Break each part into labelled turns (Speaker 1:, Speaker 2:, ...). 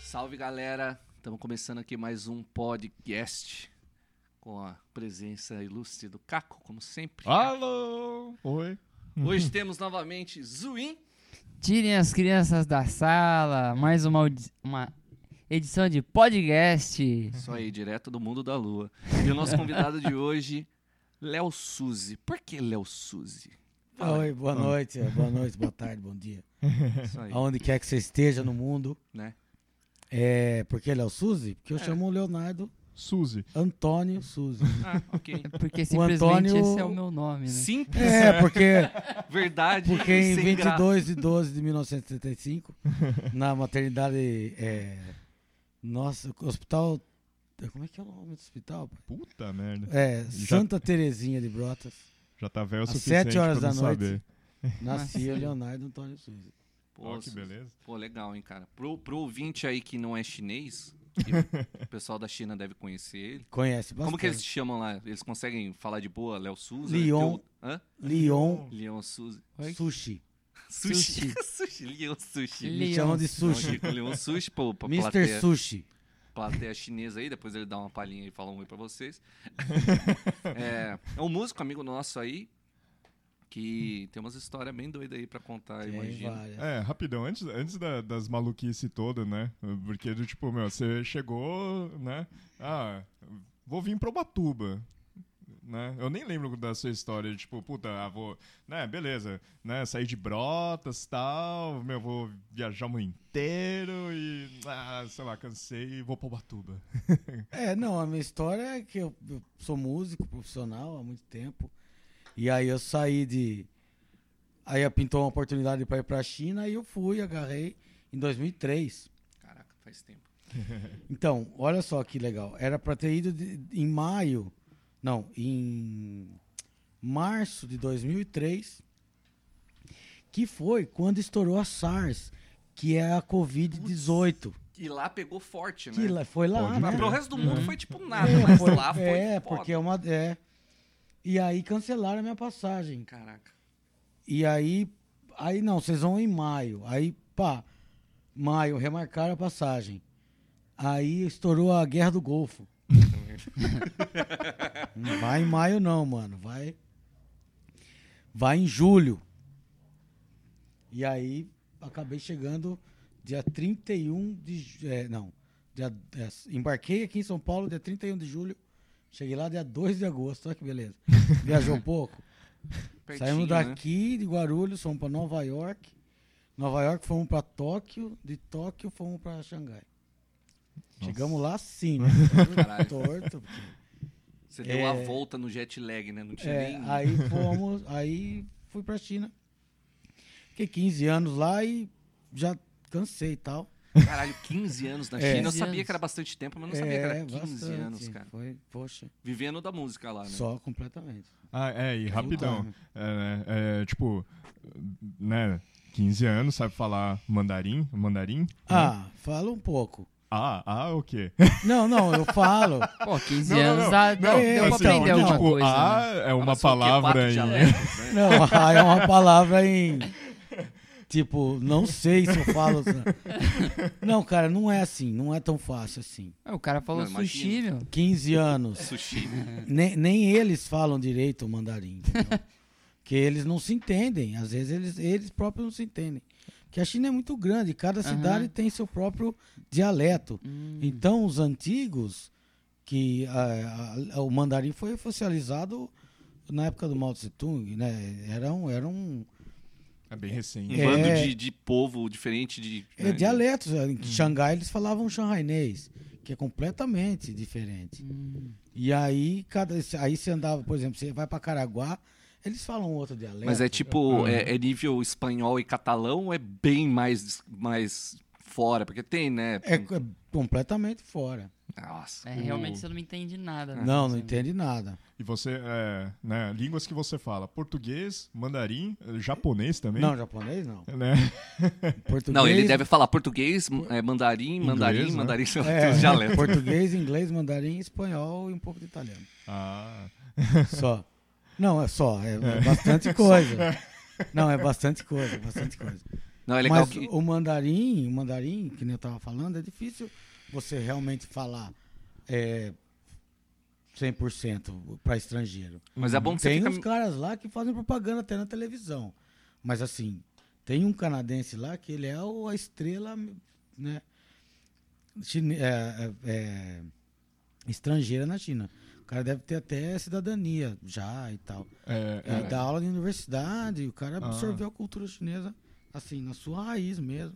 Speaker 1: Salve galera, estamos começando aqui mais um podcast com a presença ilustre do Caco, como sempre.
Speaker 2: Alô! Oi.
Speaker 1: Hoje temos novamente Zuin.
Speaker 3: Tirem as crianças da sala, mais uma, audi- uma edição de podcast.
Speaker 1: Isso aí, direto do mundo da lua. E o nosso convidado de hoje, Léo Suzy. Por que Léo Suzy? Fala aí.
Speaker 4: Oi, boa noite, boa noite, boa tarde, bom dia.
Speaker 1: Isso aí,
Speaker 4: Aonde quer que você esteja no mundo.
Speaker 1: né?
Speaker 4: É, porque ele é o Suzy? Porque eu chamo o Leonardo
Speaker 2: Suzy.
Speaker 4: Antônio Suzy.
Speaker 1: Ah, ok.
Speaker 3: Porque simplesmente
Speaker 4: Antônio-
Speaker 3: esse é o meu nome, né?
Speaker 1: Simples,
Speaker 4: É, porque,
Speaker 1: verdade
Speaker 4: porque é
Speaker 1: e
Speaker 4: em
Speaker 1: sem graça.
Speaker 4: 22 de 12 de 1975, na maternidade. É, nossa, hospital. Como é que é o nome do hospital? pai?
Speaker 2: Puta merda.
Speaker 4: É,
Speaker 2: Já-
Speaker 4: Santa Terezinha de Brotas.
Speaker 2: Já tá velho o
Speaker 4: Às
Speaker 2: suficiente
Speaker 4: sete horas
Speaker 2: pra não
Speaker 4: da noite.
Speaker 2: saber.
Speaker 4: Nascia
Speaker 3: Nascia.
Speaker 4: Leonardo Antônio Suzy.
Speaker 2: Ó,
Speaker 1: Pô,
Speaker 2: que
Speaker 1: Suzy.
Speaker 2: beleza.
Speaker 1: Pô, legal, hein, cara. Pro, pro ouvinte aí que não é chinês, que o pessoal da China deve conhecer ele.
Speaker 4: Conhece bastante.
Speaker 1: Como que eles se chamam lá? Eles conseguem falar de boa? Léo Souza?
Speaker 4: Leon.
Speaker 1: Hã?
Speaker 4: Leon
Speaker 1: Leon Souza.
Speaker 3: Oi?
Speaker 4: Sushi.
Speaker 1: Sushi. sushi. Leon Sushi.
Speaker 3: Leon.
Speaker 4: Me chamam de
Speaker 1: Então,
Speaker 4: Sushi.
Speaker 1: dica, Leon Sushi, pô, pra
Speaker 4: Mr.
Speaker 1: plateia,
Speaker 4: Sushi.
Speaker 1: plateia chinesa aí. Depois ele dá uma palhinha e fala um oi pra vocês. é, é um músico amigo nosso aí que tem umas histórias bem doidas aí pra contar,
Speaker 4: Tem
Speaker 1: imagina.
Speaker 4: várias.
Speaker 2: É, rapidão, antes, antes da- das maluquices todas, né? Porque, do tipo, meu, você chegou, né? Ah, vou vir pra Ubatuba. Né? Eu nem lembro da sua história, de, tipo, puta, ah, vou. Né, beleza, né? Sair de brotas tal, meu, vou viajar o mundo inteiro e. Ah, sei lá, cansei e vou pra Ubatuba.
Speaker 4: É, não, a minha história é que eu, eu sou músico profissional há muito tempo. E aí eu saí de. Aí pintou uma oportunidade para ir para a China e eu fui, agarrei em 2003.
Speaker 1: Caraca, faz tempo.
Speaker 4: Então, olha só que legal. Era para ter ido de- em maio. Não, em março de 2003, que foi quando estourou a SARS, que é a Covid-18.
Speaker 1: E lá pegou forte, né?
Speaker 4: Que lá- foi lá,
Speaker 2: Pode
Speaker 4: né?
Speaker 2: crer.
Speaker 1: Pro resto do mundo foi tipo nada,
Speaker 4: É,
Speaker 1: mas
Speaker 4: foi-
Speaker 1: lá foi
Speaker 4: é,
Speaker 1: foda.
Speaker 4: porque é uma. É. E aí cancelaram a minha passagem.
Speaker 1: Caraca.
Speaker 4: E aí. Aí não, vocês vão em maio. Aí, pá, maio, remarcaram a passagem. Aí estourou a Guerra do Golfo. não vai em maio, não, mano. Vai. Vai em julho. E aí acabei chegando dia 31 de. ju- É, não. Dia, é, embarquei aqui em São Paulo dia 31 de julho. Cheguei lá dia 2 de agosto. Olha que beleza. Viajou pouco.
Speaker 1: Pertinho, né?
Speaker 4: Saímos daqui de Guarulhos, fomos para Nova York. Nova York fomos para Tóquio, de Tóquio fomos para Xangai. Chegamos lá sim, né?
Speaker 1: Caralho.
Speaker 4: torto. porque-
Speaker 1: Você deu a
Speaker 4: É.
Speaker 1: volta no jet lag, né? Não tinha
Speaker 4: É,
Speaker 1: nem.
Speaker 4: aí fomos, aí fui para China. Fiquei 15 anos lá e já cansei e tal.
Speaker 1: Caralho, 15 anos na
Speaker 4: É.
Speaker 1: China. Eu
Speaker 3: 15
Speaker 1: sabia
Speaker 3: anos.
Speaker 1: que era bastante tempo, mas não sabia que era 15
Speaker 4: bastante,
Speaker 1: anos, cara.
Speaker 4: Foi, poxa,
Speaker 1: Vivendo da música lá, né?
Speaker 4: só completamente.
Speaker 2: Ah, é, e rapidão.
Speaker 4: time.
Speaker 2: É, né, é, tipo, né, 15 anos, sabe falar mandarim? Mandarim?
Speaker 4: Ah, fala um pouco.
Speaker 2: Ah, ah, o quê?
Speaker 4: Não, não, eu falo.
Speaker 3: Pô, 15
Speaker 2: Não, não,
Speaker 3: anos
Speaker 2: não.
Speaker 3: dá, dá-
Speaker 4: Não,
Speaker 3: deu pra
Speaker 4: assim,
Speaker 3: aprender
Speaker 4: não,
Speaker 3: alguma
Speaker 2: tipo,
Speaker 3: coisa. né?
Speaker 2: ah é uma
Speaker 1: Fala só o quê? Quatro
Speaker 2: palavra em...
Speaker 1: dialetos, né?
Speaker 4: Não, ah, é uma palavra em. Tipo, não sei se eu falo. assim. Não, cara, não é assim, não é tão fácil assim.
Speaker 3: Ah, O cara falou
Speaker 1: Não,
Speaker 3: sushi,
Speaker 1: imagina.
Speaker 3: meu.
Speaker 4: 15 anos.
Speaker 1: Sushi.
Speaker 4: É. Nem, nem eles falam direito o mandarim. entendeu? Porque eles não se entendem. Às vezes eles, eles próprios não se entendem. Porque a China é muito grande, cada cidade tem seu próprio dialeto.
Speaker 3: Uhum. Hum,
Speaker 4: Então, os antigos, que ah, ah, o mandarim foi oficializado na época do Mao Tse Tung, né? Era um. Era um
Speaker 2: É bem
Speaker 1: Um
Speaker 2: recente.
Speaker 4: É.
Speaker 1: bando de, de povo diferente de. né?
Speaker 4: é, dialetos. Em
Speaker 1: Uhum.
Speaker 4: Xangai eles falavam xanhainês, que é completamente diferente.
Speaker 3: hum.
Speaker 4: E aí, cada, aí você andava, por exemplo, você vai para Caraguá, eles falam um outro dialeto.
Speaker 1: Mas é tipo,
Speaker 2: Ah.
Speaker 1: é, é nível espanhol e catalão, ou é bem mais, mais fora, porque tem, né?
Speaker 4: É co- completamente fora.
Speaker 1: Nossa.
Speaker 3: É,
Speaker 2: O-
Speaker 3: realmente você não entende nada.
Speaker 1: Ah,
Speaker 3: né?
Speaker 4: não, não
Speaker 3: Você-
Speaker 4: entende nada.
Speaker 2: E você, é, né, línguas que você fala, português, mandarim, eh, japonês também?
Speaker 4: Não, japonês não.
Speaker 2: Né?
Speaker 4: Português.
Speaker 1: Não, ele deve falar português, é, mandarim,
Speaker 2: Inglês,
Speaker 1: mandarim,
Speaker 2: né?
Speaker 1: mandarim, sei lá,
Speaker 4: é,
Speaker 1: todos os dialetos.
Speaker 4: Português, inglês, mandarim, espanhol e um pouco de italiano.
Speaker 2: Ah,
Speaker 4: Só. Não, é só. É, é bastante coisa. Não, é bastante coisa, bastante coisa.
Speaker 1: Não, é legal
Speaker 4: Mas
Speaker 1: que.
Speaker 4: o mandarim, o mandarim, que nem eu tava falando, é difícil você realmente falar é, 100% para estrangeiro.
Speaker 1: Mas é bom que você
Speaker 4: Tem
Speaker 1: fica.
Speaker 4: uns caras lá que fazem propaganda até na televisão. Mas assim, tem um canadense lá que ele é o- a estrela né, chine- é, é, é, estrangeira na China. O cara deve ter até cidadania já e tal.
Speaker 2: É,
Speaker 4: Ele
Speaker 2: é.
Speaker 4: dá aula de universidade, o cara
Speaker 2: Ah.
Speaker 4: absorveu a cultura chinesa, assim, na sua raiz mesmo.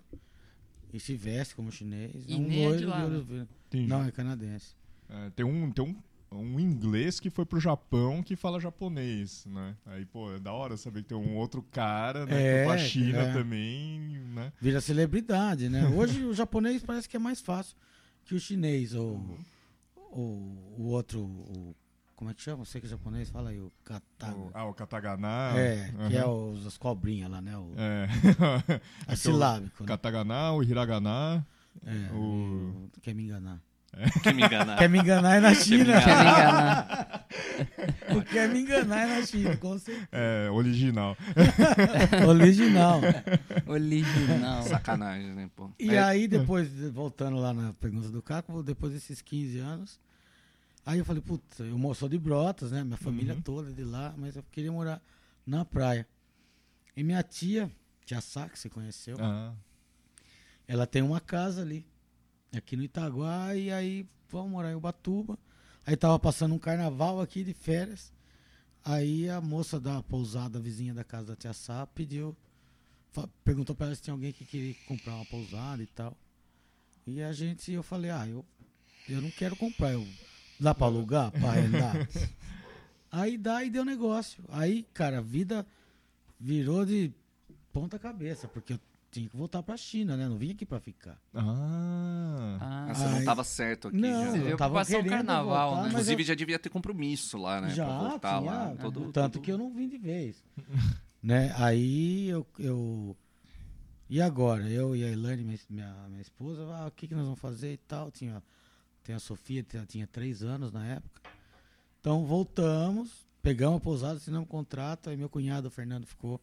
Speaker 4: E se veste como chinês.
Speaker 3: E
Speaker 4: É um
Speaker 3: nem é de
Speaker 4: loiro
Speaker 3: lá,
Speaker 4: olhos
Speaker 3: né?
Speaker 4: verdes.
Speaker 2: Entendi.
Speaker 4: Não, é canadense.
Speaker 2: É, tem um, tem um, um inglês que foi pro Japão que fala japonês, né? Aí, pô, é da hora saber que tem um outro cara, né? que foi pra
Speaker 4: É,
Speaker 2: China
Speaker 4: é.
Speaker 2: também, né?
Speaker 4: Vira celebridade, né? Hoje o japonês parece que é mais fácil que o chinês, ou, ou o outro. o- como é que chama? Sei que é japonês, fala aí, o kataga.
Speaker 2: O- ah, o Katagana.
Speaker 4: é, que é
Speaker 2: aham.
Speaker 4: os, as cobrinhas lá, né? O,
Speaker 2: É.
Speaker 4: é silábico,
Speaker 2: O
Speaker 4: né?
Speaker 2: Katagana, o Hiragana.
Speaker 4: É,
Speaker 2: o-
Speaker 4: o- Quer me enganar.
Speaker 1: Que me enganar.
Speaker 4: Quer me enganar é na China.
Speaker 3: Quer me enganar?
Speaker 4: O quer me enganar é na China, com certeza.
Speaker 2: É, original.
Speaker 4: Original.
Speaker 3: Original.
Speaker 1: Sacanagem, né, pô?
Speaker 4: E
Speaker 1: É,
Speaker 4: aí, depois, voltando lá na pergunta do Caco, depois desses 15 anos, aí eu falei, puta, eu mo- sou de Brotas, né? Minha família
Speaker 2: Uhum.
Speaker 4: toda é de lá, mas eu queria morar na praia. E minha tia, tia Sá, que você conheceu,
Speaker 2: Ah,
Speaker 4: ela tem uma casa ali, aqui no Itaguá, e aí vamos morar em Ubatuba. Aí tava passando um carnaval aqui de férias. Aí a moça da pousada, vizinha da casa da tia Sá, pediu, fa- perguntou pra ela se tinha alguém que queria comprar uma pousada e tal. E a gente, eu falei, ah, eu, eu não quero comprar, eu, dá pra alugar? Pá, é, dá. aí dá e deu negócio. Aí, cara, a vida virou de ponta cabeça, porque eu tinha que voltar pra China, né? Não vim aqui pra ficar.
Speaker 2: ah.
Speaker 1: ah,
Speaker 3: Ah,
Speaker 1: Você não
Speaker 4: ai.
Speaker 1: tava certo aqui.
Speaker 4: Não,
Speaker 1: já.
Speaker 3: Você veio
Speaker 4: tava
Speaker 3: pra passar o
Speaker 4: querendo
Speaker 3: carnaval,
Speaker 4: voltar,
Speaker 3: né?
Speaker 4: mas
Speaker 1: Inclusive,
Speaker 4: eu-
Speaker 1: já devia ter compromisso lá, né? pra
Speaker 4: Já,
Speaker 1: voltar
Speaker 4: tinha,
Speaker 1: lá. Todo,
Speaker 4: tanto
Speaker 1: todo-
Speaker 4: que eu não vim de vez. né? Aí eu, eu. E agora? Eu e a Elaine, minha, minha, minha esposa, ah, o que, que nós vamos fazer e tal? Tinha, tinha a Sofia, tinha, tinha três anos na época. Então voltamos, pegamos a pousada, assinamos um contrato, aí meu cunhado, o Fernando, ficou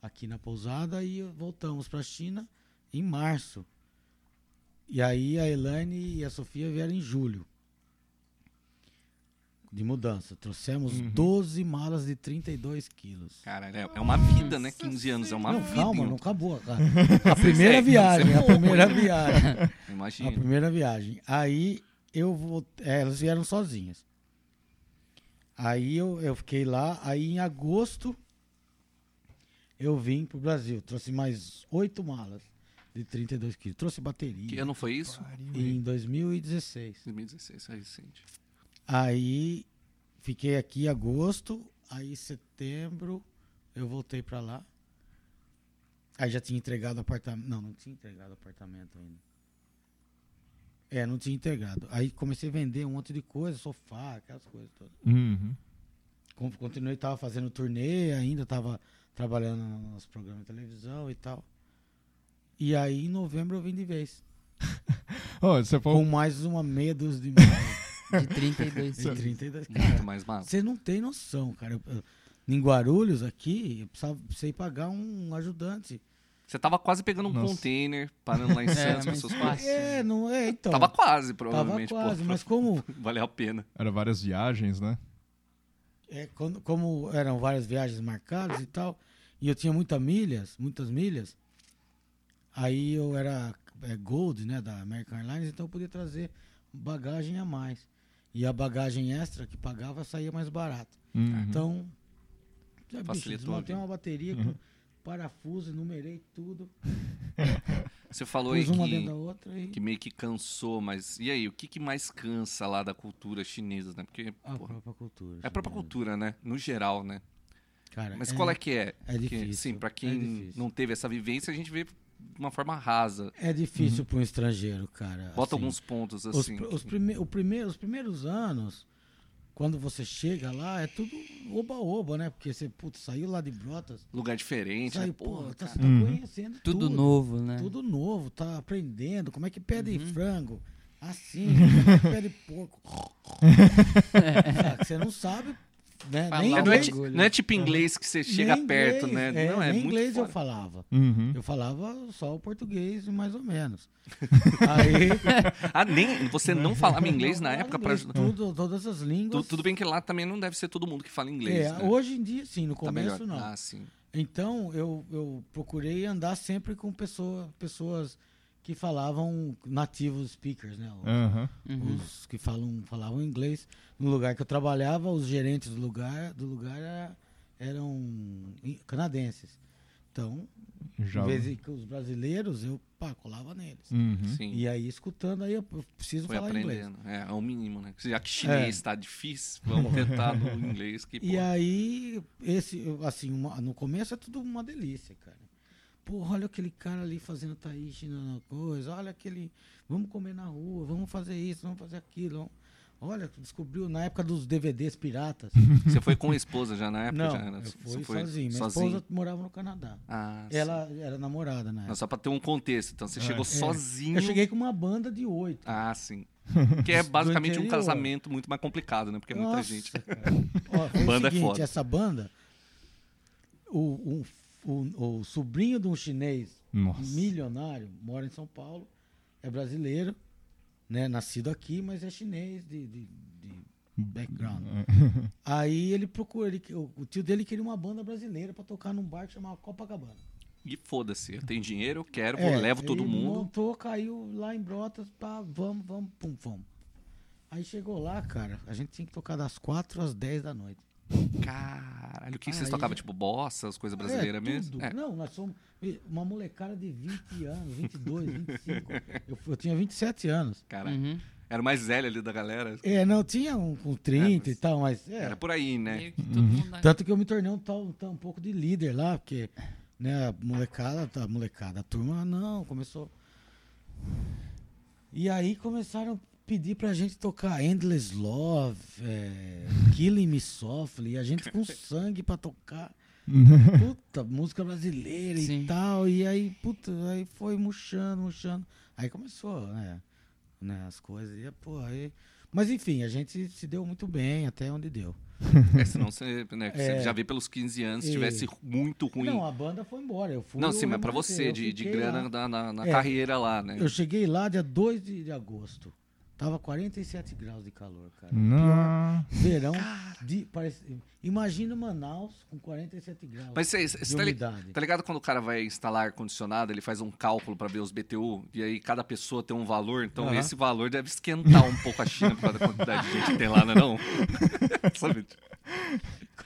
Speaker 4: aqui na pousada e voltamos para a China em março. E aí a Elaine e a Sofia vieram em julho. De mudança. Trouxemos 12 malas de 32 quilos.
Speaker 1: Cara, é, é uma vida, né? 15 anos é uma
Speaker 4: não,
Speaker 1: vida.
Speaker 4: calma,
Speaker 1: hein? né?
Speaker 4: não acabou. cara.
Speaker 1: é,
Speaker 4: A primeira viagem, é a primeira viagem. A
Speaker 1: Imagina.
Speaker 4: primeira viagem. Aí eu vou. é, elas vieram sozinhas. Aí eu, eu fiquei lá. Aí em agosto eu vim pro Brasil. Trouxe mais oito malas de 32 quilos. Trouxe
Speaker 1: Que
Speaker 4: bateria.
Speaker 1: ano foi isso?
Speaker 4: Em 2016.
Speaker 1: 2016, é recente.
Speaker 4: Aí fiquei aqui em agosto, aí em setembro eu voltei pra lá. Aí já tinha entregado apartamento. Não, não tinha entregado apartamento ainda. É, não tinha entregado. Aí comecei a vender um monte de coisa, sofá, aquelas coisas todas.
Speaker 2: Uhum.
Speaker 4: Con- Continuei, tava fazendo turnê ainda, tava trabalhando nos programas de televisão e tal. E aí em novembro eu vim de vez.
Speaker 2: Ó, você
Speaker 4: Com
Speaker 2: falou.
Speaker 4: mais uma meia dúzia de
Speaker 3: de 32
Speaker 4: de
Speaker 3: quilos.
Speaker 4: 32
Speaker 1: Muito mais mal.
Speaker 4: Você não tem noção, cara. Eu- eu- em Guarulhos, aqui, eu precisava, precisei pagar um ajudante.
Speaker 1: Você tava quase pegando um
Speaker 2: Nossa.
Speaker 1: container, parando lá em Santos com
Speaker 3: mas
Speaker 1: seus
Speaker 3: quase.
Speaker 1: pais.
Speaker 4: É, não é, então.
Speaker 1: Ah, Tava quase,
Speaker 4: tava
Speaker 1: provavelmente. pô.
Speaker 4: quase, mas como,
Speaker 1: Valeu a pena.
Speaker 2: Era várias viagens, né?
Speaker 4: é, quando- como eram várias viagens marcadas e tal, e eu tinha muitas milhas, muitas milhas, aí eu era é, Gold, né, da American Airlines, então eu podia trazer bagagem a mais. E a bagagem extra que pagava saía mais barato.
Speaker 2: Uhum.
Speaker 4: Então, já, bicho,
Speaker 1: Facilitou a
Speaker 4: desmontei
Speaker 1: vida. Uhum.
Speaker 4: uma bateria, com parafuso, enumerei tudo,
Speaker 1: Você falou aí
Speaker 4: pus uma dentro da
Speaker 1: que,
Speaker 4: outra e...
Speaker 1: que meio que cansou, mas e aí? O que, que mais cansa lá da cultura chinesa, né? Porque,
Speaker 4: A
Speaker 1: porra,
Speaker 4: própria cultura.
Speaker 1: é a própria
Speaker 4: sim,
Speaker 1: cultura, né? No geral, né?
Speaker 4: Cara,
Speaker 1: Mas qual é que é?
Speaker 4: é
Speaker 1: Porque,
Speaker 4: difícil,
Speaker 1: sim, pra
Speaker 4: é
Speaker 1: quem
Speaker 4: difícil.
Speaker 1: não teve essa vivência, a gente vê de uma forma rasa.
Speaker 4: é difícil para um estrangeiro, cara.
Speaker 1: Uhum. Bota
Speaker 4: assim.
Speaker 1: alguns pontos
Speaker 4: Os,
Speaker 1: assim.
Speaker 4: pr- os, prime- o primeiro, os primeiros anos, quando você chega lá, é tudo oba-oba, né? Porque você, putz, saiu lá de Brotas,
Speaker 1: Lugar diferente,
Speaker 4: saiu,
Speaker 1: né?
Speaker 4: pô,
Speaker 1: Porra,
Speaker 4: tá,
Speaker 1: cara.
Speaker 4: você tá
Speaker 2: Uhum.
Speaker 4: conhecendo
Speaker 3: Tudo
Speaker 4: tudo.
Speaker 3: novo, né?
Speaker 4: Tudo novo, tá aprendendo como é que pede
Speaker 1: Uhum.
Speaker 4: frango. Assim, como é que pede porco. Sabe? Você não sabe, né?
Speaker 1: Falar
Speaker 4: Nem
Speaker 1: não, é,
Speaker 4: inglês,
Speaker 1: ti- não é tipo inglês que você chega
Speaker 4: nem
Speaker 1: perto,
Speaker 4: inglês,
Speaker 1: né? não, é
Speaker 4: nem
Speaker 1: muito
Speaker 4: inglês eu
Speaker 1: foda.
Speaker 4: falava.
Speaker 2: Uhum.
Speaker 4: Eu falava só o português, mais ou menos. Aí,
Speaker 1: Ah, nem você não falava inglês na
Speaker 4: falava
Speaker 1: época para
Speaker 4: inglês,
Speaker 1: ajudar.
Speaker 4: tudo, todas as
Speaker 1: Tu-
Speaker 4: línguas.
Speaker 1: tudo bem que lá também não deve ser todo mundo que fala inglês.
Speaker 4: É,
Speaker 1: né?
Speaker 4: Hoje em dia, sim, no
Speaker 1: Tá melhor.
Speaker 4: começo não.
Speaker 1: Ah, sim.
Speaker 4: Então eu, eu procurei andar sempre com pessoa, pessoas que falavam nativos speakers, né? O-
Speaker 2: Aham.
Speaker 3: Uhum.
Speaker 4: Os que falam, falavam inglês. No lugar que eu trabalhava, os gerentes do lugar, do lugar era- eram i- canadenses. Então,
Speaker 2: Já.
Speaker 4: em vez de que os brasileiros, eu pá, colava neles.
Speaker 2: Uhum.
Speaker 1: Sim.
Speaker 4: Hum? E aí, escutando, aí eu eu preciso
Speaker 1: Foi
Speaker 4: falar inglês.
Speaker 1: aprendendo. É, é o mínimo, né? Já que chinês está difícil, vamos tentar no inglês que
Speaker 4: E
Speaker 1: pô,
Speaker 4: aí, esse, assim, uma- no começo é tudo uma delícia, cara. Porra, olha aquele cara ali fazendo taishi na coisa, olha aquele. Vamos comer na rua, vamos fazer isso, vamos fazer aquilo. Olha, descobriu na época dos DVDs piratas.
Speaker 1: Você foi com a esposa já na época?
Speaker 4: Não,
Speaker 1: já, né?
Speaker 4: eu
Speaker 1: Você
Speaker 4: fui
Speaker 1: foi
Speaker 4: sozinho. Minha esposa morava no Canadá.
Speaker 1: Ah, sim.
Speaker 4: Ela era namorada na
Speaker 1: Não,
Speaker 4: época.
Speaker 1: só pra ter um contexto, então você chegou sozinho.
Speaker 4: Eu cheguei com uma banda de oito.
Speaker 1: Ah, sim. Que é
Speaker 4: Do
Speaker 1: basicamente um
Speaker 4: interior.
Speaker 1: casamento muito mais complicado, né? Porque é muita
Speaker 4: Nossa,
Speaker 1: gente.
Speaker 4: cara. Ó, foi
Speaker 1: Banda é
Speaker 4: o seguinte,
Speaker 1: foda.
Speaker 4: essa banda, o, o, o, o sobrinho de um chinês
Speaker 2: Nossa.
Speaker 4: milionário, mora em São Paulo, é brasileiro, né? Nascido aqui, mas é chinês de, de, de background. né? Aí ele procura, ele, o, o tio dele queria uma banda brasileira pra tocar num bar que chamava Copacabana.
Speaker 1: E foda-se, eu tenho dinheiro, eu quero, vou,
Speaker 4: É,
Speaker 1: levo todo
Speaker 4: ele
Speaker 1: mundo.
Speaker 4: Montou, caiu lá em Brotas, pá, vamos, vamos, pum, vamos. Aí chegou lá, cara, a gente tinha que tocar das 4 às 10 da noite.
Speaker 1: Caralho, o que, que vocês
Speaker 4: Aí-
Speaker 1: tocavam? Tipo, bossa, as coisas brasileiras
Speaker 4: É,
Speaker 1: mesmo?
Speaker 4: tudo.
Speaker 1: É.
Speaker 4: Não, nós somos uma molecada de 20 anos, 22, 25. Eu, fui- eu tinha 27 anos.
Speaker 1: Caralho.
Speaker 3: Uhum.
Speaker 1: Era o mais velho ali da galera.
Speaker 4: É, não, tinha um com 30
Speaker 1: É,
Speaker 4: e tal, mas. é. Uhum.
Speaker 1: Era por aí, né?
Speaker 3: Meio que todo mundo na-
Speaker 4: Tanto que eu me tornei um, tal, um, tal- um pouco de líder lá, porque né, a molecada, a molecada, a turma, não, começou. E aí começaram a pedir pra gente tocar Endless Love, é, Killing Me Softly, e a gente com sangue pra tocar. Puta, música brasileira
Speaker 3: Sim.
Speaker 4: e tal. E aí, puta, aí foi murchando, murchando. Aí começou, né? né, as coisas. E, pô, aí... Mas enfim, a gente se deu muito bem até onde deu.
Speaker 1: É, senão você, né, você
Speaker 4: É.
Speaker 1: já vê pelos 15 anos, se
Speaker 4: É.
Speaker 1: tivesse muito ruim.
Speaker 4: Não,
Speaker 1: Não,
Speaker 4: a é banda foi embora. Eu fui.
Speaker 1: sim, mas pra
Speaker 4: remanescente,
Speaker 1: você,
Speaker 4: eu
Speaker 1: de, de
Speaker 4: fiquei
Speaker 1: grana
Speaker 4: lá.
Speaker 1: na, na- na
Speaker 4: É.
Speaker 1: carreira lá, né?
Speaker 4: Eu cheguei lá dia 2 de, de agosto. Tava 47 graus de calor, cara.
Speaker 2: Hum. Não.
Speaker 4: Verão. De, parece- imagina Manaus com 47 graus.
Speaker 1: Mas você- você
Speaker 4: de
Speaker 1: tá, li-
Speaker 4: umidade.
Speaker 1: tá ligado quando o cara vai instalar ar-condicionado, ele faz um cálculo pra ver os BTU, e aí cada pessoa tem um valor, então
Speaker 4: Aham.
Speaker 1: esse valor deve esquentar um pouco a China por causa da quantidade de gente que tem lá, não é não? Sabe?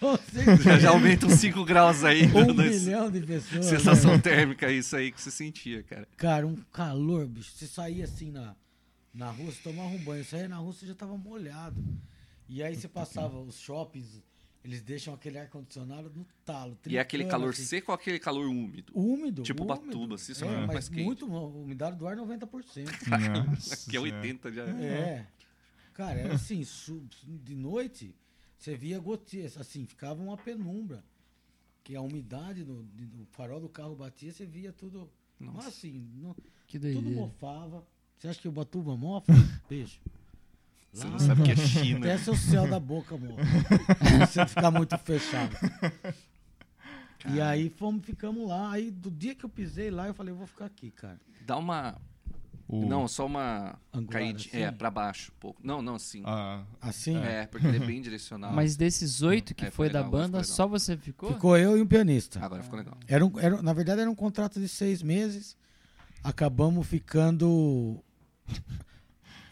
Speaker 4: Com certeza.
Speaker 1: Já, já aumenta uns 5 graus aí.
Speaker 4: Um
Speaker 1: né?
Speaker 4: milhão de pessoas. né?
Speaker 1: Sensação térmica, isso aí que você sentia, cara.
Speaker 4: Cara, um calor, bicho. Você saía assim na, na rua, você tomava um banho. Saía na rua, você já tava molhado. E aí você passava os shoppings, eles deixam aquele ar-condicionado no talo.
Speaker 1: E é aquele
Speaker 4: trincando,
Speaker 1: calor
Speaker 4: assim.
Speaker 1: seco ou aquele calor úmido?
Speaker 4: Úmido.
Speaker 1: Tipo
Speaker 4: úmido.
Speaker 1: Ubatuba, assim, só
Speaker 4: é,
Speaker 1: que
Speaker 4: mas
Speaker 1: mais quente.
Speaker 4: muito, a umidade do ar é 90%.
Speaker 2: Nossa
Speaker 1: Que é
Speaker 2: senhora.
Speaker 1: 80 já.
Speaker 4: é. Cara, era assim, su- de noite, você via gotinhas, assim, ficava uma penumbra. Que a umidade do, de- do farol do carro batia, você via tudo.
Speaker 1: Nossa.
Speaker 4: Mas assim, não-
Speaker 3: Que
Speaker 4: tudo
Speaker 3: doideira.
Speaker 4: mofava. Você acha que o Batuba mofa? Beijo.
Speaker 1: Você
Speaker 4: Lá-
Speaker 1: não sabe o que é China.
Speaker 4: Até seu céu da boca, amor. Se você ficar muito fechado. E aí fomos, ficamos lá. Aí do dia que eu pisei lá, eu falei, eu vou ficar aqui, cara.
Speaker 1: Dá uma.
Speaker 2: O-
Speaker 1: Não, só uma.
Speaker 4: Angular,
Speaker 1: Caída.
Speaker 4: assim?
Speaker 1: É, pra baixo um pouco. Não, não, assim.
Speaker 2: Ah,
Speaker 4: Assim?
Speaker 1: É, porque ele é bem direcional.
Speaker 3: Mas desses oito que
Speaker 1: É, foi
Speaker 3: foi
Speaker 1: legal,
Speaker 3: da
Speaker 1: agora
Speaker 3: banda,
Speaker 1: ficou legal.
Speaker 3: só você ficou?
Speaker 4: Ficou eu e um pianista.
Speaker 1: Agora ficou legal.
Speaker 4: Era um, era, na verdade, era um contrato de seis meses. Acabamos ficando.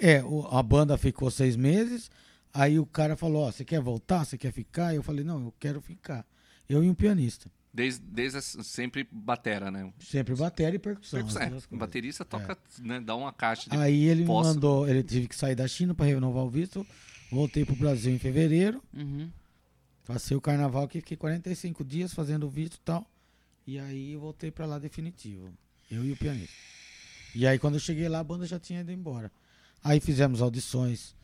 Speaker 4: É, o- a banda ficou seis meses. Aí o cara falou: Ó, você quer voltar? Você quer ficar? Eu falei: Não, eu quero ficar. Eu e um pianista.
Speaker 1: Desde, desde a- sempre batera, né?
Speaker 4: Sempre bateria e percussão. as
Speaker 1: Percussão, é,
Speaker 4: duas
Speaker 1: o
Speaker 4: coisas. É. Ah,
Speaker 1: baterista toca, né, dá uma caixa de...
Speaker 4: Aí ele
Speaker 1: posso.
Speaker 4: me mandou, ele tive que sair da China para renovar o visto. Voltei pro Brasil em fevereiro,
Speaker 3: Uhum.
Speaker 4: passei o carnaval aqui, fiquei 45 dias fazendo o visto e tal. E aí voltei para lá definitivo, eu e o pianista. E aí quando eu cheguei lá, a banda já tinha ido embora. Aí fizemos audições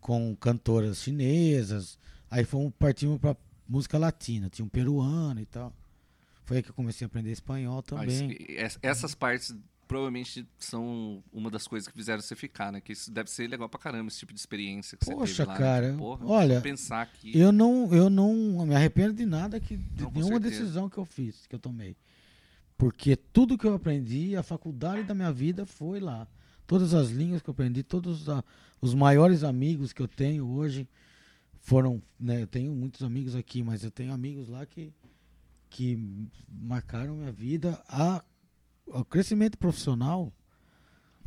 Speaker 4: com cantoras chinesas, aí fomos partimos para música latina, tinha um peruano e tal. Foi aí que eu comecei a aprender espanhol
Speaker 1: Ah,
Speaker 4: também.
Speaker 1: isso- es- essas partes provavelmente são uma das coisas que fizeram você ficar, né? Que isso deve ser legal pra caramba, esse tipo de experiência que você
Speaker 4: Poxa,
Speaker 1: teve lá. né?
Speaker 4: cara,
Speaker 1: Porra,
Speaker 4: olha,
Speaker 1: pensar que...
Speaker 4: Eu não, eu não me arrependo de nada, que, de
Speaker 1: Não, com
Speaker 4: nenhuma
Speaker 1: certeza.
Speaker 4: decisão que eu fiz, que eu tomei. Porque tudo que eu aprendi, a faculdade da minha vida foi lá. Todas as línguas que eu aprendi, todos os a- os maiores amigos que eu tenho hoje foram. Né, eu tenho muitos amigos aqui, mas eu tenho amigos lá que, que marcaram minha vida. A, o crescimento profissional.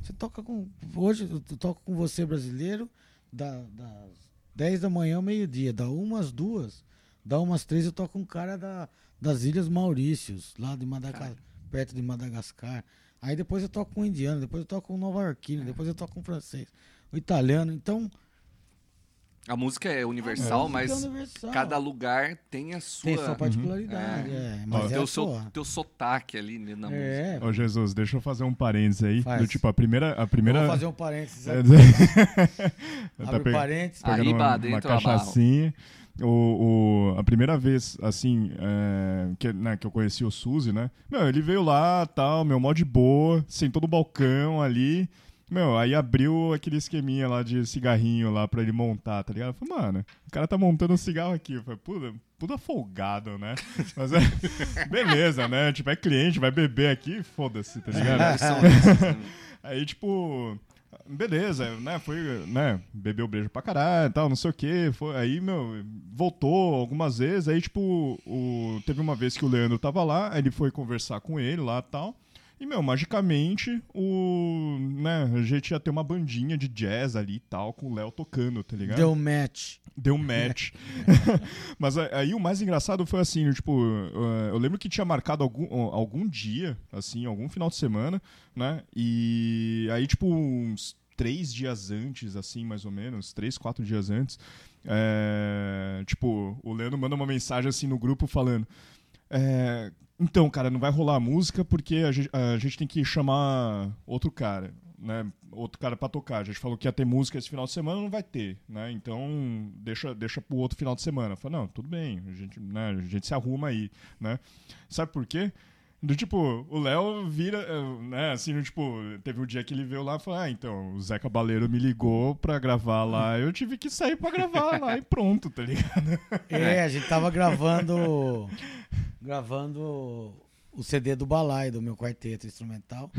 Speaker 4: Você toca com. Hoje eu toco com você, brasileiro, da- das 10 da manhã ao meio-dia, da 1 às 2, da 1 às 3 eu toco um cara da, das Ilhas Maurícios, lá de Madagascar, perto de Madagascar. Aí depois eu toco com um indiano, depois eu toco com um nova-iorquino, depois eu toco com um francês, o italiano. Então,
Speaker 1: A música é universal,
Speaker 4: música
Speaker 1: mas
Speaker 4: é universal.
Speaker 1: cada lugar tem a sua...
Speaker 4: tem sua particularidade.
Speaker 1: Uhum.
Speaker 4: É, mas é
Speaker 1: teu,
Speaker 4: a
Speaker 1: so-
Speaker 4: sua.
Speaker 1: teu sotaque ali né, na música.
Speaker 4: É,
Speaker 2: Ô, Jesus, deixa eu fazer um parênteses aí.
Speaker 4: Faz.
Speaker 2: Do tipo, a primeira. A primeira...
Speaker 4: Vou fazer um parênteses. aqui.
Speaker 2: Tá
Speaker 4: Abre
Speaker 2: pe-
Speaker 4: parênteses.
Speaker 1: Ah,
Speaker 2: pegando
Speaker 1: Arriba,
Speaker 2: uma, uma
Speaker 1: dentro, abarro.
Speaker 2: cachaçinha. O, o- a primeira vez, assim, é, que, né, que eu conheci o Suzy, né? Meu, ele veio lá, tal, meu, mó de boa, sentou no balcão ali. Meu, aí abriu aquele esqueminha lá de cigarrinho lá pra ele montar, tá ligado? Eu falei, mano, o cara tá montando um cigarro aqui. Eu falei, puta, puta folgado, né? Mas é, beleza, né? Tipo, é cliente, vai beber aqui, foda-se, tá
Speaker 1: Ah,
Speaker 2: ligado? Aí, tipo, beleza, né? Foi, né? Bebeu brejo pra caralho e tal, não sei o quê. Foi, aí, meu, voltou algumas vezes. Aí, tipo, o, teve uma vez que o Leandro tava lá, aí ele foi conversar com ele lá e tal. E, meu, magicamente, o, né, a gente ia ter uma bandinha de jazz ali e tal, com o Léo tocando, tá ligado?
Speaker 4: Deu match.
Speaker 2: Deu um match. Mas a- aí o mais engraçado foi assim, tipo, eh, eu lembro que tinha marcado algum, algum dia, assim, algum final de semana, né? E aí, tipo, uns três dias antes, assim, mais ou menos, três, quatro dias antes, eh, tipo, o Leandro manda uma mensagem assim no grupo falando. eh, então, cara, não vai rolar a música porque a gente, a gente tem que chamar outro cara, né? Outro cara pra tocar. A gente falou que ia ter música esse final de semana, não vai ter, né? Então, deixa, deixa pro outro final de semana. Eu falei, não, tudo bem, a gente, né, a gente se arruma aí, né? Sabe por quê? Do tipo, o Léo vira, eh, né, assim, do tipo, teve um dia que ele veio lá e falou, ah, então, o Zé Cabaleiro me ligou pra gravar lá, eu tive que sair pra gravar lá e pronto, tá ligado?
Speaker 4: É, a gente tava gravando. gravando o CD do Balai, do meu quarteto instrumental.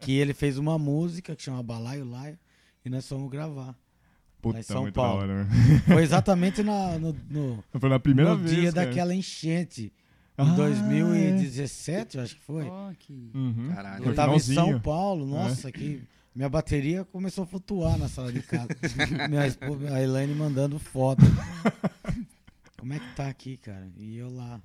Speaker 4: Que ele fez uma música que chama Balaio Laio. E nós fomos gravar.
Speaker 2: Puta,
Speaker 4: São
Speaker 2: muito
Speaker 4: Paulo.
Speaker 2: da hora, né?
Speaker 4: Foi exatamente na- no, no-
Speaker 2: Foi na primeira
Speaker 4: no
Speaker 2: vez,
Speaker 4: dia
Speaker 2: cara.
Speaker 4: daquela enchente. Em
Speaker 2: Ah,
Speaker 4: 2017, eu acho que foi.
Speaker 3: Ó, que-
Speaker 2: Uhum.
Speaker 1: Caralho.
Speaker 2: Foi
Speaker 4: Hum? Eu tava em São
Speaker 2: finalzinho.
Speaker 4: Paulo, nossa, que minha bateria começou a flutuar na sala de casa. minha esposa, a Elaine mandando foto. Como é que tá aqui, cara? E eu lá.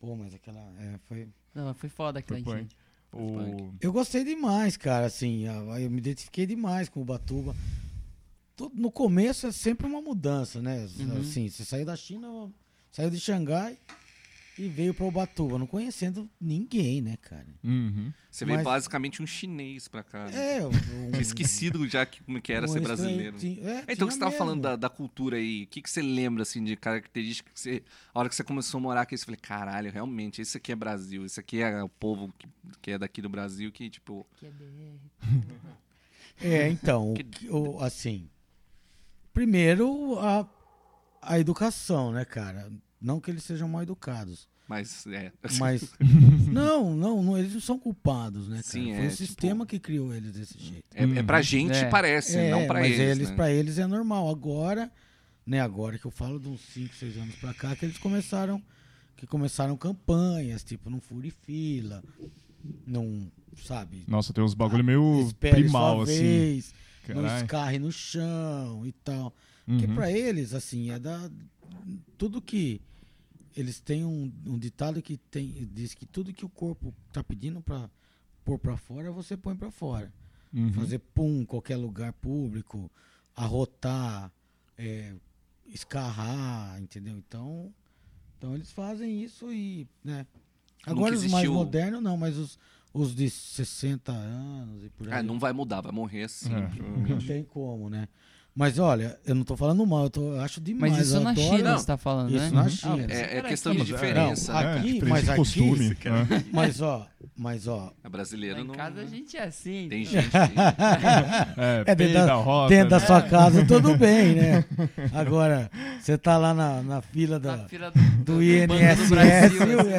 Speaker 4: Pô, mas aquela. é, foi...
Speaker 3: Não, mas foi foda aquela
Speaker 2: Foi
Speaker 3: enchente.
Speaker 2: O...
Speaker 4: Eu gostei demais, cara, assim. a- Eu me identifiquei demais com o Batuba. No começo é sempre uma mudança, né?
Speaker 3: Uhum.
Speaker 4: Assim, você saiu da China, saiu de Xangai e veio pra Ubatuba, não conhecendo ninguém, né, cara?
Speaker 2: Uhum.
Speaker 1: Você veio
Speaker 4: Mas-
Speaker 1: basicamente um chinês pra cá. né?
Speaker 4: É, eu- um,
Speaker 1: Tinha esquecido já que, como é que era
Speaker 4: né,
Speaker 1: ser brasileiro.
Speaker 4: é,
Speaker 1: Então, que você estava
Speaker 4: estava
Speaker 1: falando da, da cultura aí, o que, que você lembra, assim, de característica que você... A hora que você começou a morar aqui, você falei, caralho, realmente, esse aqui é Brasil, esse aqui é o povo que, que é daqui do Brasil, que, tipo...
Speaker 3: Que é BR.
Speaker 4: É, então, o que- o- assim. Primeiro, a, a educação, né, cara? Não que eles sejam mal educados,
Speaker 1: Mas, é...
Speaker 4: mas. não, não, não, eles não são culpados, né, cara?
Speaker 1: Sim,
Speaker 4: Foi
Speaker 1: é,
Speaker 4: o
Speaker 1: tipo-
Speaker 4: sistema que criou eles desse jeito.
Speaker 1: É, é pra gente
Speaker 3: É.
Speaker 1: parece,
Speaker 4: uhum, É,
Speaker 1: não pra
Speaker 4: mas
Speaker 1: eles, né?
Speaker 4: pra eles é normal. Agora, né, agora que eu falo de uns 5, 6 anos pra cá, que eles começaram que começaram campanhas, tipo, não fure fila, não, sabe,
Speaker 2: Nossa, tem uns bagulho meio
Speaker 4: Ah, espere
Speaker 2: primal,
Speaker 4: sua
Speaker 2: assim.
Speaker 4: vez, não
Speaker 2: Caralho.
Speaker 4: escarre no chão e tal.
Speaker 2: Uhum.
Speaker 4: Porque pra eles, assim, é da. Tudo que. Eles têm um, um ditado que tem, diz que tudo que o corpo tá pedindo pra pôr pra fora, você põe pra fora.
Speaker 2: Uhum.
Speaker 4: Fazer pum em qualquer lugar público, arrotar, é, escarrar, entendeu? Então, então eles fazem isso e, né?
Speaker 1: Nunca
Speaker 4: Agora os mais
Speaker 1: existiu-
Speaker 4: modernos não, mas os, os de 60 anos e por aí.
Speaker 1: Ah, não vai mudar, vai morrer assim.
Speaker 2: É.
Speaker 4: Uhum.
Speaker 1: provavelmente.
Speaker 4: Não tem como, né? Mas olha, eu não tô falando mal, eu, tô, eu acho demais.
Speaker 3: Mas isso
Speaker 4: eu
Speaker 3: na
Speaker 4: adoro-
Speaker 3: China
Speaker 1: Não.
Speaker 3: você tá falando, né?
Speaker 4: Isso na China.
Speaker 3: mas
Speaker 1: É, é
Speaker 3: era
Speaker 1: questão
Speaker 3: aqui.
Speaker 1: de diferença.
Speaker 4: Não,
Speaker 1: né?
Speaker 4: a- aqui,
Speaker 2: diferença
Speaker 4: mas
Speaker 2: de
Speaker 4: aqui,
Speaker 2: É, tipo, costume.
Speaker 1: esse cara-
Speaker 2: né?
Speaker 4: Mas ó, mas ó,
Speaker 1: É brasileiro
Speaker 3: Lá em
Speaker 1: não.
Speaker 3: casa a gente é assim.
Speaker 1: Tem
Speaker 3: então.
Speaker 1: gente. que-
Speaker 2: É,
Speaker 4: É,
Speaker 2: peida,
Speaker 4: dentro da-
Speaker 2: roda,
Speaker 4: dentro da
Speaker 2: né?
Speaker 4: sua casa tudo bem, né? Agora, você tá lá na, na fila
Speaker 3: Na
Speaker 4: da,
Speaker 3: fila do, do-
Speaker 4: do
Speaker 3: do Banco do
Speaker 4: INSS,
Speaker 3: Brasil, assim.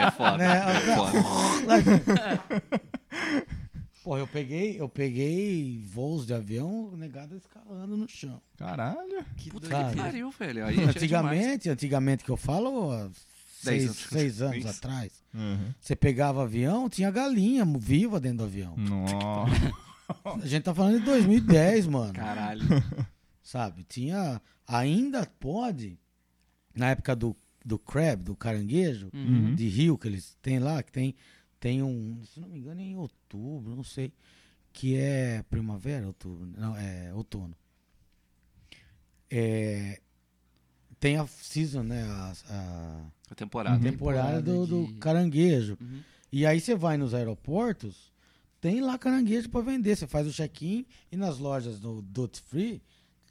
Speaker 1: é foda.
Speaker 4: Né?
Speaker 1: É foda.
Speaker 4: É. Porra, eu peguei, eu peguei voos de avião, negada escalando no chão.
Speaker 2: Caralho.
Speaker 1: Que
Speaker 4: Puta
Speaker 1: doido que
Speaker 4: vida.
Speaker 1: pariu, velho. Aí é demais.
Speaker 4: Antigamente, antigamente que eu falo, ó,
Speaker 1: Dez
Speaker 4: seis,
Speaker 1: anos.
Speaker 4: seis anos
Speaker 1: Isso.
Speaker 4: atrás,
Speaker 2: Uhum.
Speaker 4: você pegava avião, tinha galinha viva dentro do avião.
Speaker 2: Hum. Nossa.
Speaker 4: A gente tá falando de 2010, mano.
Speaker 1: Caralho.
Speaker 4: Sabe? Tinha. Ainda pode, na época do, do crab, do caranguejo,
Speaker 2: Uhum.
Speaker 4: de rio que eles têm lá, que tem, tem um. Se não me engano, é em outubro, não sei. Que é primavera, outubro. Não, é outono. É, tem a season, né? A, a
Speaker 1: A temporada.
Speaker 3: Temporada
Speaker 4: temporada do, do
Speaker 3: de-
Speaker 4: caranguejo.
Speaker 3: Uhum.
Speaker 4: E aí você vai nos aeroportos, tem lá caranguejo pra vender. Você faz o check-in e nas lojas do Duty Free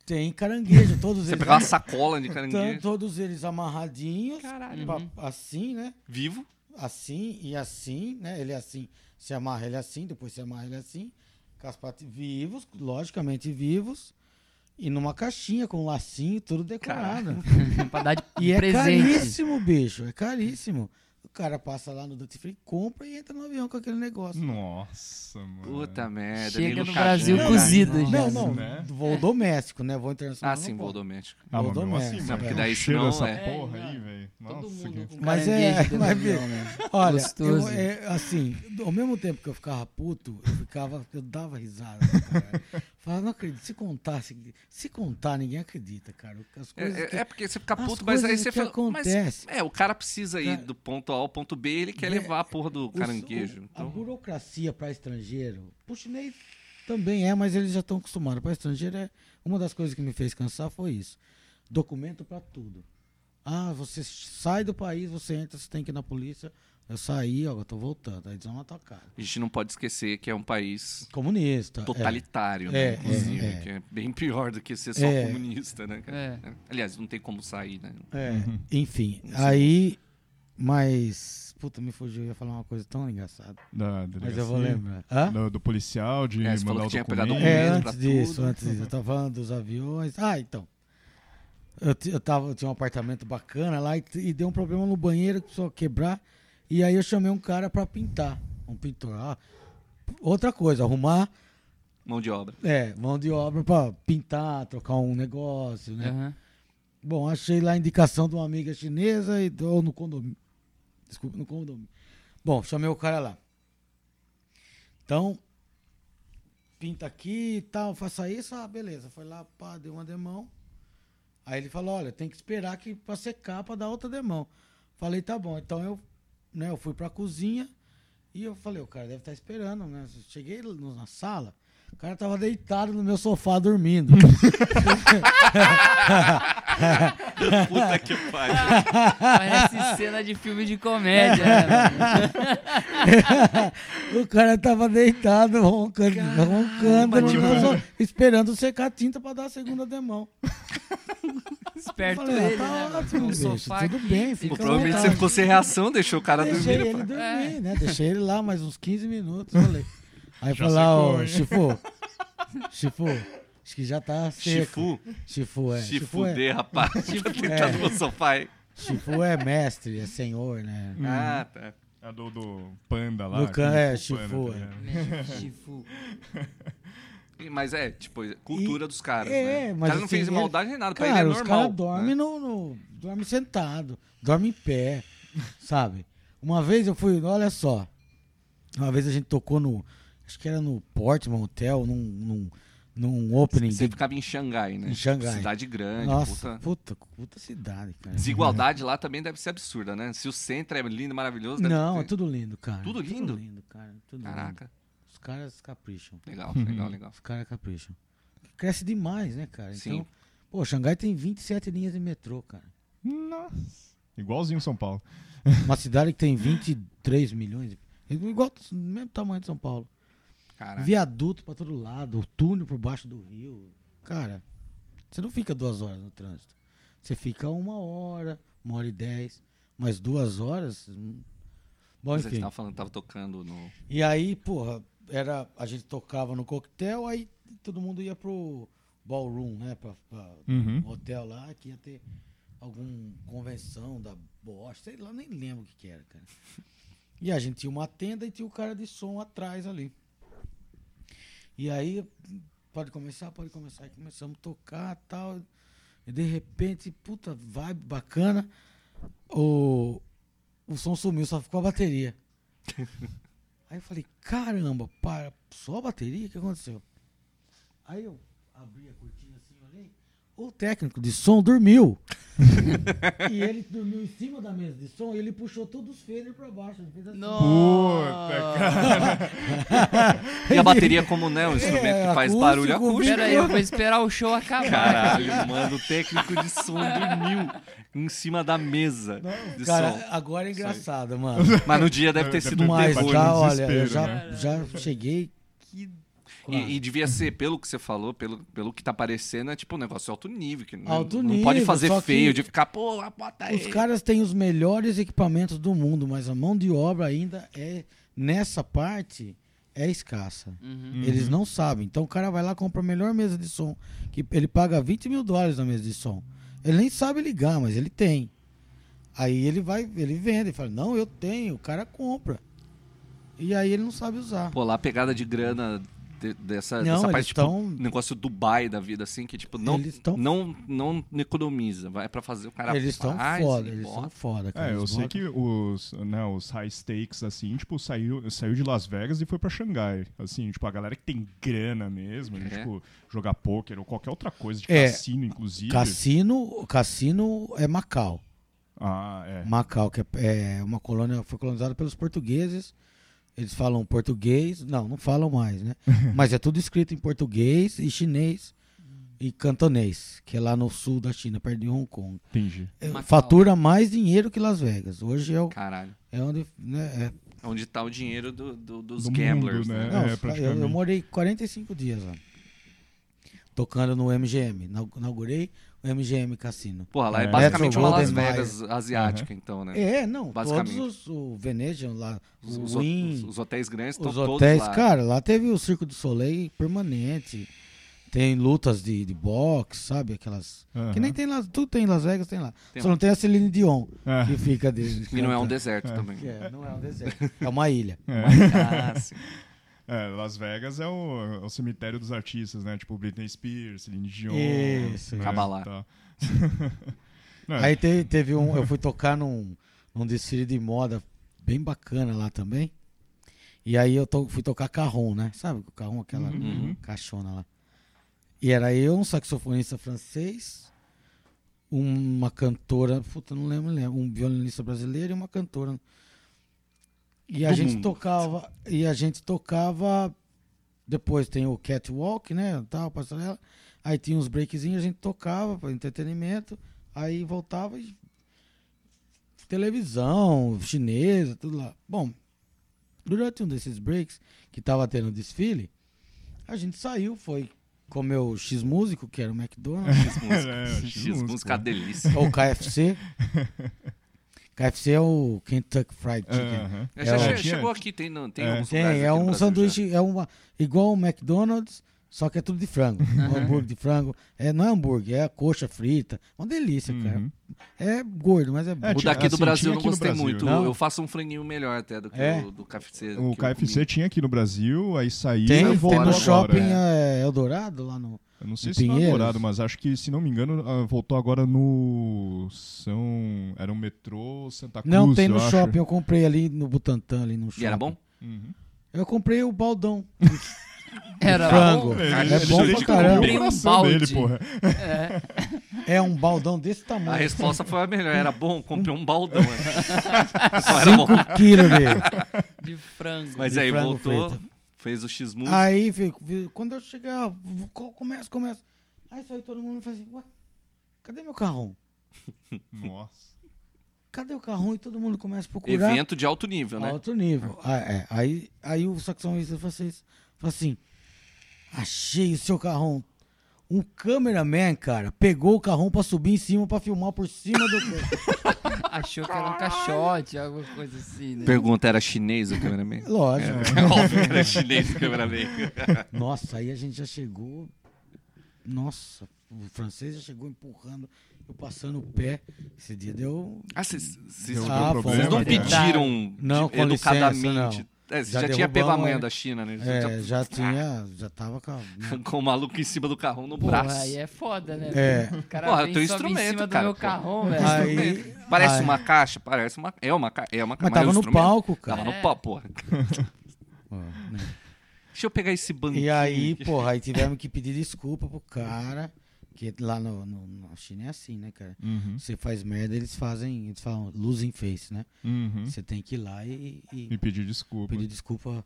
Speaker 4: tem caranguejo. Todos
Speaker 1: Você
Speaker 4: eles
Speaker 1: pegar uma sacola de
Speaker 4: tam-
Speaker 1: caranguejo
Speaker 4: todos eles amarradinhos,
Speaker 1: Caralho.
Speaker 4: pra-
Speaker 3: Uhum.
Speaker 4: assim, né?
Speaker 1: vivo.
Speaker 4: Assim e assim, né? Ele é assim, se amarra ele assim, depois se amarra ele assim, com as patas vivos, logicamente vivos, e numa caixinha com lacinho, tudo decorado.
Speaker 3: pra dar de
Speaker 4: E
Speaker 1: Um
Speaker 4: é
Speaker 3: presente.
Speaker 4: caríssimo, bicho, é caríssimo. O cara passa lá no Duty Free, compra e entra no avião com aquele negócio.
Speaker 1: Hum.
Speaker 2: Nossa, mano.
Speaker 1: Puta merda. Ah,
Speaker 3: Chega
Speaker 1: Nilo
Speaker 3: no
Speaker 1: Cajé,
Speaker 3: Brasil
Speaker 1: cara.
Speaker 3: cozido já.
Speaker 4: Não, não,
Speaker 2: né?
Speaker 4: voo doméstico, né? Voo internacional.
Speaker 1: Ah,
Speaker 4: não
Speaker 1: sim,
Speaker 4: pode.
Speaker 1: voo doméstico.
Speaker 2: Ah, mano,
Speaker 4: Voltou
Speaker 2: mesmo assim,
Speaker 4: mesmo,
Speaker 2: mano,
Speaker 1: é.
Speaker 2: porque
Speaker 1: Daí
Speaker 2: daí cheiro
Speaker 1: senão
Speaker 2: dessa
Speaker 1: é-
Speaker 2: porra
Speaker 3: É,
Speaker 2: aí, velho.
Speaker 3: Todo
Speaker 2: Nossa,
Speaker 3: mundo
Speaker 2: que...
Speaker 3: com
Speaker 4: Mas é-
Speaker 3: caranguejo dentro do
Speaker 4: mas vê-
Speaker 3: avião, né?
Speaker 4: Olha,
Speaker 3: Gostoso.
Speaker 4: eu, é, assim, ao mesmo tempo que eu ficava puto, eu ficava, eu dava risada. né, Cara. Falava, não acredito. Se contar, se, se contar, ninguém acredita, cara. As
Speaker 1: É,
Speaker 4: coisas
Speaker 1: é-
Speaker 4: que-
Speaker 1: é porque você fica
Speaker 4: as
Speaker 1: puto, mas aí
Speaker 4: coisas
Speaker 1: você
Speaker 4: que
Speaker 1: fala.
Speaker 4: acontece.
Speaker 1: Mas, é, o cara precisa ir
Speaker 4: Cara,
Speaker 1: do ponto A ao ponto B, ele quer
Speaker 4: é,
Speaker 1: levar a porra do
Speaker 4: os-
Speaker 1: caranguejo.
Speaker 4: o- A
Speaker 1: Então,
Speaker 4: burocracia para estrangeiro, pro chinês também é, mas eles já estão acostumados. Para estrangeiro é uma das coisas que me fez cansar foi isso. Documento para tudo. Ah, você sai do país, você entra, você tem que ir na polícia. Eu saí, ó, eu tô voltando. Aí desão na tua cara.
Speaker 1: a gente não pode esquecer que é um país
Speaker 4: Comunista. é.
Speaker 1: totalitário,
Speaker 4: É,
Speaker 1: né?
Speaker 4: é,
Speaker 1: inclusive,
Speaker 4: é.
Speaker 1: que é bem pior do que ser só
Speaker 4: É.
Speaker 1: comunista, né, cara?
Speaker 3: É.
Speaker 1: Aliás, não tem como sair, né?
Speaker 4: É, enfim. Aí, mas. Puta, me fugiu, eu ia falar uma coisa tão engraçada.
Speaker 2: Da
Speaker 4: Mas eu vou
Speaker 2: delegacia,
Speaker 4: lembrar. Hã?
Speaker 2: Do, do policial, de
Speaker 1: É, você falou
Speaker 2: mandar o
Speaker 1: que tinha pegado um
Speaker 2: documento.
Speaker 4: É,
Speaker 1: Medo pra
Speaker 4: antes disso,
Speaker 1: tudo.
Speaker 4: antes disso. Eu tava falando dos aviões. Ah, então. Eu, ti- eu tava, eu tinha um apartamento bacana lá e, t- e deu um problema no banheiro que precisou quebrar. E aí eu chamei um cara pra pintar. Um pintor. Ah, outra coisa, arrumar
Speaker 1: Mão de obra.
Speaker 4: é, mão de obra pra pintar, trocar um negócio, né?
Speaker 3: Aham.
Speaker 4: Bom, achei lá a indicação de uma amiga chinesa e ou no condomínio. Desculpa, no condomínio. Bom, chamei o cara lá. Então, pinta aqui e tal, faça isso, ah, beleza. Foi lá, pá, deu uma demão. Aí ele falou, olha, tem que esperar que pra secar pra dar outra demão. Falei, tá bom. Então eu, né, eu fui pra cozinha e eu falei, o cara deve estar esperando, né? Cheguei no- na sala, o cara tava deitado no meu sofá dormindo.
Speaker 1: Puta que pariu.
Speaker 3: Parece cena de filme de comédia, né?
Speaker 4: O cara tava deitado, roncando, roncando, no
Speaker 1: tipo-
Speaker 4: meu so- esperando secar a tinta pra dar a segunda demão. Eu
Speaker 3: Esperto
Speaker 4: falei, ah,
Speaker 3: ele,
Speaker 4: tá
Speaker 3: né? mano?
Speaker 4: ótimo,
Speaker 3: Um
Speaker 4: bicho,
Speaker 3: sofá
Speaker 4: tudo
Speaker 3: aqui,
Speaker 4: bem,
Speaker 1: Pô,
Speaker 4: fica à
Speaker 1: provavelmente você
Speaker 4: vontade.
Speaker 1: ficou sem reação, deixou o cara
Speaker 4: Deixei
Speaker 1: dormir.
Speaker 4: ele
Speaker 1: pá.
Speaker 4: dormir,
Speaker 3: É.
Speaker 4: né? Deixei ele lá mais uns 15 minutos, falei. Aí
Speaker 2: Já
Speaker 4: falei, lá,
Speaker 2: secou,
Speaker 4: ó,
Speaker 2: hein?
Speaker 4: Chifu, Chifu, acho que já tá seco.
Speaker 1: Chifu,
Speaker 4: Chifu, é.
Speaker 1: se
Speaker 4: Chifu é,
Speaker 1: fuder, rapaz. Tá tentando no sofá aí.
Speaker 4: Chifu é mestre, é senhor, né?
Speaker 1: Ah, tá.
Speaker 2: A É, do, do panda lá.
Speaker 4: Do can-
Speaker 2: aquele
Speaker 4: é,
Speaker 2: Chifu Panda,
Speaker 4: Chifu,
Speaker 2: tá
Speaker 4: é.
Speaker 2: ligado?
Speaker 3: Chifu.
Speaker 1: E- Mas é, tipo, cultura dos caras,
Speaker 4: é,
Speaker 1: né? O
Speaker 4: mas
Speaker 1: cara não
Speaker 4: assim,
Speaker 1: fez
Speaker 4: ele-
Speaker 1: maldade nem nada, pra
Speaker 4: Cara,
Speaker 1: ele é
Speaker 4: os
Speaker 1: normal.
Speaker 4: caras dormem no, no- dorme sentado, dorme em pé, sabe? Uma vez eu fui, olha só. Uma vez a gente tocou no. Acho que era no Portman Hotel, num, num, num opening.
Speaker 1: Você
Speaker 4: de-
Speaker 1: ficava em Xangai, né?
Speaker 4: Em Xangai.
Speaker 1: Cidade grande,
Speaker 4: Nossa,
Speaker 1: puta.
Speaker 4: puta, puta cidade, cara.
Speaker 1: Desigualdade lá também deve ser absurda, né? Se o centro é lindo e maravilhoso, deve
Speaker 4: Não,
Speaker 1: ter-
Speaker 4: é tudo lindo, cara.
Speaker 1: Tudo lindo?
Speaker 4: Tudo lindo, cara. Tudo lindo.
Speaker 1: Caraca.
Speaker 4: Os caras capricham.
Speaker 1: Legal, legal, legal.
Speaker 4: Os caras capricham. Cresce demais, né, cara? Então,
Speaker 1: Sim.
Speaker 4: pô, Xangai tem 27 linhas de metrô, cara.
Speaker 2: Nossa. Igualzinho São Paulo.
Speaker 4: Uma cidade que tem 23 milhões. de- Igual, mesmo tamanho de São Paulo.
Speaker 1: caralho.
Speaker 4: Viaduto pra todo lado, túnel por baixo do rio. Cara, você não fica duas horas no trânsito. Você fica uma hora, uma hora e dez. Mas duas horas. hum. Bom,
Speaker 1: Mas Você tá
Speaker 4: enfim.
Speaker 1: tava falando, tava tocando no.
Speaker 4: E aí, porra, era, a gente tocava no coquetel, aí todo mundo ia pro ballroom, né? Pra, pra
Speaker 2: Uhum.
Speaker 4: um hotel lá, que ia ter alguma convenção da Bosch, sei lá, nem lembro o que, que era, cara. E a gente tinha uma tenda e tinha o cara de som atrás ali. E aí, pode começar, pode começar. Aí começamos a tocar e tal. E de repente, puta vibe bacana, o, o som sumiu, só ficou a bateria. Aí eu falei, caramba, para, só a bateria? O que aconteceu? Aí eu abri a cortina assim, olhei. O técnico de som dormiu. e ele dormiu em cima da mesa de som e ele puxou todos os faders pra baixo. Ele fez assim.
Speaker 1: Ah.
Speaker 2: Puta, cara.
Speaker 1: E a bateria, como não, é um instrumento
Speaker 4: É,
Speaker 1: que faz
Speaker 4: acústico,
Speaker 1: barulho acústico.
Speaker 3: Pera aí, eu vou esperar o show acabar.
Speaker 1: Caralho, mano, o técnico de som dormiu em cima da mesa de
Speaker 4: Cara,
Speaker 1: som.
Speaker 4: agora é engraçado, mano.
Speaker 1: Mas no dia deve ter
Speaker 2: Deve
Speaker 1: sido
Speaker 2: ter
Speaker 1: um
Speaker 4: Mas
Speaker 2: bate
Speaker 1: demônio.
Speaker 4: já,
Speaker 2: no
Speaker 4: olha, eu
Speaker 2: desespero,
Speaker 4: já,
Speaker 2: né?
Speaker 4: já cheguei.
Speaker 1: E, e devia ser, pelo que você falou, pelo, pelo que tá parecendo, é tipo um negócio alto nível. Que não,
Speaker 4: Alto
Speaker 1: não pode
Speaker 4: nível,
Speaker 1: fazer
Speaker 4: só que-
Speaker 1: feio, de ficar, pô, bota aí.
Speaker 4: Os caras têm os melhores equipamentos do mundo, mas a mão de obra ainda é, nessa parte, é escassa.
Speaker 1: Uhum.
Speaker 2: Uhum.
Speaker 4: Eles não sabem. Então o cara vai lá compra a melhor mesa de som, que ele paga 20 mil dólares na mesa de som. Ele nem sabe ligar, mas ele tem. Aí ele vai, ele vende, ele fala, não, eu tenho, o cara compra. E aí ele não sabe usar.
Speaker 1: Pô, lá a pegada de grana de- dessa,
Speaker 4: Não,
Speaker 1: dessa
Speaker 4: eles
Speaker 1: parte, tipo,
Speaker 4: tão-
Speaker 1: negócio Dubai da vida, assim, que, tipo, não,
Speaker 4: Eles tão-
Speaker 1: não, não economiza. Vai pra fazer o cara
Speaker 4: eles estão
Speaker 1: faz,
Speaker 4: foda,
Speaker 1: ele
Speaker 4: eles estão
Speaker 1: bota.
Speaker 4: foda. cara.
Speaker 2: É, eu
Speaker 4: Eles
Speaker 2: sei
Speaker 4: botam-
Speaker 2: que os, né, os high stakes, assim, tipo, saiu, saiu de Las Vegas e foi pra Xangai. Assim, tipo, a galera que tem grana mesmo, de,
Speaker 1: É.
Speaker 2: tipo, jogar pôquer ou qualquer outra coisa, de
Speaker 4: É.
Speaker 2: cassino, inclusive.
Speaker 4: Cassino, cassino é Macau.
Speaker 2: Ah, é.
Speaker 4: Macau, que é é uma colônia, foi colonizada pelos portugueses. Eles falam português, não, não falam mais, né? Mas é tudo escrito em português e chinês e cantonês, que é lá no sul da China, perto de Hong Kong.
Speaker 2: Entendi.
Speaker 4: É,
Speaker 3: Macau.
Speaker 4: Fatura mais dinheiro que Las Vegas. Hoje é, o,
Speaker 1: Caralho.
Speaker 4: é onde. Né, é-
Speaker 1: É onde tá o dinheiro do- do- dos
Speaker 2: Do mundo,
Speaker 1: gamblers,
Speaker 2: né?
Speaker 1: né?
Speaker 4: não,
Speaker 2: é,
Speaker 4: eu- eu,
Speaker 2: praticamente.
Speaker 4: morei 45 dias lá. Tocando no MGM. Inau- Inaugurei o MGM Cassino.
Speaker 1: Porra, lá é,
Speaker 2: É.
Speaker 1: basicamente uma
Speaker 4: Metro
Speaker 1: Las
Speaker 4: Golden
Speaker 1: Vegas asiática, então, né?
Speaker 4: É, não. Todos
Speaker 1: Basicamente.
Speaker 4: os. O Venetian lá.
Speaker 1: Os,
Speaker 4: o
Speaker 1: os-
Speaker 4: Wynn,
Speaker 1: os- os hotéis grandes estão
Speaker 4: Os
Speaker 1: todos
Speaker 4: hotéis,
Speaker 1: lá.
Speaker 4: cara, lá teve o Circo do Soleil permanente. Tem lutas de, de boxe, sabe? Aquelas.
Speaker 2: Aham.
Speaker 4: Que nem tem lá. Tudo tem em Las Vegas, tem lá.
Speaker 1: Tem
Speaker 4: Só
Speaker 1: lá.
Speaker 4: não tem a Celine Dion,
Speaker 2: Ah.
Speaker 4: que fica dele.
Speaker 1: e não é um deserto também.
Speaker 4: É, não é um deserto. É uma ilha.
Speaker 1: Ah, sim.
Speaker 2: É, Las Vegas é o, é o cemitério dos artistas, né? Tipo Britney Spears, Celine Dion.
Speaker 4: Isso,
Speaker 2: né?
Speaker 1: Kabbalah.
Speaker 2: Tá. Não,
Speaker 4: Aí te- teve um. Eu fui tocar num, num desfile de moda bem bacana lá também. E aí eu to- fui tocar carrom, né? Sabe o carrom, aquela
Speaker 1: Uhum.
Speaker 4: caixona lá. E era eu, um saxofonista francês, uma cantora, puta, não lembro, lembro, um violinista brasileiro e uma cantora. E a
Speaker 1: Do
Speaker 4: gente
Speaker 1: mundo.
Speaker 4: tocava, e a gente tocava depois tem o catwalk, né, tal, passarela. Aí tinha uns breakzinhos, a gente tocava para entretenimento, aí voltava e televisão chinesa, tudo lá. Bom, durante um desses breaks que tava tendo desfile, a gente saiu, foi comer o X músico, que era o McDonald's,
Speaker 1: X-Música.
Speaker 2: É, X-música.
Speaker 1: X-Música é uma delícia.
Speaker 4: ou KFC. KFC é o Kentucky Fried Chicken.
Speaker 2: Aham.
Speaker 1: É, já
Speaker 4: É,
Speaker 1: che-
Speaker 2: tinha-
Speaker 1: chegou aqui, tem, não, tem
Speaker 2: É.
Speaker 1: alguns
Speaker 4: Tem,
Speaker 1: lugares
Speaker 4: é
Speaker 1: aqui no
Speaker 4: um
Speaker 1: Brasil já.
Speaker 4: sanduíche, é uma igual o McDonald's, só que é tudo de frango. Um hambúrguer de frango. É, não é hambúrguer, é coxa frita. Uma delícia,
Speaker 2: Uhum.
Speaker 4: cara. É gordo, mas é bom.
Speaker 2: É,
Speaker 1: O
Speaker 2: Tinha-
Speaker 1: daqui do
Speaker 2: assim,
Speaker 1: Brasil
Speaker 2: tinha
Speaker 1: eu não
Speaker 2: aqui no
Speaker 1: gostei
Speaker 2: Brasil.
Speaker 1: muito.
Speaker 4: Não.
Speaker 1: Eu faço um franguinho melhor até do que
Speaker 4: É.
Speaker 1: o do KFC. que
Speaker 2: O
Speaker 1: eu
Speaker 2: KFC
Speaker 1: comi.
Speaker 2: tinha aqui no Brasil, aí saiu e
Speaker 4: tem,
Speaker 1: fora
Speaker 4: tem
Speaker 2: voltou
Speaker 4: no
Speaker 2: agora.
Speaker 4: shopping
Speaker 2: É.
Speaker 4: é, Eldorado, lá no.
Speaker 2: Eu não sei
Speaker 4: em
Speaker 2: se não é
Speaker 4: Pinheiros.
Speaker 2: dourado, mas acho que, se não me engano, ah, voltou agora no São... Era um metrô Santa Cruz,
Speaker 4: Não, tem
Speaker 2: eu
Speaker 4: no
Speaker 2: acho.
Speaker 4: shopping. Eu comprei ali no Butantã, ali no shopping.
Speaker 1: E era bom?
Speaker 2: Uhum.
Speaker 4: Eu comprei o baldão.
Speaker 3: Era
Speaker 4: frango.
Speaker 3: bom.
Speaker 2: Ele,
Speaker 1: Cara,
Speaker 2: ele,
Speaker 1: é bom
Speaker 2: ele
Speaker 1: pra
Speaker 2: comeu
Speaker 1: caramba.
Speaker 2: o
Speaker 4: né?
Speaker 2: coração
Speaker 3: Um balde.
Speaker 2: dele, porra.
Speaker 4: É um baldão desse
Speaker 1: A
Speaker 4: tamanho.
Speaker 1: resposta foi a melhor. Era bom, comprei um baldão. né? Só era bom.
Speaker 4: 5 quilos dele.
Speaker 3: De frango.
Speaker 1: Mas
Speaker 4: de
Speaker 1: aí
Speaker 4: frango
Speaker 1: voltou,
Speaker 4: frito.
Speaker 1: fez o X-Música.
Speaker 4: Aí, fico, fico- quando eu chegar, vou- co- começa, começa. Aí saiu todo mundo e falou assim: Ué, cadê meu carrão?
Speaker 2: Nossa.
Speaker 4: Cadê o carrão? E todo mundo começa a procurar.
Speaker 1: Evento de alto nível, né?
Speaker 4: Alto nível. Ah, é. aí, aí o saxofonista francês, Falei assim, achei o seu carrão. Um cameraman, cara, pegou o carrão pra subir em cima, pra filmar por cima do carro.
Speaker 3: Achou que era um caixote, alguma coisa assim, né?
Speaker 1: Pergunta, era chinês o cameraman?
Speaker 4: Lógico.
Speaker 1: É óbvio que era chinês o cameraman.
Speaker 4: Nossa, aí a gente já chegou. Nossa, o francês já chegou empurrando, eu passando o pé. Esse dia deu.
Speaker 1: Ah, vocês vocês-
Speaker 2: Deu
Speaker 1: vocês
Speaker 4: Ah,
Speaker 2: algum
Speaker 4: foi.
Speaker 2: problema,
Speaker 1: não
Speaker 2: cara?
Speaker 3: pedi-
Speaker 1: pediram
Speaker 4: Não,
Speaker 1: de-
Speaker 4: com licença,
Speaker 1: educadamente. É, você
Speaker 4: Já
Speaker 1: já, tinha pego a
Speaker 4: derrubamos,
Speaker 1: manha
Speaker 4: é.
Speaker 1: da China, né?
Speaker 4: É,
Speaker 1: Você
Speaker 4: já tinha. Já tava com a.
Speaker 1: já- Com o maluco em cima do carrão no
Speaker 3: Porra,
Speaker 1: Um braço.
Speaker 3: aí é foda, né?
Speaker 4: É.
Speaker 3: O cara
Speaker 1: Porra,
Speaker 3: vem,
Speaker 1: teu
Speaker 3: sobe em
Speaker 1: instrumento,
Speaker 3: cima
Speaker 1: cara,
Speaker 3: do meu
Speaker 1: pô.
Speaker 3: carro, velho.
Speaker 4: Aí,
Speaker 1: Parece
Speaker 4: aí-
Speaker 1: uma caixa, parece uma. É uma caixa. É uma ca-
Speaker 4: Mas tava
Speaker 1: é um
Speaker 4: no
Speaker 1: instrumento.
Speaker 4: palco, cara.
Speaker 1: Tava no palco, porra.
Speaker 4: Ó, né?
Speaker 1: Deixa eu pegar esse banquinho.
Speaker 4: E aí,
Speaker 1: aqui.
Speaker 4: porra, aí tivemos que pedir desculpa pro cara. Que lá no, no, na China é assim, né, cara?
Speaker 2: Uhum,
Speaker 4: Você faz merda, eles fazem. Eles falam losing face, né?
Speaker 2: uhum.
Speaker 4: Você tem que ir lá e, e
Speaker 2: E pedir desculpa.
Speaker 4: pedir desculpa.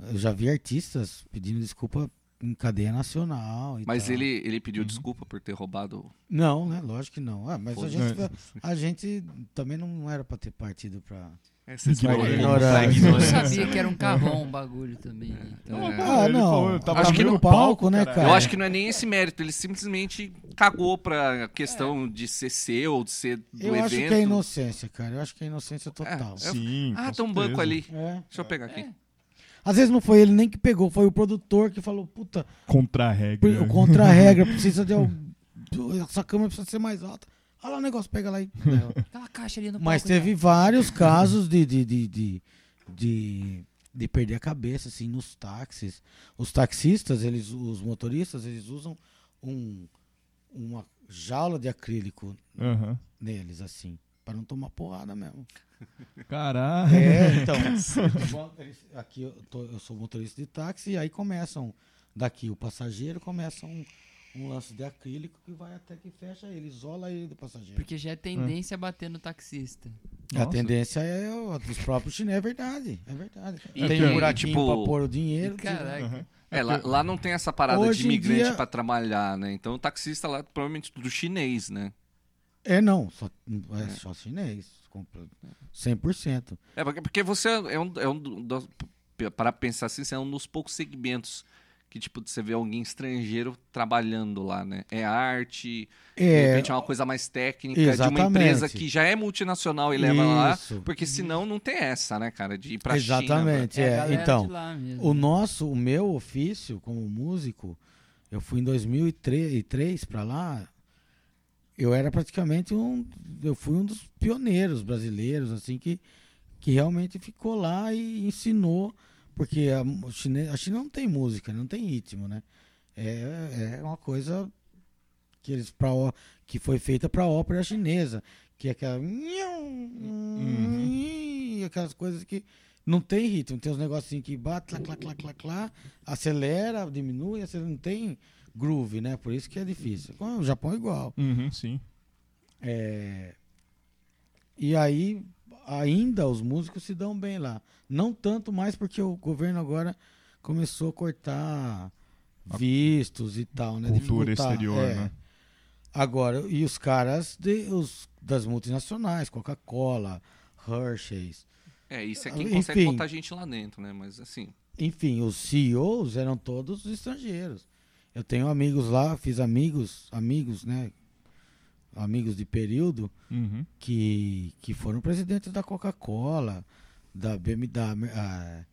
Speaker 4: Eu já vi artistas pedindo desculpa em cadeia nacional. e
Speaker 1: Mas
Speaker 4: tal.
Speaker 1: ele, ele pediu desculpa por ter roubado.
Speaker 4: Não, né? Lógico que não. Ah, mas a
Speaker 1: Foda-se.
Speaker 4: gente, a gente também não era pra ter partido pra.
Speaker 1: É,
Speaker 2: Ignorância.
Speaker 1: pra
Speaker 3: Eu
Speaker 1: ignorância,
Speaker 3: sabia
Speaker 1: né?
Speaker 3: que era um carrão o bagulho também. né? Então,
Speaker 1: É.
Speaker 4: Ah,
Speaker 2: Ele
Speaker 4: não.
Speaker 2: falou, eu tava
Speaker 1: Acho
Speaker 4: acho
Speaker 1: que
Speaker 4: que no
Speaker 2: no
Speaker 4: palco,
Speaker 2: palco,
Speaker 4: né,
Speaker 2: caralho.
Speaker 4: cara?
Speaker 1: Eu acho que não é nem esse mérito, ele simplesmente cagou pra questão de ser seu, de ser do
Speaker 4: É. Eu
Speaker 1: evento.
Speaker 4: acho que é inocência, cara. Eu acho que é inocência total.
Speaker 1: eu-
Speaker 2: Sim.
Speaker 1: ah,
Speaker 2: com
Speaker 1: tem um
Speaker 2: certeza.
Speaker 1: banco ali.
Speaker 4: É.
Speaker 1: Deixa eu pegar aqui.
Speaker 4: Às vezes não foi ele nem que pegou, foi o produtor que falou, puta,
Speaker 2: Contra a
Speaker 4: pre-
Speaker 2: regra.
Speaker 4: contra a regra, precisa de algum... Essa câmera precisa ser mais alta. Olha lá o negócio, pega lá aí.
Speaker 3: Aquela caixa ali no
Speaker 4: Mas
Speaker 3: palco, né?
Speaker 4: teve vários casos de, de, de, de, de, de perder a cabeça, assim, nos táxis. Os taxistas, eles, os motoristas, eles usam um, uma jaula de acrílico
Speaker 2: Aham.
Speaker 4: neles, assim, para não tomar porrada mesmo.
Speaker 2: Caralho.
Speaker 4: É, então. quando eles- aqui eu, tô- eu sou motorista de táxi e aí começam, daqui o passageiro começa um, um lance de acrílico que vai até que fecha ele, isola ele do passageiro.
Speaker 3: Porque já é tendência a bater no taxista.
Speaker 4: a
Speaker 2: Nossa.
Speaker 4: tendência é o- dos próprios chineses, é verdade, é verdade.
Speaker 1: E
Speaker 4: Tem
Speaker 1: que,
Speaker 4: um buraquinho
Speaker 1: tipo,
Speaker 4: pra pôr o dinheiro.
Speaker 3: Caraca.
Speaker 4: Uhum.
Speaker 1: É, lá, lá não tem essa parada
Speaker 4: Hoje em
Speaker 1: de imigrante
Speaker 4: dia-
Speaker 1: pra trabalhar, né? Então o taxista lá provavelmente do chinês, né?
Speaker 4: É não, só, é só chinês, compra- 100%.
Speaker 1: É porque- porque você é um, é um do- do- p- para pensar assim, você é um dos poucos segmentos que tipo você vê alguém estrangeiro trabalhando lá, né? É arte, de
Speaker 4: É,
Speaker 1: repente é uma coisa mais técnica de uma
Speaker 4: Exatamente.
Speaker 1: empresa que já é multinacional e leva lá,
Speaker 4: Isso.
Speaker 1: porque senão não tem essa, né, cara, de ir pra China. né?
Speaker 4: exatamente,
Speaker 3: a
Speaker 4: é.
Speaker 3: galera
Speaker 4: Então,
Speaker 3: de lá mesmo.
Speaker 4: O nosso, o meu ofício como músico, eu fui em 2003 para lá, eu era praticamente um, eu fui um dos pioneiros brasileiros assim que que realmente ficou lá e ensinou, porque a, mu- chine- a China não tem música, não tem ritmo, né? É, é uma coisa que eles pra, ó- que foi feita para ópera chinesa, que é aquela
Speaker 2: Uhum.
Speaker 4: aquelas coisas que não tem ritmo, tem uns negocinhos que bate, lá, lá, lá, lá, lá, acelera, diminui, acelera, não tem groove, né? Por isso que é difícil. Com O Japão é igual.
Speaker 2: Uhum, sim.
Speaker 4: É, E aí, ainda os músicos se dão bem lá. Não tanto mais porque o governo agora começou a cortar vistos e tal, né?
Speaker 2: Cultura
Speaker 4: Dificultar,
Speaker 2: exterior,
Speaker 4: é.
Speaker 2: né?
Speaker 4: Agora, e os caras de- os- das multinacionais, Coca-Cola, Hershey's,
Speaker 1: É, isso é quem
Speaker 4: Enfim.
Speaker 1: consegue botar gente lá dentro, né? Mas assim,
Speaker 4: enfim, os CEOs eram todos estrangeiros. Eu tenho amigos lá, fiz amigos, amigos, né? Amigos de período
Speaker 2: Uhum.
Speaker 4: que, que foram presidentes da Coca-Cola, da BMW, da, ah,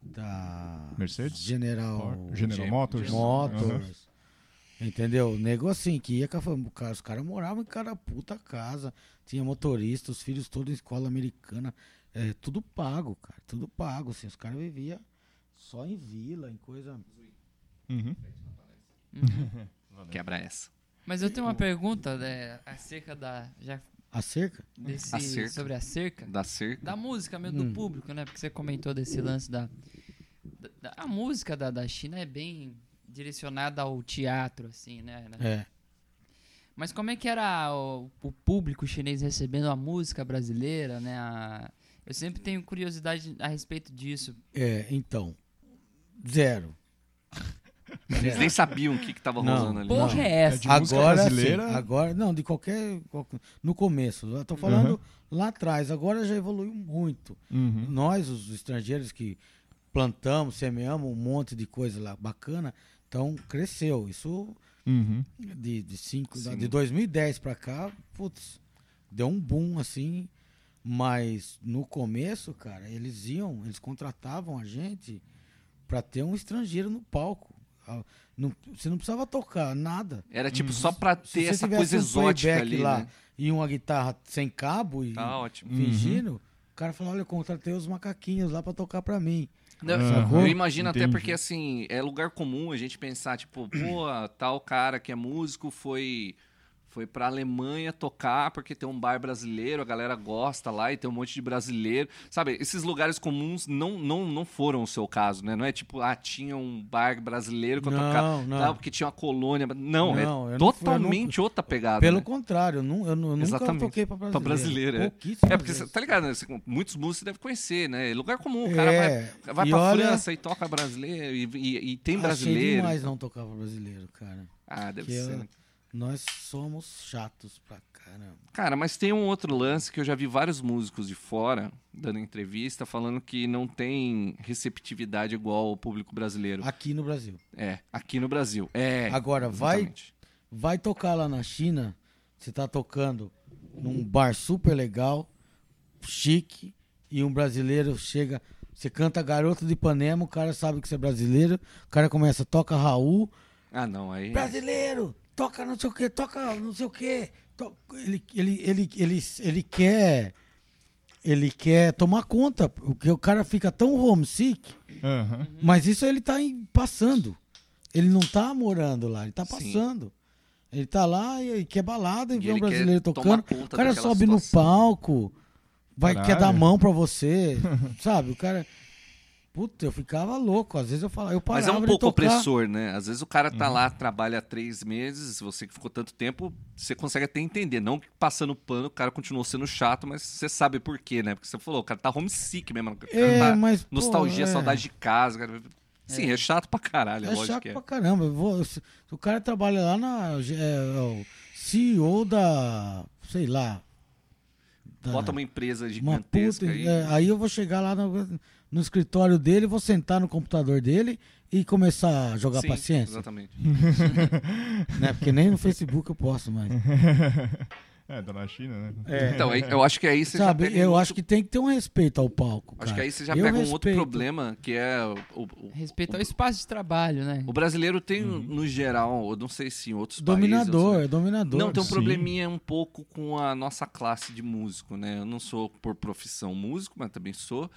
Speaker 4: da
Speaker 2: Mercedes?
Speaker 4: General,
Speaker 2: General
Speaker 1: Ge-
Speaker 2: Motors. Aham.
Speaker 4: Motors. Entendeu? Nego assim, que ia com a fam- cara, os caras moravam em cada puta casa, tinha motorista, os filhos todos em escola americana, é, tudo pago, cara, tudo pago, assim, os caras viviam só em vila, em coisa...
Speaker 2: Uhum.
Speaker 1: quebra essa.
Speaker 3: Mas eu tenho uma pergunta né, acerca da. Já
Speaker 4: A cerca?
Speaker 3: desse,
Speaker 1: Acerca.
Speaker 3: sobre a cerca.
Speaker 1: Dá cerca.
Speaker 3: Da música mesmo, do público, né? Porque você comentou desse lance da. da- da- a música da, da China é bem direcionada ao teatro, assim, né?
Speaker 4: É.
Speaker 3: Mas como é que era o, o público chinês recebendo a música brasileira, né? A- eu sempre tenho curiosidade a respeito disso.
Speaker 4: É, então, zero.
Speaker 1: Eles nem sabiam o que, que tava
Speaker 4: Não.
Speaker 1: rolando ali.
Speaker 3: Porra, é essa?
Speaker 2: de música
Speaker 4: agora
Speaker 2: brasileira?
Speaker 4: sim, agora não de qualquer, qualquer- no começo eu tô falando lá atrás agora já evoluiu muito
Speaker 2: Uhum.
Speaker 4: nós os estrangeiros que plantamos, semeamos um monte de coisa lá bacana. Então cresceu. Isso
Speaker 2: Uhum.
Speaker 4: de, de cinco,
Speaker 1: Sim.
Speaker 4: de 2010 pra cá, putz, deu um boom assim. Mas no começo, cara, eles iam, eles contratavam a gente pra ter um estrangeiro no palco. Ah, não- você não precisava tocar nada.
Speaker 1: Era tipo só pra
Speaker 4: Uhum. Se
Speaker 1: ter
Speaker 4: você
Speaker 1: essa
Speaker 4: tivesse
Speaker 1: coisa
Speaker 4: um
Speaker 1: exótica
Speaker 4: playback
Speaker 1: ali, né?
Speaker 4: e uma guitarra sem cabo e
Speaker 1: Tá ótimo.
Speaker 4: fingindo, o cara falou: olha, eu contratei os macaquinhos lá pra tocar pra mim.
Speaker 1: Não,
Speaker 2: Sacou?
Speaker 1: Uhum. Eu imagino até
Speaker 2: Entendi.
Speaker 1: porque, assim, é lugar comum a gente pensar, tipo, pô, tal cara que é músico foi foi pra Alemanha tocar porque tem um bar brasileiro, a galera gosta lá e tem um monte de brasileiro. Sabe, esses lugares comuns não, não, não foram o seu caso, né? Não é tipo, ah, tinha um bar brasileiro que eu tocava.
Speaker 4: Não, não.
Speaker 1: Não, porque tinha uma colônia. Não,
Speaker 4: Não, eu não fui,
Speaker 1: é
Speaker 4: eu
Speaker 1: totalmente outra pegada.
Speaker 4: Pelo
Speaker 1: né?
Speaker 4: contrário, eu, nu- eu nu- eu nunca
Speaker 1: Exatamente.
Speaker 4: toquei pra
Speaker 1: Pra
Speaker 4: brasileiro.
Speaker 1: brasileiro, é.
Speaker 4: Pouquíssimas
Speaker 1: É porque,
Speaker 4: vezes.
Speaker 1: cê- tá ligado, né? Cê- Muitos músicos você deve conhecer, né? É Lugar comum, o cara vai
Speaker 4: É,
Speaker 1: Vai
Speaker 4: e
Speaker 1: pra
Speaker 4: olha, Ah,
Speaker 1: França e toca brasileiro, e, e- e tem
Speaker 4: achei
Speaker 1: brasileiro.
Speaker 4: demais não tocar pra brasileiro, cara.
Speaker 1: Ah, deve
Speaker 4: Que
Speaker 1: ser.
Speaker 4: eu-
Speaker 1: né?
Speaker 4: Nós somos chatos pra caramba.
Speaker 1: Cara, mas tem um outro lance que eu já vi vários músicos de fora dando entrevista falando que não tem receptividade igual ao público brasileiro.
Speaker 4: Aqui no Brasil.
Speaker 1: É, aqui no Brasil. É.
Speaker 4: Agora, vai,
Speaker 1: exatamente.
Speaker 4: vai tocar lá na China, você tá tocando num bar super legal, chique, e um brasileiro chega, você canta Garoto de Ipanema, o cara sabe que você é brasileiro, o cara começa, toca Raul,
Speaker 1: Ah, não, aí.
Speaker 4: brasileiro, toca não sei o que, toca não sei o que. Ele, ele, ele, ele, ele quer. Ele quer tomar conta, porque o cara fica tão homesick,
Speaker 2: Aham.
Speaker 4: mas isso ele tá em- passando. Ele não tá morando lá, ele tá
Speaker 1: Sim.
Speaker 4: passando. Ele tá lá e, e quer balada e,
Speaker 1: E
Speaker 4: vê um
Speaker 1: ele quer
Speaker 4: brasileiro
Speaker 1: tomar
Speaker 4: tocando. O
Speaker 1: conta
Speaker 4: cara
Speaker 1: daquela
Speaker 4: sobe no
Speaker 1: situação.
Speaker 4: palco, vai, quer dar a
Speaker 2: Caralho.
Speaker 4: mão pra você, sabe? O cara. Puta, eu ficava louco. Às vezes eu falava, eu
Speaker 1: Mas
Speaker 4: parava
Speaker 1: é um
Speaker 4: de
Speaker 1: pouco
Speaker 4: tocar.
Speaker 1: opressor, né? Às vezes o cara tá lá, trabalha três meses, você que ficou tanto tempo, você consegue até entender. Não que passando pano, o cara continuou sendo chato, mas você sabe por quê, né? Porque você falou, o cara tá homesick mesmo. o cara
Speaker 4: É,
Speaker 1: tá
Speaker 4: mas, pô,
Speaker 1: nostalgia,
Speaker 4: é.
Speaker 1: saudade de casa. Cara. Sim, é. chato pra caralho,
Speaker 4: É
Speaker 1: lógico
Speaker 4: chato
Speaker 1: que é.
Speaker 4: pra caramba. Eu vou- se- o cara trabalha lá na. É, é o CEO da. Sei lá. da-
Speaker 1: Bota uma empresa
Speaker 4: uma
Speaker 1: gigantesca
Speaker 4: puta-
Speaker 1: aí.
Speaker 4: é, aí eu vou chegar lá no, no escritório dele, vou sentar no computador dele e começar a jogar
Speaker 1: Sim,
Speaker 4: paciência.
Speaker 1: Exatamente.
Speaker 4: Né? Porque nem no Facebook eu posso mais.
Speaker 2: é, tá na China, né?
Speaker 1: Então, aí- eu acho que aí você já
Speaker 4: É. Sabe?
Speaker 1: pega
Speaker 4: Eu
Speaker 1: um
Speaker 4: acho que tem que ter um respeito ao palco.
Speaker 1: Acho que
Speaker 4: cara.
Speaker 1: aí você já
Speaker 4: Eu
Speaker 1: pega um outro
Speaker 4: respeito.
Speaker 1: problema, que é o, o-
Speaker 3: Respeito
Speaker 1: o,
Speaker 3: ao espaço de trabalho, né?
Speaker 1: o brasileiro tem, no geral, eu não sei se em outros países... eu sei-
Speaker 4: Uhum. Dominador, é dominador.
Speaker 1: Não, tem um
Speaker 2: Sim.
Speaker 1: probleminha um pouco com a nossa classe de músico, né? Eu não sou por profissão músico, mas também sou.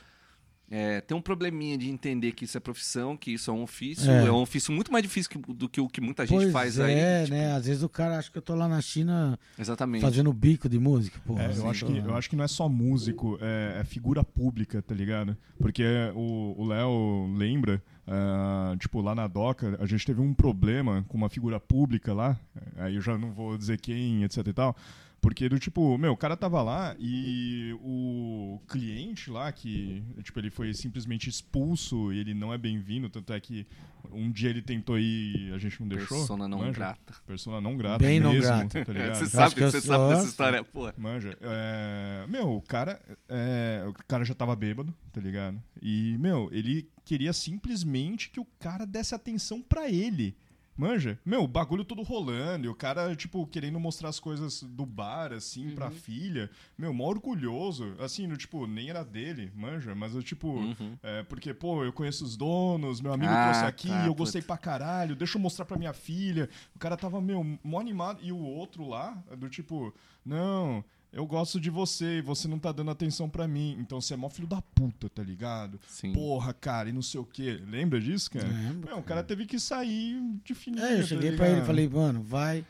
Speaker 1: É, tem um probleminha de entender que isso é profissão, que isso é um ofício.
Speaker 4: É.
Speaker 1: É, um ofício muito mais difícil que- do que o que muita gente
Speaker 4: Pois
Speaker 1: faz
Speaker 4: é,
Speaker 1: aí. tipo,
Speaker 4: né? Às vezes o cara acha que eu tô lá na China
Speaker 1: Exatamente.
Speaker 4: fazendo bico de música. Porra,
Speaker 2: É, eu,
Speaker 4: Assim,
Speaker 2: acho que,
Speaker 4: tô-
Speaker 2: eu acho que não é só músico, é, é figura pública, tá ligado? Porque o o Léo lembra, ah, tipo, lá na DOCA, a gente teve um problema com uma figura pública lá, aí eu já não vou dizer quem, etc e tal, porque do tipo, meu, o cara tava lá e o cliente lá, que, tipo, ele foi simplesmente expulso e ele não é bem-vindo, tanto é que um dia ele tentou ir e a gente não deixou.
Speaker 1: Persona não
Speaker 2: manja?
Speaker 1: grata.
Speaker 2: Persona não grata.
Speaker 4: Bem não
Speaker 2: mesmo,
Speaker 4: grata.
Speaker 2: Tá
Speaker 1: É,
Speaker 2: ligado?
Speaker 1: você sabe,
Speaker 4: que eu
Speaker 1: você
Speaker 4: sou-
Speaker 1: sabe dessa história, pô.
Speaker 2: Manja. É, meu, o cara, é, o cara já tava bêbado, tá ligado? E, meu, ele queria simplesmente que o cara desse atenção pra ele. Manja, meu, o bagulho todo rolando, e o cara, tipo, querendo mostrar as coisas do bar, assim, pra filha. Meu, mó orgulhoso. Assim, no, tipo, nem era dele, manja, mas eu, tipo, é, porque, pô, eu conheço os donos, meu amigo
Speaker 1: Ah,
Speaker 2: trouxe aqui,
Speaker 1: tá,
Speaker 2: eu gostei pra caralho, deixa eu mostrar pra minha filha. O cara tava, meu, mó animado. E o outro lá, do tipo, não, eu gosto de você e você não tá dando atenção pra mim. Então você é mó filho da puta, tá ligado?
Speaker 1: Sim.
Speaker 2: Porra, cara, e não sei o quê. Lembra disso, cara?
Speaker 4: Lembro,
Speaker 2: Meu, o cara teve que sair de fininho.
Speaker 4: É, eu
Speaker 2: tá
Speaker 4: cheguei pra ele e
Speaker 2: ligado?
Speaker 4: falei, mano, vai,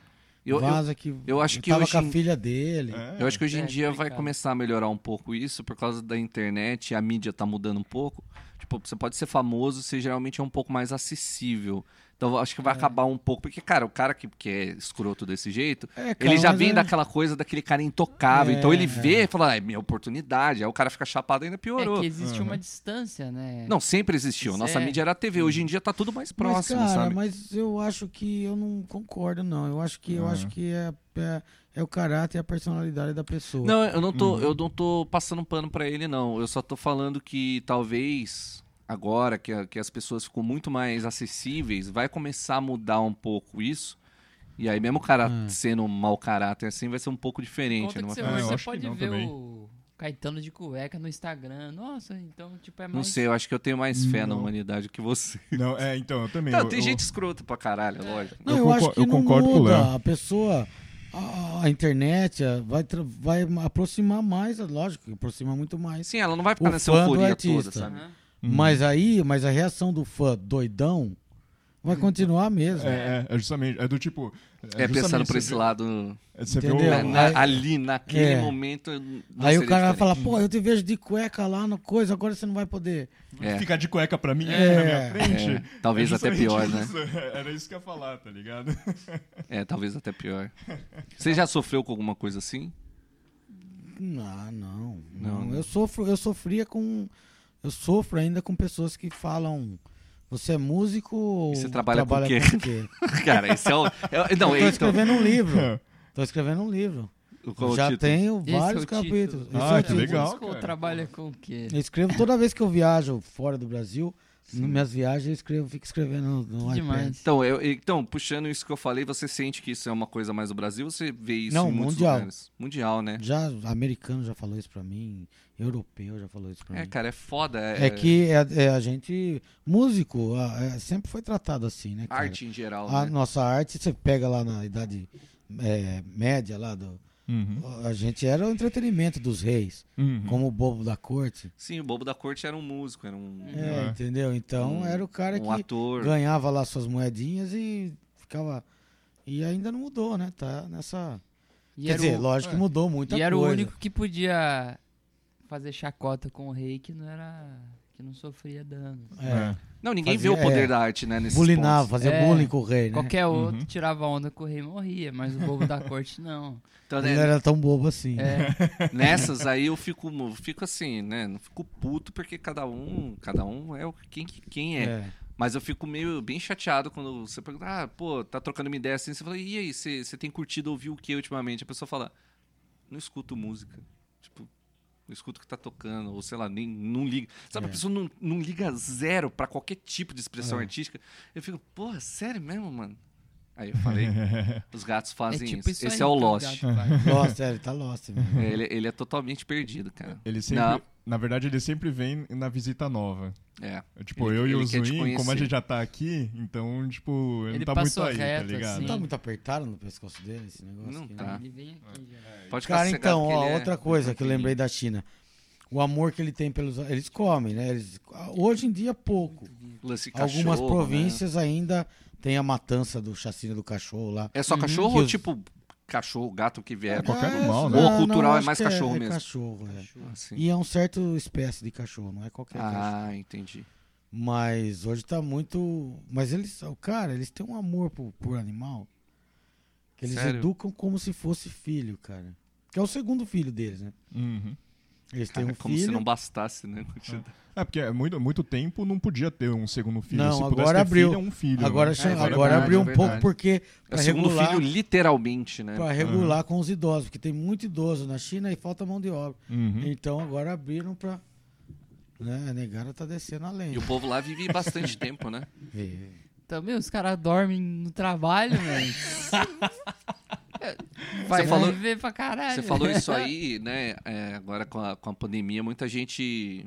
Speaker 1: Eu, eu,
Speaker 4: vaza que.
Speaker 1: eu acho que
Speaker 4: tava
Speaker 1: hoje
Speaker 4: com
Speaker 1: em-
Speaker 4: a filha dele.
Speaker 2: É.
Speaker 1: Eu acho que hoje em
Speaker 3: É,
Speaker 1: dia vai
Speaker 3: complicado.
Speaker 1: começar a melhorar um pouco isso por causa da internet, a mídia tá mudando um pouco. Tipo, você pode ser famoso, você geralmente é um pouco mais acessível. Então eu acho que vai acabar um pouco, porque cara, o cara que, que é escroto desse jeito,
Speaker 4: É, cara,
Speaker 1: ele já
Speaker 4: mas
Speaker 1: vem
Speaker 4: é-
Speaker 1: daquela coisa daquele cara intocável. então ele
Speaker 4: É,
Speaker 1: vê e fala: "Ah, é minha oportunidade". Aí o cara fica chapado e ainda
Speaker 3: É
Speaker 1: piorou.
Speaker 3: que existe
Speaker 2: Uhum.
Speaker 3: uma distância, né?
Speaker 1: Não, sempre existiu.
Speaker 3: Isso
Speaker 1: Nossa
Speaker 3: é.
Speaker 1: mídia era a TV, hoje em dia tá tudo mais próximo,
Speaker 4: mas, cara,
Speaker 1: sabe?
Speaker 4: mas eu acho que eu não concordo, não. Eu acho que eu
Speaker 2: Ah.
Speaker 4: acho que é, é, é o caráter e a personalidade da pessoa. hum.
Speaker 1: Não, eu não tô, eu não tô passando pano pra ele, não. Eu só tô falando que talvez a agora que, a- que as pessoas ficam muito mais acessíveis, vai começar a mudar um pouco isso. E aí, mesmo o cara
Speaker 4: Hum.
Speaker 1: sendo um mau caráter assim, vai ser um pouco diferente.
Speaker 3: Conta que
Speaker 1: não É,
Speaker 3: você,
Speaker 1: vai-
Speaker 2: Ah, eu
Speaker 3: você
Speaker 2: acho que
Speaker 3: pode
Speaker 2: não
Speaker 3: ver
Speaker 2: também.
Speaker 3: o Caetano de cueca no Instagram. Nossa, então, tipo, é mais...
Speaker 1: Não sei, eu acho que eu tenho mais fé na
Speaker 2: Não.
Speaker 1: humanidade que você.
Speaker 2: Não, é, então, eu também.
Speaker 1: Não,
Speaker 2: eu-
Speaker 1: tem
Speaker 2: eu-
Speaker 1: gente escrota pra caralho, é lógico.
Speaker 4: Não,
Speaker 2: Eu
Speaker 4: eu,
Speaker 2: concor-
Speaker 4: acho que
Speaker 2: eu
Speaker 4: não
Speaker 2: concordo com o
Speaker 4: muda.
Speaker 2: Léo.
Speaker 4: a pessoa, a, a internet a- vai, tra- vai aproximar mais, é lógico, que aproxima muito mais.
Speaker 1: Sim, ela não vai ficar
Speaker 4: O
Speaker 1: nessa
Speaker 4: fã do
Speaker 1: euforia
Speaker 4: artista.
Speaker 1: toda, sabe?
Speaker 3: Aham.
Speaker 2: Uhum.
Speaker 4: Mas aí, mas a reação do fã doidão vai continuar mesmo.
Speaker 2: Uhum. É, é, é justamente. É do tipo.
Speaker 1: É, pensando
Speaker 2: justamente
Speaker 1: por
Speaker 2: você
Speaker 1: esse
Speaker 2: vê-
Speaker 1: lado. no-
Speaker 2: é, Você vê
Speaker 4: Entendeu?
Speaker 1: na-
Speaker 4: Eu-
Speaker 1: na-
Speaker 4: aí-
Speaker 1: ali, naquele
Speaker 4: é.
Speaker 1: momento. não
Speaker 4: aí
Speaker 1: seria
Speaker 4: o cara vai
Speaker 1: é diferente.
Speaker 4: falar, pô, eu te vejo de cueca lá no coisa, agora você não vai poder.
Speaker 1: É.
Speaker 2: Ficar de cueca pra mim
Speaker 4: É.
Speaker 2: na minha frente.
Speaker 1: É, talvez até pior,
Speaker 2: justamente
Speaker 1: né?
Speaker 2: isso. Era isso que eu ia falar, tá ligado?
Speaker 1: É, talvez até pior. Você já sofreu com alguma coisa assim?
Speaker 4: Ah, não,
Speaker 1: Não,
Speaker 4: não.
Speaker 1: não.
Speaker 4: Eu sofro, eu sofria com. Eu sofro ainda com pessoas que falam. Você é músico ou
Speaker 1: E você trabalha com o quê?"
Speaker 4: com o quê?
Speaker 1: Cara, isso é o. é- não,
Speaker 4: eu
Speaker 1: é
Speaker 4: tô
Speaker 1: então,
Speaker 4: escrevendo um livro. Tô escrevendo um livro.
Speaker 1: qual o
Speaker 4: Já
Speaker 1: título?
Speaker 4: tenho
Speaker 3: Esse é o
Speaker 4: vários
Speaker 3: título.
Speaker 4: capítulos. Esse
Speaker 2: Ah,
Speaker 4: é o
Speaker 2: que
Speaker 4: título.
Speaker 2: legal,
Speaker 3: Busco
Speaker 2: cara.
Speaker 3: trabalha com o quê?
Speaker 4: Eu escrevo toda vez que eu viajo fora do Brasil, nas minhas viagens eu escrevo, fico escrevendo no, no iPad.
Speaker 3: Demais.
Speaker 1: Então, eu- então, puxando isso que eu falei, você sente que isso é uma coisa mais do Brasil? Você vê isso
Speaker 4: Não,
Speaker 1: em muitos
Speaker 4: mundial.
Speaker 1: lugares? Mundial, né?
Speaker 4: Já americano já falou isso pra mim, europeu já falou isso pra
Speaker 1: É,
Speaker 4: mim.
Speaker 1: cara, é foda. É,
Speaker 4: Hum. É que é, é a gente músico a- é, sempre foi tratado assim, né? cara?
Speaker 1: arte em geral.
Speaker 4: A
Speaker 1: né?
Speaker 4: nossa arte você pega lá na idade é, média lá do
Speaker 2: Uhum.
Speaker 4: a gente era o entretenimento dos reis, como o bobo da corte.
Speaker 1: Sim, o Bobo da Corte era um músico, era um,
Speaker 4: É,
Speaker 2: É.
Speaker 4: entendeu? Então
Speaker 1: Um-
Speaker 4: era o cara
Speaker 1: um
Speaker 4: que
Speaker 1: ator.
Speaker 4: ganhava lá suas moedinhas e ficava. E ainda não mudou, né? Tá nessa.
Speaker 3: E
Speaker 4: Quer
Speaker 3: era
Speaker 4: dizer,
Speaker 3: o- é.
Speaker 4: lógico que mudou muita
Speaker 3: E era
Speaker 4: coisa.
Speaker 3: o único que podia fazer chacota com o rei que não era. que não sofria dano.
Speaker 4: É,
Speaker 1: Não, ninguém
Speaker 4: Fazia-
Speaker 1: vê o poder
Speaker 4: é.
Speaker 1: da arte, né? Nesses
Speaker 4: bulinava,
Speaker 1: pontos.
Speaker 4: fazia
Speaker 3: É.
Speaker 4: bullying com o rei, né?
Speaker 3: Qualquer outro
Speaker 2: Uhum.
Speaker 3: tirava onda com o rei e morria, mas o povo da corte não.
Speaker 1: Então,
Speaker 4: Ele
Speaker 1: né,
Speaker 4: não era tão bobo assim. né?
Speaker 3: É,
Speaker 1: Nessas aí eu fico, fico assim, né? Não fico puto porque cada um, cada um é o quem, que- quem é.
Speaker 4: É.
Speaker 1: Mas eu fico meio bem chateado quando você pergunta, ah, pô, tá trocando uma ideia assim. Você fala, e aí, você você tem curtido ouvir o que ultimamente? A pessoa fala, não escuto música. Tipo, não escuto o que tá tocando, ou sei lá, nem não liga. Sabe,
Speaker 4: É.
Speaker 1: a pessoa não, não liga zero pra qualquer tipo de expressão
Speaker 4: É.
Speaker 1: artística. Eu fico, porra, sério mesmo, mano? Aí eu falei, os gatos
Speaker 3: é
Speaker 1: fazem
Speaker 3: tipo isso
Speaker 1: isso. Esse
Speaker 3: aí
Speaker 4: tá
Speaker 1: é o
Speaker 3: que
Speaker 1: Lost.
Speaker 3: gato faz.
Speaker 4: Lost, é, ele tá lost. mesmo.
Speaker 1: É, ele, ele é totalmente perdido, cara.
Speaker 2: Ele sempre.
Speaker 1: Não.
Speaker 2: Na verdade, ele sempre vem na visita nova.
Speaker 1: É.
Speaker 2: Tipo,
Speaker 1: Ele-
Speaker 2: eu e
Speaker 1: ele
Speaker 2: o
Speaker 1: quer te
Speaker 2: Zuin, como a
Speaker 1: conhecer.
Speaker 2: gente já tá aqui, então, tipo, ele,
Speaker 3: Ele
Speaker 2: não tá muito
Speaker 3: passou
Speaker 2: aí,
Speaker 3: reto,
Speaker 2: tá ligado?
Speaker 4: Não
Speaker 3: assim.
Speaker 4: tá muito apertado no pescoço dele esse negócio?
Speaker 1: Não
Speaker 4: aqui,
Speaker 1: tá.
Speaker 4: né?
Speaker 3: Ele vem aqui já.
Speaker 1: Pode ficar
Speaker 4: Cara,
Speaker 1: sossegado
Speaker 4: então,
Speaker 1: que
Speaker 4: ó,
Speaker 1: ele é
Speaker 4: outra coisa que eu
Speaker 1: tranquilinho.
Speaker 4: lembrei da China. O amor que ele tem pelos. Eles comem, né? Eles, hoje em dia, pouco.
Speaker 1: Lance de
Speaker 4: Algumas
Speaker 1: cachorro, né?
Speaker 4: províncias ainda tem a matança do chacina do cachorro lá.
Speaker 1: É só cachorro
Speaker 4: que
Speaker 1: ou
Speaker 4: Uhum. os-
Speaker 1: tipo cachorro, gato que vier?
Speaker 2: Uhum. É, qualquer animal, né?
Speaker 1: Ou
Speaker 4: Ah,
Speaker 1: cultural é
Speaker 4: acho
Speaker 1: mais
Speaker 4: que
Speaker 1: cachorro
Speaker 4: é
Speaker 1: mesmo.
Speaker 4: cachorro, é.
Speaker 1: Assim.
Speaker 4: E é um certo espécie de cachorro, não é qualquer cachorro.
Speaker 1: Ah, entendi.
Speaker 4: Mas hoje tá muito. Mas eles são, cara, eles têm um amor por, por animal que eles
Speaker 1: Sério?
Speaker 4: educam como se fosse filho, cara. Que é o segundo filho deles, né?
Speaker 2: Uhum.
Speaker 4: Eles
Speaker 1: Cara,
Speaker 4: têm um
Speaker 1: como
Speaker 4: filho.
Speaker 1: se não bastasse, né?
Speaker 2: É, porque há muito, muito tempo não podia ter um segundo filho.
Speaker 4: Não,
Speaker 2: Se pudesse
Speaker 4: agora
Speaker 2: ter
Speaker 4: abriu.
Speaker 2: Filho, é um filho.
Speaker 4: Agora,
Speaker 2: né?
Speaker 4: chama-
Speaker 1: É verdade,
Speaker 4: agora abriu
Speaker 1: é
Speaker 4: um pouco
Speaker 1: verdade.
Speaker 4: porque
Speaker 1: É
Speaker 4: pra
Speaker 1: o segundo
Speaker 4: regular,
Speaker 1: filho, literalmente, né?
Speaker 4: pra regular com os idosos, porque tem muito idoso na China e falta mão de obra.
Speaker 1: Hum?
Speaker 2: Uhum.
Speaker 4: Então agora abriram pra. Né, a negada tá descendo além. É.
Speaker 1: E o povo lá vive bastante tempo, né?
Speaker 3: Também Então, os caras dormem no trabalho, velho. Vai
Speaker 1: Você falou-
Speaker 3: viver pra caralho.
Speaker 1: Você falou isso aí, né? é, agora com a, com a pandemia, muita gente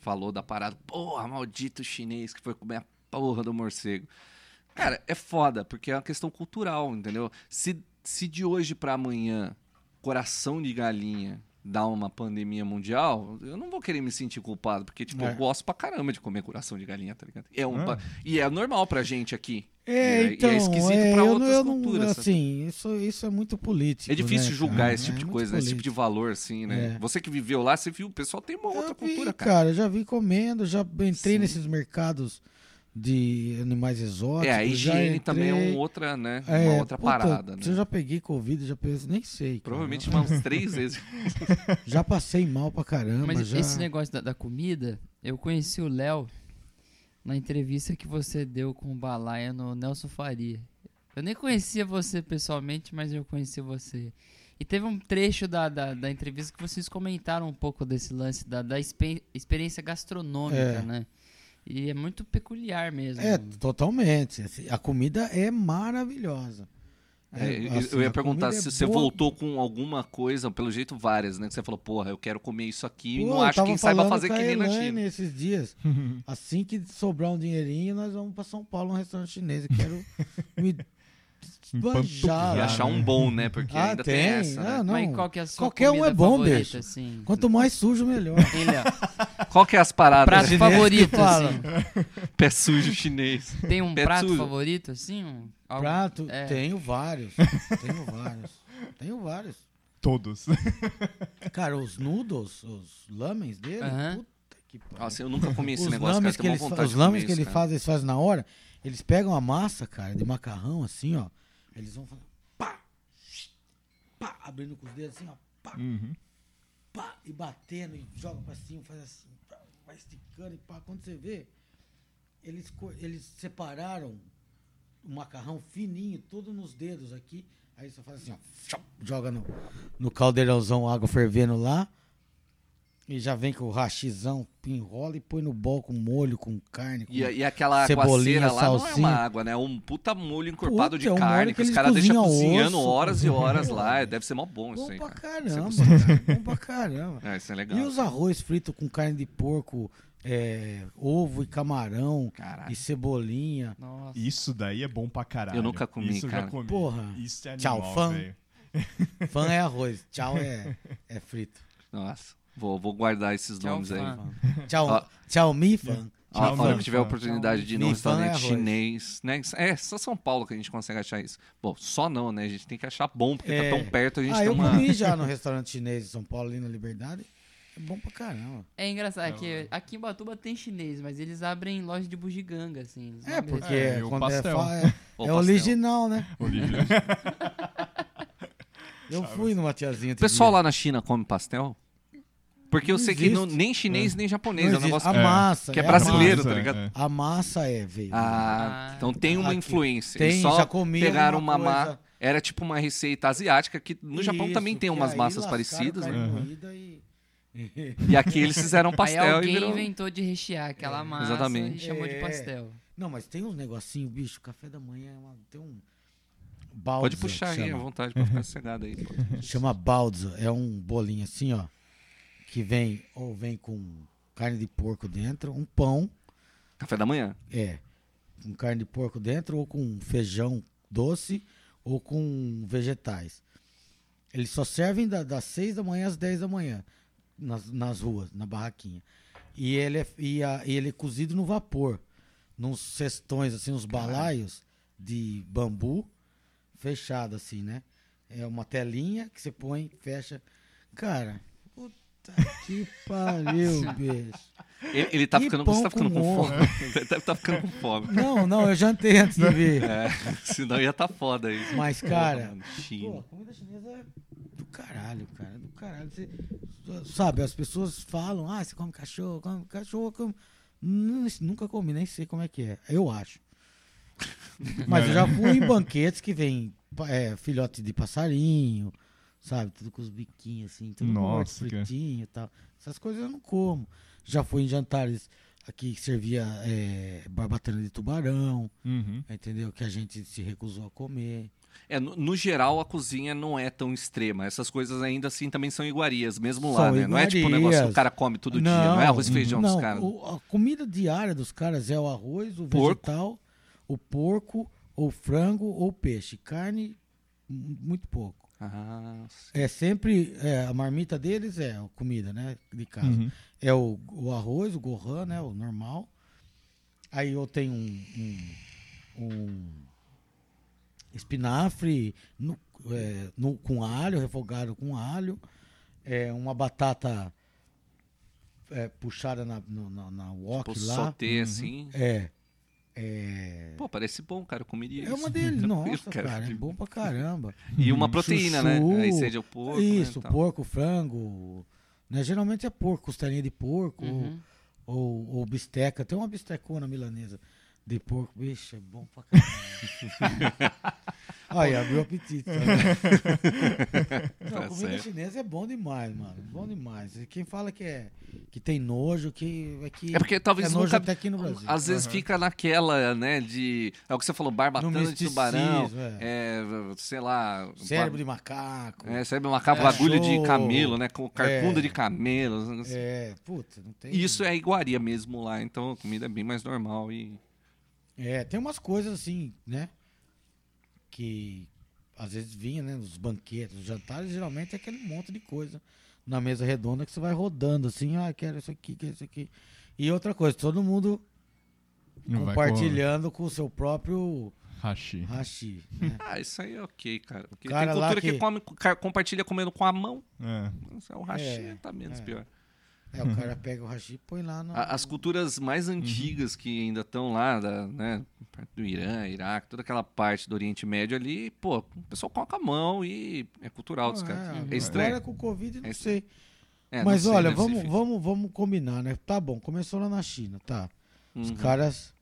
Speaker 1: falou da parada. Porra, maldito chinês que foi comer a porra do morcego. Cara, é foda, porque é uma questão cultural, entendeu? Se, se de hoje pra amanhã, coração de galinha dá uma pandemia mundial, eu não vou querer me sentir culpado, porque, tipo,
Speaker 4: É.
Speaker 1: eu gosto pra caramba de comer coração de galinha, tá ligado? É um
Speaker 2: Ah.
Speaker 1: pa- E é normal pra gente aqui.
Speaker 4: É,
Speaker 1: E e
Speaker 4: então,
Speaker 1: é esquisito
Speaker 4: é,
Speaker 1: pra
Speaker 4: eu
Speaker 1: outras
Speaker 4: não, eu não-
Speaker 1: culturas. sabe?
Speaker 4: assim, isso, isso é muito político.
Speaker 1: É difícil
Speaker 4: né,
Speaker 1: julgar
Speaker 4: cara?
Speaker 1: esse tipo
Speaker 4: É
Speaker 1: de
Speaker 4: muito
Speaker 1: coisa, né? esse tipo de
Speaker 4: político.
Speaker 1: valor, assim, né?
Speaker 4: É.
Speaker 1: Você que viveu lá, você viu, o pessoal tem uma outra
Speaker 4: eu
Speaker 1: cultura,
Speaker 4: vi,
Speaker 1: cara.
Speaker 4: eu já vi comendo, já entrei
Speaker 1: Sim.
Speaker 4: nesses mercados de animais exóticos.
Speaker 1: É, a
Speaker 4: já
Speaker 1: higiene também é
Speaker 4: entrei-
Speaker 1: uma outra, né?
Speaker 4: É,
Speaker 1: uma outra
Speaker 4: puta,
Speaker 1: parada, né?
Speaker 4: Se eu já peguei Covid, já peguei, nem sei. cara.
Speaker 1: Provavelmente umas três vezes.
Speaker 4: Já passei mal pra caramba.
Speaker 3: Mas
Speaker 4: já...
Speaker 3: esse negócio da, da comida, eu conheci o Léo na entrevista que você deu com o Balaia no Nelson Faria. Eu nem conhecia você pessoalmente, mas eu conheci você. E teve um trecho da, da, da entrevista que vocês comentaram um pouco desse lance da, da expe- experiência gastronômica,
Speaker 4: É.
Speaker 3: né? E é muito peculiar mesmo.
Speaker 4: É, totalmente. Assim, a comida é maravilhosa.
Speaker 1: É,
Speaker 4: É,
Speaker 1: eu-
Speaker 4: assim,
Speaker 1: eu ia
Speaker 4: a
Speaker 1: perguntar
Speaker 4: comida é
Speaker 1: se você
Speaker 4: boa.
Speaker 1: voltou com alguma coisa, pelo jeito várias, né? Que você falou, porra, eu quero comer isso aqui e
Speaker 4: Pô,
Speaker 1: não
Speaker 4: eu
Speaker 1: acho
Speaker 4: tava
Speaker 1: quem saiba
Speaker 4: falando
Speaker 1: fazer
Speaker 4: com a
Speaker 1: que nem na
Speaker 4: Elaine
Speaker 1: China.
Speaker 4: esses dias. Assim que sobrar um dinheirinho, nós vamos pra São Paulo, um restaurante chinês. Eu quero me
Speaker 3: Um
Speaker 4: esbanjar.
Speaker 1: E
Speaker 4: lá,
Speaker 1: achar
Speaker 4: né?
Speaker 1: um bom, né? Porque
Speaker 4: Ah,
Speaker 1: ainda tem,
Speaker 4: tem.
Speaker 1: essa, né?
Speaker 4: Ah, não.
Speaker 3: Mas qual que é a sua
Speaker 4: Qualquer um
Speaker 3: comida
Speaker 4: é bom,
Speaker 3: favorita,
Speaker 4: bicho.
Speaker 3: assim?
Speaker 4: Quanto mais sujo, melhor.
Speaker 3: Ele, ó,
Speaker 1: Qual que é as paradas?
Speaker 3: prato
Speaker 4: chinês que
Speaker 3: favorito,
Speaker 4: fala.
Speaker 3: assim.
Speaker 1: Pé sujo chinês.
Speaker 3: Tem um
Speaker 1: Pé
Speaker 3: prato
Speaker 1: sujo.
Speaker 3: favorito, assim? Um, algo-
Speaker 4: Prato,
Speaker 3: É.
Speaker 4: tenho vários. Tenho vários. Tenho vários.
Speaker 2: Todos.
Speaker 4: Cara, os noodles, os lamens dele,
Speaker 3: Aham.
Speaker 4: puta que pariu.
Speaker 1: Nossa, eu nunca comi esse
Speaker 4: os
Speaker 1: negócio, cara.
Speaker 4: lames que
Speaker 1: Tenho uma
Speaker 4: eles, fa-
Speaker 1: vontade
Speaker 4: os
Speaker 1: de comer
Speaker 4: lames que
Speaker 1: isso,
Speaker 4: ele
Speaker 1: cara.
Speaker 4: faz, eles fazem na hora, eles pegam a massa, cara, de macarrão, assim, ó. Eles vão fazendo pá, pá, abrindo com os dedos assim, ó, pá,
Speaker 2: Uhum.
Speaker 4: pá, e batendo, e joga pra cima, faz assim, pá, vai esticando e pá. Quando você vê, eles, co- eles separaram o macarrão fininho, todo nos dedos aqui. Aí você faz assim, ó, tchau, joga no, no caldeirãozão, água fervendo lá. E já vem com o rachizão, enrola e põe no bol com molho, com carne. Com...
Speaker 1: E, e aquela
Speaker 4: Cebolinha,
Speaker 1: aguaceira lá não é
Speaker 4: salsinha.
Speaker 1: uma água, né? É um puta molho encorpado
Speaker 4: Puta,
Speaker 1: de
Speaker 4: é um molho
Speaker 1: carne
Speaker 4: que
Speaker 1: que os
Speaker 4: eles
Speaker 1: caras deixam
Speaker 4: cozinham
Speaker 1: cozinhando
Speaker 4: osso.
Speaker 1: horas e horas lá.
Speaker 4: Pô,
Speaker 1: Deve ser mó bom isso
Speaker 4: bom
Speaker 1: aí,
Speaker 4: pra
Speaker 1: cara.
Speaker 4: caramba,
Speaker 1: Isso é
Speaker 4: cara. Bom pra caramba.
Speaker 1: É, isso é legal.
Speaker 4: E os arroz frito com carne de porco, é, ovo e camarão
Speaker 1: Caralho.
Speaker 4: e cebolinha.
Speaker 3: Nossa.
Speaker 2: Isso daí é bom pra caralho.
Speaker 1: Eu nunca comi,
Speaker 2: Isso eu
Speaker 1: cara.
Speaker 2: já comi.
Speaker 4: Porra.
Speaker 2: Isso é
Speaker 4: Tchau,
Speaker 2: animal,
Speaker 4: fã.
Speaker 2: velho.
Speaker 4: Fã é arroz. Tchau é, é frito.
Speaker 1: Nossa, vou, vou guardar esses
Speaker 3: Tchau,
Speaker 1: nomes aí.
Speaker 3: é um fã.
Speaker 4: Tchau,
Speaker 1: Ó.
Speaker 4: tchau mi fã.
Speaker 1: Ó, A
Speaker 2: Tchau,
Speaker 1: hora
Speaker 2: mano.
Speaker 1: que tiver a oportunidade de ir num
Speaker 4: Me fala
Speaker 1: restaurante
Speaker 4: é arroz.
Speaker 1: chinês, né? É, só São Paulo que a gente consegue achar isso. Bom, só não, né? A gente tem que achar bom, porque
Speaker 4: É.
Speaker 1: tá tão perto, a gente
Speaker 4: Ah,
Speaker 1: tem
Speaker 4: eu
Speaker 1: uma...
Speaker 4: comi já no restaurante chinês de São Paulo, ali na Liberdade. É bom pra caramba.
Speaker 3: É engraçado
Speaker 2: Não,
Speaker 3: que
Speaker 4: né?
Speaker 2: é.
Speaker 3: aqui em Batuba tem chinês, mas eles abrem loja de bugiganga, assim. eles não
Speaker 4: É,
Speaker 3: abrem
Speaker 4: porque
Speaker 2: É, e o
Speaker 4: quando é,
Speaker 2: pastel.
Speaker 4: fa- é,
Speaker 1: Ó,
Speaker 4: é
Speaker 1: pastel.
Speaker 4: original, né?
Speaker 2: Olívia.
Speaker 4: Eu fui numa tiazinha.
Speaker 1: O pessoal lá na China come pastel? Porque eu
Speaker 4: Não
Speaker 1: sei que
Speaker 4: existe.
Speaker 1: não- nem chinês, nem japonês. É um negócio
Speaker 4: a
Speaker 2: É.
Speaker 4: massa.
Speaker 1: que é
Speaker 4: a
Speaker 1: brasileiro,
Speaker 4: massa.
Speaker 1: tá
Speaker 2: É,
Speaker 1: ligado?
Speaker 2: é.
Speaker 4: A massa é, velho.
Speaker 1: Ah,
Speaker 3: Ah,
Speaker 1: então tem uma
Speaker 4: aqui.
Speaker 1: influência.
Speaker 4: Tem,
Speaker 1: Eles só
Speaker 4: já comi
Speaker 1: pegaram
Speaker 4: alguma
Speaker 1: uma ma...
Speaker 4: coisa.
Speaker 1: Era tipo uma receita asiática, que no Japão
Speaker 4: Isso,
Speaker 1: também tem
Speaker 4: que
Speaker 1: umas
Speaker 4: aí
Speaker 1: massas
Speaker 4: lascaram
Speaker 1: parecidas,
Speaker 4: carne
Speaker 1: né?
Speaker 2: né?
Speaker 4: moída e-
Speaker 1: E aqui eles fizeram um
Speaker 3: Aí
Speaker 1: pastel e
Speaker 3: alguém
Speaker 1: virou...
Speaker 3: inventou de rechear aquela massa
Speaker 1: exatamente.
Speaker 3: e chamou de
Speaker 4: É.
Speaker 3: pastel.
Speaker 4: Não, mas tem uns negocinhos, bicho. Café da manhã é uma- tem um. Balsa,
Speaker 1: Pode puxar aí à
Speaker 4: chama.
Speaker 1: vontade pra ficar cegado aí. pô.
Speaker 4: Chama balsa, é um bolinho assim, ó, que vem ou vem com carne de porco dentro, um pão,
Speaker 1: Café da manhã.
Speaker 4: é, com carne de porco dentro ou com feijão doce ou com vegetais. Eles só servem da- das 6 da manhã às 10 da manhã nas, nas ruas, na barraquinha. E ele é e, a- e ele é cozido no vapor, nos cestões assim, uns balaios de bambu fechado assim, né? É uma telinha que você põe, fecha. Cara, puta que pariu, bicho.
Speaker 1: Ele, ele tá
Speaker 4: E
Speaker 1: ficando,
Speaker 4: pão
Speaker 1: você tá ficando com,
Speaker 4: com ovo. né?
Speaker 1: fome. Ele deve tá ficando com fome.
Speaker 4: Não, não, eu jantei antes de vir.
Speaker 1: É, senão ia tá foda aí.
Speaker 4: Mas,
Speaker 1: Porra,
Speaker 4: cara,
Speaker 1: mano,
Speaker 4: Pô, a
Speaker 1: China.
Speaker 4: comida chinesa é do caralho, cara. é Do caralho. Você- sabe, as pessoas falam, ah, você come cachorro, come cachorro, come... Nun- Nunca comi, nem sei como é que é. Eu acho. Mas eu já fui em banquetes que vem pa- é, filhote de passarinho, sabe? Tudo com os biquinhos, assim, tudo morto,
Speaker 2: Nossa, cara.
Speaker 4: fritinho e tal. Essas coisas eu não como. Já fui em jantares aqui que servia é, barbatana de tubarão,
Speaker 2: Uhum.
Speaker 4: entendeu? Que a gente se recusou a comer.
Speaker 1: É, no, no geral, a cozinha não é tão extrema. Essas coisas ainda assim também são iguarias, mesmo lá,
Speaker 4: São
Speaker 1: né? Não é tipo um negócio que o
Speaker 4: iguarias.
Speaker 1: cara come todo dia, não é arroz e feijão
Speaker 4: não,
Speaker 1: dos caras.
Speaker 4: o- a comida diária dos caras é o arroz, o
Speaker 1: Porco.
Speaker 4: vegetal, o porco, ou frango ou peixe. Carne, m- muito pouco.
Speaker 1: Ah, sim.
Speaker 4: É sempre é, a marmita deles é a comida, né? De casa.
Speaker 2: Uhum.
Speaker 4: É o, o arroz, o gohan, né? O normal. Aí eu tenho um, um, um espinafre no- é, no- com alho, refogado com alho. É, uma batata é, puxada na, no- na, na wok
Speaker 1: Tipo,
Speaker 4: lá.
Speaker 1: sauté assim.
Speaker 4: É. É,
Speaker 1: Pô, parece bom, cara. Eu comeria
Speaker 4: é
Speaker 1: isso. tipo
Speaker 4: uma deles. Nossa,
Speaker 1: cara.
Speaker 4: cara, é bom pra caramba.
Speaker 1: E uma proteína,
Speaker 4: Chuchu.
Speaker 1: né? Aí seja o porco. né,
Speaker 4: Isso,
Speaker 1: e tal.
Speaker 4: porco, frango. Né? Geralmente é porco, costelinha de porco
Speaker 3: Uhum.
Speaker 4: ou, ou bisteca. Tem uma bistecona milanesa De porco, bicho, é bom pra caramba. Olha, abriu o apetite. né? Não,
Speaker 1: Tá
Speaker 4: comida
Speaker 1: certo.
Speaker 4: chinesa é bom demais, mano. Bom demais. E Quem fala que é que tem nojo, que é que
Speaker 1: É porque talvez
Speaker 4: é nojo
Speaker 1: nunca-
Speaker 4: até aqui no Brasil.
Speaker 1: Às vezes fica naquela, né, de. É o que você falou, barbatana de tubarão.
Speaker 4: misticismo,
Speaker 1: É, sei lá.
Speaker 4: Cérebro de macaco.
Speaker 1: É, cérebro de macaco,
Speaker 4: É.
Speaker 1: bagulho de
Speaker 4: Cachorro.
Speaker 1: camelo, né? Com carcunda
Speaker 4: É.
Speaker 1: de camelo. assim.
Speaker 4: É, puta, não tem.
Speaker 1: E Isso é iguaria mesmo lá, então a comida é bem mais normal e.
Speaker 4: É, tem umas coisas assim, né? Que às vezes vinha, né? Nos banquetes, nos jantares, geralmente é aquele monte de coisa na mesa redonda que você vai rodando assim, ah, quero isso aqui, quero isso aqui. E outra coisa, todo mundo
Speaker 2: Não vai
Speaker 4: compartilhando com o seu próprio
Speaker 2: com Hashi.
Speaker 4: hashi. né?
Speaker 1: Ah, isso aí é ok, cara. Porque
Speaker 4: Cara
Speaker 1: tem
Speaker 4: lá
Speaker 1: cultura que,
Speaker 4: que-
Speaker 1: come, ca- compartilha comendo com a mão.
Speaker 2: É.
Speaker 1: Isso é O hashi
Speaker 4: É,
Speaker 1: tá menos
Speaker 4: é.
Speaker 1: pior.
Speaker 4: É, o cara pega o hashi e põe lá no.
Speaker 1: A- As culturas mais antigas que ainda estão lá, da, né, perto do Irã, Iraque, toda aquela parte do Oriente Médio ali, pô, o pessoal coloca a mão e é cultural dos
Speaker 4: Ah,
Speaker 1: caras.
Speaker 4: agora
Speaker 1: É estranho.
Speaker 4: com o Covid, não
Speaker 1: É
Speaker 4: sei.
Speaker 1: estranho. É, não
Speaker 4: Mas
Speaker 1: sei,
Speaker 4: olha,
Speaker 1: deve ser
Speaker 4: vamos,
Speaker 1: difícil.
Speaker 4: vamos, vamos combinar, né? Tá bom, começou lá na China, tá. Os
Speaker 1: Uhum.
Speaker 4: caras.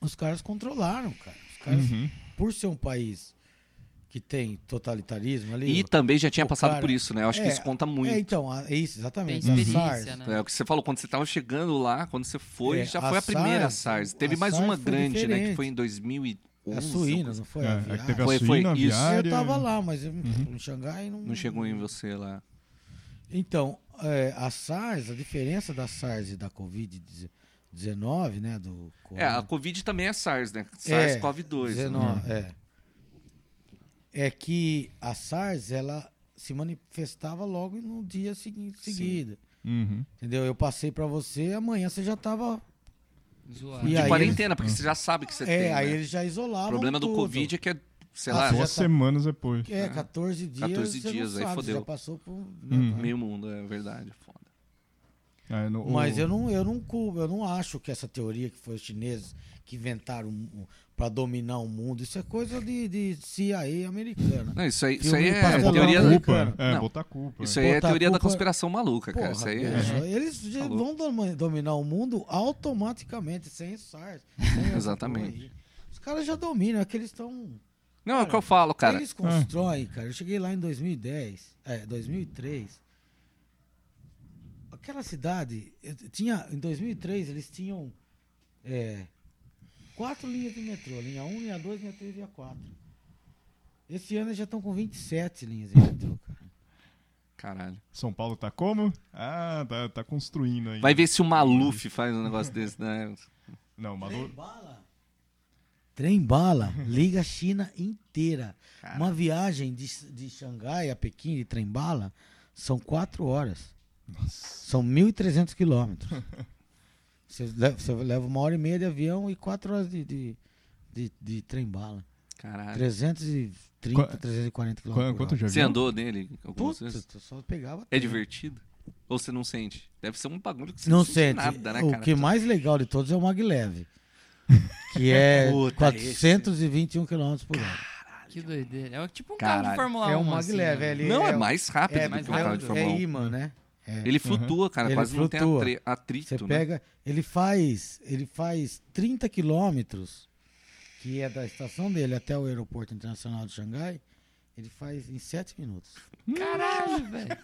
Speaker 4: Os caras controlaram, cara. Os caras,
Speaker 2: Uhum.
Speaker 4: por ser um país que tem totalitarismo ali.
Speaker 1: E também já tinha
Speaker 4: o
Speaker 1: passado
Speaker 4: cara-
Speaker 1: por isso, né? Eu acho
Speaker 4: É,
Speaker 1: que isso conta muito.
Speaker 4: É,
Speaker 1: É,
Speaker 4: então, a- é isso,
Speaker 3: Tem
Speaker 4: exatamente. A SARS,
Speaker 3: experiência, né?
Speaker 1: o que você falou, quando você estava chegando lá, quando você foi,
Speaker 4: É,
Speaker 1: já
Speaker 4: a
Speaker 1: foi a primeira
Speaker 4: SARS,
Speaker 1: SARS. Teve
Speaker 4: a
Speaker 1: mais
Speaker 4: SARS
Speaker 1: uma
Speaker 4: foi
Speaker 1: grande, né? Que
Speaker 4: diferente.
Speaker 1: foi em 2011.
Speaker 4: a suína, não foi?
Speaker 2: É,
Speaker 4: a
Speaker 2: é que teve a Uhum.
Speaker 4: viária.
Speaker 1: Foi- foi
Speaker 2: suína, a
Speaker 1: isso.
Speaker 2: viária.
Speaker 4: eu tava lá, mas eu, em Xangai não.
Speaker 1: Não chegou em você lá.
Speaker 4: Então, é, a SARS, a diferença da SARS e da Covid-19, né? Do
Speaker 1: É, a Covid também é SARS, né? SARS-CoV-2. né?
Speaker 4: 19, é. É que a SARS, ela se manifestava logo no dia seguinte,
Speaker 1: Sim.
Speaker 4: seguida.
Speaker 2: Uhum.
Speaker 4: Entendeu? Eu passei pra você, amanhã você já tava.
Speaker 3: Zoado.
Speaker 4: E
Speaker 1: De
Speaker 4: aí
Speaker 1: quarentena, porque você já sabe que você
Speaker 4: é,
Speaker 1: tem. né?
Speaker 4: aí eles já
Speaker 1: O
Speaker 4: isolavam.
Speaker 1: problema do
Speaker 4: tudo.
Speaker 1: Covid é que é, sei
Speaker 4: Ah,
Speaker 1: lá,
Speaker 4: você já
Speaker 2: Duas
Speaker 4: tá-
Speaker 2: semanas depois.
Speaker 4: É, 14 dias.
Speaker 1: 14
Speaker 4: você não
Speaker 1: dias, aí
Speaker 4: sabe,
Speaker 1: fodeu.
Speaker 4: você já passou por. né?
Speaker 1: meio mundo, é verdade, é foda.
Speaker 2: É, no- o-
Speaker 4: Mas eu não, eu, não, cu- eu não acho que essa teoria que foi os chineses que inventaram para dominar o mundo, isso é coisa de, de CIA americana.
Speaker 1: Não, isso aí, isso
Speaker 4: Filme
Speaker 1: aí é
Speaker 4: pastelão,
Speaker 1: teoria.
Speaker 4: né?
Speaker 2: culpa. É,
Speaker 1: Não.
Speaker 2: botar culpa.
Speaker 1: Isso aí é
Speaker 4: Botar
Speaker 1: teoria da
Speaker 4: culpa-
Speaker 1: conspiração maluca, cara. Isso aí é.
Speaker 4: bicho, Eles já
Speaker 1: Falou.
Speaker 4: vão doma- dominar o mundo automaticamente, sem SARS. sem essa
Speaker 1: Exatamente.
Speaker 4: porra aí. Os caras já dominam, é que eles estão.
Speaker 1: Não, é o que eu falo, cara.
Speaker 4: Eles constroem, cara. Eu cheguei lá em 2010, é, 2003. Aquela cidade, eu t- tinha, em 2003 eles tinham é, quatro linhas de metrô: linha 1, linha 2, linha 3 e linha 4. Esse ano eles já estão com 27 linhas de metrô, cara.
Speaker 1: Caralho.
Speaker 2: São Paulo tá como? Ah, tá, tá construindo ainda.
Speaker 1: Vai ver se o Maluf faz um negócio desse, né?
Speaker 2: Não, Malu...
Speaker 4: bala? Trem bala, liga a China inteira. Uma viagem de, de Xangai a Pequim de trem bala são quatro horas. São 1.300 quilômetros. Você leva, você leva uma hora e meia de avião e quatro horas de, de, de, de trem bala.
Speaker 1: Caralho.
Speaker 4: 330,
Speaker 2: Qua-
Speaker 4: 340
Speaker 2: Qu-
Speaker 4: quilômetros.
Speaker 2: Quanto já
Speaker 1: Você
Speaker 2: viu?
Speaker 1: andou nele algumas
Speaker 4: Puta,
Speaker 1: vezes?
Speaker 4: eu só pegava.
Speaker 1: É
Speaker 4: trem.
Speaker 1: divertido? Ou você não sente? Deve ser um bagulho que você não,
Speaker 4: Não
Speaker 1: sente
Speaker 4: sente.
Speaker 1: nada, né,
Speaker 4: o
Speaker 1: cara?
Speaker 4: que mais legal de todos é o maglev. Que é
Speaker 1: Puta,
Speaker 4: 421 km um por hora.
Speaker 3: Que doideira. É tipo um carro
Speaker 1: Caralho.
Speaker 3: de Fórmula 1.
Speaker 4: É um
Speaker 3: assim,
Speaker 4: maglev,
Speaker 3: né?
Speaker 4: ele
Speaker 1: Não, é,
Speaker 4: um-
Speaker 1: mais rápido do
Speaker 4: é,
Speaker 1: que
Speaker 3: mais
Speaker 1: o carro de
Speaker 3: rápido.
Speaker 1: Fórmula
Speaker 4: é
Speaker 1: 1.
Speaker 4: imã, né?
Speaker 1: Ele flutua, cara,
Speaker 4: Ele
Speaker 1: quase não
Speaker 4: flutua.
Speaker 1: tem atri- atrito.
Speaker 4: Você
Speaker 1: né?
Speaker 4: pega, ele faz, ele faz 30 quilômetros, que é da estação dele até o aeroporto internacional de Xangai, ele faz em 7 minutos.
Speaker 3: Caralho, velho.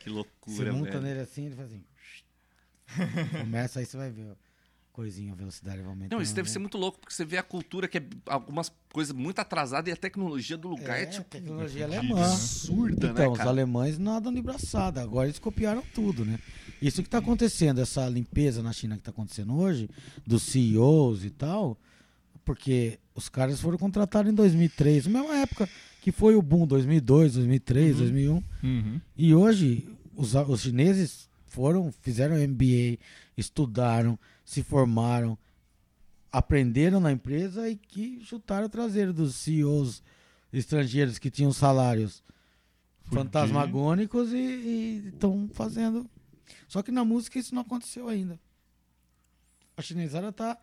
Speaker 1: Que
Speaker 4: Você
Speaker 1: loucura,
Speaker 4: monta
Speaker 1: velho.
Speaker 4: nele assim, ele faz assim. Começa, aí você vai ver. ó, Coisinha, a velocidade vai aumentando.
Speaker 1: Não, isso deve ser um
Speaker 4: né?
Speaker 1: muito louco, porque você vê a cultura que é algumas coisas muito atrasadas e a tecnologia do lugar é, tipo
Speaker 4: tecnologia
Speaker 2: fodida,
Speaker 4: alemã.
Speaker 2: né?
Speaker 1: absurda,
Speaker 4: Ah. Então,
Speaker 1: né,
Speaker 4: os
Speaker 1: cara?
Speaker 4: alemães nadam de braçada. Agora eles copiaram tudo, né? Isso que tá acontecendo, essa limpeza na China que tá acontecendo hoje, dos CEOs e tal, porque os caras foram contratados em 2003, na mesma época que foi o boom, 2002, 2003, 2001.
Speaker 2: Uhum.
Speaker 4: E hoje os, os chineses foram, fizeram MBA, estudaram, se formaram, aprenderam na empresa e que chutaram o traseiro dos CEOs estrangeiros que tinham salários
Speaker 2: Fudido.
Speaker 4: fantasmagônicos e estão fazendo. Só que na música isso não aconteceu ainda. A chinesada tá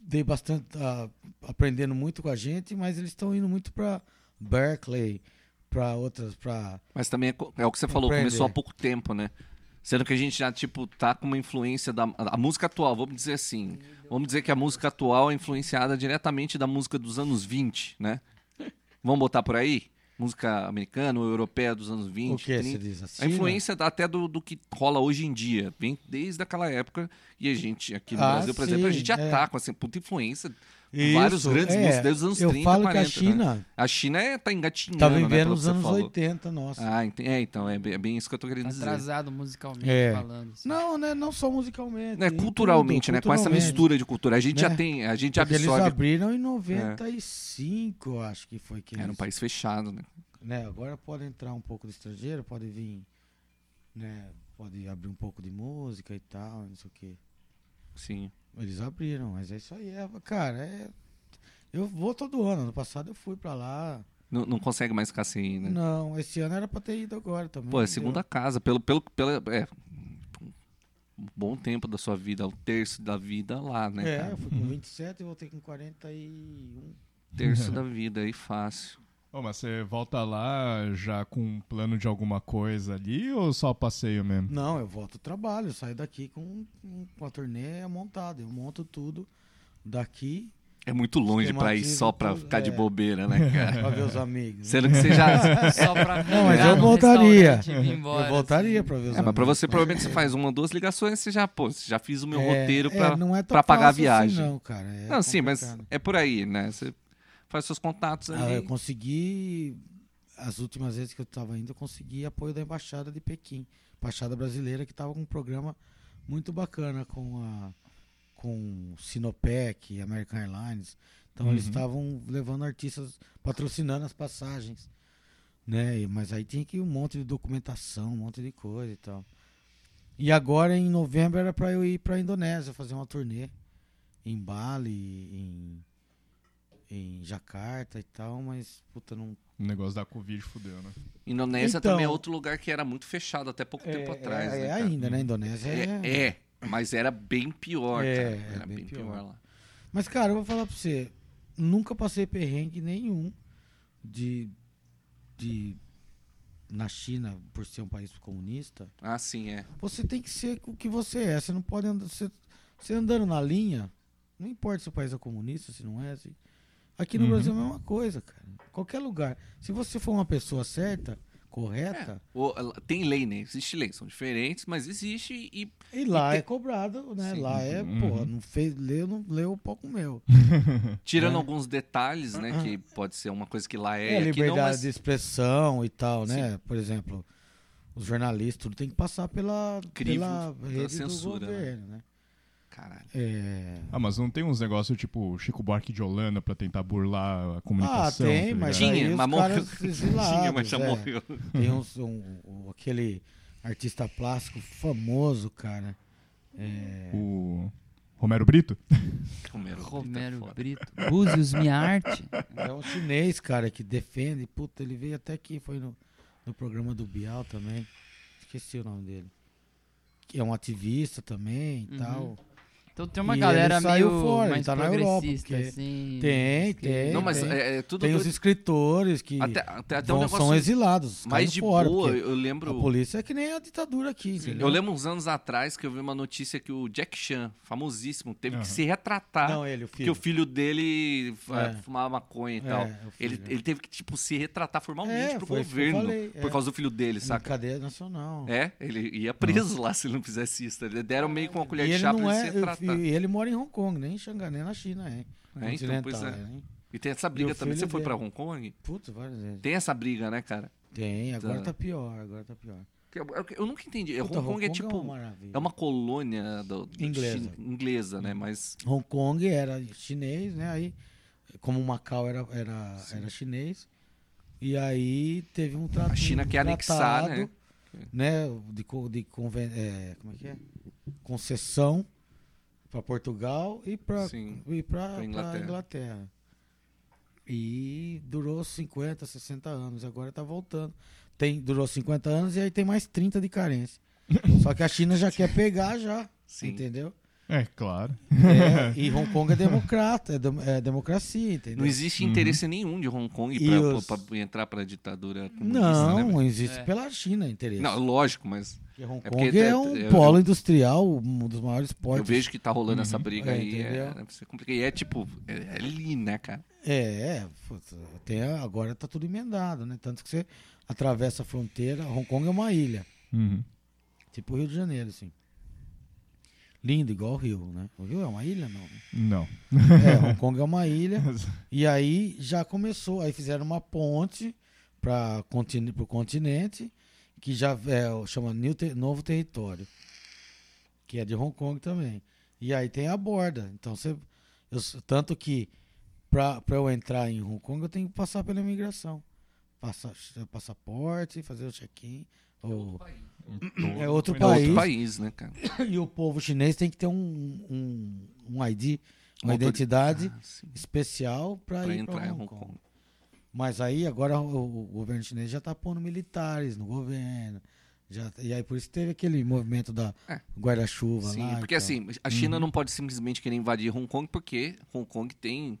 Speaker 4: dei bastante tá aprendendo muito com a gente, mas eles estão indo muito para Berkeley, para outras, para
Speaker 1: Mas também é, co- é o que você falou,
Speaker 4: Compreender.
Speaker 1: começou há pouco tempo, né? Sendo que a gente já, tipo, tá com uma influência da a música atual, vamos dizer assim. Vamos dizer que a música atual é influenciada diretamente da música dos anos 20, né? Vamos botar por aí? Música americana ou europeia dos anos 20,
Speaker 4: O que
Speaker 1: 30.
Speaker 4: você diz? Assim,
Speaker 1: A influência da- até do, do que rola hoje em dia. Vem desde aquela época. E a gente, aqui no
Speaker 4: Ah,
Speaker 1: Brasil, por
Speaker 4: sim,
Speaker 1: exemplo, a gente já
Speaker 4: é.
Speaker 1: tá com essa puta influência.
Speaker 4: Isso,
Speaker 1: vários grandes
Speaker 4: é,
Speaker 1: músicos desde os anos
Speaker 4: eu
Speaker 1: 30,
Speaker 4: falo
Speaker 1: 40.
Speaker 4: que a China
Speaker 1: né? A China é, tá engatinhando,
Speaker 4: tá
Speaker 1: né,
Speaker 4: vivendo
Speaker 1: pelo
Speaker 4: os
Speaker 1: que você
Speaker 4: anos
Speaker 1: falou.
Speaker 4: 80, nossa.
Speaker 1: Ah, ent- é, então, é bem, é bem isso que eu tô querendo
Speaker 3: Tá
Speaker 1: dizer.
Speaker 3: atrasado musicalmente
Speaker 4: É.
Speaker 3: falando. assim.
Speaker 4: Não, né, não só musicalmente.
Speaker 1: Né,
Speaker 4: em tudo,
Speaker 1: culturalmente, né? Com essa
Speaker 4: culturalmente.
Speaker 1: mistura de cultura. A gente
Speaker 4: Né?
Speaker 1: já tem, a gente já
Speaker 4: Porque Eles
Speaker 1: absorve. É.
Speaker 4: abriram em 95, eu acho que foi que
Speaker 1: Era um
Speaker 4: eles-
Speaker 1: país fechado, né?
Speaker 4: né, agora pode entrar um pouco de estrangeiro, pode vir, né, pode abrir um pouco de música e tal, não sei o quê.
Speaker 1: Sim.
Speaker 4: Eles abriram, mas é isso aí, é, cara, é eu vou todo ano, ano passado eu fui pra lá.
Speaker 1: Não, não consegue mais ficar sem, né?
Speaker 4: Não, esse ano era pra ter ido agora também.
Speaker 1: Pô, é
Speaker 4: entendeu?
Speaker 1: segunda casa. Pelo, pelo, pela, é, um bom tempo da sua vida, um terço da vida lá, né?
Speaker 4: É,
Speaker 1: cara?
Speaker 4: eu fui com 27 e voltei com 41.
Speaker 1: terço da vida aí, fácil.
Speaker 2: Ô, mas você volta lá já com um plano de alguma coisa ali ou só passeio mesmo?
Speaker 4: Não, eu volto ao trabalho, eu saio daqui com, um, com a turnê montada. Eu monto tudo daqui
Speaker 1: É muito longe pra ir só pra
Speaker 4: Esquematiza
Speaker 1: ficar de
Speaker 4: tudo, é.
Speaker 1: bobeira, né, cara?
Speaker 4: pra ver os amigos. né?
Speaker 1: Sendo que você já.
Speaker 3: Só pra
Speaker 4: Não, mas
Speaker 3: pegar
Speaker 4: eu
Speaker 3: no
Speaker 4: voltaria.
Speaker 3: restaurante e vir embora,
Speaker 4: eu voltaria
Speaker 3: assim.
Speaker 4: pra ver os
Speaker 1: É, mas pra
Speaker 4: amigos,
Speaker 1: você, provavelmente você faz uma, duas ligações, você já, pô, você já fiz o meu
Speaker 4: É,
Speaker 1: roteiro
Speaker 4: é,
Speaker 1: pra.
Speaker 4: não é tão
Speaker 1: pra pagar a
Speaker 4: fácil
Speaker 1: viagem.
Speaker 4: Assim, não, cara. é
Speaker 1: não, sim, mas
Speaker 4: complicado.
Speaker 1: é por aí, né? Você faz seus contatos
Speaker 4: Ah, eu
Speaker 1: ali.
Speaker 4: consegui, as últimas vezes que eu estava indo, eu consegui apoio da Embaixada de Pequim, Embaixada Brasileira, que estava com um programa muito bacana com a com Sinopec, American Airlines. Então eles
Speaker 2: Uhum.
Speaker 4: estavam levando artistas, patrocinando as passagens. Né? E- Mas aí tinha que ir um monte de documentação, um monte de coisa e tal. E agora em novembro era para eu ir para Indonésia fazer uma turnê em Bali, em, em Jacarta e tal, mas puta, não. um
Speaker 2: O negócio da Covid fudeu, né?
Speaker 1: Indonésia
Speaker 4: Então-
Speaker 1: também é outro lugar que era muito fechado até pouco tempo atrás,
Speaker 4: é,
Speaker 1: né?
Speaker 4: é
Speaker 1: cara?
Speaker 4: ainda, né? Indonésia é,
Speaker 1: É, é, mas era bem pior,
Speaker 4: É,
Speaker 1: cara.
Speaker 4: é
Speaker 1: Era
Speaker 4: bem
Speaker 1: bem, pior.
Speaker 4: pior.
Speaker 1: lá.
Speaker 4: Mas, cara, eu vou falar pra você. Nunca passei perrengue nenhum de. de na China, por ser um país comunista,
Speaker 1: Ah, sim, é.
Speaker 4: você tem que ser o que você é. Você não pode andar. Você, você andando na linha, não importa se o país é comunista, se não é. se- Aqui no
Speaker 2: Uhum.
Speaker 4: Brasil é a mesma coisa, cara. Qualquer lugar. Se você for uma pessoa certa, correta,
Speaker 1: O- tem lei, né? Existe lei, são diferentes, mas existe e
Speaker 4: E lá
Speaker 1: E te-
Speaker 4: é cobrado, né?
Speaker 1: Sim.
Speaker 4: Lá é,
Speaker 2: Uhum.
Speaker 4: porra, não fez, leu, não leu o pouco meu.
Speaker 1: tirando
Speaker 4: Né?
Speaker 1: alguns detalhes, né?
Speaker 4: Ah, ah.
Speaker 1: Que pode ser uma coisa que lá é,
Speaker 4: É,
Speaker 1: e aqui
Speaker 4: liberdade
Speaker 1: não, mas
Speaker 4: de expressão e tal, né? Por exemplo, os jornalistas, tudo tem que passar pela,
Speaker 1: Crivo
Speaker 4: pela
Speaker 1: da
Speaker 4: rede
Speaker 1: censura,
Speaker 4: do
Speaker 1: né?
Speaker 4: governo, né?
Speaker 1: Caralho.
Speaker 4: É...
Speaker 2: Ah, mas não tem uns negócios tipo Chico Buarque de Holanda pra tentar burlar a comunicação?
Speaker 4: Ah, tem,
Speaker 2: tá
Speaker 4: mas-
Speaker 2: ligado?
Speaker 4: aí
Speaker 1: Tinha,
Speaker 4: os
Speaker 1: mas morreu.
Speaker 4: caras exilados,
Speaker 1: Tinha, mas já
Speaker 4: é.
Speaker 1: morreu.
Speaker 4: Tem uns- um, um- aquele artista plástico famoso, cara. É...
Speaker 2: O Romero Brito?
Speaker 1: Romero, Brito é
Speaker 3: Romero
Speaker 1: foda.
Speaker 3: Brito. Búzios, minha arte.
Speaker 4: É um chinês, cara, que defende. Puta, ele veio até aqui, foi no, no programa do Bial também. Esqueci o nome dele. Que é um ativista também e
Speaker 3: Uhum.
Speaker 4: tal.
Speaker 3: Então tem uma
Speaker 4: E
Speaker 3: galera
Speaker 4: ele saiu
Speaker 3: meio
Speaker 4: fora, ele
Speaker 3: mais
Speaker 4: tá na Europa,
Speaker 3: progressista,
Speaker 4: porque-
Speaker 3: assim.
Speaker 4: Tem,
Speaker 3: esquerda.
Speaker 4: tem.
Speaker 1: Não, mas
Speaker 4: tem.
Speaker 1: é, é tudo
Speaker 4: Tem os
Speaker 1: doido.
Speaker 4: escritores que
Speaker 1: até, até, até um
Speaker 4: vão-
Speaker 1: negócio
Speaker 4: são exilados.
Speaker 1: mais de
Speaker 4: fora,
Speaker 1: boa,
Speaker 4: porque
Speaker 1: eu lembro.
Speaker 4: A né? polícia é que nem a ditadura aqui.
Speaker 1: Sim.
Speaker 4: entendeu?
Speaker 1: Eu lembro uns anos atrás que eu vi uma notícia que o Jack Chan, famosíssimo, teve
Speaker 2: Aham.
Speaker 1: que se retratar
Speaker 4: Não, ele, o
Speaker 1: porque
Speaker 4: filho.
Speaker 1: ah, o filho dele ah,
Speaker 4: É.
Speaker 1: fumava maconha e
Speaker 4: É,
Speaker 1: tal.
Speaker 4: é o filho.
Speaker 1: Ele, ele teve que, tipo, se retratar formalmente
Speaker 4: É,
Speaker 1: pro
Speaker 4: foi isso que eu
Speaker 1: governo
Speaker 4: falei,
Speaker 1: por
Speaker 4: é. Então.
Speaker 1: causa do filho dele,
Speaker 4: Na
Speaker 1: saca?
Speaker 4: cadeia nacional.
Speaker 1: É, ele ia preso lá se ele não fizesse isso. tá ligado? Deram meio com uma
Speaker 4: E
Speaker 1: colher de
Speaker 4: ele,
Speaker 1: chá pra
Speaker 4: não
Speaker 1: ele se
Speaker 4: é,
Speaker 1: retratar.
Speaker 4: e e ele mora em Hong Kong, nem em Xangai, nem na China, é.
Speaker 1: É, então, pois
Speaker 4: Continental,
Speaker 1: é.
Speaker 4: né?
Speaker 1: E tem essa briga
Speaker 4: Meu
Speaker 1: também. Você
Speaker 4: filho
Speaker 1: foi pra
Speaker 4: dele.
Speaker 1: Hong Kong?
Speaker 4: Putz, várias vezes.
Speaker 1: Tem essa briga, né, cara?
Speaker 4: Tem, agora
Speaker 1: Tá.
Speaker 4: tá pior, agora tá pior.
Speaker 1: Que Eu, eu- eu nunca entendi. É,
Speaker 4: Puta,
Speaker 1: Hong Kong é
Speaker 4: uma
Speaker 1: tipo.
Speaker 4: maravilha.
Speaker 1: É uma colônia do, do
Speaker 4: Inglesa. Hum.
Speaker 1: China- inglesa, né? Mas.
Speaker 4: Hong Kong era chinês, né? Aí, como Macau era, era, era chinês. E aí teve um tratado. né?
Speaker 1: A China quer anexar, né?
Speaker 4: de, co- de conven, é, como é que é? concessão para Portugal e para
Speaker 1: Sim,
Speaker 4: e pra,
Speaker 1: pra
Speaker 4: pra
Speaker 1: Inglaterra.
Speaker 4: Inglaterra. E durou 50, 60 anos. Agora tá voltando. Tem, durou 50 anos e aí tem mais 30 de carência. Só que a China já quer pegar já,
Speaker 1: Sim.
Speaker 4: entendeu?
Speaker 2: É, claro.
Speaker 4: É, e Hong Kong é democrata, é, dem- é democracia, entendeu?
Speaker 1: Não existe interesse nenhum de Hong Kong
Speaker 4: E
Speaker 1: pra,
Speaker 4: os-
Speaker 1: pra- pra entrar pra ditadura comunista,
Speaker 4: Não,
Speaker 1: né? velho?
Speaker 4: existe
Speaker 3: É.
Speaker 4: pela China interesse.
Speaker 1: Não, lógico, mas
Speaker 4: Porque Hong
Speaker 1: É
Speaker 4: Kong
Speaker 1: porque
Speaker 4: é,
Speaker 1: tá-
Speaker 4: um
Speaker 1: eu-
Speaker 4: polo industrial, um dos maiores portos.
Speaker 1: Eu vejo que tá rolando essa briga
Speaker 4: É,
Speaker 1: aí. É,
Speaker 4: entendeu?
Speaker 1: é complicado. e é tipo, é, é ali, né, cara?
Speaker 4: É, é puta, tem, agora tá tudo emendado, né? Tanto que você atravessa a fronteira, Hong Kong é uma ilha,
Speaker 2: Uhum.
Speaker 4: tipo o Rio de Janeiro, assim. Lindo, igual o Rio, né? O Rio é uma ilha, não. né?
Speaker 2: Não.
Speaker 4: É, Hong Kong é uma ilha. E aí já começou, aí fizeram uma ponte para o continente, que já é, chama New Te- Novo Território, que é de Hong Kong também. E aí tem a borda. Então você. eu s- tanto que para eu entrar em Hong Kong eu tenho que passar pela imigração. Passar é, passaporte, fazer o check-in. ou- É
Speaker 1: É outro
Speaker 4: outro País.
Speaker 1: país, né, cara?
Speaker 4: E o povo chinês tem que ter um, um, um ID, uma
Speaker 1: Uma
Speaker 4: identidade
Speaker 1: Ah, sim.
Speaker 4: especial para
Speaker 1: Pra
Speaker 4: ir
Speaker 1: entrar
Speaker 4: para
Speaker 1: em
Speaker 4: Hong,
Speaker 1: Hong
Speaker 4: Kong.
Speaker 1: Kong.
Speaker 4: Mas aí agora o, o governo chinês já está pondo militares no governo. Já, tá, e aí por isso teve aquele movimento da
Speaker 1: É.
Speaker 4: guarda-chuva
Speaker 1: Sim,
Speaker 4: lá. e
Speaker 1: porque
Speaker 4: tal. Uhum.
Speaker 1: assim, a China não pode simplesmente querer invadir Hong Kong, porque Hong Kong tem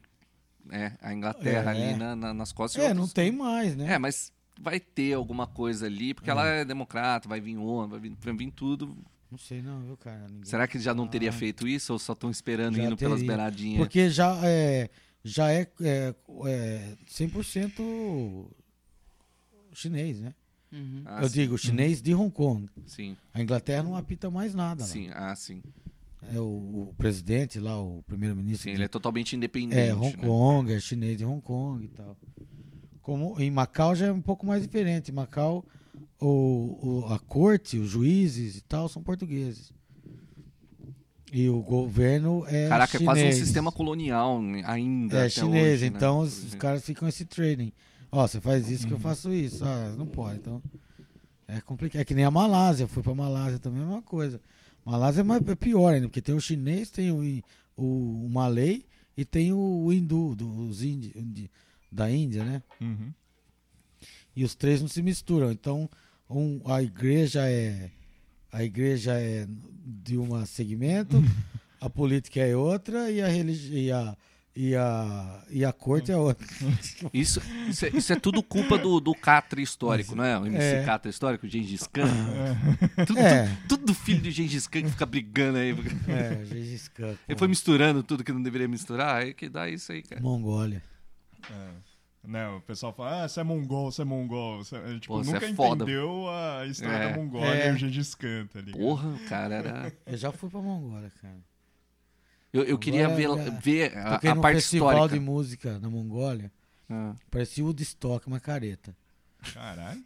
Speaker 1: é, a Inglaterra
Speaker 4: É.
Speaker 1: ali na- na- nas costas. e
Speaker 4: É,
Speaker 1: outros-
Speaker 4: não tem mais, né?
Speaker 1: É, mas vai ter alguma coisa ali, porque ela é democrata, vai vir ONU, vai vir, vai vir tudo.
Speaker 4: Não sei não, viu, cara? Ninguém-
Speaker 1: Será que já não teria
Speaker 4: Ah.
Speaker 1: feito isso ou só estão esperando
Speaker 4: Já
Speaker 1: indo pelas
Speaker 4: teria.
Speaker 1: beiradinhas?
Speaker 4: Porque já é, já é, é, é 100% chinês, né?
Speaker 3: Uhum.
Speaker 1: Ah,
Speaker 4: Eu
Speaker 1: sim,
Speaker 4: digo, chinês de Hong Kong.
Speaker 1: Sim,
Speaker 4: A Inglaterra não apita mais nada lá.
Speaker 1: sim, ah, sim.
Speaker 4: É, o, o presidente lá, o primeiro-ministro
Speaker 1: Sim, ele é totalmente independente.
Speaker 4: É, Hong
Speaker 1: né?
Speaker 4: Kong, é chinês de Hong Kong e tal. Como, em Macau já é um pouco mais diferente. Em Macau, o, o- a corte, os juízes e tal são portugueses. E o governo é.
Speaker 1: Caraca, é quase um
Speaker 4: chinês.
Speaker 1: sistema colonial né, ainda.
Speaker 4: É
Speaker 1: até
Speaker 4: chinês,
Speaker 1: hoje, né?
Speaker 4: então os, os caras ficam esse training. Ó, você faz isso que
Speaker 1: Uhum.
Speaker 4: eu faço isso. Ah, não pode, então. É complicado. É que nem a Malásia. Eu fui pra Malásia também, é a mesma coisa. Malásia é, mais, é pior ainda, porque tem o chinês, tem o, i- o, o malay e tem o, hindu, dos indi, indi- da Índia, né?
Speaker 2: Uhum.
Speaker 4: E os três não se misturam. Então, um, a igreja é. A igreja é de um segmento, a política é outra e a religião. E a, e a, e a corte é outra.
Speaker 1: Isso, isso, é, isso é tudo culpa do, do Catra histórico, não é? O MC
Speaker 4: É.
Speaker 1: Catra histórico, o Gengis Khan. Tudo,
Speaker 4: É.
Speaker 1: tudo, tudo filho do Gengis Khan que fica brigando aí.
Speaker 4: É, Gengis Khan.
Speaker 1: Ele foi misturando tudo que não deveria misturar, aí que dá isso aí, cara.
Speaker 4: Mongólia.
Speaker 2: É. Né, o pessoal fala, ah, você é mongol, você é mongol. Você, é, tipo,
Speaker 1: Pô, você
Speaker 2: nunca
Speaker 1: é foda.
Speaker 2: entendeu a história
Speaker 1: É.
Speaker 2: da Mongólia
Speaker 4: É.
Speaker 2: e o Gengis Khan, tá ligado?
Speaker 1: Porra, o cara, era.
Speaker 4: Eu já fui pra Mongólia, cara.
Speaker 1: Eu, eu queria ver,
Speaker 4: Agora, é.
Speaker 1: ver a,
Speaker 4: Toquei
Speaker 1: a
Speaker 4: num
Speaker 1: parte
Speaker 4: um festival
Speaker 1: histórica.
Speaker 4: de música na Mongólia.
Speaker 1: Ah.
Speaker 4: Parecia o Woodstock, uma careta.
Speaker 2: Caralho.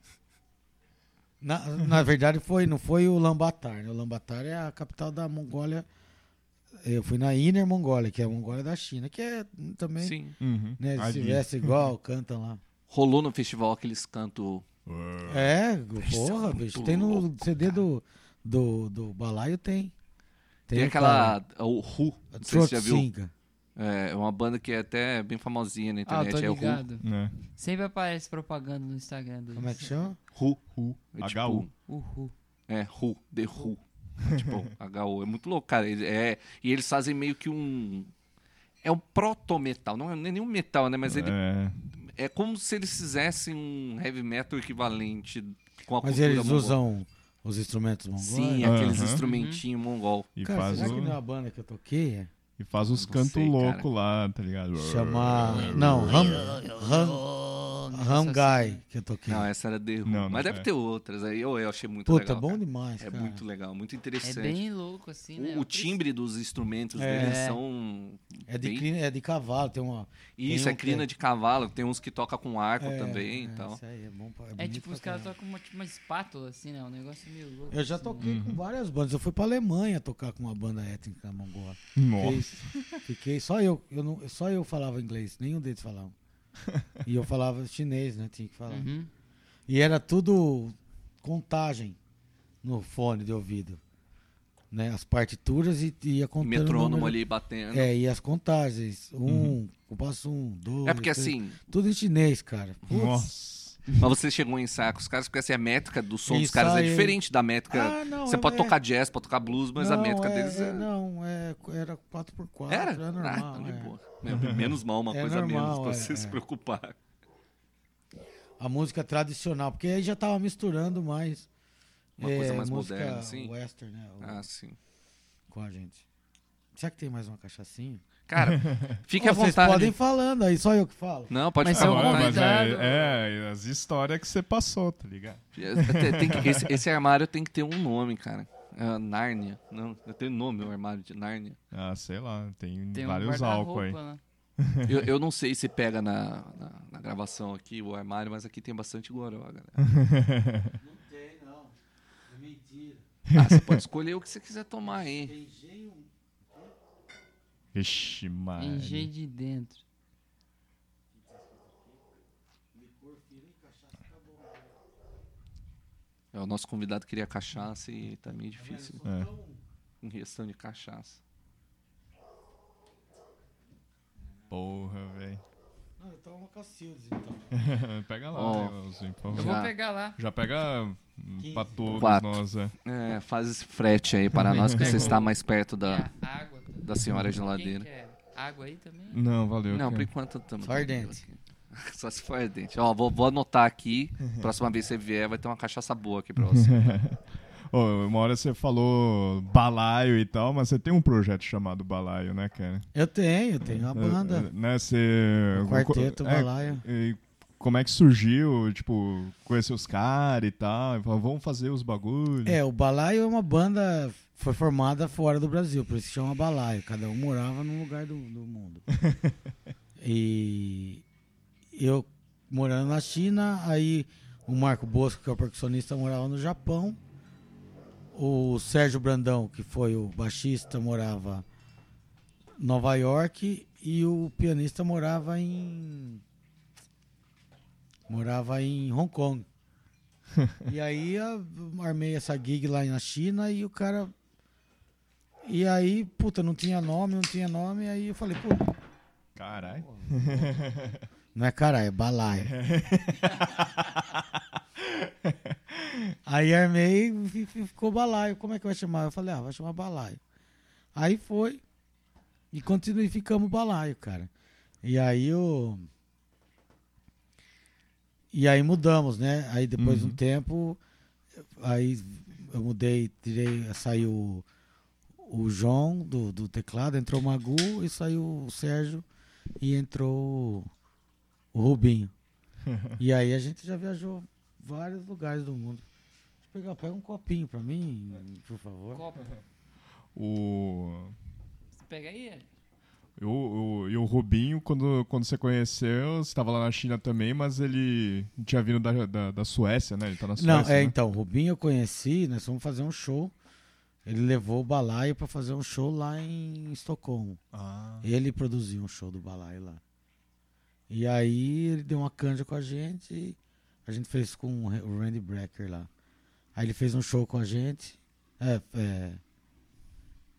Speaker 4: Na, na verdade, foi, não foi o Lambatar. Né? O Lambatar é a capital da Mongólia. Eu fui na Inner Mongólia, que é a Mongólia da China, que é hum, também.
Speaker 1: Sim.
Speaker 2: Uhum.
Speaker 4: Né, eles se
Speaker 2: Ali.
Speaker 4: vestem igual, cantam lá.
Speaker 1: Rolou no festival aqueles cantos.
Speaker 2: Ué.
Speaker 4: É,
Speaker 1: isso é
Speaker 4: porra,
Speaker 1: muito
Speaker 4: bicho. Tem no
Speaker 1: louco,
Speaker 4: CD do, do, do Balaio, tem.
Speaker 1: Tem,
Speaker 4: o
Speaker 1: aquela. O Ru. Não sei se você já viu.
Speaker 4: Trotsinga.
Speaker 1: É uma banda que é até bem famosinha na
Speaker 3: Ah, eu
Speaker 1: internet.
Speaker 3: tô
Speaker 1: é o Ru.
Speaker 3: ligado.
Speaker 2: Né?
Speaker 3: Sempre aparece propaganda no Instagram deles.
Speaker 4: Como é que chama?
Speaker 1: Ru.
Speaker 2: Hu.
Speaker 1: É tipo-
Speaker 2: H-U.
Speaker 3: Uhul.
Speaker 1: É, Ru, The Ru. tipo, HU. É muito louco, cara. Ele- É, e eles fazem meio que um. É um proto-metal. Não é nenhum metal, né? Mas ele
Speaker 2: É.
Speaker 1: é como se eles fizessem um heavy metal equivalente com a
Speaker 4: Mas
Speaker 1: cultura
Speaker 4: eles
Speaker 1: mongol.
Speaker 4: usam É. os instrumentos mongóis?
Speaker 1: Sim, é.
Speaker 2: Aham.
Speaker 1: aqueles instrumentinhos mongol.
Speaker 2: E,
Speaker 4: Cara,
Speaker 2: faz
Speaker 4: será que
Speaker 2: o-
Speaker 4: não é a banda que eu toquei?
Speaker 2: e faz os
Speaker 1: Não
Speaker 2: cantos
Speaker 1: sei,
Speaker 2: loucos lá, tá ligado?
Speaker 4: Chamar. Não, Hum. Ram, Ram, Ramgai que eu toquei.
Speaker 1: Não, essa era The Who.
Speaker 2: Não, não
Speaker 1: Mas deve
Speaker 2: é.
Speaker 1: ter outras. Aí eu, eu achei muito
Speaker 4: Puta,
Speaker 1: legal.
Speaker 4: bom
Speaker 1: cara.
Speaker 4: demais,
Speaker 1: É
Speaker 4: cara.
Speaker 1: muito legal, muito
Speaker 3: É
Speaker 1: interessante.
Speaker 3: bem louco, assim, né?
Speaker 1: o, o timbre dos instrumentos
Speaker 4: É.
Speaker 1: deles são.
Speaker 4: É de,
Speaker 1: bem-
Speaker 4: crina- é de cavalo, tem uma.
Speaker 1: Isso,
Speaker 4: tem
Speaker 1: é
Speaker 4: um-
Speaker 1: crina de cavalo, tem uns que toca com arco
Speaker 4: é,
Speaker 1: também e
Speaker 4: é,
Speaker 1: tal.
Speaker 4: Isso aí, é bom pra-
Speaker 3: É
Speaker 4: bonito
Speaker 3: tipo, os
Speaker 4: pra
Speaker 3: caras
Speaker 4: caralho.
Speaker 3: tocam uma, tipo, uma espátula, assim, né? Um negócio meio louco.
Speaker 4: Eu já
Speaker 3: assim, né?
Speaker 4: toquei
Speaker 1: Uhum.
Speaker 4: com várias bandas. Eu fui pra Alemanha tocar com uma banda étnica mongola. Fiquei,
Speaker 2: Nossa.
Speaker 4: fiquei só eu, eu não, só eu falava inglês, nenhum deles falava. E eu falava chinês, né? Tinha que falar.
Speaker 1: Hum,
Speaker 3: Uhum.
Speaker 4: E era tudo contagem no fone de ouvido. Né? As partituras e, e ia
Speaker 1: E
Speaker 4: contando. o
Speaker 1: metrônomo
Speaker 4: número.
Speaker 1: ali batendo. É,
Speaker 4: É, e as contagens. Um, eu passo um, dois.
Speaker 1: porque
Speaker 4: três.
Speaker 1: assim,
Speaker 4: Tudo em chinês, cara. Putz.
Speaker 2: Nossa.
Speaker 1: mas você chegou a ensaiar com os caras, porque assim, a métrica do som dos
Speaker 4: Isso
Speaker 1: caras é
Speaker 4: aí.
Speaker 1: diferente da métrica.
Speaker 4: Ah, não,
Speaker 1: você
Speaker 4: é-
Speaker 1: pode
Speaker 4: é-
Speaker 1: tocar jazz, pode tocar blues, mas a
Speaker 4: Não,
Speaker 1: métrica
Speaker 4: é-
Speaker 1: deles
Speaker 4: é,
Speaker 1: é.
Speaker 4: Não, é, era 4x4.
Speaker 1: Era?
Speaker 4: Era
Speaker 1: Ah,
Speaker 4: normal.
Speaker 1: então de
Speaker 4: é.
Speaker 1: boa. Meu, Menos mal, uma
Speaker 4: É
Speaker 1: coisa a menos
Speaker 4: normal,
Speaker 1: pra
Speaker 4: é,
Speaker 1: você se
Speaker 4: é.
Speaker 1: preocupar.
Speaker 4: A música tradicional, porque aí já tava misturando mais
Speaker 1: Uma
Speaker 4: É,
Speaker 1: coisa mais
Speaker 4: música
Speaker 1: moderna, assim?
Speaker 4: western, né? o-
Speaker 1: Ah, sim.
Speaker 4: Com a gente. Será que tem mais uma cachaçinha?
Speaker 1: Cara, fique à
Speaker 4: Ó, Vocês
Speaker 1: vontade. né?
Speaker 4: podem ir falando aí, só eu que falo.
Speaker 1: Não, pode
Speaker 3: Mas
Speaker 1: ficar à
Speaker 3: eu vou
Speaker 1: vontade.
Speaker 2: mas é,
Speaker 3: convidado.
Speaker 2: é, as histórias que você passou, tá ligado?
Speaker 1: Tem- tem
Speaker 4: é.
Speaker 1: que- esse, esse armário tem que ter um nome, cara. Ah, Nárnia. Não, tem nome o armário de Nárnia.
Speaker 2: Ah, sei lá, tem,
Speaker 3: Tem
Speaker 2: vários
Speaker 3: um
Speaker 2: álcool aí.
Speaker 3: guarda-roupa lá.
Speaker 1: Eu, eu não sei se pega na, na- na gravação aqui o armário, mas aqui tem bastante goró, galera.
Speaker 4: Não tem, não. É mentira.
Speaker 1: Ah, você pode escolher o que você quiser tomar aí.
Speaker 4: Tem jeito.
Speaker 2: Ixi,
Speaker 1: Ah,
Speaker 2: mano.
Speaker 3: Engenho de dentro.
Speaker 1: É, O nosso convidado queria cachaça e tá
Speaker 3: É
Speaker 1: meio
Speaker 4: é,
Speaker 1: difícil. Um restão de cachaça.
Speaker 2: Porra, velho.
Speaker 4: Não, eu tomo uma Cacildes, então.
Speaker 2: pega lá,
Speaker 1: Ó,
Speaker 2: Leozinho, por
Speaker 3: Eu
Speaker 2: favor.
Speaker 1: Já-
Speaker 3: vou pegar lá.
Speaker 2: Já pega hum, pra todos
Speaker 1: Quatro.
Speaker 2: nós, é.
Speaker 1: É, faz esse frete aí para nós, que você está mais perto da,
Speaker 3: É, água também.
Speaker 1: da senhora
Speaker 3: Quem
Speaker 1: geladeira.
Speaker 3: quer? Água aí também?
Speaker 2: Não, valeu.
Speaker 1: Não, por
Speaker 2: cara.
Speaker 1: enquanto estamos.
Speaker 4: Só ardente.
Speaker 1: Só se for ardente. Ó, vou, vou anotar aqui. Próxima vez que você vier, vai ter uma cachaça boa aqui pra você.
Speaker 2: Ô, uma hora você falou balaio e tal, mas você tem um projeto chamado Balaio, né, cara?
Speaker 4: Eu tenho, eu tenho uma
Speaker 2: Eh,
Speaker 4: banda.
Speaker 2: eh, Né, você...
Speaker 4: Um quarteto,
Speaker 2: é,
Speaker 4: balaio.
Speaker 2: e como é que surgiu, tipo, conhecer os caras e tal, e falou, vamos fazer os bagulhos.
Speaker 4: É, o Balaio é uma banda foi formada fora do Brasil, por isso se chama Balaio. Cada um morava num lugar do, do mundo. e eu morando na China, aí o Marco Bosco, que é o percussionista, morava no Japão. O Sérgio Brandão, que foi o baixista, morava em Nova York e o pianista morava em morava em Hong Kong. E aí a- armei essa gig lá na China e o cara. E aí, puta, não tinha nome, não tinha nome, aí eu falei, pô,
Speaker 2: Caralho.
Speaker 4: não é caralho, é balaio. aí armei e fi- fi- ficou balaio. Como é que vai chamar? Eu falei, ah, vai chamar balaio. Aí foi. E continuei, ficamos balaio, cara. E aí eu. E aí mudamos, né? Aí depois de um tempo, aí eu mudei, tirei, saiu o João do, do teclado, entrou o Magu e saiu o Sérgio e entrou o Rubinho. e aí a gente já viajou vários lugares do mundo. Deixa eu pegar, pega um copinho pra mim, por favor.
Speaker 3: Copo.
Speaker 2: O...
Speaker 3: Você pega aí? Tá Eli?
Speaker 2: E o, o- e o Rubinho, quando, quando você conheceu, você estava lá na China também, mas ele tinha vindo da, da, da Suécia, né? Ele tá na Suécia.
Speaker 4: Não, é,
Speaker 2: né?
Speaker 4: então, o Rubinho eu conheci, nós fomos fazer um show. Ele levou o balaio pra fazer um show lá em Estocolmo.
Speaker 2: Ah,
Speaker 4: Ele produziu um show do balaio lá. E aí ele deu uma canja com a gente. e A gente fez com o Ra- o Randy Brecker lá. Aí ele fez um show com a gente. é, é,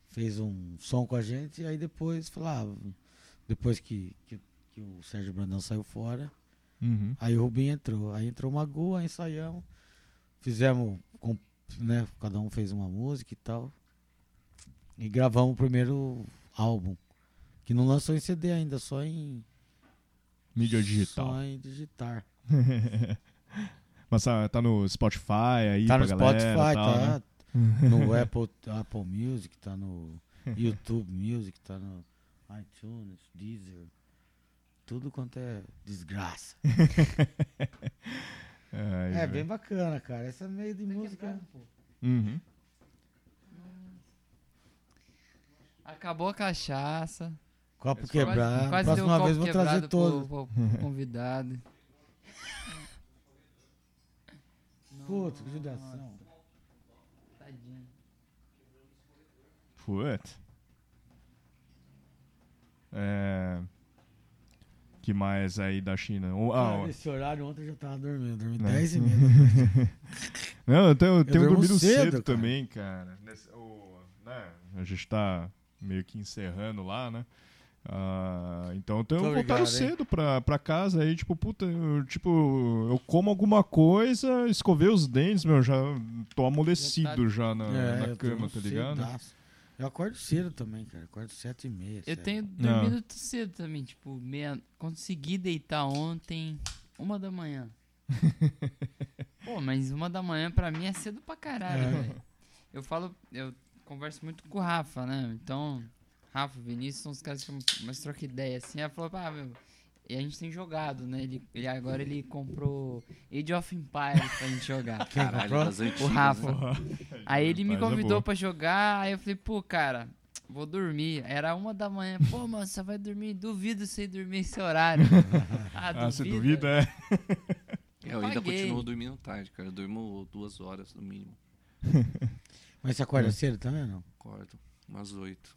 Speaker 4: fez um som com a gente. E aí depois falava. Depois que, que, que o Sérgio Brandão saiu fora.
Speaker 2: uhum.
Speaker 4: Aí o Rubinho entrou. Aí entrou uma Magu, aí ensaiamos. Fizemos, com- né? Cada um fez uma música e tal. E gravamos o primeiro álbum. Que não lançou em CD ainda, só em.
Speaker 2: mídia digital.
Speaker 4: Só em digitar.
Speaker 2: Mas tá, tá no Spotify aí
Speaker 4: tá
Speaker 2: pra
Speaker 4: no
Speaker 2: galera,
Speaker 4: Spotify,
Speaker 2: tal, né?
Speaker 4: tá no Apple, Apple Music, tá no YouTube Music, tá no iTunes, Deezer. Tudo quanto é desgraça.
Speaker 2: É,
Speaker 4: É
Speaker 2: e-
Speaker 4: bem bacana, cara. Essa meio de música.
Speaker 2: Uhum.
Speaker 3: Acabou a cachaça.
Speaker 4: Copo
Speaker 2: Quase- um
Speaker 4: quebrado.
Speaker 3: deu um
Speaker 4: Próxima
Speaker 3: copo
Speaker 4: vez vou trazer
Speaker 3: quebrado
Speaker 4: todos.
Speaker 3: Pro, pro- pro convidado.
Speaker 4: Puta, que judiação.
Speaker 3: Tadinho.
Speaker 2: Putz. É... Que mais aí da China? O- ah,
Speaker 4: Cara,
Speaker 2: o-
Speaker 4: esse horário ontem eu já tava dormindo. Dormi
Speaker 2: Né?
Speaker 4: 10 e meia.
Speaker 2: Não, eu tenho, eu tenho
Speaker 4: durmo
Speaker 2: dormido cedo,
Speaker 4: cedo, cara.
Speaker 2: também, cara. Nesse- o- né, a gente tá meio que encerrando lá, né? Ah, então eu tenho
Speaker 4: Tô
Speaker 2: voltado
Speaker 4: ligado, hein?
Speaker 2: cedo pra, pra casa aí, tipo, puta, eu, tipo, eu como alguma coisa, escovei os dentes, meu, já tô amolecido já na, na
Speaker 4: É, eu
Speaker 2: cama,
Speaker 4: durmo
Speaker 2: tá ligado?
Speaker 4: cedaço. Eu acordo cedo também, cara. Acordo 7 e meia.
Speaker 3: Eu
Speaker 4: sete.
Speaker 3: tenho dormido muito cedo também, tipo, meia... consegui deitar ontem, uma da manhã. Pô, mas uma da manhã pra mim é cedo pra caralho,
Speaker 4: É.
Speaker 3: velho. Eu falo, eu converso muito com o Rafa, né? Então, Rafa, Vinícius são os caras que eu mais troco ideia, assim. Ela falou, ah, meu, e a gente tem jogado, né? Ele, ele- agora ele comprou Age of Empires pra gente jogar.
Speaker 1: Caralho,
Speaker 4: comprou?
Speaker 1: das antigas.
Speaker 3: O Rafa.
Speaker 1: né?
Speaker 3: Aí ele me
Speaker 2: Rapaz, é
Speaker 3: convidou
Speaker 2: boa.
Speaker 3: pra jogar, aí eu falei, pô, cara, vou dormir. Era uma da manhã. Pô, mano, você vai dormir? Duvido você ir dormir esse horário.
Speaker 2: Ah, você duvida? É.
Speaker 1: É, Eu ainda
Speaker 3: Paguei.
Speaker 1: continuo dormindo tarde, cara. Eu durmo duas horas no mínimo.
Speaker 4: Mas você
Speaker 2: É.
Speaker 4: acorda cedo também ou não?
Speaker 1: Acordo umas oito.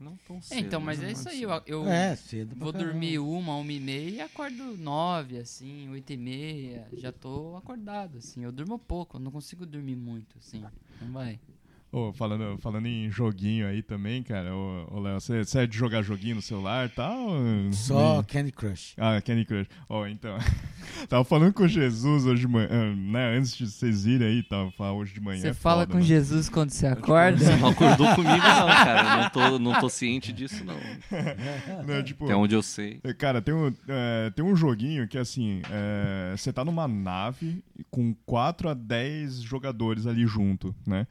Speaker 1: Não tão cedo. né?
Speaker 3: É, então, mas é
Speaker 1: umas
Speaker 3: isso aí. Eu,
Speaker 1: oito.
Speaker 3: eu
Speaker 4: é, cedo. pra
Speaker 3: vou
Speaker 4: caramba.
Speaker 3: dormir uma, uma e meia e acordo nove, assim, oito e meia. Já tô acordado, assim. Eu durmo pouco, eu não consigo dormir muito, assim. Não vai.
Speaker 2: Ô, falando, falando em joguinho aí também, cara, ô, ô Léo, você você é de jogar joguinho no celular e tal?
Speaker 4: Só Candy Crush.
Speaker 2: Ah, Candy Crush. Ó, então. tava falando com o Jesus hoje de manhã, né? Antes de vocês irem aí, tava falando hoje de manhã.
Speaker 3: Você
Speaker 2: é
Speaker 3: fala
Speaker 2: foda,
Speaker 3: com
Speaker 2: né?
Speaker 3: Jesus quando você acorda?
Speaker 1: Você não acordou comigo, não, cara. Eu Não tô, não tô ciente disso, não.
Speaker 2: Não, tipo,
Speaker 1: Até onde eu sei.
Speaker 2: Cara, tem um, é, tem um joguinho que, assim, é, você tá numa nave com 4 a 10 jogadores ali junto, né?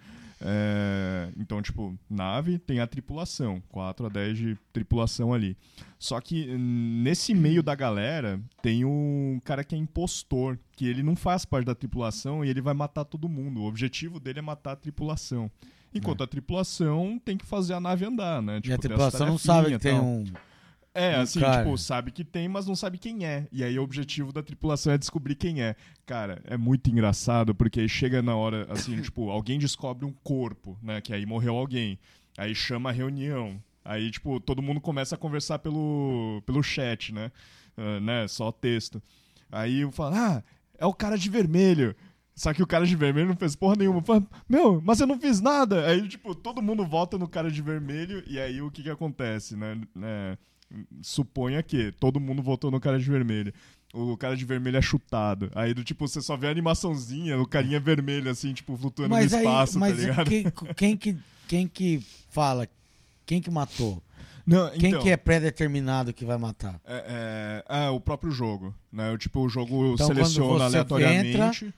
Speaker 2: É, então, tipo, nave tem a tripulação, 4 a 10 de tripulação ali. Só que hum, nesse meio da galera tem um cara que é impostor, que ele não faz parte da tripulação e ele vai matar todo mundo. O objetivo dele é matar a tripulação. Enquanto a tripulação tem que fazer a nave andar, né?
Speaker 4: É. e
Speaker 2: tem
Speaker 4: a
Speaker 2: as
Speaker 4: tripulação não sabe que
Speaker 2: tarefinhas e
Speaker 4: tem
Speaker 2: tal.
Speaker 4: um.
Speaker 2: É,
Speaker 4: Um
Speaker 2: assim,
Speaker 4: cara.
Speaker 2: tipo, sabe que tem, mas não sabe quem é. E aí o objetivo da tripulação é descobrir quem é. Cara, é muito engraçado, porque aí chega na hora, assim, tipo, alguém descobre um corpo, né? Que aí morreu alguém. Aí chama a reunião. Aí, tipo, todo mundo começa a conversar pelo, pelo chat, né? Ah, né? Só texto. Aí eu falo, ah, é o cara de vermelho. Só que o cara de vermelho não fez porra nenhuma. Fala, meu, mas eu não fiz nada. Aí, tipo, todo mundo volta no cara de vermelho. E aí, o que que acontece, né? É, suponha que todo mundo votou no cara de vermelho. O cara de vermelho é chutado. Aí, do tipo, você só vê a animaçãozinha, o carinha vermelho, assim, tipo, flutuando
Speaker 4: Mas
Speaker 2: no
Speaker 4: aí,
Speaker 2: espaço,
Speaker 4: mas
Speaker 2: tá ligado?
Speaker 4: quem, quem que, quem que fala? Quem que matou?
Speaker 2: Não,
Speaker 4: Quem
Speaker 2: então,
Speaker 4: que é pré-determinado que vai matar?
Speaker 2: É, é- ah, o próprio jogo, né? Eu, tipo, o jogo
Speaker 4: Então, quando
Speaker 2: seleciona
Speaker 4: você
Speaker 2: aleatoriamente.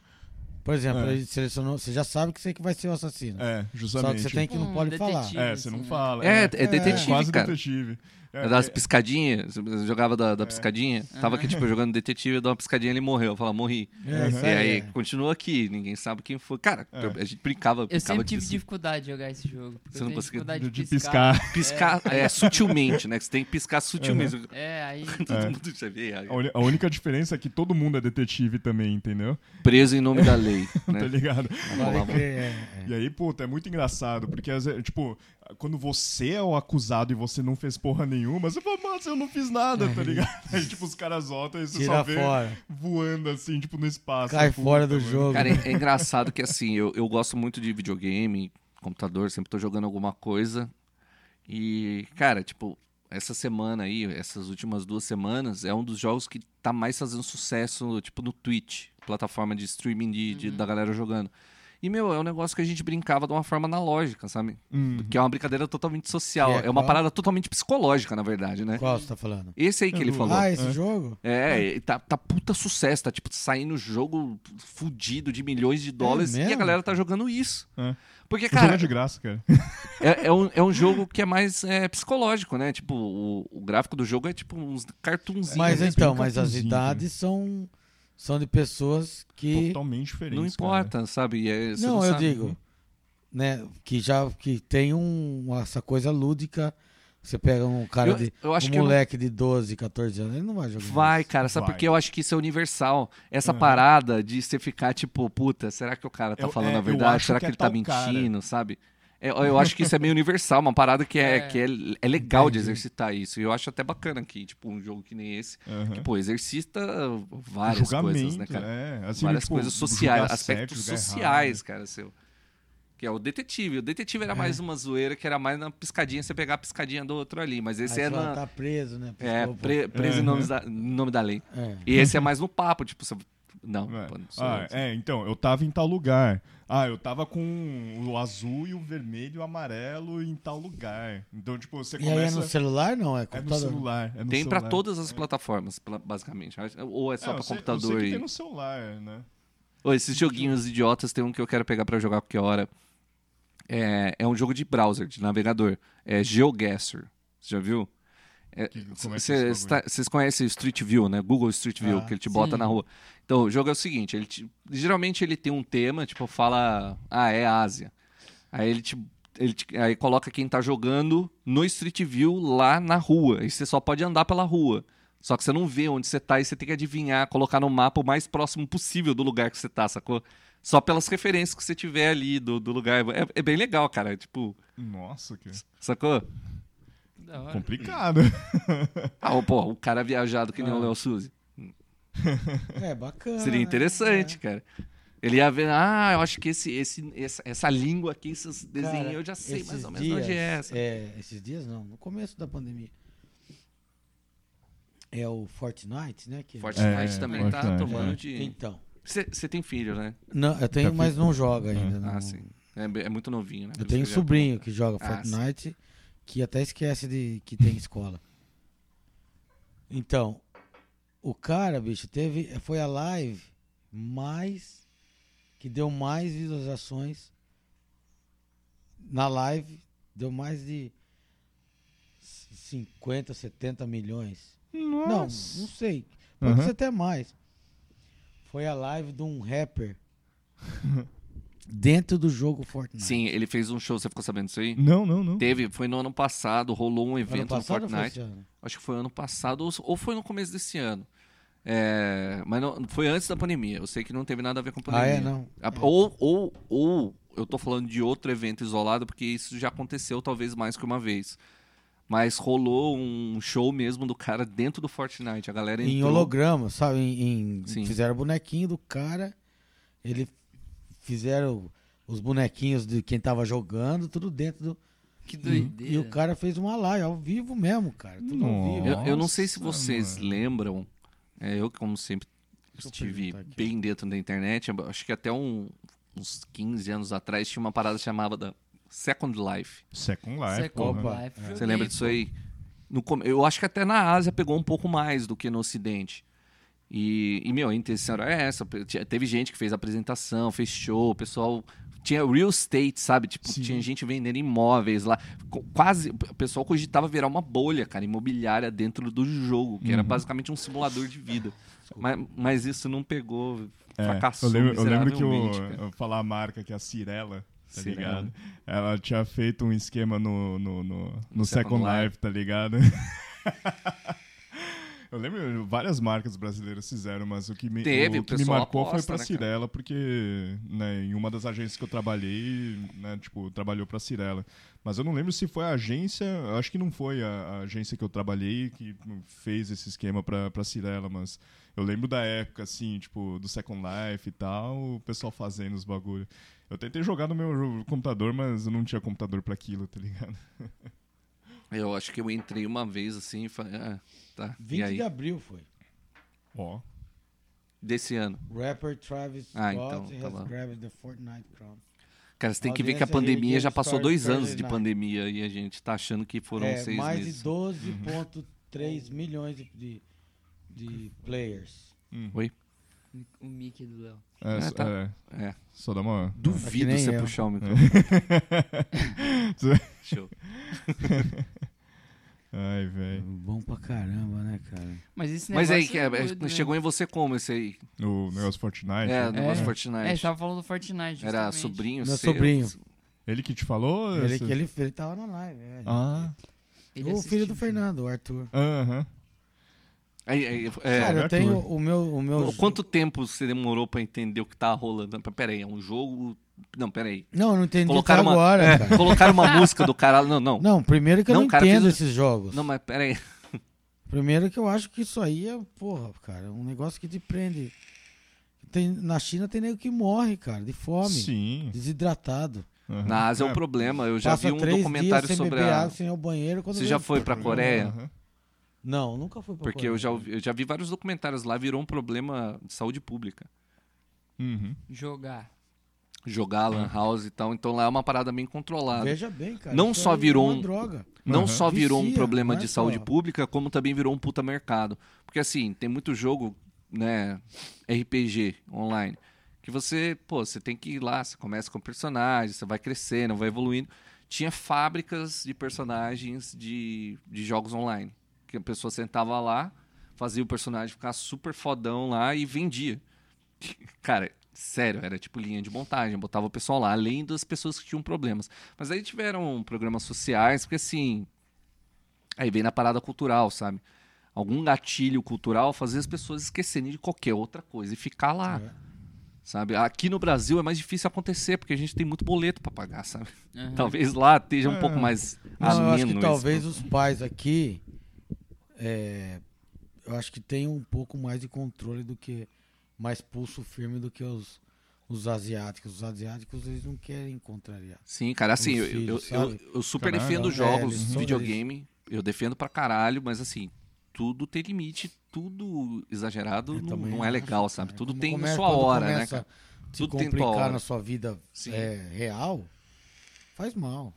Speaker 4: Por exemplo,
Speaker 2: É.
Speaker 4: ele selecionou, você já sabe que você que vai ser o assassino.
Speaker 2: É,
Speaker 4: Só
Speaker 2: justamente.
Speaker 4: que você tem que não
Speaker 3: Um
Speaker 4: pode falar.
Speaker 3: detetive.
Speaker 2: É, você não
Speaker 3: Assim, né?
Speaker 2: fala.
Speaker 1: É, é detetive,
Speaker 2: quase
Speaker 1: cara.
Speaker 2: detetive. É,
Speaker 1: Das
Speaker 2: é-
Speaker 1: piscadinhas, eu jogava da, da piscadinha. Tava aqui, tipo, jogando detetive, eu dou uma piscadinha ele morreu. Eu falava, morri.
Speaker 2: Uhum.
Speaker 4: É, isso
Speaker 1: E aí,
Speaker 4: é.
Speaker 1: continua aqui, ninguém sabe quem foi. Cara,
Speaker 2: É.
Speaker 1: a gente brincava,
Speaker 3: Eu
Speaker 1: brincava
Speaker 3: sempre
Speaker 1: que
Speaker 3: tive dificuldade de jogar esse jogo. Porque
Speaker 1: Você não
Speaker 3: eu tenho
Speaker 1: conseguiu
Speaker 2: de,
Speaker 3: dificuldade
Speaker 2: Tá de piscar.
Speaker 1: piscar é, sutilmente, né? Que você tem que piscar sutilmente.
Speaker 3: É, aí.
Speaker 1: Todo mundo já vê,
Speaker 2: A uni- a única diferença é que todo mundo é detetive também, entendeu?
Speaker 1: preso em nome da lei, né?
Speaker 2: Tá ligado?
Speaker 4: Pode crer, é, é.
Speaker 2: E aí, puta, é muito engraçado, porque, às vezes, tipo, quando você é o acusado e você não fez porra nenhuma, você fala, mano, eu não fiz nada,
Speaker 1: É
Speaker 2: tá ligado? Aí, tipo, os caras voltam e você só
Speaker 4: Tira
Speaker 2: vê
Speaker 4: fora.
Speaker 2: voando, assim, tipo, no espaço.
Speaker 4: Cai
Speaker 2: Puta,
Speaker 4: fora do
Speaker 2: mano.
Speaker 4: jogo.
Speaker 1: Cara, é, é engraçado que assim, eu, eu gosto muito de videogame, computador, sempre tô jogando alguma coisa. E, cara, tipo, essa semana aí, essas últimas duas semanas, é um dos jogos que tá mais fazendo sucesso, tipo, no Twitch, plataforma de streaming de, de-
Speaker 4: Uhum.
Speaker 1: da galera jogando. E, meu, é um negócio que a gente brincava de uma forma analógica, sabe?
Speaker 2: Hum.
Speaker 1: Que é uma brincadeira totalmente social.
Speaker 4: Que é
Speaker 1: É, uma
Speaker 4: qual?
Speaker 1: parada totalmente psicológica, na verdade, né?
Speaker 4: Qual você tá falando?
Speaker 1: Esse aí que ele
Speaker 2: Ah,
Speaker 1: falou.
Speaker 4: Ah, esse jogo?
Speaker 1: É, e tá, tá puta sucesso, tá tipo saindo jogo fudido de milhões de dólares e a
Speaker 4: É mesmo? Tá
Speaker 1: galera tá jogando isso.
Speaker 2: É.
Speaker 1: Porque,
Speaker 2: O jogo é
Speaker 1: cara,
Speaker 2: de graça, cara.
Speaker 1: é, é um, é um jogo que é mais é, psicológico, né? Tipo, o, o gráfico do jogo é tipo uns cartunzinhos.
Speaker 4: Mas
Speaker 1: né?
Speaker 2: eles
Speaker 4: então,
Speaker 2: brincam
Speaker 4: mas as
Speaker 2: cozinha, cara.
Speaker 4: idades são, são de pessoas que.
Speaker 2: É Totalmente diferente.
Speaker 1: não importa, sabe? E é- você
Speaker 4: Não, eu
Speaker 1: sabe.
Speaker 4: digo, né, que já que tem um, essa coisa lúdica. Você pega um cara
Speaker 1: Eu-
Speaker 4: de
Speaker 1: eu acho
Speaker 4: um
Speaker 1: que é eu não-
Speaker 4: moleque de 12, 14 anos, ele não vai jogar.
Speaker 1: Vai, cara, sabe
Speaker 2: Vai.
Speaker 1: porque eu acho que isso é universal. Essa
Speaker 2: Aham.
Speaker 1: parada de você ficar tipo, puta, será que o cara tá
Speaker 2: Eu-
Speaker 1: falando
Speaker 2: é,
Speaker 1: a
Speaker 2: eu
Speaker 1: verdade?
Speaker 2: acho
Speaker 1: Será que,
Speaker 2: que é
Speaker 1: ele tá
Speaker 2: tal cara.
Speaker 1: mentindo, sabe? É, eu acho que isso é meio universal, uma parada que é,
Speaker 3: É.
Speaker 1: Que é, é legal de
Speaker 4: Entendi.
Speaker 1: exercitar isso. E eu acho até bacana que, tipo, um jogo que nem esse,
Speaker 2: Aham.
Speaker 1: que, pô, exercita várias
Speaker 2: É. Julgamento,
Speaker 1: coisas, né, cara?
Speaker 2: é. Assim,
Speaker 1: várias
Speaker 2: tipo,
Speaker 1: coisas sociais,
Speaker 2: julgar é
Speaker 1: aspectos
Speaker 2: certo, julgar
Speaker 1: sociais, cara, seu. Que é o detetive. O detetive
Speaker 2: É.
Speaker 1: era mais uma zoeira, que era mais na piscadinha, você pegar a piscadinha do outro ali. Mas esse
Speaker 4: Aí
Speaker 1: é
Speaker 4: fala,
Speaker 1: na.
Speaker 4: tá preso, né?
Speaker 1: É,
Speaker 4: Pô, pô.
Speaker 1: pre- preso em nomes da- em nome da lei.
Speaker 4: É.
Speaker 1: E esse é mais no papo, tipo, você... Não,
Speaker 2: É.
Speaker 1: pô, não sou
Speaker 2: Ah,
Speaker 1: eu.
Speaker 2: é, então, eu tava em tal lugar. Ah, eu tava com o azul e o vermelho e o amarelo em tal lugar. Então, tipo, você
Speaker 4: E aí é no
Speaker 2: começa.
Speaker 4: celular, não? É
Speaker 2: É no
Speaker 4: computador.
Speaker 2: celular. É no
Speaker 1: Tem pra
Speaker 2: celular.
Speaker 1: todas as plataformas, pla- basicamente. Ou é só
Speaker 2: É, eu
Speaker 1: pra
Speaker 2: sei- eu
Speaker 1: computador
Speaker 2: sei que
Speaker 1: e...
Speaker 2: tem no celular, né?
Speaker 1: Ô, esses joguinhos idiotas, tem um que eu quero pegar pra jogar qualquer hora. É, é um jogo de browser, de navegador. É GeoGuessr. Você já viu?
Speaker 2: Que- como é que é esse bagulho?
Speaker 1: Vocês conhecem o Street View, né? Google Street View,
Speaker 4: Ah,
Speaker 1: que ele te bota
Speaker 3: sim.
Speaker 1: na rua. Então, o jogo é o seguinte: ele te- geralmente ele tem um tema, tipo, fala, ah, é Ásia. Aí ele te. Ele te- aí coloca quem tá jogando no Street View lá na rua. E você só pode andar pela rua. Só que você não vê onde você tá e você tem que adivinhar, colocar no mapa o mais próximo possível do lugar que você tá, sacou? Só pelas referências que você tiver ali do, do lugar. É, é bem legal, cara. é Tipo,
Speaker 2: Nossa, que
Speaker 1: sacou?
Speaker 3: Da hora.
Speaker 2: complicado.
Speaker 1: Ah, ô, pô, o cara viajado que nem
Speaker 2: Ah.
Speaker 1: o Léo Suzy.
Speaker 4: É bacana.
Speaker 1: Seria
Speaker 4: né?
Speaker 1: interessante, cara. Ele ia ver, ah, eu acho que esse, esse, essa, essa língua aqui, esses
Speaker 4: É. Cara,
Speaker 1: desenhos, eu já sei mais
Speaker 4: esses
Speaker 1: ou menos onde é
Speaker 4: dias-
Speaker 1: essa.
Speaker 4: é, esses dias não, no começo da pandemia. É o Fortnite, né? Que
Speaker 1: Fortnite
Speaker 2: É,
Speaker 1: também tá
Speaker 2: Fortnite,
Speaker 1: tomando
Speaker 2: é.
Speaker 1: de.
Speaker 4: Então.
Speaker 1: Você tem filho, né?
Speaker 4: Não, eu tenho,
Speaker 2: Tá
Speaker 4: mas não joga ainda. não.
Speaker 1: Ah, sim. É, be- é muito novinho, né?
Speaker 4: Eu
Speaker 1: Por
Speaker 4: tenho um
Speaker 1: isso que já
Speaker 4: sobrinho que joga
Speaker 1: Ah, sim.
Speaker 4: Fortnite, que até esquece de que tem escola. Então, o cara, bicho, teve. Foi a live mais. que deu mais visualizações na live. Deu mais de 50, 70 milhões. Não, não sei. Pode
Speaker 1: Uhum.
Speaker 2: Aham.
Speaker 4: ser até mais. Foi a live de um rapper dentro do jogo Fortnite.
Speaker 1: Sim, ele fez um show, você ficou sabendo disso aí?
Speaker 2: Não, não, não.
Speaker 1: Teve, foi no ano passado, rolou um
Speaker 4: Ano
Speaker 1: evento no
Speaker 4: passado ou foi
Speaker 1: Fortnite.
Speaker 4: esse ano?
Speaker 1: Acho que foi ano passado ou- ou foi no começo desse ano. É, mas não, foi antes da pandemia. Eu sei que não teve nada a ver com a
Speaker 4: Ah,
Speaker 1: pandemia.
Speaker 4: é, não.
Speaker 1: A- Ou, ou, ou eu tô falando de outro evento isolado, porque isso já aconteceu talvez mais que uma vez. Mas rolou um show mesmo do cara dentro do Fortnite. A galera
Speaker 4: Em
Speaker 1: entrou.
Speaker 4: holograma, sabe? Em, em-
Speaker 1: Sim.
Speaker 4: fizeram bonequinho do cara. Ele fizeram os bonequinhos de quem tava jogando, tudo dentro do.
Speaker 3: Que
Speaker 4: E,
Speaker 3: doideira.
Speaker 4: o cara fez uma live ao vivo mesmo, cara. Tudo ao
Speaker 2: Nossa.
Speaker 4: vivo.
Speaker 1: Eu, eu não sei se
Speaker 2: Nossa,
Speaker 1: vocês
Speaker 2: mano.
Speaker 1: lembram. é, eu, como sempre,
Speaker 4: Deixa eu
Speaker 1: estive
Speaker 4: perguntar aqui.
Speaker 1: bem dentro da internet. eu Acho que até um- uns 15 anos atrás tinha uma parada chamada da Second Life.
Speaker 2: Second Life.
Speaker 4: é
Speaker 1: é
Speaker 3: Second
Speaker 2: porra.
Speaker 3: Life.
Speaker 1: Você
Speaker 3: Joguei,
Speaker 1: lembra disso aí? No come- eu acho que até na Ásia pegou um pouco mais do que no Ocidente. E, e, meu, a intenção era essa. Te- Teve gente que fez apresentação, fez show, o pessoal. Tinha real estate, sabe? Tipo,
Speaker 2: Sim.
Speaker 1: tinha gente vendendo imóveis lá. Co- Quase. O pessoal cogitava virar uma bolha, cara, imobiliária dentro do jogo, que era
Speaker 2: Uhum.
Speaker 1: basicamente um simulador de vida. Mas, mas isso não pegou.
Speaker 2: É,
Speaker 1: fracassou.
Speaker 2: eu lembro, eu lembro que
Speaker 1: miseravelmente, cara.
Speaker 2: eu, eu falar a marca que é a Cirela, tá
Speaker 1: Cirela.
Speaker 2: ligado? Ela tinha feito um esquema no, no, no, no
Speaker 1: No
Speaker 2: Second
Speaker 1: Second
Speaker 2: Life,
Speaker 1: Life.
Speaker 2: tá ligado? eu lembro, várias marcas brasileiras fizeram, mas o que me,
Speaker 1: Teve,
Speaker 2: o
Speaker 1: o
Speaker 2: que me
Speaker 1: pessoal
Speaker 2: marcou
Speaker 1: aposta,
Speaker 2: foi
Speaker 1: né,
Speaker 2: pra
Speaker 1: cara?
Speaker 2: Cirela, porque né, em uma das agências que eu trabalhei, né, tipo, trabalhou pra Cirela. Mas eu não lembro se foi a agência, eu acho que não foi a, a agência que eu trabalhei que fez esse esquema pra, pra Cirela, mas eu lembro da época, assim, tipo, do Second Life e tal, o pessoal fazendo os bagulho. Eu tentei jogar no meu jo- computador, mas eu não tinha computador pra aquilo, tá ligado?
Speaker 1: Eu acho que eu entrei uma vez assim e falei. Ah, tá. e
Speaker 4: 20
Speaker 1: aí?
Speaker 4: de abril foi.
Speaker 2: Ó.
Speaker 1: Desse ano.
Speaker 4: Rapper Travis
Speaker 1: Ah,
Speaker 4: Scott
Speaker 1: então, tá
Speaker 4: has
Speaker 1: lá.
Speaker 4: grabbed the Fortnite crown.
Speaker 1: Cara, você tem que ver que a
Speaker 4: Audiência
Speaker 1: pandemia
Speaker 4: reunida
Speaker 1: já passou
Speaker 4: Story
Speaker 1: dois
Speaker 4: Thursday
Speaker 1: anos de
Speaker 4: night.
Speaker 1: pandemia e a gente tá achando que foram
Speaker 4: é,
Speaker 1: seis
Speaker 4: mais
Speaker 1: meses.
Speaker 4: de 12,3 milhões de, de, de players.
Speaker 3: O Mickey do Léo.
Speaker 2: Uhum. É,
Speaker 1: É,
Speaker 2: só-
Speaker 1: tá.
Speaker 2: é,
Speaker 1: É.
Speaker 2: só dá uma.
Speaker 1: Duvido
Speaker 4: É nem
Speaker 1: você
Speaker 4: eu. É.
Speaker 1: puxar o microfone. Show.
Speaker 2: Ai, velho.
Speaker 4: Bom pra caramba, né, cara?
Speaker 3: Mas esse
Speaker 1: Mas
Speaker 3: negócio
Speaker 1: aí, que é-
Speaker 3: doido, né?
Speaker 1: chegou em você como esse aí?
Speaker 2: O negócio Fortnite.
Speaker 1: É, o
Speaker 2: né?
Speaker 1: negócio
Speaker 3: É.
Speaker 1: Fortnite.
Speaker 3: É, você tava falando do Fortnite, justamente.
Speaker 1: Era sobrinho
Speaker 4: Meu
Speaker 1: seu?
Speaker 4: sobrinho.
Speaker 2: Ele que te falou?
Speaker 4: Ele,
Speaker 2: essa-
Speaker 4: ele, ele tava na live. é.
Speaker 2: Ah.
Speaker 3: Ele
Speaker 4: o filho
Speaker 3: assistiu.
Speaker 4: do Fernando, o Arthur.
Speaker 2: Aham.
Speaker 1: Aí, aí, é,
Speaker 4: cara, eu
Speaker 2: Arthur.
Speaker 4: tenho o meu. O meu
Speaker 1: qu- Quanto tempo você demorou pra entender o que tava rolando? Pera aí, é um jogo... Não, pera aí.
Speaker 4: Não, eu não entendi até
Speaker 1: Colocaram uma-
Speaker 4: agora, cara.
Speaker 1: Colocaram uma música do caralho. Não, não.
Speaker 4: Não, primeiro que eu não,
Speaker 1: Não, cara,
Speaker 4: entendo
Speaker 1: fiz-
Speaker 4: esses jogos.
Speaker 1: Não, mas pera aí.
Speaker 4: Primeiro que eu acho que isso aí é, porra, cara, um negócio que te prende. Tem, na China tem nego que morre, cara, de fome,
Speaker 2: Sim.
Speaker 4: desidratado.
Speaker 2: Aham.
Speaker 1: Na Ásia é um problema. Eu já
Speaker 4: Passa
Speaker 1: vi um
Speaker 4: três
Speaker 1: documentário
Speaker 4: dias sem
Speaker 1: sobre
Speaker 4: beber
Speaker 1: a...
Speaker 4: água, sem ir ao banheiro. Quando
Speaker 1: Você
Speaker 4: vem- um
Speaker 1: já foi pra Coreia?
Speaker 2: Aham.
Speaker 4: Não, nunca fui pra
Speaker 1: Porque
Speaker 4: Coreia.
Speaker 1: eu já, ouvi- eu já vi vários documentários lá, virou um problema de saúde pública.
Speaker 2: Uhum.
Speaker 3: Jogar.
Speaker 1: Jogar lan house e tal, então lá é uma parada bem controlada.
Speaker 4: Veja bem, cara.
Speaker 1: Não
Speaker 4: isso
Speaker 1: só
Speaker 4: aí é
Speaker 1: virou
Speaker 4: uma
Speaker 1: um-
Speaker 4: droga.
Speaker 1: Não
Speaker 2: Aham.
Speaker 1: só virou um
Speaker 4: Vicia,
Speaker 1: problema
Speaker 4: né,
Speaker 1: de saúde
Speaker 4: pô?
Speaker 1: pública, como também virou um puta mercado. Porque assim, tem muito jogo, né, RPG online, que você, pô, você tem que ir lá, você começa com personagem, você vai crescendo, vai evoluindo. Tinha fábricas de personagens de, de jogos online, que a pessoa sentava lá, fazia o personagem ficar super fodão lá e vendia. Cara, sério, era tipo linha de montagem, botava o pessoal lá, além das pessoas que tinham problemas. Mas aí tiveram programas sociais, porque assim, aí vem na parada cultural, sabe? Algum gatilho cultural fazer as pessoas esquecerem de qualquer outra coisa e ficar lá.
Speaker 4: É.
Speaker 1: Sabe? Aqui no Brasil é mais difícil acontecer, porque a gente tem muito boleto pra pagar, sabe?
Speaker 3: Aham.
Speaker 1: Talvez lá esteja
Speaker 2: É.
Speaker 1: um pouco mais
Speaker 4: Não, eu acho
Speaker 1: ameno
Speaker 4: que
Speaker 1: esse
Speaker 4: talvez os pais aqui. é, eu acho que tem um pouco mais de controle do que. Mais pulso firme do que os, os asiáticos. Os asiáticos, eles não querem contrariar.
Speaker 1: Sim, cara, assim,
Speaker 4: Os
Speaker 1: eu, eu,
Speaker 4: filhos,
Speaker 1: eu,
Speaker 4: sabe?
Speaker 1: eu super
Speaker 2: Caralho,
Speaker 1: defendo
Speaker 2: é,
Speaker 1: jogos,
Speaker 4: eles são
Speaker 1: videogame, eu defendo pra caralho, mas assim, tudo tem limite, tudo exagerado
Speaker 4: Eu
Speaker 1: não,
Speaker 4: também
Speaker 1: não é
Speaker 4: acho,
Speaker 1: legal, sabe?
Speaker 4: cara.
Speaker 1: Tudo
Speaker 4: Quando
Speaker 1: tem
Speaker 4: né? começa-
Speaker 1: sua
Speaker 4: quando
Speaker 1: hora, né,
Speaker 4: começa
Speaker 1: cara?
Speaker 4: a Se
Speaker 1: Tudo tem tua
Speaker 4: complicar
Speaker 1: hora.
Speaker 4: na sua vida
Speaker 1: Sim.
Speaker 4: é, real, faz mal.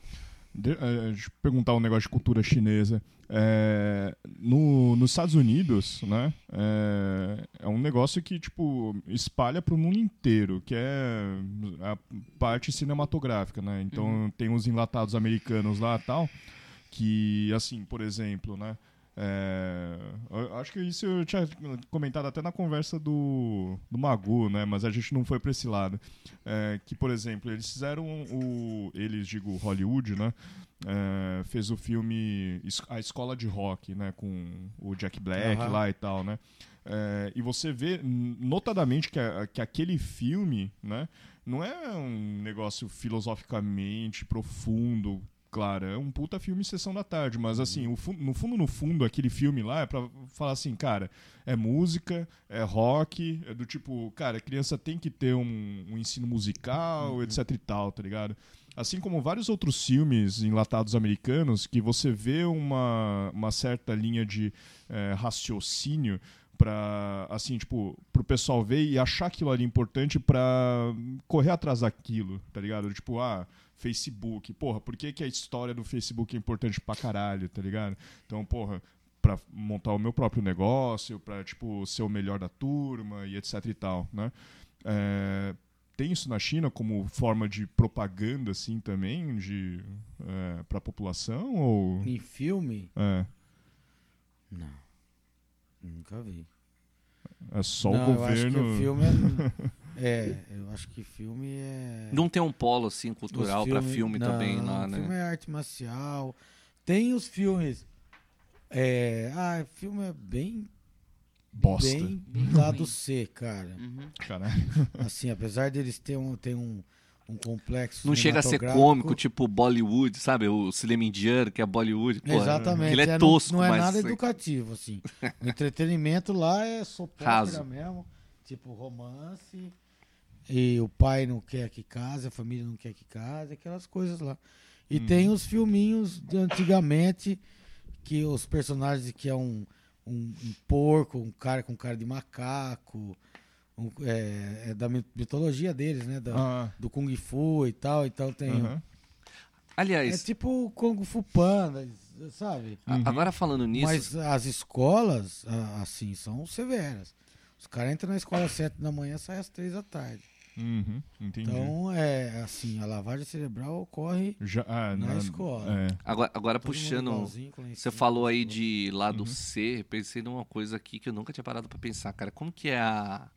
Speaker 2: De, eh, deixa eu perguntar um negócio de cultura chinesa. É, no, nos Estados Unidos, né, é, é um negócio que tipo espalha para o mundo inteiro, que é a parte cinematográfica, né? Então
Speaker 1: Uhum.
Speaker 2: tem uns enlatados americanos lá tal, que assim, por exemplo, né? é, eu acho que isso eu tinha comentado até na conversa do, do Magu, né? Mas a gente não foi para esse lado. É, que, por exemplo, eles fizeram o. Eles, digo, Hollywood, né? É, fez o filme Es- A Escola de Rock, né? Com o Jack Black
Speaker 4: Aham.
Speaker 2: lá e tal, né? É, e você vê, n- notadamente, que, a- que aquele filme, né? Não é um negócio filosoficamente profundo, claro. É um puta filme Sessão da Tarde, mas assim, o fu- no fundo, no fundo, aquele filme lá é pra falar assim, cara, é música, é rock, é do tipo, cara, a criança tem que ter um, um ensino musical, etc e tal, tá ligado? Assim como vários outros filmes enlatados americanos, que você vê uma, uma certa linha de eh, raciocínio para assim, tipo, pro pessoal ver e achar aquilo ali importante pra correr atrás daquilo, tá ligado? Tipo, ah, Facebook, porra, por que, que a história do Facebook é importante pra caralho, tá ligado? Então, porra, pra montar o meu próprio negócio, pra, tipo, ser o melhor da turma e etc e tal, né? É, tem isso na China como forma de propaganda, assim, também, de, é, pra população ou...
Speaker 4: Em filme,
Speaker 2: É,
Speaker 4: não. Nunca vi.
Speaker 2: é só
Speaker 4: não,
Speaker 2: o governo...
Speaker 4: Eu acho que filme é, é, eu acho que filme é.
Speaker 1: Não tem um polo assim
Speaker 4: os
Speaker 1: cultural pra filme
Speaker 4: não,
Speaker 1: também lá, né?
Speaker 4: Filme é arte marcial. Tem os filmes. É, ah, filme é bem,
Speaker 2: Bosta.
Speaker 4: bem
Speaker 3: Bem
Speaker 4: lado
Speaker 3: ruim.
Speaker 4: C, cara.
Speaker 3: Uhum.
Speaker 2: Caralho.
Speaker 4: Assim, apesar deles terem um, ter um, um complexo.
Speaker 1: Não chega a ser
Speaker 4: cinematográfico,
Speaker 1: cômico, tipo Bollywood, sabe? O cinema indiano, que é Bollywood. Pô,
Speaker 4: Exatamente.
Speaker 1: Ele é,
Speaker 4: não-
Speaker 1: tosco,
Speaker 4: Não, é
Speaker 1: mas.
Speaker 4: nada educativo, assim. O entretenimento lá é sopética
Speaker 1: Raso.
Speaker 4: mesmo. Tipo, romance. E o pai não quer que case, a família não quer que case, aquelas coisas lá.
Speaker 1: Uhum.
Speaker 4: E tem os filminhos de antigamente, que os personagens que é um, um, um porco, um cara com cara de macaco. um- é, é da mit- mitologia deles, né? Da-
Speaker 2: Ah,
Speaker 4: Do Kung Fu e tal. Então tem.
Speaker 1: Uhum.
Speaker 2: aham.
Speaker 4: É
Speaker 1: Aliás,
Speaker 4: tipo o Kung Fu Panda, sabe?
Speaker 1: a- agora falando nisso.
Speaker 4: Uhum. Mas as escolas, a- assim, são severas. Os caras entram na escola às sete da manhã e saem às três da tarde.
Speaker 2: Uhum, entendi.
Speaker 4: Então, é assim, a lavagem cerebral ocorre
Speaker 2: Já- ah,
Speaker 4: na escola.
Speaker 2: é.
Speaker 1: Agora, agora
Speaker 4: todo mundo
Speaker 1: Tá puxando. um
Speaker 4: igualzinho, com lencinho.
Speaker 1: Você falou aí de lado
Speaker 4: Uhum.
Speaker 1: C, pensei numa coisa aqui que eu nunca tinha parado pra pensar, cara. Como que é a,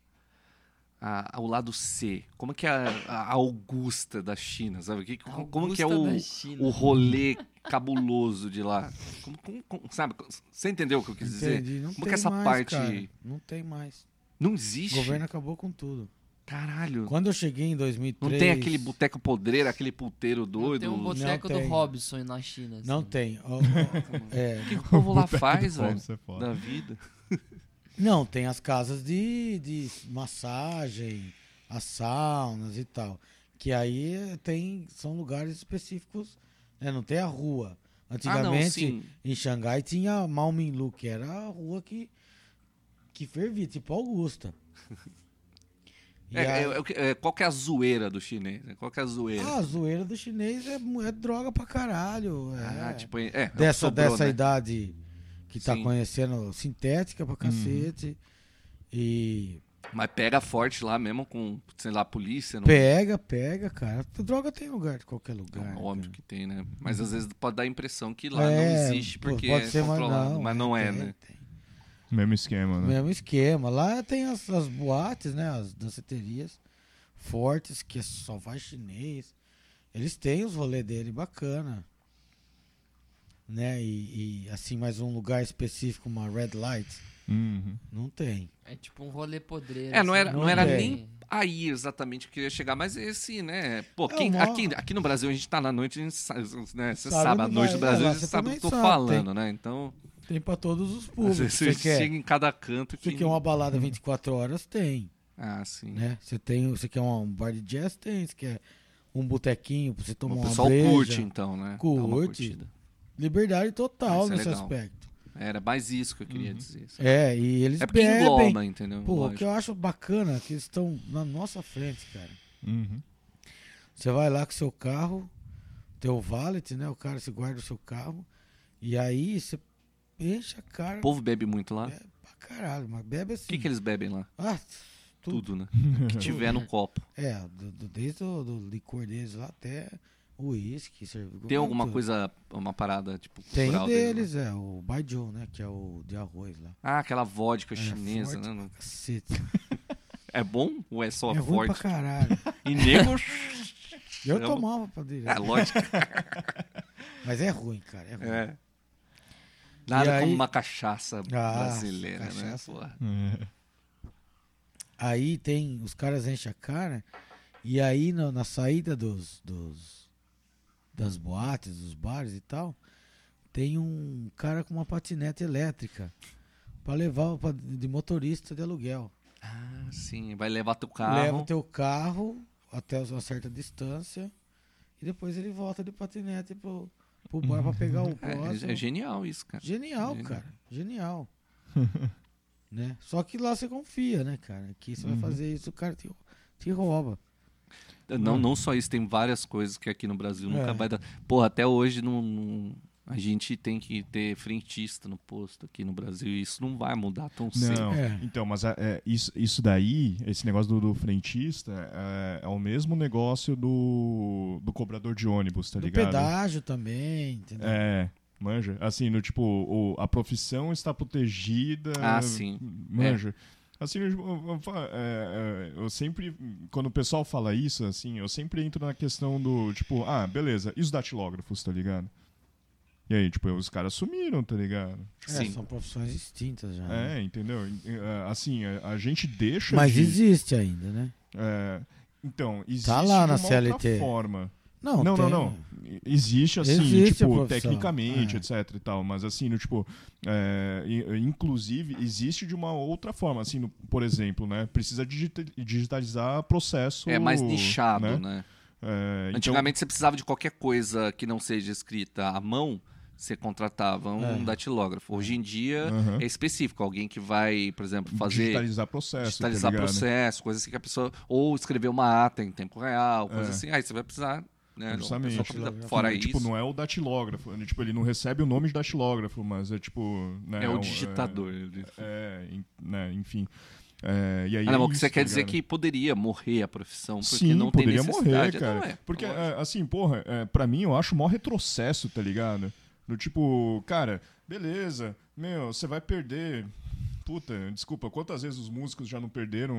Speaker 1: a- o lado C? Como que é a, a Augusta da China, sabe? Que- como, como que é o,
Speaker 3: Augusta da China.
Speaker 1: o rolê cabuloso de lá? Como- como- como- sabe? Você entendeu o que eu quis dizer?
Speaker 4: Entendi. Não
Speaker 1: Como que
Speaker 4: tem
Speaker 1: essa
Speaker 4: mais,
Speaker 1: parte-
Speaker 4: cara. Não tem mais.
Speaker 1: Não
Speaker 4: O
Speaker 1: existe.
Speaker 4: governo acabou com tudo.
Speaker 1: Caralho.
Speaker 4: Quando eu cheguei em
Speaker 1: Não
Speaker 4: 2003...
Speaker 1: tem aquele boteco podreiro, aquele puteiro
Speaker 3: Não
Speaker 1: doido.
Speaker 3: Tem um
Speaker 1: O
Speaker 3: boteco
Speaker 4: Não
Speaker 3: do
Speaker 4: tem.
Speaker 3: Robson na China. assim.
Speaker 4: Não tem. Ó, ó, é,
Speaker 1: que o povo lá
Speaker 2: Boteco do
Speaker 1: faz,
Speaker 2: Paulo,
Speaker 1: velho?
Speaker 2: isso é foda.
Speaker 1: Da vida.
Speaker 4: Não, tem as casas de, de massagem, as saunas e tal. Que aí eh, tem, são lugares específicos, né? não tem a rua.
Speaker 1: Ah, não,
Speaker 4: Antigamente,
Speaker 1: sim.
Speaker 4: em Xangai, tinha a Mao Minlu, que era a rua que, que fervia, tipo Augusta. E
Speaker 1: É,
Speaker 4: aí-
Speaker 1: é, é o que- é, qual que é a zoeira do chinês? né? Qual que é a zoeira?
Speaker 4: ah, a zoeira do chinês é, mu- é droga pra caralho. é.
Speaker 1: Ah, tipo, é, é,
Speaker 4: dessa,
Speaker 1: sobrou,
Speaker 4: dessa
Speaker 1: né?
Speaker 4: idade que tá
Speaker 1: Sim. Uhum.
Speaker 4: conhecendo sintética pra cacete. E
Speaker 1: Mas pega forte lá mesmo com, sei lá, polícia. Não...
Speaker 4: Pega, pega, cara. Droga tem lugar de qualquer lugar.
Speaker 1: Não, Óbvio
Speaker 4: cara.
Speaker 1: que tem, né? Mas às vezes pode dar a impressão que lá não
Speaker 4: É,
Speaker 1: existe
Speaker 4: pô,
Speaker 1: porque
Speaker 4: pode
Speaker 1: é
Speaker 4: ser, mas
Speaker 1: controlado. Mas
Speaker 4: não,
Speaker 1: não, é,
Speaker 4: tem,
Speaker 1: né?
Speaker 4: tem.
Speaker 2: Mesmo esquema, né?
Speaker 4: Mesmo esquema. Lá tem as, as boates, né? As danceterias fortes, que é só vai chinês. Eles têm os rolê dele bacana. Né? E, e, assim, mais um lugar específico, uma red light.
Speaker 2: Uhum.
Speaker 4: Não tem.
Speaker 3: É tipo um rolê podreiro. assim.
Speaker 1: É, não era-
Speaker 4: não era
Speaker 1: nem- Aí exatamente que eu ia chegar, mas esse, né? Pô,
Speaker 4: É,
Speaker 1: quem,
Speaker 4: uma-
Speaker 1: aqui, aqui no Brasil a gente tá na noite, a gente sabe, né? Você
Speaker 4: Sabe
Speaker 1: sabe, a
Speaker 4: onde
Speaker 1: noite
Speaker 4: vai,
Speaker 1: do Brasil,
Speaker 4: é, lá
Speaker 1: você
Speaker 4: você
Speaker 1: sabe o
Speaker 4: também
Speaker 1: que eu tô
Speaker 4: sabe,
Speaker 1: falando, né? Então,
Speaker 4: Tem pra todos os
Speaker 1: às
Speaker 4: públicos.
Speaker 1: vezes
Speaker 4: Você
Speaker 1: você
Speaker 4: quer,
Speaker 1: chega em cada canto
Speaker 4: você
Speaker 1: que.
Speaker 4: quer uma balada 24 horas? Tem.
Speaker 1: Ah, sim.
Speaker 4: né? Você tem, você quer um bar de jazz, tem, você quer um botequinho pra você tomar
Speaker 1: o
Speaker 4: uma
Speaker 1: pessoal
Speaker 4: breja.
Speaker 1: curte, então, né? Dá uma
Speaker 4: Curte.
Speaker 1: curtida.
Speaker 4: Liberdade total
Speaker 1: Isso é
Speaker 4: nesse
Speaker 1: legal.
Speaker 4: aspecto.
Speaker 1: Era mais isso que eu queria dizer. sabe?
Speaker 4: É, e eles
Speaker 1: É porque
Speaker 4: bebem.
Speaker 1: engloba, entendeu?
Speaker 4: Pô, o
Speaker 1: Lógico.
Speaker 4: que eu acho bacana é que eles estão na nossa frente, cara.
Speaker 2: Uhum.
Speaker 4: Você vai lá com seu carro, teu valet, né? O cara se guarda o seu carro. E aí você enche a cara
Speaker 1: O povo bebe muito lá.
Speaker 4: É, pra caralho, mas bebe assim.
Speaker 1: O que, que eles bebem lá?
Speaker 4: Ah, tudo.
Speaker 1: Tudo, né? O que tiver no copo.
Speaker 4: É, do- do- desde o do licor deles lá até o uísque. cerveja,
Speaker 1: Tem alguma
Speaker 4: tudo.
Speaker 1: coisa, uma parada, tipo,
Speaker 4: Tem
Speaker 1: cultural né?
Speaker 4: deles, é, o Baijiu, né? Que é o de arroz lá.
Speaker 1: Ah, aquela vodka
Speaker 4: É,
Speaker 1: chinesa,
Speaker 4: forte
Speaker 1: né? Não-
Speaker 4: Cacete.
Speaker 1: É bom ou é só
Speaker 4: é ruim pra
Speaker 1: forte?
Speaker 4: caralho.
Speaker 1: E nego...
Speaker 4: Eu
Speaker 1: Chama.
Speaker 4: tomava pra
Speaker 1: é,
Speaker 4: direito.
Speaker 1: lógico.
Speaker 4: Mas é ruim, cara. É ruim.
Speaker 1: É. Nada
Speaker 4: E aí- Ah,
Speaker 1: como uma cachaça brasileira,
Speaker 4: cachaça.
Speaker 1: né? Porra.
Speaker 2: É.
Speaker 4: Aí tem. Os caras enchem a cara. E aí na- na saída dos, dos. Das boates, dos bares e tal. Tem um cara com uma patinete elétrica. Pra levar pra- de motorista de aluguel.
Speaker 1: Ah, sim. Vai levar teu carro.
Speaker 4: Leva o teu carro até uma certa distância. E depois ele volta de patinete pro, pro bar pra pegar o
Speaker 1: É,
Speaker 4: próximo.
Speaker 1: é genial isso, cara.
Speaker 4: Genial,
Speaker 1: Genial.
Speaker 4: cara. Genial. né? Só que lá você confia, né, cara? Aqui
Speaker 1: Uhum.
Speaker 4: você vai fazer isso, o cara te, te rouba.
Speaker 2: Hum.
Speaker 1: Não, não só isso, tem várias coisas que aqui no Brasil nunca
Speaker 4: É.
Speaker 1: vai dar. Porra, até hoje não, não- a gente tem que ter frentista no posto aqui no Brasil. E isso não vai mudar tão cedo.
Speaker 2: Não,
Speaker 4: É.
Speaker 2: então, mas é, é, isso, isso daí, esse negócio do, do frentista, é, é o mesmo negócio do, do cobrador de ônibus, tá
Speaker 4: Do
Speaker 2: ligado?
Speaker 4: pedágio também, entendeu?
Speaker 2: É, manja. Assim, no tipo, o- a profissão está protegida.
Speaker 1: Ah, sim.
Speaker 2: Manja. Assim, eu, eu- eu fa- é, é, eu sempre, quando o pessoal fala isso, assim, eu sempre entro na questão do, tipo, ah, beleza, e os datilógrafos, tá ligado? E aí, tipo, os caras sumiram, tá ligado?
Speaker 4: É,
Speaker 1: Sim.
Speaker 4: são profissões distintas já. né?
Speaker 2: É, entendeu? E, é, Assim, a, a gente deixa
Speaker 4: Mas
Speaker 2: de-
Speaker 4: existe ainda, né?
Speaker 2: é, então, existe
Speaker 4: lá na
Speaker 2: de uma outra
Speaker 4: CLT.
Speaker 2: forma.
Speaker 4: Não,
Speaker 2: Não,
Speaker 4: tem,
Speaker 2: não, não. Existe, assim,
Speaker 4: Existe a
Speaker 2: tipo,
Speaker 4: profissão.
Speaker 2: tecnicamente,
Speaker 4: É.
Speaker 2: etc e tal. Mas, assim, no, tipo, é, i- inclusive, existe de uma outra forma. Assim, no- por exemplo, né? Precisa digita- digitalizar processo.
Speaker 1: É mais nichado, né?
Speaker 2: É, então-
Speaker 1: Antigamente você precisava de qualquer coisa que não seja escrita à mão, você contratava um
Speaker 4: É.
Speaker 1: datilógrafo. Hoje em dia
Speaker 2: Aham.
Speaker 1: é específico, alguém que vai, por exemplo, fazer
Speaker 2: digitalizar processo.
Speaker 1: digitalizar
Speaker 2: tá ligado?
Speaker 1: processo, coisas assim que a pessoa ou escrever uma ata em tempo real, coisa
Speaker 2: É.
Speaker 1: assim. Aí você vai precisar, né?
Speaker 2: Justamente.
Speaker 1: uma pessoa pra- Fora
Speaker 2: tipo,
Speaker 1: isso,
Speaker 2: não é o datilógrafo. né? Tipo, ele não recebe o nome de datilógrafo, mas é tipo. né,
Speaker 1: é
Speaker 2: um-
Speaker 1: o digitador.
Speaker 2: É, em- né, enfim. É, e aí
Speaker 1: Ah,
Speaker 2: é
Speaker 1: não, o que
Speaker 2: isso,
Speaker 1: você
Speaker 2: tá
Speaker 1: quer dizer
Speaker 2: ligado?
Speaker 1: que poderia morrer a profissão, porque
Speaker 2: Sim,
Speaker 1: não tem
Speaker 2: poderia
Speaker 1: necessidade.
Speaker 2: morrer, cara.
Speaker 1: Não é,
Speaker 2: Porque,
Speaker 1: lógico.
Speaker 2: é, assim, porra, é, pra mim eu acho o maior retrocesso, tá ligado? Do tipo, cara, beleza, meu, você vai perder. Puta, desculpa, quantas vezes os músicos já não perderam,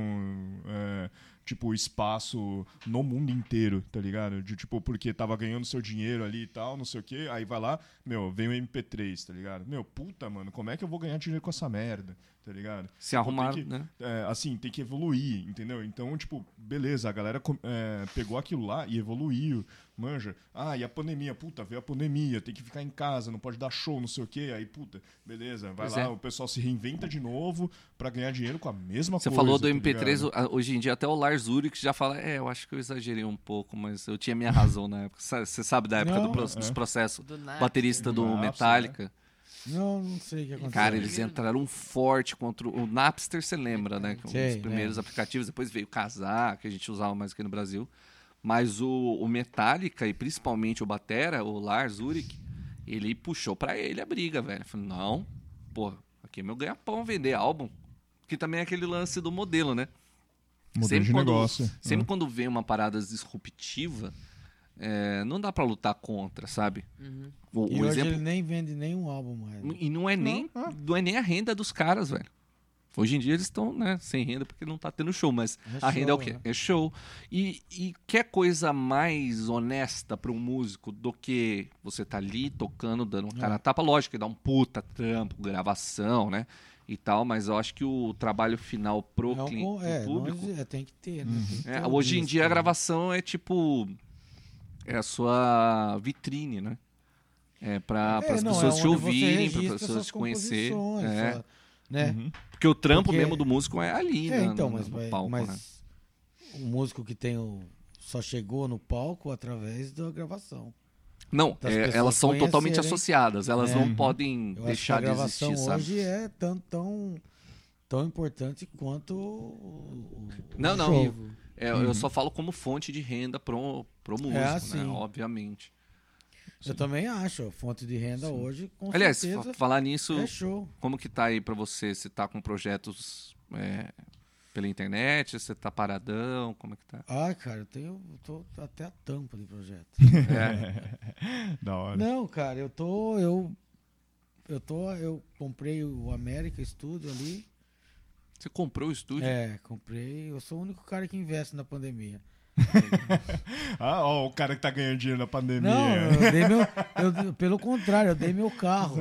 Speaker 2: é, tipo, espaço no mundo inteiro, tá ligado? De tipo, porque tava ganhando seu dinheiro ali e tal, não sei o quê, aí vai lá, meu, vem o MP3, tá ligado? Meu, puta, mano, como é que eu vou ganhar dinheiro com essa merda, tá ligado?
Speaker 1: se arrumar,
Speaker 2: que-
Speaker 1: né?
Speaker 2: é, assim, tem que evoluir, entendeu? Então, tipo, beleza, a galera com- é, pegou aquilo lá e evoluiu, manja. Ah, e a pandemia, puta, veio a pandemia, tem que ficar em casa, não pode dar show, não sei o quê. Aí, puta, beleza, vai
Speaker 1: Pois
Speaker 2: lá,
Speaker 1: é.
Speaker 2: o pessoal se reinventa de novo pra ganhar dinheiro com a mesma
Speaker 1: Você
Speaker 2: coisa.
Speaker 1: falou do
Speaker 2: tá
Speaker 1: MP3,
Speaker 2: ligado?
Speaker 1: o- hoje em dia até o Lars Ulrich já fala, é, eu acho que eu exagerei um pouco, mas eu tinha minha razão na época. Sa- Você sabe da época do
Speaker 4: Não,
Speaker 1: pro-
Speaker 2: é.
Speaker 1: dos processos
Speaker 3: Do nada.
Speaker 1: baterista do
Speaker 2: Napster,
Speaker 1: Metallica?
Speaker 4: Não, não sei o que aconteceu.
Speaker 1: Cara, eles entraram forte contra o o Napster, você lembra, né? Que é um dos
Speaker 4: Sei,
Speaker 1: primeiros aplicativos, depois veio o Casar, que a gente usava mais aqui no Brasil. Mas o, o Metallica e principalmente o Batera, o Lars Ulrich, ele puxou pra ele a briga, velho. Falei, não, pô, aqui é meu ganha-pão vender álbum. Que também é aquele lance do modelo, né?
Speaker 2: Modelo de
Speaker 1: quando,
Speaker 2: negócio.
Speaker 1: Sempre
Speaker 2: né?
Speaker 1: quando vem uma parada disruptiva, é, não dá pra lutar contra, sabe? O,
Speaker 4: E
Speaker 1: o
Speaker 4: hoje
Speaker 1: um exemplo.
Speaker 4: ele nem vende nenhum álbum mais. né?
Speaker 1: E não é, nem,
Speaker 2: Não, é.
Speaker 1: não é nem a renda dos caras, velho. Hoje em dia eles estão né, sem renda porque não tá tendo show, mas
Speaker 4: É
Speaker 1: a renda é o
Speaker 4: show,
Speaker 1: quê?
Speaker 4: né?
Speaker 1: É show. E, e quer coisa mais honesta para um músico do que você tá ali tocando, dando uma
Speaker 4: É.
Speaker 1: cara a tapa? Lógico que dá um puta trampo, gravação, né? E tal, mas eu acho que o trabalho final pro,
Speaker 4: Não,
Speaker 1: cliente,
Speaker 4: com- é, não
Speaker 1: público.
Speaker 4: exi- é, tem que ter, né? Tem que
Speaker 1: É,
Speaker 4: ter um
Speaker 1: hoje em
Speaker 4: disco,
Speaker 1: dia a
Speaker 4: né?
Speaker 1: gravação é tipo. É a sua vitrine, né? É para
Speaker 4: É,
Speaker 1: as
Speaker 4: não, é
Speaker 1: pessoas te
Speaker 4: onde você
Speaker 1: ouvirem, para as
Speaker 4: registra
Speaker 1: pessoas
Speaker 4: suas
Speaker 1: te conhecer.
Speaker 4: composições,
Speaker 1: é.
Speaker 4: sua- né?
Speaker 2: Uhum.
Speaker 1: Porque o trampo
Speaker 4: Porque-
Speaker 1: mesmo do músico é ali,
Speaker 4: É,
Speaker 1: né?
Speaker 4: então,
Speaker 1: no,
Speaker 4: mas,
Speaker 1: no
Speaker 4: mas-
Speaker 1: palco,
Speaker 4: mas
Speaker 1: né?
Speaker 4: o músico que tem o só chegou no palco através da gravação.
Speaker 1: Não,
Speaker 4: das
Speaker 1: é,
Speaker 4: pessoas
Speaker 1: elas são totalmente
Speaker 4: conhecerem.
Speaker 1: associadas, elas
Speaker 4: É.
Speaker 1: não podem
Speaker 4: Eu
Speaker 1: deixar
Speaker 4: acho que
Speaker 1: de
Speaker 4: a gravação
Speaker 1: existir, sabe?
Speaker 4: hoje é tão, tão, tão importante quanto o, o-
Speaker 1: Não,
Speaker 4: o
Speaker 1: não.
Speaker 4: show.
Speaker 3: Vivo.
Speaker 1: É, Eu só falo como fonte de renda pro, pro músico, né?
Speaker 4: Uhum. É, sim.
Speaker 1: Obviamente.
Speaker 4: Eu também acho, fonte de renda hoje com
Speaker 1: Aliás, fa-
Speaker 4: certeza
Speaker 1: falar nisso,
Speaker 4: é show.
Speaker 1: como que tá aí pra você? Você tá com projetos é, pela internet? Você tá paradão? Como é que tá?
Speaker 4: Ah, cara, eu tenho, eu tô até a tampa de projeto.
Speaker 1: É.
Speaker 2: da hora.
Speaker 4: Não, cara, eu tô. Eu, eu tô. Eu comprei o América Studio ali.
Speaker 1: Você comprou o estúdio?
Speaker 4: É, comprei. Eu sou o único cara que investe na pandemia.
Speaker 2: Ah, ó, o cara que tá ganhando dinheiro na pandemia.
Speaker 4: Não, eu dei meu. eu- pelo contrário, eu dei meu carro.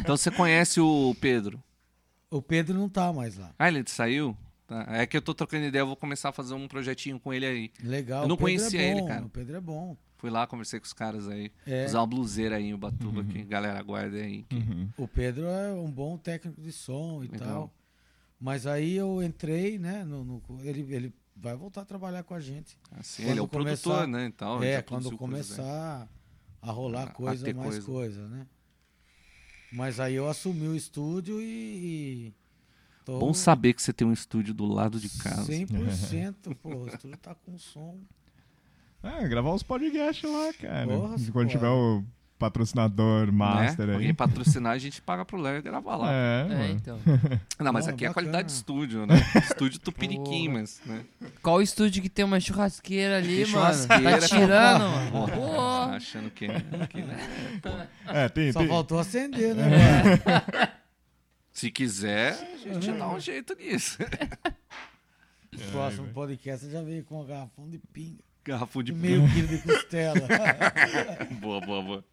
Speaker 1: Então você conhece o Pedro?
Speaker 4: O Pedro não tá mais lá.
Speaker 1: Ah, ele saiu? Tá. É que eu tô trocando ideia, eu vou começar a fazer um projetinho com ele aí.
Speaker 4: Legal.
Speaker 1: Eu não
Speaker 4: o Pedro é
Speaker 1: conhecia ele,
Speaker 4: bom,
Speaker 1: cara.
Speaker 4: O Pedro é bom.
Speaker 1: Fui lá, conversei com os caras aí.
Speaker 4: É, Uhum.
Speaker 1: Usar uma bluseira aí em Ubatuba, que galera aguarda aí. que-
Speaker 2: Uhum.
Speaker 4: o Pedro é um bom técnico de som e
Speaker 1: Legal.
Speaker 4: tal. Mas aí eu entrei, né? No, no- ele, ele vai voltar a trabalhar com a gente.
Speaker 1: assim,
Speaker 4: Quando
Speaker 1: ele é o
Speaker 4: começar-
Speaker 1: produtor, né? Então, ele
Speaker 4: é,
Speaker 1: já
Speaker 4: quando
Speaker 1: produziu coisas aí.
Speaker 4: começar a
Speaker 1: A-
Speaker 4: rolar
Speaker 1: a
Speaker 4: coisa,
Speaker 1: ter
Speaker 4: mais
Speaker 1: coisa.
Speaker 4: coisa. né? Mas aí eu assumi o estúdio e. e tô
Speaker 1: Bom saber que você tem um estúdio do lado de casa. Né?
Speaker 4: 100%, pô. O estúdio tá com som.
Speaker 2: Ah, gravar os podcasts lá, cara.
Speaker 4: Nossa,
Speaker 2: Quando
Speaker 4: cara.
Speaker 2: tiver o patrocinador master
Speaker 1: né?
Speaker 2: aí.
Speaker 1: Alguém patrocinar, a gente paga pro Léo e gravar lá.
Speaker 2: É,
Speaker 3: É,
Speaker 2: mano.
Speaker 3: então.
Speaker 1: Não, mas
Speaker 4: Ah,
Speaker 1: aqui é a
Speaker 4: bacana.
Speaker 1: qualidade de estúdio, né? Estúdio Tupiniquim,
Speaker 3: Porra.
Speaker 1: mas, né?
Speaker 3: Qual estúdio que tem uma churrasqueira ali,
Speaker 1: Tem
Speaker 3: mano?
Speaker 1: churrasqueira,
Speaker 3: tá tirando, mano.
Speaker 1: Porra, tá
Speaker 3: Porra.
Speaker 1: achando que, que né?
Speaker 2: É, tem,
Speaker 4: Só
Speaker 2: tem,
Speaker 4: faltou acender, né? mano?
Speaker 1: Se quiser, a gente dá um jeito nisso.
Speaker 4: O próximo podcast já veio com um garrafão de pinga.
Speaker 1: Garrafão de
Speaker 4: De meio quilo de costela.
Speaker 1: Boa, boa, boa.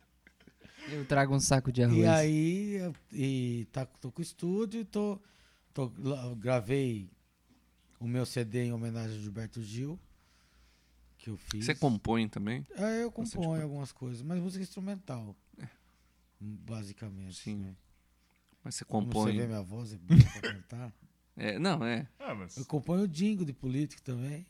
Speaker 3: Eu trago um saco de arroz.
Speaker 4: e aí, eu- e tá, tô com o estúdio e tô, tô- lá- gravei o meu CD em homenagem ao Gilberto Gil. Que eu fiz.
Speaker 1: Você compõe também?
Speaker 4: É, eu
Speaker 1: Bastante
Speaker 4: componho
Speaker 1: coisa.
Speaker 4: algumas coisas, mas música instrumental. Basicamente.
Speaker 1: É. Sim,
Speaker 4: né?
Speaker 1: Mas você
Speaker 4: Como
Speaker 1: compõe.
Speaker 4: Você vê minha voz, é boa pra cantar.
Speaker 1: É, não, é.
Speaker 2: Ah, mas-
Speaker 4: Eu componho o Dingo de político também.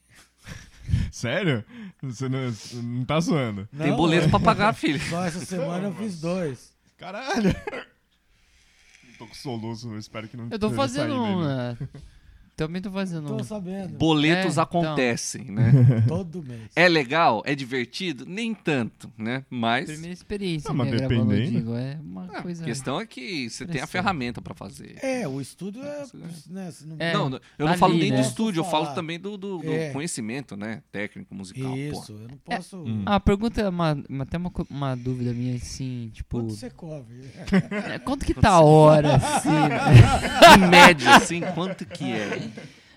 Speaker 2: Sério? Você não, você não tá zoando?
Speaker 1: Tem
Speaker 4: Não,
Speaker 1: boleto
Speaker 4: é-
Speaker 1: pra pagar, filho.
Speaker 4: Só essa semana eu fiz dois.
Speaker 2: Caralho! Tô com soluço, eu espero que não
Speaker 3: Eu tô
Speaker 2: tenha
Speaker 3: fazendo
Speaker 2: saído
Speaker 3: um,
Speaker 2: ainda.
Speaker 3: né? Também tô fazendo um.
Speaker 4: Tô sabendo.
Speaker 1: Boletos
Speaker 3: É, então.
Speaker 1: acontecem, né?
Speaker 4: Todo mês.
Speaker 1: É legal? É divertido? Nem tanto, né? Mas
Speaker 3: Primeira experiência
Speaker 2: Ah,
Speaker 3: minha
Speaker 2: mas
Speaker 3: gravando o
Speaker 2: dependendo.
Speaker 3: Dingo. É uma
Speaker 4: Ah,
Speaker 1: a
Speaker 3: coisa...
Speaker 1: questão é que você tem a
Speaker 3: Interessante.
Speaker 1: ferramenta pra fazer.
Speaker 4: É, o estúdio é.
Speaker 1: Isso,
Speaker 4: Né, se não-
Speaker 3: É.
Speaker 1: não, eu não
Speaker 3: ali,
Speaker 1: falo nem
Speaker 3: né?
Speaker 1: do estúdio, eu falo
Speaker 4: Falar.
Speaker 1: também do, do- do
Speaker 4: É.
Speaker 1: conhecimento, né? Técnico, musical.
Speaker 4: Isso,
Speaker 1: Pô.
Speaker 4: eu não posso.
Speaker 2: Hum.
Speaker 3: Ah, a pergunta é uma, uma- até uma, co- uma dúvida minha, assim, tipo...
Speaker 4: Quanto você cobre?
Speaker 3: é, Quanto que tá a hora, assim? né?
Speaker 1: Em média, assim, quanto que é?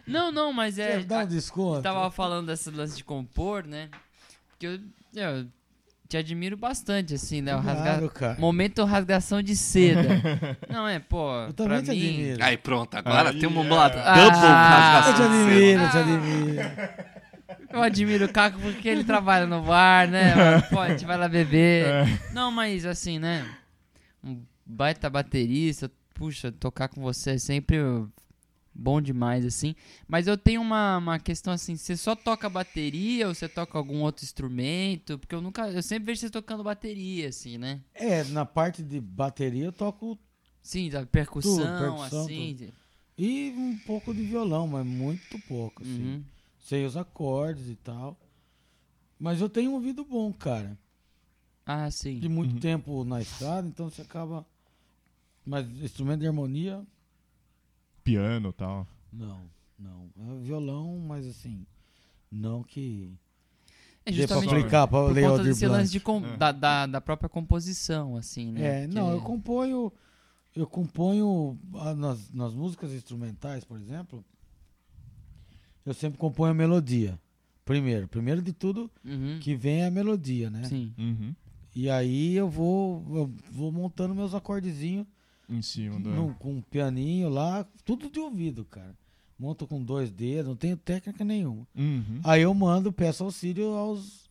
Speaker 3: Não, não, mas é...
Speaker 4: Você dá um desconto?
Speaker 3: tava falando dessa lance de compor, né? Que eu, eu te admiro bastante, assim, Léo.
Speaker 4: Claro,
Speaker 3: Rasga...
Speaker 4: cara.
Speaker 3: Momento rasgação de seda. Não, é, pô,
Speaker 4: Eu
Speaker 3: pra
Speaker 4: também te
Speaker 3: mim...
Speaker 4: admiro.
Speaker 1: Aí pronto, agora
Speaker 2: Aí,
Speaker 1: temos
Speaker 2: é.
Speaker 1: uma double
Speaker 3: Ah,
Speaker 4: Eu te
Speaker 1: rasgação de seda.
Speaker 4: admiro, eu te admiro.
Speaker 3: Eu admiro o Caco porque ele trabalha no bar, né? mano? Pô, a gente vai lá beber. Não, mas assim, né? Um baita baterista, puxa, tocar com você é sempre bom demais, assim. Mas eu tenho uma, uma questão assim, você só toca bateria ou você toca algum outro instrumento? Porque eu nunca. Eu sempre vejo você tocando bateria, assim, né?
Speaker 4: É, na parte de bateria eu toco
Speaker 3: Sim, da percussão,
Speaker 4: percussão,
Speaker 3: assim.
Speaker 4: e um pouco de violão, mas muito pouco, assim.
Speaker 3: Uhum.
Speaker 4: Sei os acordes e tal. Mas eu tenho um ouvido bom, cara.
Speaker 3: Ah, sim.
Speaker 4: De muito tempo na estrada, então você acaba. Mas instrumento de harmonia,
Speaker 2: piano e tal.
Speaker 4: Não, não. É violão, mas assim, não que
Speaker 3: É
Speaker 4: dê pra
Speaker 3: justamente
Speaker 2: aplicar
Speaker 4: aplicar pra
Speaker 3: por
Speaker 4: ler
Speaker 3: conta
Speaker 4: Aldir
Speaker 3: desse lance
Speaker 4: Blanc.
Speaker 3: de com-
Speaker 2: É.
Speaker 3: da, da, da própria composição, assim, né?
Speaker 4: É, não, eu
Speaker 3: Porque-
Speaker 4: componho, eu componho ah, nas, nas músicas instrumentais, por exemplo, eu sempre componho a melodia. Primeiro, primeiro de tudo
Speaker 3: Uhum,
Speaker 4: que vem é a melodia, né?
Speaker 3: Sim.
Speaker 2: Uhum.
Speaker 4: E aí eu vou, eu vou montando meus acordezinhos
Speaker 2: Em cima da.
Speaker 4: num- com um pianinho lá, tudo de ouvido, cara. Monto com dois dedos, não tenho técnica nenhuma.
Speaker 2: Uhum.
Speaker 4: Aí eu mando, peço auxílio aos,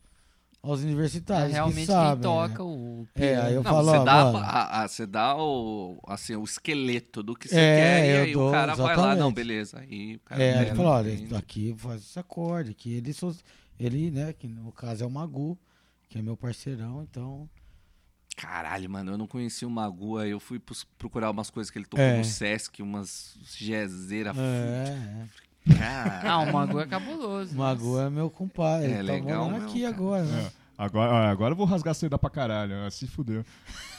Speaker 4: aos
Speaker 3: É
Speaker 4: universitários. Tá, que
Speaker 3: realmente
Speaker 4: sabem,
Speaker 3: quem
Speaker 4: né?
Speaker 3: toca o
Speaker 4: É, aí eu
Speaker 1: Não,
Speaker 4: falo,
Speaker 1: você
Speaker 4: ó,
Speaker 1: dá, a-
Speaker 4: mano,
Speaker 1: a- a- você dá o, assim, o esqueleto do que você
Speaker 4: É,
Speaker 1: quer e
Speaker 4: eu
Speaker 1: aí
Speaker 4: dou,
Speaker 1: o cara vai lá,
Speaker 4: exatamente.
Speaker 1: não, beleza. Aí o cara
Speaker 4: É, ele
Speaker 1: pega,
Speaker 4: falou, olha,
Speaker 1: entende?
Speaker 4: aqui faz esse acorde, que ele, só- ele, né, que no caso é o Magu, que é meu parceirão, então...
Speaker 1: Caralho, mano, eu não conhecia o Magu, aí eu fui pus- procurar umas coisas que ele tocou
Speaker 4: É.
Speaker 1: no Sesc, umas
Speaker 3: Tá
Speaker 1: gezeira
Speaker 4: É, é.
Speaker 1: fu- Cara,
Speaker 3: Ah, o Magu é cabuloso.
Speaker 4: O Magu é meu compadre,
Speaker 1: É,
Speaker 4: ele tá
Speaker 1: legal
Speaker 4: morando
Speaker 1: mesmo,
Speaker 4: aqui
Speaker 1: cara.
Speaker 4: agora, né?
Speaker 2: É, Agora, ah, agora eu vou rasgar a seda pra caralho, ah, se fudeu.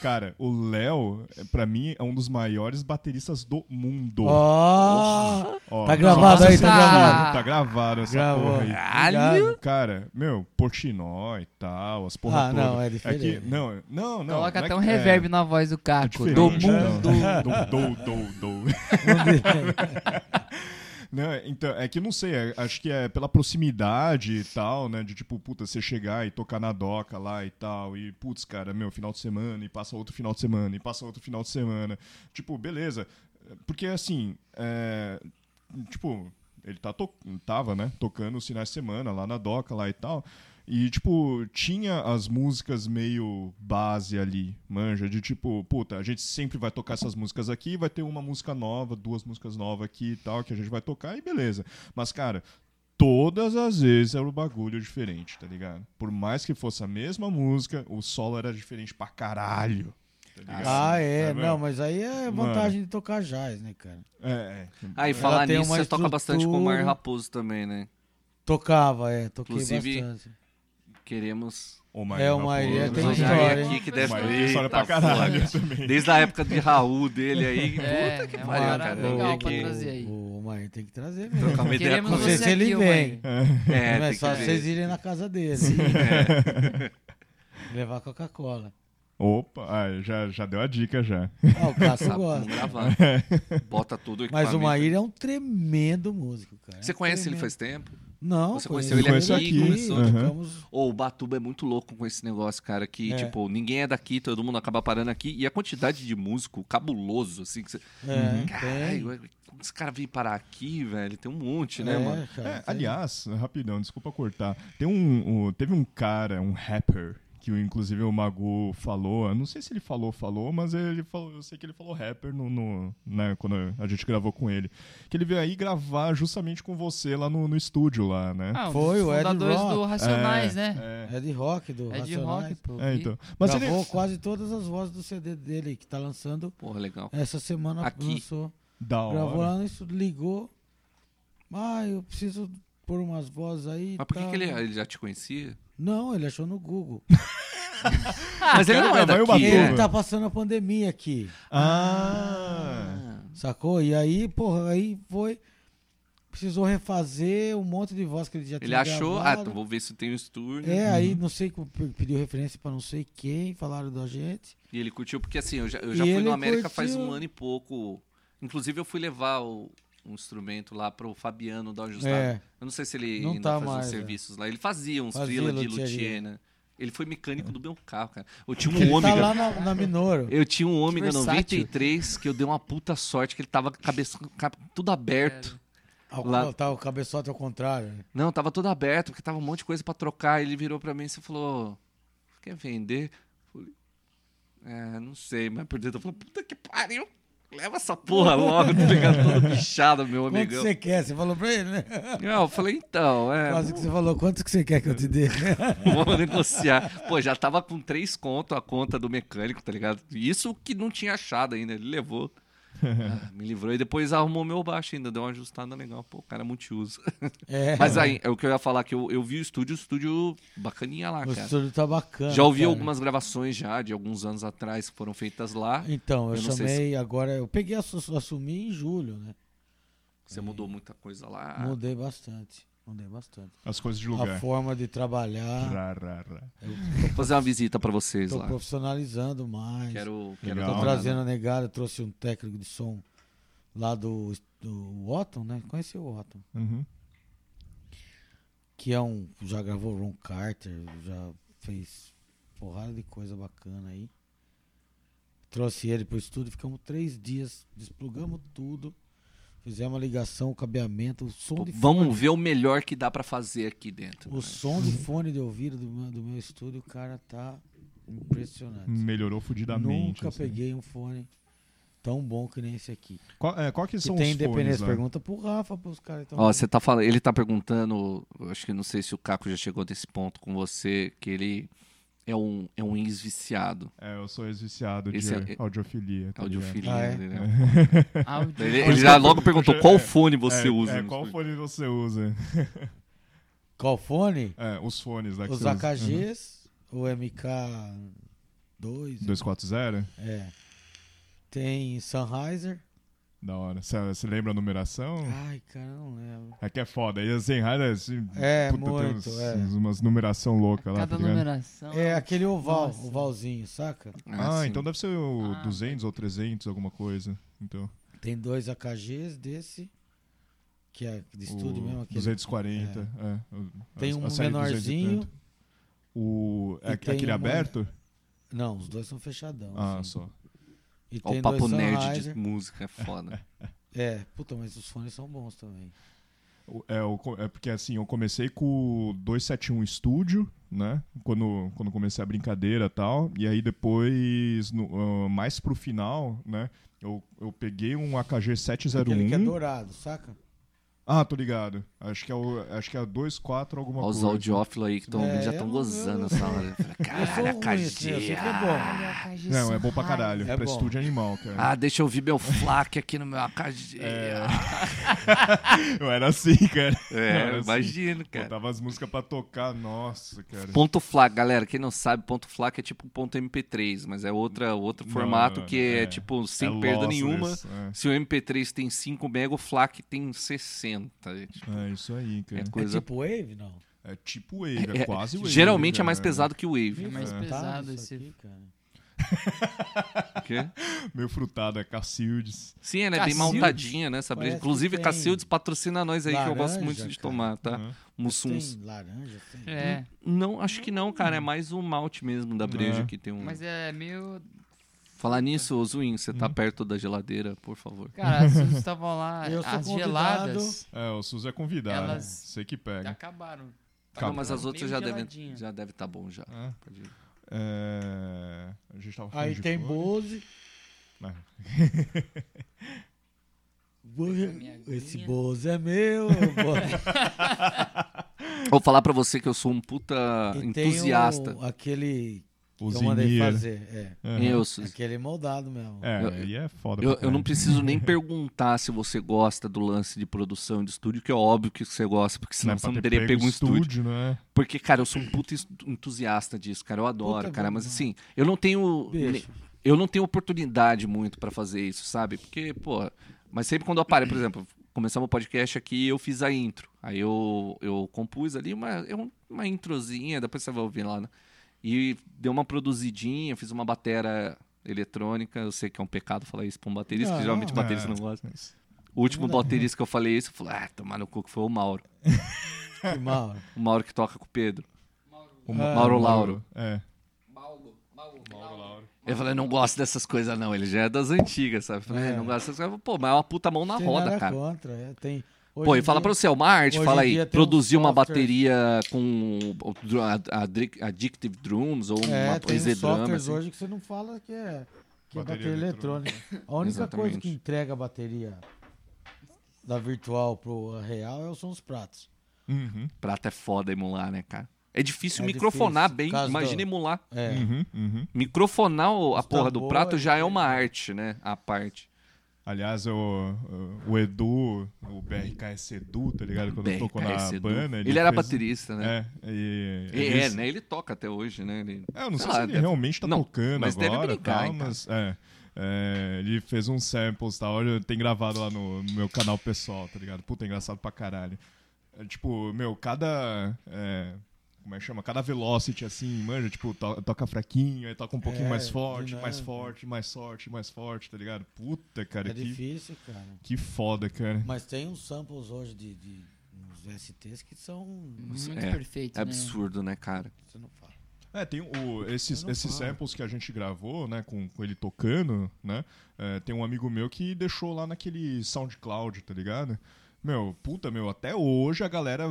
Speaker 2: Cara, o Léo, eh, pra mim, é um dos maiores bateristas do mundo.
Speaker 4: Ó,
Speaker 2: Ó,
Speaker 4: tá gravado
Speaker 2: só pra
Speaker 4: aí,
Speaker 2: você-
Speaker 4: tá
Speaker 3: gravado.
Speaker 2: Tá gravado essa
Speaker 4: Gravou.
Speaker 2: porra aí.
Speaker 1: caralho!
Speaker 2: Cara, meu, Portinó e tal, as porra
Speaker 4: Ah,
Speaker 2: toda.
Speaker 4: não, é diferente.
Speaker 2: que- não, não, não.
Speaker 3: Coloca
Speaker 2: não é
Speaker 3: até um
Speaker 2: que- é,
Speaker 3: reverb na voz do
Speaker 2: é
Speaker 3: Caco.
Speaker 2: diferente,
Speaker 3: do
Speaker 2: né?
Speaker 3: mundo.
Speaker 2: Do, do, do, do. Não, então, é que não sei, é- acho que é pela proximidade e tal, né? De tipo, puta, você chegar e tocar na doca lá e tal, e putz, cara, meu, final de semana, e passa outro final de semana, e passa outro final de semana. Tipo, beleza. Porque assim, é, tipo, ele tá to tava, né? Tocando os finais de semana lá na doca lá e tal. E, tipo, tinha as músicas meio base ali, manja, de tipo, puta, a gente sempre vai tocar essas músicas aqui, vai ter uma música nova, duas músicas novas aqui e tal, que a gente vai tocar e beleza. Mas, cara, todas as vezes era um bagulho diferente, tá ligado? Por mais que fosse a mesma música, o solo era diferente pra caralho. Tá ligado?
Speaker 4: Ah, é,
Speaker 2: Tá vendo?
Speaker 4: não, mas aí é vantagem de tocar jazz, né, cara?
Speaker 2: É, é.
Speaker 1: Aí, falar
Speaker 4: tem
Speaker 1: nisso,
Speaker 4: uma
Speaker 1: você toca bastante com o
Speaker 4: estrutura.
Speaker 1: Mar Raposo também, né?
Speaker 4: Tocava, é, toquei
Speaker 1: Inclusive,
Speaker 4: bastante.
Speaker 1: Queremos
Speaker 2: O
Speaker 4: É, o Maíra
Speaker 2: Raposo.
Speaker 4: tem
Speaker 1: Mas já
Speaker 4: história,
Speaker 1: é
Speaker 4: hein?
Speaker 1: aqui que deve
Speaker 2: Mas tem história pra
Speaker 1: Eita,
Speaker 2: caralho
Speaker 1: foda.
Speaker 2: também.
Speaker 1: Desde a época de Raul dele aí.
Speaker 3: É,
Speaker 1: puta que
Speaker 3: é uma
Speaker 1: pariu,
Speaker 3: hora
Speaker 1: cara.
Speaker 3: legal pra
Speaker 1: Tem que-
Speaker 3: trazer aí.
Speaker 4: O, o Maíra tem que trazer,
Speaker 1: trocar
Speaker 4: mesmo.
Speaker 1: uma ideia
Speaker 3: Queremos
Speaker 1: com
Speaker 4: Não sei
Speaker 1: vocês.
Speaker 4: se
Speaker 3: você
Speaker 4: ele
Speaker 3: aqui,
Speaker 4: vem.
Speaker 1: É,
Speaker 4: Mas
Speaker 1: tem
Speaker 4: só
Speaker 1: que ver.
Speaker 4: vocês irem na casa dele. Levar Coca-Cola.
Speaker 2: Opa, ah, já, já deu a dica já.
Speaker 4: Ah, o Cássio
Speaker 1: Sabe, vamos
Speaker 4: gosta.
Speaker 1: gravar. Bota tudo o
Speaker 4: Mas o
Speaker 1: equipamento. né?
Speaker 4: Maíra é um tremendo músico, cara.
Speaker 1: Você
Speaker 4: É um
Speaker 1: conhece ele
Speaker 4: tremendo.
Speaker 1: faz tempo?
Speaker 4: Não,
Speaker 1: Você
Speaker 4: conheço
Speaker 1: conheceu
Speaker 2: ele aqui, começou, aham.
Speaker 4: tocamos-
Speaker 1: Ô, o Batuba é muito louco com esse negócio, cara, que,
Speaker 4: É.
Speaker 1: tipo, ninguém é daqui, todo mundo acaba parando aqui. E a quantidade de músico cabuloso, assim, que você...
Speaker 4: É,
Speaker 1: Caralho,
Speaker 4: tem.
Speaker 1: é- como esse cara veio parar aqui, velho? Tem um monte, né,
Speaker 4: É,
Speaker 1: mano?
Speaker 4: cara,
Speaker 2: É,
Speaker 4: tem.
Speaker 2: aliás, rapidão, desculpa cortar. Tem um, um- teve um cara, um rapper, que o- inclusive o Magu falou. Eu não sei se ele falou, falou, mas ele falou, eu sei que ele falou rapper no, no- né, quando a gente gravou com ele. Que ele veio aí gravar justamente com você lá no, no estúdio lá, né?
Speaker 3: Ah, um
Speaker 4: Foi
Speaker 3: dos
Speaker 4: o Ed
Speaker 3: fundadores
Speaker 4: Rock.
Speaker 3: do Racionais, né?
Speaker 2: É,
Speaker 4: É de rock, do
Speaker 3: É, de
Speaker 4: Racionais.
Speaker 3: rock, pô.
Speaker 2: é,
Speaker 3: E-
Speaker 2: então. Mas ele,
Speaker 4: Gravou quase todas as vozes do CD dele, que tá lançando
Speaker 1: Porra, legal.
Speaker 4: essa semana.
Speaker 1: Aqui.
Speaker 4: Lançou.
Speaker 2: da
Speaker 4: Gravou
Speaker 2: hora.
Speaker 4: lá, isso ligou. Ah, eu preciso pôr umas vozes aí. e
Speaker 1: Mas por que,
Speaker 4: tal.
Speaker 1: que ele, ele já te conhecia?
Speaker 4: Não, ele achou no Google.
Speaker 1: Mas ele
Speaker 2: cara
Speaker 1: não é
Speaker 2: gravou em
Speaker 1: daqui,
Speaker 2: Ubatuba.
Speaker 1: é.
Speaker 4: Ele tá passando a pandemia aqui,
Speaker 2: Ah!
Speaker 4: sacou? E aí, porra, aí foi. Precisou refazer um monte de voz que ele já
Speaker 1: Ele
Speaker 4: tinha.
Speaker 1: achou, ah,
Speaker 4: gravado.
Speaker 1: então vou ver se tem um estúdio.
Speaker 4: É, aí não sei, como pe- pediu referência pra não sei quem, falaram da gente.
Speaker 1: E ele curtiu, porque assim, eu já, eu já
Speaker 4: E
Speaker 1: fui
Speaker 4: ele
Speaker 1: no América faz
Speaker 4: curtiu.
Speaker 1: um ano e pouco. Inclusive, eu fui levar o- um instrumento lá pro Fabiano da Ajustada.
Speaker 4: É,
Speaker 1: Eu não sei se ele
Speaker 4: Não
Speaker 1: ainda
Speaker 4: tá
Speaker 1: faz uns
Speaker 4: mais, é.
Speaker 1: serviços lá. Ele fazia uns
Speaker 4: Fazia
Speaker 1: frila de
Speaker 4: luthieria.
Speaker 1: luthier, né? Ele foi mecânico do meu carro, cara. Eu tinha
Speaker 4: ele
Speaker 1: um
Speaker 4: tá
Speaker 1: ômega.
Speaker 4: lá na, na Minoro.
Speaker 1: Eu tinha um ômega
Speaker 3: versátil.
Speaker 1: 93 que eu dei uma puta sorte que ele tava com a cabeça cap- tudo aberto.
Speaker 4: Ao-
Speaker 1: Lá-
Speaker 4: Tá o cabeçote ao contrário. né?
Speaker 1: Não, tava tudo aberto, porque tava um monte de coisa pra trocar. Ele virou pra mim e falou: Quer vender? Falei, é, não sei, mas por dentro eu falei, puta que pariu! Leva essa porra logo, tá ligado? Todo bichado, meu
Speaker 4: Quanto que
Speaker 1: amigão.
Speaker 4: você quer? Você falou pra ele, né?
Speaker 1: Não, eu falei, então, é.
Speaker 4: Quase que você falou, quanto que você quer que eu te dê?
Speaker 1: Vamos negociar. Pô, já tava com três conto a conta do mecânico, tá ligado? Isso que não tinha achado ainda. Ele levou. Ah, me livrou e depois arrumou meu baixo ainda, deu uma ajustada legal. Pô, o cara é multiuso.
Speaker 4: É,
Speaker 1: Mas aí, é o que eu ia falar, que eu, eu vi o estúdio, o estúdio bacaninha lá,
Speaker 4: o
Speaker 1: cara.
Speaker 4: estúdio tá bacana.
Speaker 1: Já ouvi
Speaker 4: cara.
Speaker 1: algumas gravações já, de alguns anos atrás, que foram feitas lá.
Speaker 4: Então, eu,
Speaker 1: Eu não sei
Speaker 4: chamei agora, eu peguei, assu- assumi em julho, né?
Speaker 1: Você mudou muita coisa lá.
Speaker 4: Mudei bastante. Mudei bastante.
Speaker 2: As coisas de lugar.
Speaker 4: A forma de trabalhar.
Speaker 2: Rá, rá, rá.
Speaker 1: Vou fazer uma visita pra vocês
Speaker 4: Estou
Speaker 1: lá.
Speaker 4: profissionalizando mais.
Speaker 1: Quero, né? quero
Speaker 2: Legal.
Speaker 1: dar
Speaker 4: Tô
Speaker 1: uma
Speaker 4: trazendo
Speaker 1: olhada.
Speaker 4: a negada, trouxe um técnico de som lá do, do Otton, né? Conheci o Otton.
Speaker 2: Uhum.
Speaker 4: Que é um. Já gravou Ron Carter, já fez porrada de coisa bacana aí. Trouxe ele pro estúdio, ficamos três dias, desplugamos tudo, fizemos a ligação, o cabeamento, o som de
Speaker 1: Vamos
Speaker 4: fone.
Speaker 1: ver o melhor que dá pra fazer aqui dentro. né?
Speaker 4: O som de fone de ouvido do meu, do meu estúdio, o cara tá impressionante.
Speaker 2: Melhorou fudidamente.
Speaker 4: Nunca
Speaker 2: assim.
Speaker 4: peguei um fone tão bom que nem esse aqui.
Speaker 2: Qual, é, qual que
Speaker 4: Que
Speaker 2: são os
Speaker 4: tem
Speaker 2: fones né?
Speaker 4: independência.
Speaker 2: lá?
Speaker 4: Pergunta pro Rafa, pros caras. então.
Speaker 1: Ó, você tá falando, ele tá perguntando, eu acho que não sei se o Caco já chegou nesse ponto com você, que ele é um, é um ex-viciado,
Speaker 2: É, eu sou ex-viciado de
Speaker 1: Esse é-
Speaker 2: audiofilia. tá ligado?
Speaker 1: audiofilia.
Speaker 4: Ah, é?
Speaker 1: entendeu?
Speaker 3: Áudio.
Speaker 1: Ele, ele
Speaker 2: Por isso
Speaker 1: já
Speaker 2: que eu-
Speaker 1: logo perguntou
Speaker 2: eu já-
Speaker 1: qual
Speaker 2: é,
Speaker 1: fone você
Speaker 2: É,
Speaker 1: usa.
Speaker 2: é,
Speaker 1: no
Speaker 2: qual
Speaker 1: estúdio.
Speaker 2: fone você usa?
Speaker 4: Qual fone?
Speaker 2: É, os fones lá que
Speaker 4: Os
Speaker 2: você usa. Uhum.
Speaker 4: AKGs, o MK2.
Speaker 2: 240?
Speaker 4: É. Tem Sennheiser.
Speaker 2: Da hora. Você lembra a numeração?
Speaker 4: Ai, cara, eu não lembro.
Speaker 2: Aqui é foda. E a Sennheiser, assim,
Speaker 4: É,
Speaker 2: puta, tem
Speaker 4: muito,
Speaker 2: uns-
Speaker 4: é.
Speaker 2: umas numeração louca lá,
Speaker 3: Cada
Speaker 2: tá ligado?
Speaker 3: numeração.
Speaker 4: É aquele oval,
Speaker 3: Nossa.
Speaker 4: ovalzinho, saca?
Speaker 2: Ah,
Speaker 1: sim.
Speaker 2: então deve ser o
Speaker 3: Ah.
Speaker 2: 200 ou 300, alguma coisa. Então,
Speaker 4: Tem dois AKGs desse, que é de estúdio
Speaker 2: o
Speaker 4: mesmo. Aquele.
Speaker 2: 240. é, o-
Speaker 4: Tem
Speaker 2: a-
Speaker 4: um
Speaker 2: a série
Speaker 4: menorzinho.
Speaker 2: 200 e tanto. O, é
Speaker 4: E tem um
Speaker 2: aquele
Speaker 4: uma-
Speaker 2: aberto?
Speaker 4: Não, os dois são fechadão.
Speaker 2: Ah,
Speaker 4: assim.
Speaker 2: só.
Speaker 4: E
Speaker 1: Ó,
Speaker 4: tem
Speaker 1: o papo
Speaker 4: dois
Speaker 1: nerd de
Speaker 4: Sennheiser.
Speaker 1: música é foda.
Speaker 4: É, puta, mas os fones são bons também.
Speaker 2: O- É, o co- é porque assim, eu comecei com o 271 Studio, né? Quando, quando comecei a brincadeira e tal. E aí depois, no- ah, mais pro final, né? Eu, eu peguei um AKG
Speaker 4: Aquele
Speaker 2: 701.
Speaker 4: que é dourado, saca?
Speaker 2: Ah, tô ligado. Acho que é o, acho que é o 24 alguma
Speaker 1: Ó, os
Speaker 2: coisa.
Speaker 1: audiófilos aí que tão,
Speaker 4: É,
Speaker 1: já
Speaker 4: eu
Speaker 1: estão
Speaker 4: não-
Speaker 1: gozando
Speaker 4: eu-
Speaker 1: essa hora. Eu falei, Caralho,
Speaker 4: eu sou ruim, assim, eu sei
Speaker 1: AKG.
Speaker 4: que é bom.
Speaker 3: tá
Speaker 2: Não, é bom pra caralho.
Speaker 4: É
Speaker 2: pra
Speaker 4: bom.
Speaker 2: estúdio animal, cara.
Speaker 1: Ah, deixa eu ouvir meu flaque aqui no meu AKG. É,
Speaker 2: Eu era assim, cara. Não, assim,
Speaker 1: imagino, cara.
Speaker 2: Botava as músicas pra tocar, nossa, cara.
Speaker 1: Ponto FLAC, galera, quem não sabe, ponto FLAC é tipo um ponto MP3, mas é outra, outro
Speaker 2: Não,
Speaker 1: formato
Speaker 2: não,
Speaker 1: que é,
Speaker 2: é.
Speaker 1: tipo
Speaker 2: É
Speaker 1: sem perda
Speaker 2: lossless,
Speaker 1: nenhuma.
Speaker 2: É.
Speaker 1: Se o MP3 tem 5 mega, o FLAC tem 60. É, tipo,
Speaker 2: É isso aí,
Speaker 1: é
Speaker 2: cara.
Speaker 1: coisa...
Speaker 4: É tipo né? wave, não?
Speaker 2: É tipo wave, é quase wave.
Speaker 1: Geralmente é mais
Speaker 2: cara.
Speaker 1: pesado que o Wave.
Speaker 3: É mais
Speaker 2: É.
Speaker 3: pesado
Speaker 4: Tá nisso
Speaker 3: esse.
Speaker 4: aqui, cara.
Speaker 1: o quê?
Speaker 2: Meio frutado, é Cacildes.
Speaker 1: Sim, ela é bem
Speaker 3: Cacildes.
Speaker 1: maltadinha, né, Sabrina?
Speaker 4: Parece que
Speaker 1: Inclusive,
Speaker 4: tem
Speaker 1: Cacildes patrocina nós aí, que eu gosto
Speaker 4: laranja,
Speaker 1: muito de
Speaker 4: cara.
Speaker 1: tomar, tá?
Speaker 2: Uhum.
Speaker 1: Mussuns.
Speaker 4: Tem laranja, tem.
Speaker 3: É.
Speaker 1: Não, acho que não, cara. É
Speaker 4: Hum.
Speaker 1: mais o malte mesmo da breja
Speaker 2: É.
Speaker 1: que tem um.
Speaker 3: Mas é meio.
Speaker 1: Falar
Speaker 4: Hum.
Speaker 1: nisso, Zuin, você tá perto da geladeira, por favor.
Speaker 3: Cara, vocês estavam lá,
Speaker 4: Eu sou
Speaker 3: as
Speaker 4: convidado.
Speaker 3: geladas
Speaker 2: É, o Suzy é convidado.
Speaker 3: Elas- Tá.
Speaker 2: Sei que pega.
Speaker 3: acabaram.
Speaker 1: Ah, não, mas
Speaker 3: Tá
Speaker 1: as outras já
Speaker 3: meio
Speaker 1: devem
Speaker 3: geladinha.
Speaker 1: já deve estar bom já.
Speaker 2: É.
Speaker 1: Pode ir.
Speaker 2: É, A gente tava falando
Speaker 4: Aí
Speaker 2: de
Speaker 4: tem
Speaker 2: flor.
Speaker 4: Bose.
Speaker 2: Ah.
Speaker 4: Bose-
Speaker 3: minha
Speaker 4: Esse
Speaker 3: aguinha.
Speaker 4: Bose é meu. Bose.
Speaker 1: Vou falar pra você que eu sou um puta
Speaker 4: E tem o-
Speaker 1: entusiasta.
Speaker 4: aquele que eu mandei
Speaker 2: Usineer.
Speaker 4: fazer. É.
Speaker 2: Uhum.
Speaker 1: Eu, Suzy.
Speaker 4: Aquele moldado mesmo.
Speaker 2: É,
Speaker 1: Eu-
Speaker 2: aí é foda.
Speaker 1: Eu,
Speaker 2: pra
Speaker 1: eu não
Speaker 2: caralho.
Speaker 1: preciso nem perguntar se você gosta do lance de produção e de estúdio, que é óbvio que você gosta, porque senão
Speaker 2: Não,
Speaker 1: você não
Speaker 2: pra ter
Speaker 1: teria pego um estúdio.
Speaker 2: né?
Speaker 1: Porque, cara, eu sou um puta es- entusiasta disso, cara. Eu adoro,
Speaker 4: Puta, né?
Speaker 1: cara.
Speaker 4: bom
Speaker 1: Mas
Speaker 4: demais.
Speaker 1: assim, eu não tenho.
Speaker 4: Beijo.
Speaker 1: Eu não tenho oportunidade muito pra fazer isso, sabe? Porque, pô. Mas sempre quando aparece, por exemplo, começamos o podcast aqui, eu fiz a intro. Aí eu, eu compus ali uma, eu- uma introzinha, depois você vai ouvir lá. Né? E deu uma produzidinha, fiz uma batera eletrônica. Eu sei que é um pecado falar isso pra um baterista,
Speaker 4: Não, é.
Speaker 1: porque geralmente
Speaker 2: não.
Speaker 1: baterista não gosta. O último baterista que eu falei isso, eu falei, ah, tomar no cu que foi o Mauro.
Speaker 4: Que mal.
Speaker 1: O Mauro que toca com o Pedro.
Speaker 2: O
Speaker 4: Ah.
Speaker 1: Mauro Lauro.
Speaker 2: É.
Speaker 1: Eu falei, não gosto dessas coisas, não. Ele já é das antigas, sabe? Eu falei,
Speaker 4: É.
Speaker 1: não gosto dessas coisas. Pô, mas é uma puta mão na
Speaker 4: Tem
Speaker 1: roda,
Speaker 4: nada
Speaker 1: cara.
Speaker 4: Contra, é. tem,
Speaker 1: Pô, e fala pra você, é uma arte,
Speaker 4: hoje
Speaker 1: fala
Speaker 4: em
Speaker 1: aí.
Speaker 4: dia tem uns
Speaker 1: Produzir uma
Speaker 4: softwares-
Speaker 1: bateria com o- o- a- a Dri- Addictive Drums ou
Speaker 4: é,
Speaker 1: uma
Speaker 4: tem uns
Speaker 1: poesia drama.
Speaker 4: softwares
Speaker 1: assim.
Speaker 4: hoje que você não fala que é, que
Speaker 2: Bateria
Speaker 4: é bateria
Speaker 2: eletrônica.
Speaker 4: eletrônica. A única coisa
Speaker 1: Exatamente.
Speaker 4: que entrega a bateria da virtual pro real é- são os pratos.
Speaker 2: Uhum,
Speaker 1: Prata é foda emular, né, cara? É difícil
Speaker 4: É
Speaker 1: microfonar
Speaker 4: difícil, por
Speaker 1: bem,
Speaker 4: causa
Speaker 1: imagina
Speaker 4: do-
Speaker 1: emular.
Speaker 4: É.
Speaker 2: uhum, uhum.
Speaker 1: Microfonar o- a
Speaker 4: Os
Speaker 1: porra do
Speaker 4: tambores,
Speaker 1: prato já é uma arte, né? A parte.
Speaker 2: Aliás, o, o Edu, o BRKS Edu, tá ligado? Quando
Speaker 1: Bem,
Speaker 2: tocou
Speaker 1: cara,
Speaker 2: na
Speaker 1: esse Edu-
Speaker 2: banda.
Speaker 1: Ele era
Speaker 2: fez-
Speaker 1: baterista, né?
Speaker 2: É, e,
Speaker 1: É,
Speaker 2: eles-
Speaker 1: né? Ele toca até hoje, né? Ele...
Speaker 2: É, eu não sei,
Speaker 1: lá,
Speaker 2: se ele
Speaker 1: deve-
Speaker 2: realmente tá
Speaker 1: não,
Speaker 2: tocando
Speaker 1: mas deve
Speaker 2: agora,
Speaker 1: brincar,
Speaker 2: tal,
Speaker 1: hein, cara.
Speaker 2: mas é, É, ele fez uns samples e tal, olha, tem gravado lá no, no meu canal pessoal, tá ligado? Puta, é engraçado pra caralho. É, tipo, meu, cada. é, como é que chama? Cada velocity, assim, manja, tipo, to- toca fraquinho, aí toca um pouquinho
Speaker 4: É,
Speaker 2: mais forte,
Speaker 4: dinâmico.
Speaker 2: mais forte, mais forte, mais forte, tá ligado? Puta, cara,
Speaker 4: É
Speaker 2: que,
Speaker 4: difícil, cara.
Speaker 2: que foda, cara.
Speaker 4: Mas tem uns samples hoje de, de uns STs que são.
Speaker 3: Muito
Speaker 1: É,
Speaker 3: perfeito,
Speaker 1: É absurdo, né, cara?
Speaker 4: Você não fala.
Speaker 2: É, tem o, esses,
Speaker 4: não
Speaker 2: esses
Speaker 4: fala.
Speaker 2: samples que a gente gravou, né, com, com ele tocando, né, é, tem um amigo meu que deixou lá naquele SoundCloud, tá ligado? Meu, puta, meu, até hoje a galera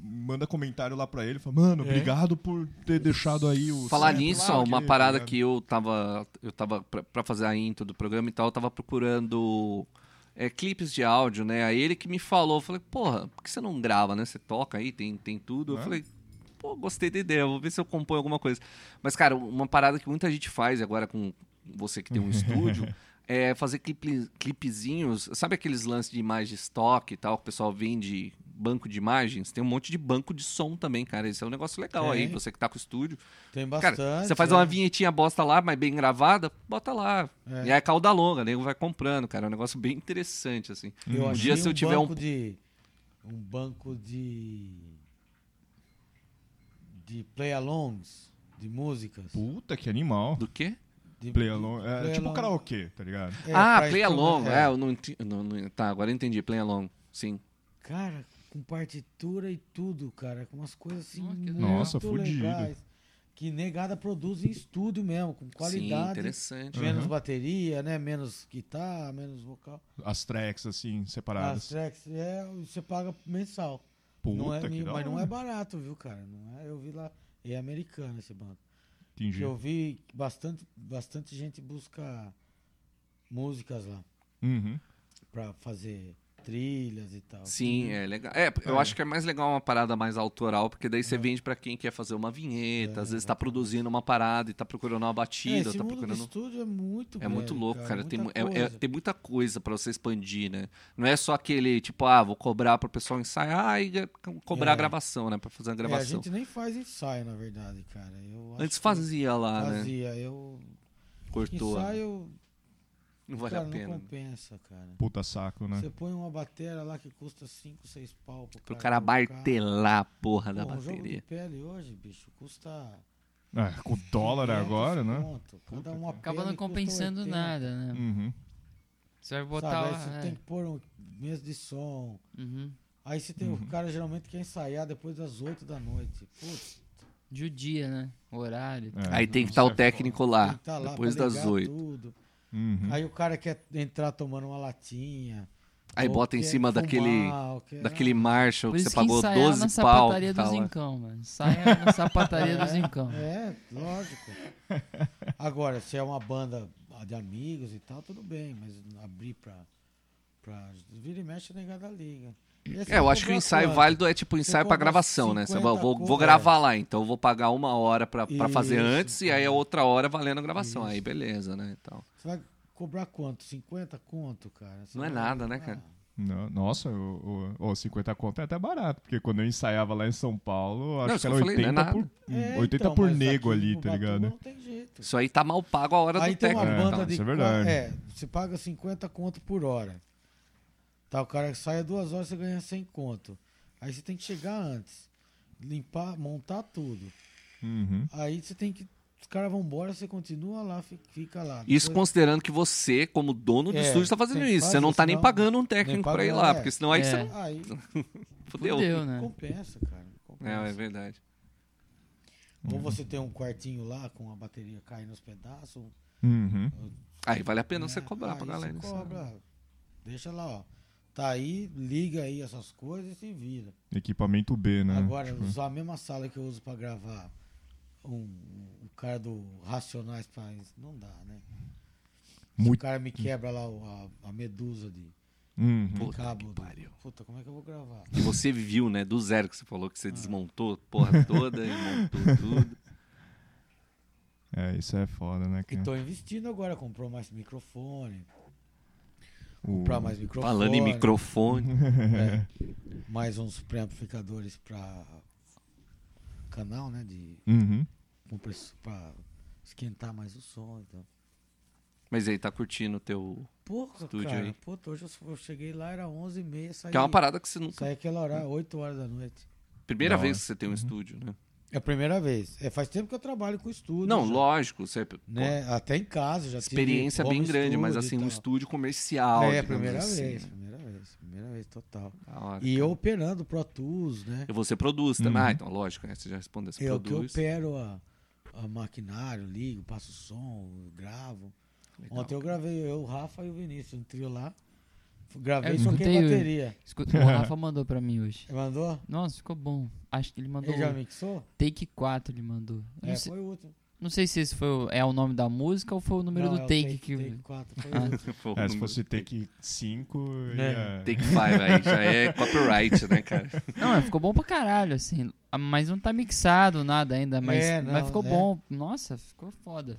Speaker 2: manda comentário lá pra ele, fala, mano,
Speaker 4: É?
Speaker 2: obrigado por ter deixado aí o
Speaker 1: Falar
Speaker 2: sample
Speaker 1: nisso,
Speaker 2: lá,
Speaker 1: ó, uma
Speaker 2: aquele,
Speaker 1: parada
Speaker 2: tá ligado?"
Speaker 1: que eu tava. Eu tava. Pra, pra fazer a intro do programa e tal, eu tava procurando é, clipes de áudio, né? Aí ele que me falou, eu falei, porra, por que você não grava, né? Você toca aí, tem, tem tudo.
Speaker 2: É.
Speaker 1: Eu falei, pô, gostei da ideia, vou ver se eu componho alguma coisa. Mas, cara, uma parada que muita gente faz agora com você que tem um estúdio. É fazer clipe, clipezinhos, sabe aqueles lances de imagem de estoque e tal, que o pessoal vende banco de imagens? Tem um monte de banco de som também, cara. Esse é um negócio legal aí,
Speaker 4: Tem.
Speaker 1: você que tá com o estúdio.
Speaker 4: Tem
Speaker 1: Cara,
Speaker 4: bastante.
Speaker 1: você faz
Speaker 4: é.
Speaker 1: uma vinhetinha bosta lá, mas bem gravada, bota lá.
Speaker 4: É.
Speaker 1: E aí é cauda longa, nego vai comprando, cara. É um negócio bem interessante, assim.
Speaker 4: Eu
Speaker 1: um
Speaker 4: achei
Speaker 1: dia, se eu tiver um-
Speaker 4: banco de um banco de de play alongs de músicas.
Speaker 2: Puta, que animal.
Speaker 1: Do quê?
Speaker 4: De-
Speaker 2: Play along, é,
Speaker 4: Play
Speaker 2: tipo
Speaker 4: along.
Speaker 2: karaokê, tá ligado?
Speaker 4: É,
Speaker 1: ah,
Speaker 4: pra
Speaker 1: play
Speaker 4: instru-
Speaker 1: along.
Speaker 4: é.
Speaker 1: É, eu não entendi. tá, agora eu entendi. Play along. Sim.
Speaker 4: Cara, com partitura e tudo, cara, com umas coisas assim
Speaker 3: Nossa, que
Speaker 4: muito
Speaker 3: legal.
Speaker 2: Nossa, fudido.
Speaker 4: legais, que negada produz em estúdio mesmo, com
Speaker 1: Sim,
Speaker 4: qualidade, É.
Speaker 1: interessante.
Speaker 4: menos
Speaker 2: Uhum.
Speaker 4: bateria, né, menos guitarra, menos vocal.
Speaker 2: As tracks, assim,
Speaker 4: As
Speaker 2: separadas.
Speaker 4: tracks é, você paga mensal.
Speaker 2: Puta,
Speaker 4: não é,
Speaker 2: que
Speaker 4: mil,
Speaker 2: da
Speaker 4: mas não
Speaker 2: hora.
Speaker 4: é barato, viu, cara? Não é, eu vi lá, é americano esse banco.
Speaker 2: Entendi.
Speaker 4: é Eu vi bastante, bastante gente busca músicas lá
Speaker 2: Uhum.
Speaker 4: pra fazer trilhas e tal.
Speaker 1: Sim, é legal. É, eu
Speaker 2: É.
Speaker 1: acho que é mais legal uma parada mais autoral, porque daí
Speaker 4: É.
Speaker 1: você vende pra quem quer fazer uma vinheta, às vezes tá produzindo uma parada e tá procurando uma
Speaker 4: É,
Speaker 1: batida,
Speaker 4: esse
Speaker 1: tá
Speaker 4: mundo do
Speaker 1: procurando.
Speaker 4: estúdio é muito
Speaker 1: É muito
Speaker 4: grande,
Speaker 1: louco, cara. Tem, mu-
Speaker 4: muita
Speaker 1: é- é-
Speaker 4: coisa.
Speaker 1: tem muita coisa pra você expandir, né? Não é só aquele, tipo, ah, vou cobrar pro pessoal ensaiar e é, co- cobrar a
Speaker 4: É.
Speaker 1: gravação, né? Pra fazer a
Speaker 4: É, a
Speaker 1: gravação.
Speaker 4: gente nem faz ensaio, na verdade, cara. Eu acho
Speaker 1: Antes
Speaker 4: que
Speaker 1: fazia lá, né?
Speaker 4: Fazia. Eu...
Speaker 1: Cortou. né?
Speaker 4: Ensaio,
Speaker 1: Não vale
Speaker 4: cara,
Speaker 1: a
Speaker 4: não
Speaker 1: pena.
Speaker 4: compensa, cara.
Speaker 2: Puta saco, né?
Speaker 4: Você põe uma bateria lá que custa 5, 6 pau pro,
Speaker 1: Pro cara martelar a porra da
Speaker 4: Pô, um jogo de
Speaker 1: bateria.
Speaker 4: pele hoje, bicho, custa...
Speaker 2: É, com o dólar
Speaker 4: 500
Speaker 2: agora, né?
Speaker 4: conto. Cada uma
Speaker 3: Acaba
Speaker 4: pele
Speaker 3: não
Speaker 4: custa
Speaker 3: compensando
Speaker 4: 80.
Speaker 3: nada, né?
Speaker 2: Uhum.
Speaker 3: Você vai
Speaker 4: Sabe,
Speaker 3: botar
Speaker 4: aí
Speaker 3: lá.
Speaker 4: você
Speaker 3: é.
Speaker 4: tem que pôr um mesa de som.
Speaker 3: Uhum.
Speaker 4: Aí você tem o cara geralmente quer ensaiar depois das 8 da noite. Putz,
Speaker 3: De o dia, né? O horário.
Speaker 2: É.
Speaker 1: Aí tem que estar o técnico lá,
Speaker 4: tem que tá lá
Speaker 1: Ah, depois
Speaker 4: pra
Speaker 1: das
Speaker 4: ligar
Speaker 1: oito.
Speaker 4: tudo.
Speaker 2: Uhum.
Speaker 4: Aí o cara quer entrar tomando uma latinha.
Speaker 1: Aí
Speaker 4: ou
Speaker 1: bota em
Speaker 4: quer
Speaker 1: cima
Speaker 4: fumar,
Speaker 1: daquele,
Speaker 4: ou quer-
Speaker 1: daquele Marshall
Speaker 3: Por
Speaker 1: que
Speaker 3: isso
Speaker 1: você
Speaker 3: que
Speaker 1: pagou
Speaker 3: ensaiar
Speaker 1: 12
Speaker 3: na
Speaker 1: pau.
Speaker 3: sapataria
Speaker 1: que
Speaker 3: do
Speaker 1: tá lá.
Speaker 3: Zincão, mano. Ensaia na sapataria do Zincão.
Speaker 4: É, lógico. Agora, se é uma banda de amigos e tal, tudo bem, mas abrir pra. pra vira e mexe negada liga. E assim,
Speaker 1: É, eu acho que o
Speaker 4: cobrar
Speaker 1: ensaio
Speaker 4: quanto?
Speaker 1: válido é tipo ensaio pra
Speaker 4: cobra
Speaker 1: gravação, né? Você vai,
Speaker 4: 50
Speaker 1: vou, vou
Speaker 4: conto,
Speaker 1: gravar lá, então eu vou pagar uma hora pra, pra fazer
Speaker 4: Isso,
Speaker 1: antes e aí a
Speaker 4: cara.
Speaker 1: outra hora valendo a gravação.
Speaker 4: Isso.
Speaker 1: Aí beleza, né? Então,
Speaker 4: Você vai cobrar quanto? 50 conto, cara? Você
Speaker 1: Não é
Speaker 4: vai-
Speaker 1: nada, né, cara?
Speaker 2: Não, nossa, o, o, o 50 conto é até barato, porque quando eu ensaiava lá em São Paulo, acho
Speaker 1: Não, isso
Speaker 2: que
Speaker 1: que eu falei,
Speaker 2: era
Speaker 1: não é
Speaker 2: 80
Speaker 1: nada.
Speaker 2: por,
Speaker 4: É,
Speaker 2: 80
Speaker 4: então,
Speaker 2: Hum, por
Speaker 4: mas
Speaker 2: nego
Speaker 4: aqui em
Speaker 2: ali, tá
Speaker 4: Ubatuba
Speaker 2: ligado?
Speaker 4: Não tem jeito.
Speaker 1: isso aí tá mal pago a hora
Speaker 4: Aí
Speaker 1: do
Speaker 4: tem
Speaker 1: técnico.
Speaker 4: uma
Speaker 2: técnico,
Speaker 4: banda
Speaker 2: então,
Speaker 4: de.
Speaker 2: isso é
Speaker 4: qua-
Speaker 2: verdade.
Speaker 4: É, você paga 50 conto por hora. Tá, o cara que sai a duas horas, você ganha 100 conto. Aí você tem que chegar antes. Limpar, montar tudo.
Speaker 2: Uhum.
Speaker 4: Aí você tem que. Os caras vão embora, você continua lá, fi- fica lá.
Speaker 1: Isso
Speaker 4: Depois-
Speaker 1: considerando que você, como dono do
Speaker 4: É,
Speaker 1: estúdio, tá fazendo
Speaker 4: tem que
Speaker 1: isso. Você
Speaker 4: fazer,
Speaker 1: não tá nem
Speaker 4: senão-
Speaker 1: pagando um técnico
Speaker 4: paga
Speaker 1: pra ir
Speaker 4: nada,
Speaker 1: lá,
Speaker 4: é.
Speaker 1: porque senão aí
Speaker 3: É.
Speaker 1: você não
Speaker 4: Aí
Speaker 1: fudeu.
Speaker 3: Fudeu, né?
Speaker 4: compensa, cara.
Speaker 1: É, é
Speaker 4: Compensa.
Speaker 1: verdade.
Speaker 4: Ou você tem um quartinho lá com a bateria caindo nos pedaços. ou-
Speaker 2: Uhum.
Speaker 1: Aí vale a pena você
Speaker 4: né?
Speaker 1: cobrar pra
Speaker 4: Aí
Speaker 1: galera.
Speaker 4: Você
Speaker 1: isso, né?
Speaker 4: cobra. Deixa lá, ó. Tá aí, liga aí essas coisas e se vira.
Speaker 2: Equipamento B, né?
Speaker 4: Agora,
Speaker 2: Tipo,
Speaker 4: usar a mesma sala que eu uso pra gravar um, um cara do Racionais pra. Não dá, né? Se
Speaker 2: Muito-
Speaker 4: O cara me quebra lá o- a, a medusa de
Speaker 2: uhum.
Speaker 1: Puta
Speaker 4: cabo.
Speaker 1: que
Speaker 4: do-
Speaker 1: pariu.
Speaker 4: Puta, como é que eu vou gravar?
Speaker 1: Que você viu, né? Do zero que você falou que você
Speaker 4: Ah.
Speaker 1: desmontou a porra toda e montou tudo.
Speaker 2: É, isso é foda, né,
Speaker 4: E
Speaker 2: cara?
Speaker 4: tô investindo agora, comprou mais microfone,
Speaker 2: O-
Speaker 4: comprar mais microfone.
Speaker 1: Hum, Falando em microfone.
Speaker 4: é, mais uns pré-amplificadores pra canal, né? De
Speaker 2: Uhum.
Speaker 4: compressor pra esquentar mais o som. Então.
Speaker 1: Mas aí tá curtindo o teu.
Speaker 4: Porra,
Speaker 1: Estúdio
Speaker 4: cara.
Speaker 1: aí.
Speaker 4: Puta, hoje eu, eu cheguei lá, era 11h30, saí,
Speaker 1: Que é uma parada que você nunca.
Speaker 4: saí aquela hora, 8 horas da noite.
Speaker 1: Primeira
Speaker 2: Da
Speaker 1: vez
Speaker 2: hora.
Speaker 1: que você
Speaker 4: Uhum.
Speaker 1: tem um estúdio, né?
Speaker 4: É a primeira vez. É, faz tempo que eu trabalho com estúdio.
Speaker 1: Não,
Speaker 4: já,
Speaker 1: lógico, você. é pô,
Speaker 4: Né? Até em casa, já tive
Speaker 1: Experiência
Speaker 4: home
Speaker 1: bem grande, mas
Speaker 4: studio
Speaker 1: assim,
Speaker 4: e
Speaker 1: um
Speaker 4: tal.
Speaker 1: estúdio comercial.
Speaker 4: É,
Speaker 1: digamos
Speaker 4: primeira
Speaker 1: assim,
Speaker 4: vez,
Speaker 1: né?
Speaker 4: primeira vez, primeira vez, total.
Speaker 1: Da hora,
Speaker 4: E
Speaker 1: cara.
Speaker 4: eu operando Pro Tools, né?
Speaker 1: E você produz também.
Speaker 2: Uhum.
Speaker 1: Ah, então, lógico, né? você já respondeu. Você
Speaker 4: Eu É que
Speaker 1: produz.
Speaker 4: opero a, a maquinário, ligo, passo som, gravo.
Speaker 1: Legal.
Speaker 4: Ontem eu gravei, eu, o Rafa e o Vinícius, um trio lá. F- Gravei
Speaker 3: Eu
Speaker 4: e soquei
Speaker 3: escutei É, o-
Speaker 4: bateria.
Speaker 3: Escuta, o Rafa mandou pra mim hoje.
Speaker 4: Ele Mandou?
Speaker 3: Nossa, ficou bom. Acho que ele mandou.
Speaker 4: Ele já mixou?
Speaker 3: Take 4 ele mandou. Eu
Speaker 4: É,
Speaker 3: não, sei,
Speaker 4: foi o último.
Speaker 3: não sei se esse foi o- é o nome da música ou foi o número
Speaker 4: Não,
Speaker 3: do
Speaker 4: é o
Speaker 3: take, que.
Speaker 4: Take 4, foi o último.
Speaker 1: Pô,
Speaker 2: É, se
Speaker 1: número- É,
Speaker 2: fosse take 5,
Speaker 4: Né?
Speaker 2: ia...
Speaker 1: Take five aí, já é copyright, né, cara?
Speaker 3: Não, é, ficou bom pra caralho, assim. Ah, Mas não tá mixado nada ainda, mas,
Speaker 4: É, não,
Speaker 3: mas ficou
Speaker 4: né?
Speaker 3: bom. Nossa, ficou foda.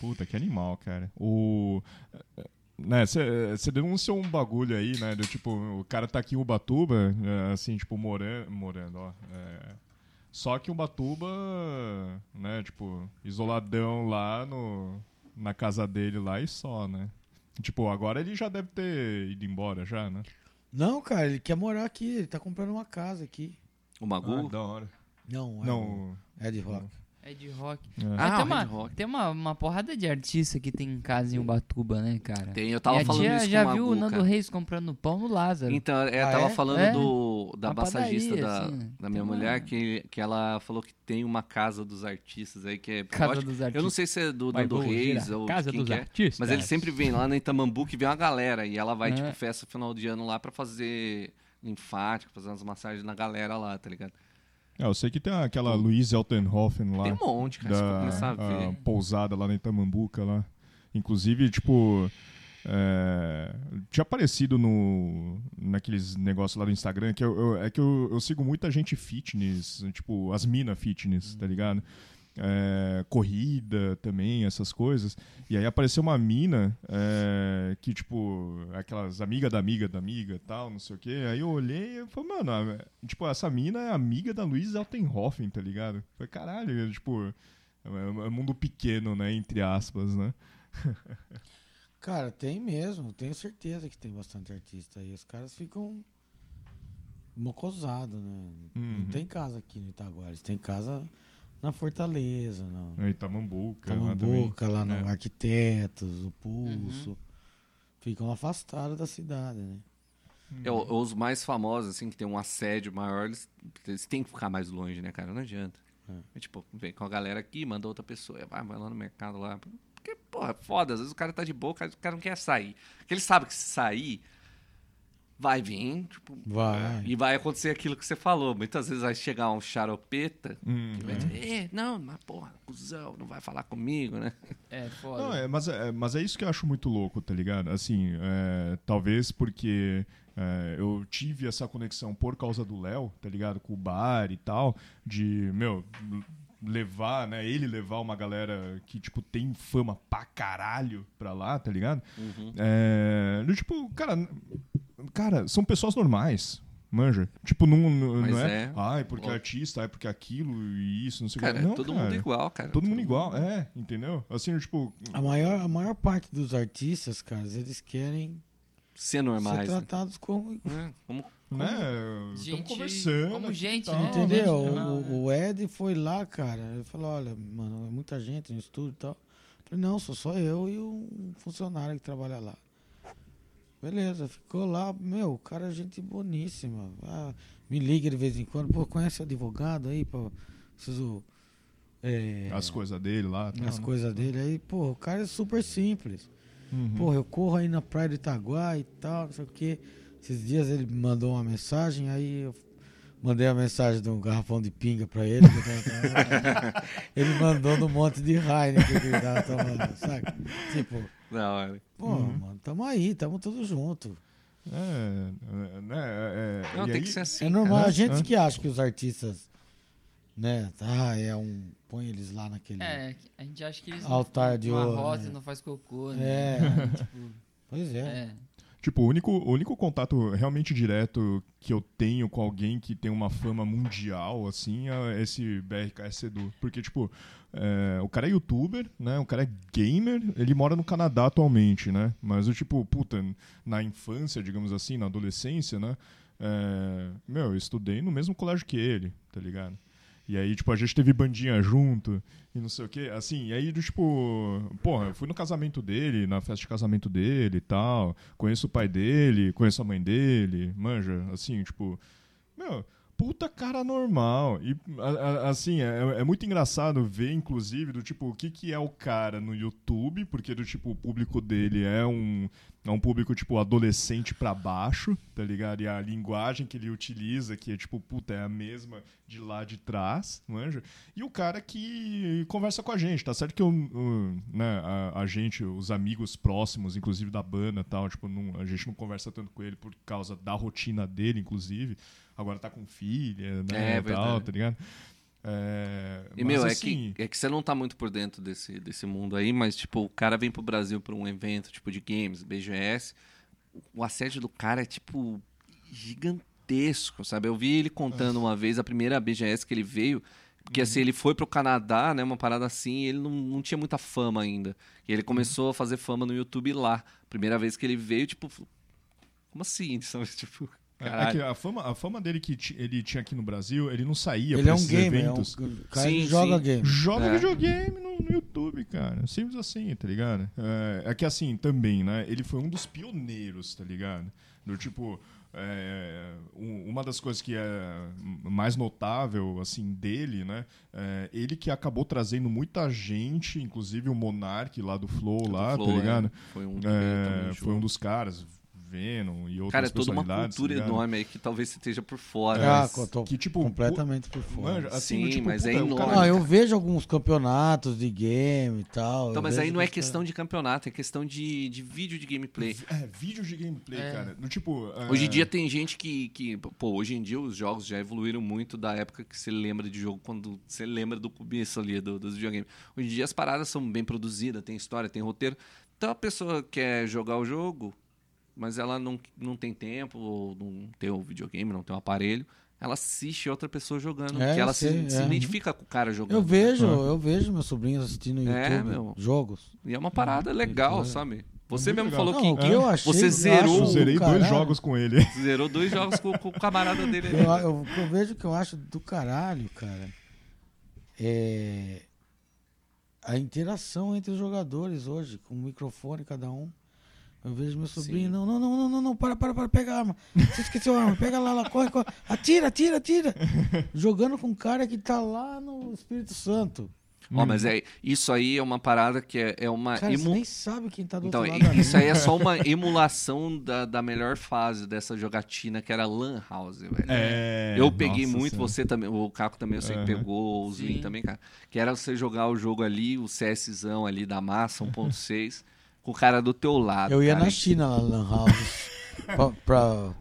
Speaker 2: Puta, que animal, cara. O. Né, você denunciou um bagulho aí, né? Do tipo, o cara tá aqui em Ubatuba, é, assim, tipo, morando. Morando, ó. é, só que Ubatuba, né, tipo, isoladão lá no, na casa dele lá e só, né? Tipo, agora ele já deve ter ido embora já, né?
Speaker 4: Não, cara, ele quer morar aqui, ele tá comprando uma casa aqui.
Speaker 2: Ah,
Speaker 1: O Magu?
Speaker 2: da hora.
Speaker 4: Não, é, o-
Speaker 2: Não.
Speaker 4: é de rock.
Speaker 3: É de rock.
Speaker 2: É.
Speaker 1: Ah, o
Speaker 3: Mas tem
Speaker 1: Red
Speaker 3: uma,
Speaker 1: Rock.
Speaker 3: tem uma, uma porrada de artista que tem em casa em Ubatuba, né, cara?
Speaker 1: Tem, eu tava
Speaker 3: Minha
Speaker 1: falando
Speaker 3: tia
Speaker 1: isso
Speaker 3: já
Speaker 1: com o
Speaker 3: viu
Speaker 1: Magu,
Speaker 3: o Nando
Speaker 1: cara.
Speaker 3: Reis comprando pão no Lázaro.
Speaker 1: Então, eu
Speaker 4: Ah,
Speaker 1: tava
Speaker 4: é?
Speaker 1: falando
Speaker 3: É.
Speaker 1: do, da
Speaker 3: Uma
Speaker 1: massagista
Speaker 3: padaria,
Speaker 1: da,
Speaker 3: assim,
Speaker 1: da minha
Speaker 3: tem uma-
Speaker 1: mulher, que, que ela falou que tem uma casa dos artistas aí, que é.
Speaker 3: Casa
Speaker 1: eu acho-
Speaker 3: dos
Speaker 1: Eu não
Speaker 3: artistas.
Speaker 1: sei se é do
Speaker 5: Vai,
Speaker 1: Nando
Speaker 5: vou
Speaker 1: Reis
Speaker 5: girar.
Speaker 1: ou de
Speaker 5: Casa
Speaker 1: quem
Speaker 5: dos
Speaker 1: que é,
Speaker 5: Artistas.
Speaker 1: mas ele sempre vem lá na Itamambu que vem uma galera e ela vai,
Speaker 3: É.
Speaker 1: tipo, festa final de ano lá pra fazer linfático, fazer umas massagens na galera lá, tá ligado?
Speaker 2: É, eu sei que tem aquela Luiz Eltenhofen lá.
Speaker 1: Tem um monte, cara, se for começar a
Speaker 5: ah.
Speaker 1: ver.
Speaker 2: pousada lá na Itamambuca lá. Inclusive, tipo. é, tinha aparecido no, naqueles negócios lá do Instagram que eu, eu- é que eu, eu sigo muita gente fitness, tipo, as mina fitness,
Speaker 1: Hum.
Speaker 2: tá ligado? É, corrida também, essas coisas. E aí apareceu uma mina é, que, tipo, aquelas amiga da amiga da amiga tal, não sei o quê. Aí eu olhei e falei, mano, a- tipo, essa mina é amiga da Luiz Altenhofen, tá ligado? Eu Falei, caralho, tipo, é, é- é mundo pequeno, né? Entre aspas, né?
Speaker 4: Cara, tem mesmo, tenho certeza que tem bastante artista aí. Os caras ficam mocosados, né?
Speaker 2: Uhum.
Speaker 4: Não tem casa aqui no Itaguá, eles têm casa na Fortaleza, na
Speaker 2: Hum. Aí Itamambuca, lá também.
Speaker 4: Tamambuca, lá no
Speaker 2: É.
Speaker 4: Arquitetos, no Pulso.
Speaker 1: Uhum.
Speaker 4: Ficam afastados da cidade, né?
Speaker 1: É, o- os mais famosos, assim, que tem um assédio maior, eles, eles têm que ficar mais longe, né, cara? Não adianta. É tipo, vem com a galera aqui, manda outra pessoa, é, vai, vai lá no mercado lá. Porque, porra, foda, às vezes o cara tá de boa, o cara- o cara não quer sair. Porque ele sabe que se sair, vai vir, tipo,
Speaker 2: Ah, é?
Speaker 4: Vai.
Speaker 1: e vai acontecer aquilo que você falou. Muitas vezes vai chegar um xaropeta
Speaker 2: Hum,
Speaker 1: que
Speaker 2: é.
Speaker 1: vai dizer, "Ê, não, mas porra, cuzão, não vai falar comigo, né?
Speaker 3: É, foda.
Speaker 2: Não, é, mas, é, mas é isso que eu acho muito louco, tá ligado? Assim, é, talvez porque é, eu tive essa conexão por causa do Léo, tá ligado? Com o bar e tal, de, meu, levar, né? Ele levar uma galera que, tipo, tem fama pra caralho pra lá, tá ligado?
Speaker 1: Uhum.
Speaker 2: É, do tipo, cara, cara, são pessoas normais. Manja. Tipo, não, não,
Speaker 1: Mas
Speaker 2: não é,
Speaker 1: é.
Speaker 2: Ai, porque
Speaker 1: Lógico.
Speaker 2: artista, ai, porque é aquilo e isso, não sei o
Speaker 1: Cara, é
Speaker 2: que. Não,
Speaker 1: todo
Speaker 2: cara.
Speaker 1: mundo igual, cara.
Speaker 2: Todo mundo igual, é, entendeu? Assim, tipo,
Speaker 4: A maior, a maior parte dos artistas, caras, eles querem
Speaker 1: Ser normais,
Speaker 4: ser
Speaker 1: né?
Speaker 4: tratados como.
Speaker 1: É, como
Speaker 2: né?
Speaker 3: Gente-
Speaker 2: Estamos conversando.
Speaker 3: como
Speaker 2: aqui e
Speaker 3: gente,
Speaker 2: tal.
Speaker 3: né?
Speaker 4: Entendeu?
Speaker 3: gente normal, né?
Speaker 4: O, o Ed foi lá, cara. Ele falou: olha, mano, é muita gente no estúdio e tal. Eu falei: não, sou só eu e um funcionário que trabalha lá. Beleza, ficou lá. Meu, o cara é gente boníssima. Ah, me liga de vez em quando. Pô, conhece o advogado aí? Pô, preciso. é,
Speaker 2: As coisas dele lá. tal,
Speaker 4: as
Speaker 2: né?
Speaker 4: coisas dele aí. Pô, o cara é super simples.
Speaker 2: Uhum.
Speaker 4: Porra, eu corro aí na praia do Itaguá e tal, não sei o quê. Esses dias ele me mandou uma mensagem, aí eu mandei a mensagem de um garrafão de pinga pra ele. que eu tava- ele mandou num monte de Heineken que ele tava tomando, saca? Tipo,
Speaker 1: da hora.
Speaker 4: pô,
Speaker 2: Uhum.
Speaker 4: mano, tamo aí, tamo todos junto.
Speaker 2: É, é, né? é, é,
Speaker 1: Não,
Speaker 2: e
Speaker 1: tem
Speaker 2: aí-
Speaker 1: que ser assim.
Speaker 4: É normal,
Speaker 2: cara.
Speaker 4: a gente
Speaker 2: É.
Speaker 4: que acha que os artistas, né, ah, é um. Põe eles lá naquele.
Speaker 3: É, a gente acha que eles
Speaker 4: Altar de
Speaker 3: uma
Speaker 4: ouro, é.
Speaker 3: rosa
Speaker 4: né?
Speaker 3: e não faz cocô, né?
Speaker 4: É, tipo, pois é.
Speaker 3: É.
Speaker 2: Tipo, o único, o único contato realmente direto que eu tenho com alguém que tem uma fama mundial, assim, é esse BRKS Sedu. Porque, tipo, é, o cara é youtuber, né? O cara é gamer, ele mora no Canadá atualmente, né? Mas o tipo, puta, na infância, digamos assim, na adolescência, né? É, meu, eu estudei no mesmo colégio que ele, tá ligado? E aí, tipo, a gente teve bandinha junto e não sei o quê. Assim, e aí, tipo, porra, eu fui no casamento dele, na festa de casamento dele e tal. Conheço o pai dele, conheço a mãe dele, manja, assim, tipo. Meu, puta cara normal. E, a- a- assim, é, é muito engraçado ver, inclusive, do tipo, o que, que é o cara no YouTube, porque do tipo, o público dele é um, é um público, tipo, adolescente pra baixo, tá ligado? E a linguagem que ele utiliza, que é tipo, puta, é a mesma de lá de trás, manja. E o cara que conversa com a gente, tá certo que o- o- né, a, a gente, os amigos próximos, inclusive da banda e tal, tipo, não- a gente não conversa tanto com ele por causa da rotina dele, inclusive. Agora tá com filha, né?
Speaker 1: É,
Speaker 2: e tal,
Speaker 1: verdade.
Speaker 2: tá ligado? É,
Speaker 1: E,
Speaker 2: mas,
Speaker 1: meu,
Speaker 2: assim,
Speaker 1: é, que, é que você não tá muito por dentro desse, desse mundo aí, mas, tipo, o cara vem pro Brasil pra um evento, tipo, de games, BGS. O assédio do cara é, tipo, gigantesco, sabe? Eu vi ele contando uma vez, a primeira BGS que ele veio, porque, assim,
Speaker 2: Uhum.
Speaker 1: ele foi pro Canadá, né, uma parada assim, e ele não, não tinha muita fama ainda. E
Speaker 2: Uhum.
Speaker 1: ele começou a fazer fama no YouTube lá. Primeira vez que ele veio, tipo, como assim? Sabe? Tipo,
Speaker 2: é- é
Speaker 1: caralho.
Speaker 2: que a fama, a fama dele que ti- ele tinha aqui no Brasil, ele não saía
Speaker 4: Ele
Speaker 2: pra
Speaker 4: é um
Speaker 2: esses
Speaker 4: gamer, é um,
Speaker 2: eventos. Tipo,
Speaker 4: o cara
Speaker 1: Sim,
Speaker 4: que joga
Speaker 1: sim.
Speaker 4: game.
Speaker 2: Joga
Speaker 1: É.
Speaker 2: videogame no, no YouTube, cara. Simples assim, tá ligado? É, é que assim, também, né? Ele foi um dos pioneiros, tá ligado? Do tipo. é, um- uma das coisas que é mais notável, assim, dele, né? É, ele que acabou trazendo muita gente, inclusive o Monark lá do Flow,
Speaker 1: Do
Speaker 2: lá,
Speaker 1: Flow,
Speaker 2: tá
Speaker 1: é.
Speaker 2: ligado?
Speaker 1: Foi um,
Speaker 2: É,
Speaker 1: também,
Speaker 2: foi um dos caras, Venom e outras
Speaker 1: Cara, é toda uma
Speaker 2: personalidades, tá
Speaker 1: cultura
Speaker 2: ligado?
Speaker 1: enorme aí que talvez você esteja por fora.
Speaker 4: Ah,
Speaker 1: mas-
Speaker 4: eu tô
Speaker 2: Que, tipo,
Speaker 4: completamente por fora.
Speaker 2: Manja, assim,
Speaker 1: Sim,
Speaker 2: do tipo,
Speaker 1: mas é
Speaker 2: puta, o cara-
Speaker 1: enorme.
Speaker 4: Não, Ah, eu vejo alguns campeonatos de game e tal.
Speaker 1: Então,
Speaker 4: eu
Speaker 1: mas aí
Speaker 4: vejo
Speaker 1: não é
Speaker 4: bastante.
Speaker 1: questão de campeonato, é questão de, de vídeo de gameplay.
Speaker 2: É, vídeos de gameplay,
Speaker 3: É.
Speaker 2: cara. No, tipo, é,
Speaker 1: Hoje em dia tem gente que, que. Pô, hoje em dia os jogos já evoluíram muito da época que você lembra de jogo, quando você lembra do começo ali do, dos videogames. Hoje em dia as paradas são bem produzidas, tem história, tem roteiro. Então a pessoa quer jogar o jogo, mas ela não, não tem tempo, ou não tem o videogame, não tem o aparelho. Ela assiste outra pessoa jogando,
Speaker 4: É,
Speaker 1: porque ela se,
Speaker 4: sei,
Speaker 1: se
Speaker 4: é.
Speaker 1: identifica com o cara jogando.
Speaker 4: Eu vejo,
Speaker 2: Ah.
Speaker 4: eu vejo meus sobrinhos assistindo no
Speaker 1: né? É,
Speaker 4: YouTube
Speaker 1: meu.
Speaker 4: jogos.
Speaker 1: E é uma
Speaker 2: Ah,
Speaker 1: parada legal,
Speaker 4: é.
Speaker 1: sabe? Você mesmo
Speaker 2: legal.
Speaker 1: falou
Speaker 4: Não, o
Speaker 1: que
Speaker 4: que eu achei,
Speaker 1: Você
Speaker 4: eu
Speaker 1: zerou-
Speaker 4: acho
Speaker 2: Eu
Speaker 4: do
Speaker 2: zerei dois
Speaker 4: caralho.
Speaker 2: zerou com ele.
Speaker 1: zerou dois jogos com, com o camarada dele.
Speaker 4: Eu, eu, eu vejo que eu acho do caralho, cara. É a interação entre os jogadores hoje, com o microfone cada um. Eu vejo meu sobrinho,
Speaker 1: Sim.
Speaker 4: não, não, não, não, não, não, para, para, para, pega a arma. Você esqueceu a arma, pega lá, lá, corre, corre. Atira, atira, atira. Jogando com um cara que tá lá no Espírito Santo.
Speaker 1: Ó, mas é, isso aí é uma parada que é, é uma
Speaker 4: Cara,
Speaker 1: emu-
Speaker 4: você nem sabe quem tá do
Speaker 1: Então,
Speaker 4: outro lado. da
Speaker 1: isso
Speaker 4: linha.
Speaker 1: aí é só uma emulação da, da melhor fase dessa jogatina que era Lan House, velho.
Speaker 2: É,
Speaker 1: eu peguei
Speaker 2: nossa
Speaker 1: muito,
Speaker 2: senhora.
Speaker 1: você também, o Caco também, eu sei que
Speaker 2: Aham.
Speaker 1: pegou, o Zwin
Speaker 3: Sim.
Speaker 1: também, cara. Que era você jogar o jogo ali, o CSzão ali da massa, 1.6, com o cara do teu lado.
Speaker 4: Eu ia
Speaker 1: cara.
Speaker 4: na China, lá na Lan House, pra, pra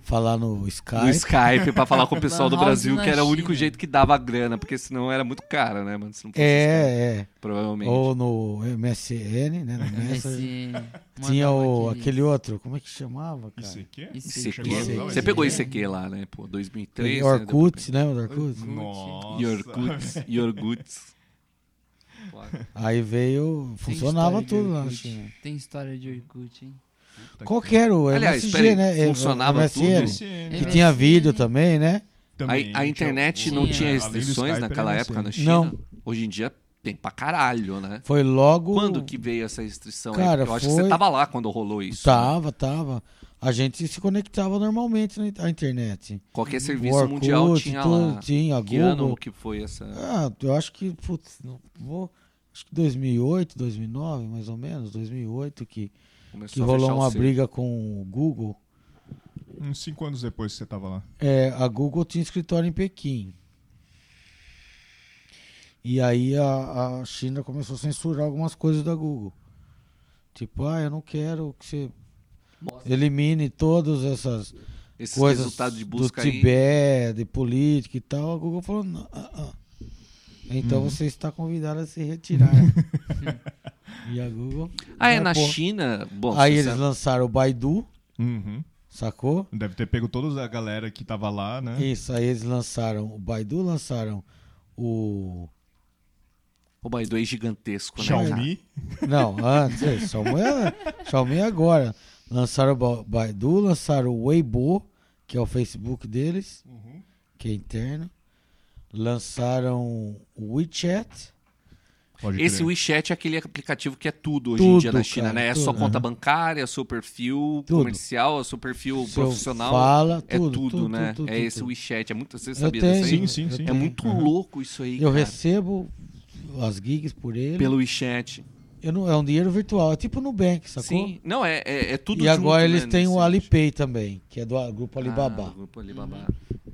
Speaker 4: falar no Skype.
Speaker 1: No Skype pra falar com o pessoal do
Speaker 3: Lan House
Speaker 1: Brasil,
Speaker 3: na
Speaker 1: que era o único
Speaker 3: China.
Speaker 1: jeito que dava grana, porque senão era muito caro, né, mano? Você não podia usar,
Speaker 4: É, é.
Speaker 1: provavelmente.
Speaker 4: Ou no MSN, né? No Messenger.
Speaker 3: MSN,
Speaker 4: Tinha o,
Speaker 3: É, mandava
Speaker 4: aquele outro, como é que chamava, cara?
Speaker 2: Isso aqui? é
Speaker 1: Isso
Speaker 3: Isso
Speaker 1: aqui.
Speaker 3: aqui.
Speaker 2: Chegou a usar
Speaker 1: Você
Speaker 2: isso?
Speaker 1: pegou esse aqui lá, né? Pô, 2003.
Speaker 4: Tem
Speaker 1: né?
Speaker 4: Orkut, né? O Orkut.
Speaker 2: Nossa.
Speaker 1: Yorkuts. Yorkuts.
Speaker 4: Aí veio,
Speaker 3: Tem
Speaker 4: funcionava
Speaker 3: história de
Speaker 4: tudo lá na
Speaker 3: Orkut. né?
Speaker 4: China.
Speaker 3: Tem história de Orkut, hein?
Speaker 4: Qual que era o
Speaker 1: Aliás,
Speaker 4: MSG,
Speaker 1: peraí,
Speaker 4: né? É,
Speaker 1: funcionava
Speaker 4: MSN,
Speaker 1: tudo?
Speaker 2: MSN.
Speaker 4: Que
Speaker 3: MSN.
Speaker 4: tinha vídeo também, né?
Speaker 2: né? Também, é
Speaker 1: A, a
Speaker 2: tinha
Speaker 1: internet
Speaker 2: o-
Speaker 1: não
Speaker 3: Tinha.
Speaker 1: tinha
Speaker 2: Além do
Speaker 1: restrições
Speaker 2: Skype, né? era
Speaker 1: naquela época né?
Speaker 2: MSN.
Speaker 1: na China?
Speaker 4: Não.
Speaker 1: Hoje em dia tem pra caralho, né?
Speaker 4: Foi logo...
Speaker 1: Quando que veio essa restrição? aí?
Speaker 4: Cara,
Speaker 1: Porque eu acho que
Speaker 4: foi- Tá.
Speaker 1: você tava lá quando rolou isso. né?
Speaker 4: Tava, tava. A gente se conectava normalmente na in- à internet.
Speaker 1: Qualquer
Speaker 4: O
Speaker 1: serviço
Speaker 4: Orkut,
Speaker 1: mundial tinha
Speaker 4: tudo,
Speaker 1: lá.
Speaker 4: Tinha,
Speaker 1: Que
Speaker 4: Google.
Speaker 1: ano que foi essa?
Speaker 4: Ah, eu acho que, putz, não vou. Acho que 2008, 2009, mais ou menos, 2008, que,
Speaker 1: Começou
Speaker 4: que
Speaker 1: a
Speaker 4: rolou
Speaker 1: É fechar o
Speaker 4: uma
Speaker 1: selo.
Speaker 4: briga com o Google.
Speaker 2: Uns cinco anos depois que você tava lá.
Speaker 4: É, a Google tinha escritório em Pequim. E aí a, a China começou a censurar algumas coisas da Google. Tipo, ah, eu não quero que você
Speaker 1: Mostra
Speaker 4: elimine todas essas
Speaker 1: Esse
Speaker 4: coisas
Speaker 1: resultado de busca
Speaker 4: do
Speaker 1: aí.
Speaker 4: Tibete, de política e tal. A Google falou, "Não, ah, ah. então
Speaker 1: Uhum.
Speaker 4: você está convidado a se retirar. e a Google...
Speaker 1: Ah, é na
Speaker 4: marcou.
Speaker 1: Ah, é China? Bom,
Speaker 4: Né, Aí
Speaker 1: você
Speaker 4: eles
Speaker 1: sabe-
Speaker 4: lançaram o Baidu,
Speaker 2: Uhum.
Speaker 4: sacou?
Speaker 2: Deve ter pego toda a galera que tava lá, né?
Speaker 4: Isso, aí eles lançaram, o Baidu lançaram o.
Speaker 1: O Baidu é gigantesco, né? cara?
Speaker 2: Xiaomi.
Speaker 4: é. Não, antes, é, Xiaomi, é- Xiaomi é agora. Lançaram o Ba- Baidu, lançaram o Weibo, que é o Facebook deles,
Speaker 2: Uhum.
Speaker 4: que é interno. Lançaram o WeChat.
Speaker 2: Pode
Speaker 1: Esse
Speaker 2: crer.
Speaker 1: WeChat é aquele aplicativo que é tudo hoje em
Speaker 4: Tudo,
Speaker 1: dia na China,
Speaker 4: cara,
Speaker 1: né? É
Speaker 4: tudo.
Speaker 1: sua conta bancária, é seu perfil
Speaker 4: Tudo.
Speaker 1: comercial, é seu perfil
Speaker 4: seu
Speaker 1: profissional.
Speaker 4: Fala,
Speaker 1: é
Speaker 4: tudo,
Speaker 1: tudo,
Speaker 4: tudo,
Speaker 1: né?
Speaker 4: tudo,
Speaker 1: é
Speaker 4: tudo,
Speaker 1: esse
Speaker 4: tudo.
Speaker 1: WeChat. É muito, você
Speaker 4: Eu
Speaker 1: sabia
Speaker 4: tenho,
Speaker 1: disso aí?
Speaker 2: Sim, sim,
Speaker 4: eu
Speaker 2: sim. Uhum.
Speaker 1: É
Speaker 4: tenho.
Speaker 1: muito louco isso aí,
Speaker 4: Eu
Speaker 1: cara,
Speaker 4: recebo as gigs por ele.
Speaker 1: Pelo WeChat.
Speaker 4: Eu não, é um dinheiro virtual, é tipo Nubank, sacou?
Speaker 1: Sim. Não, é, é, é tudo
Speaker 4: e agora
Speaker 1: junto,
Speaker 4: eles
Speaker 1: né,
Speaker 4: têm
Speaker 1: nesse
Speaker 4: o Alipay também, que é do a- grupo
Speaker 1: Ah,
Speaker 4: Alibaba.
Speaker 1: do grupo Alibaba.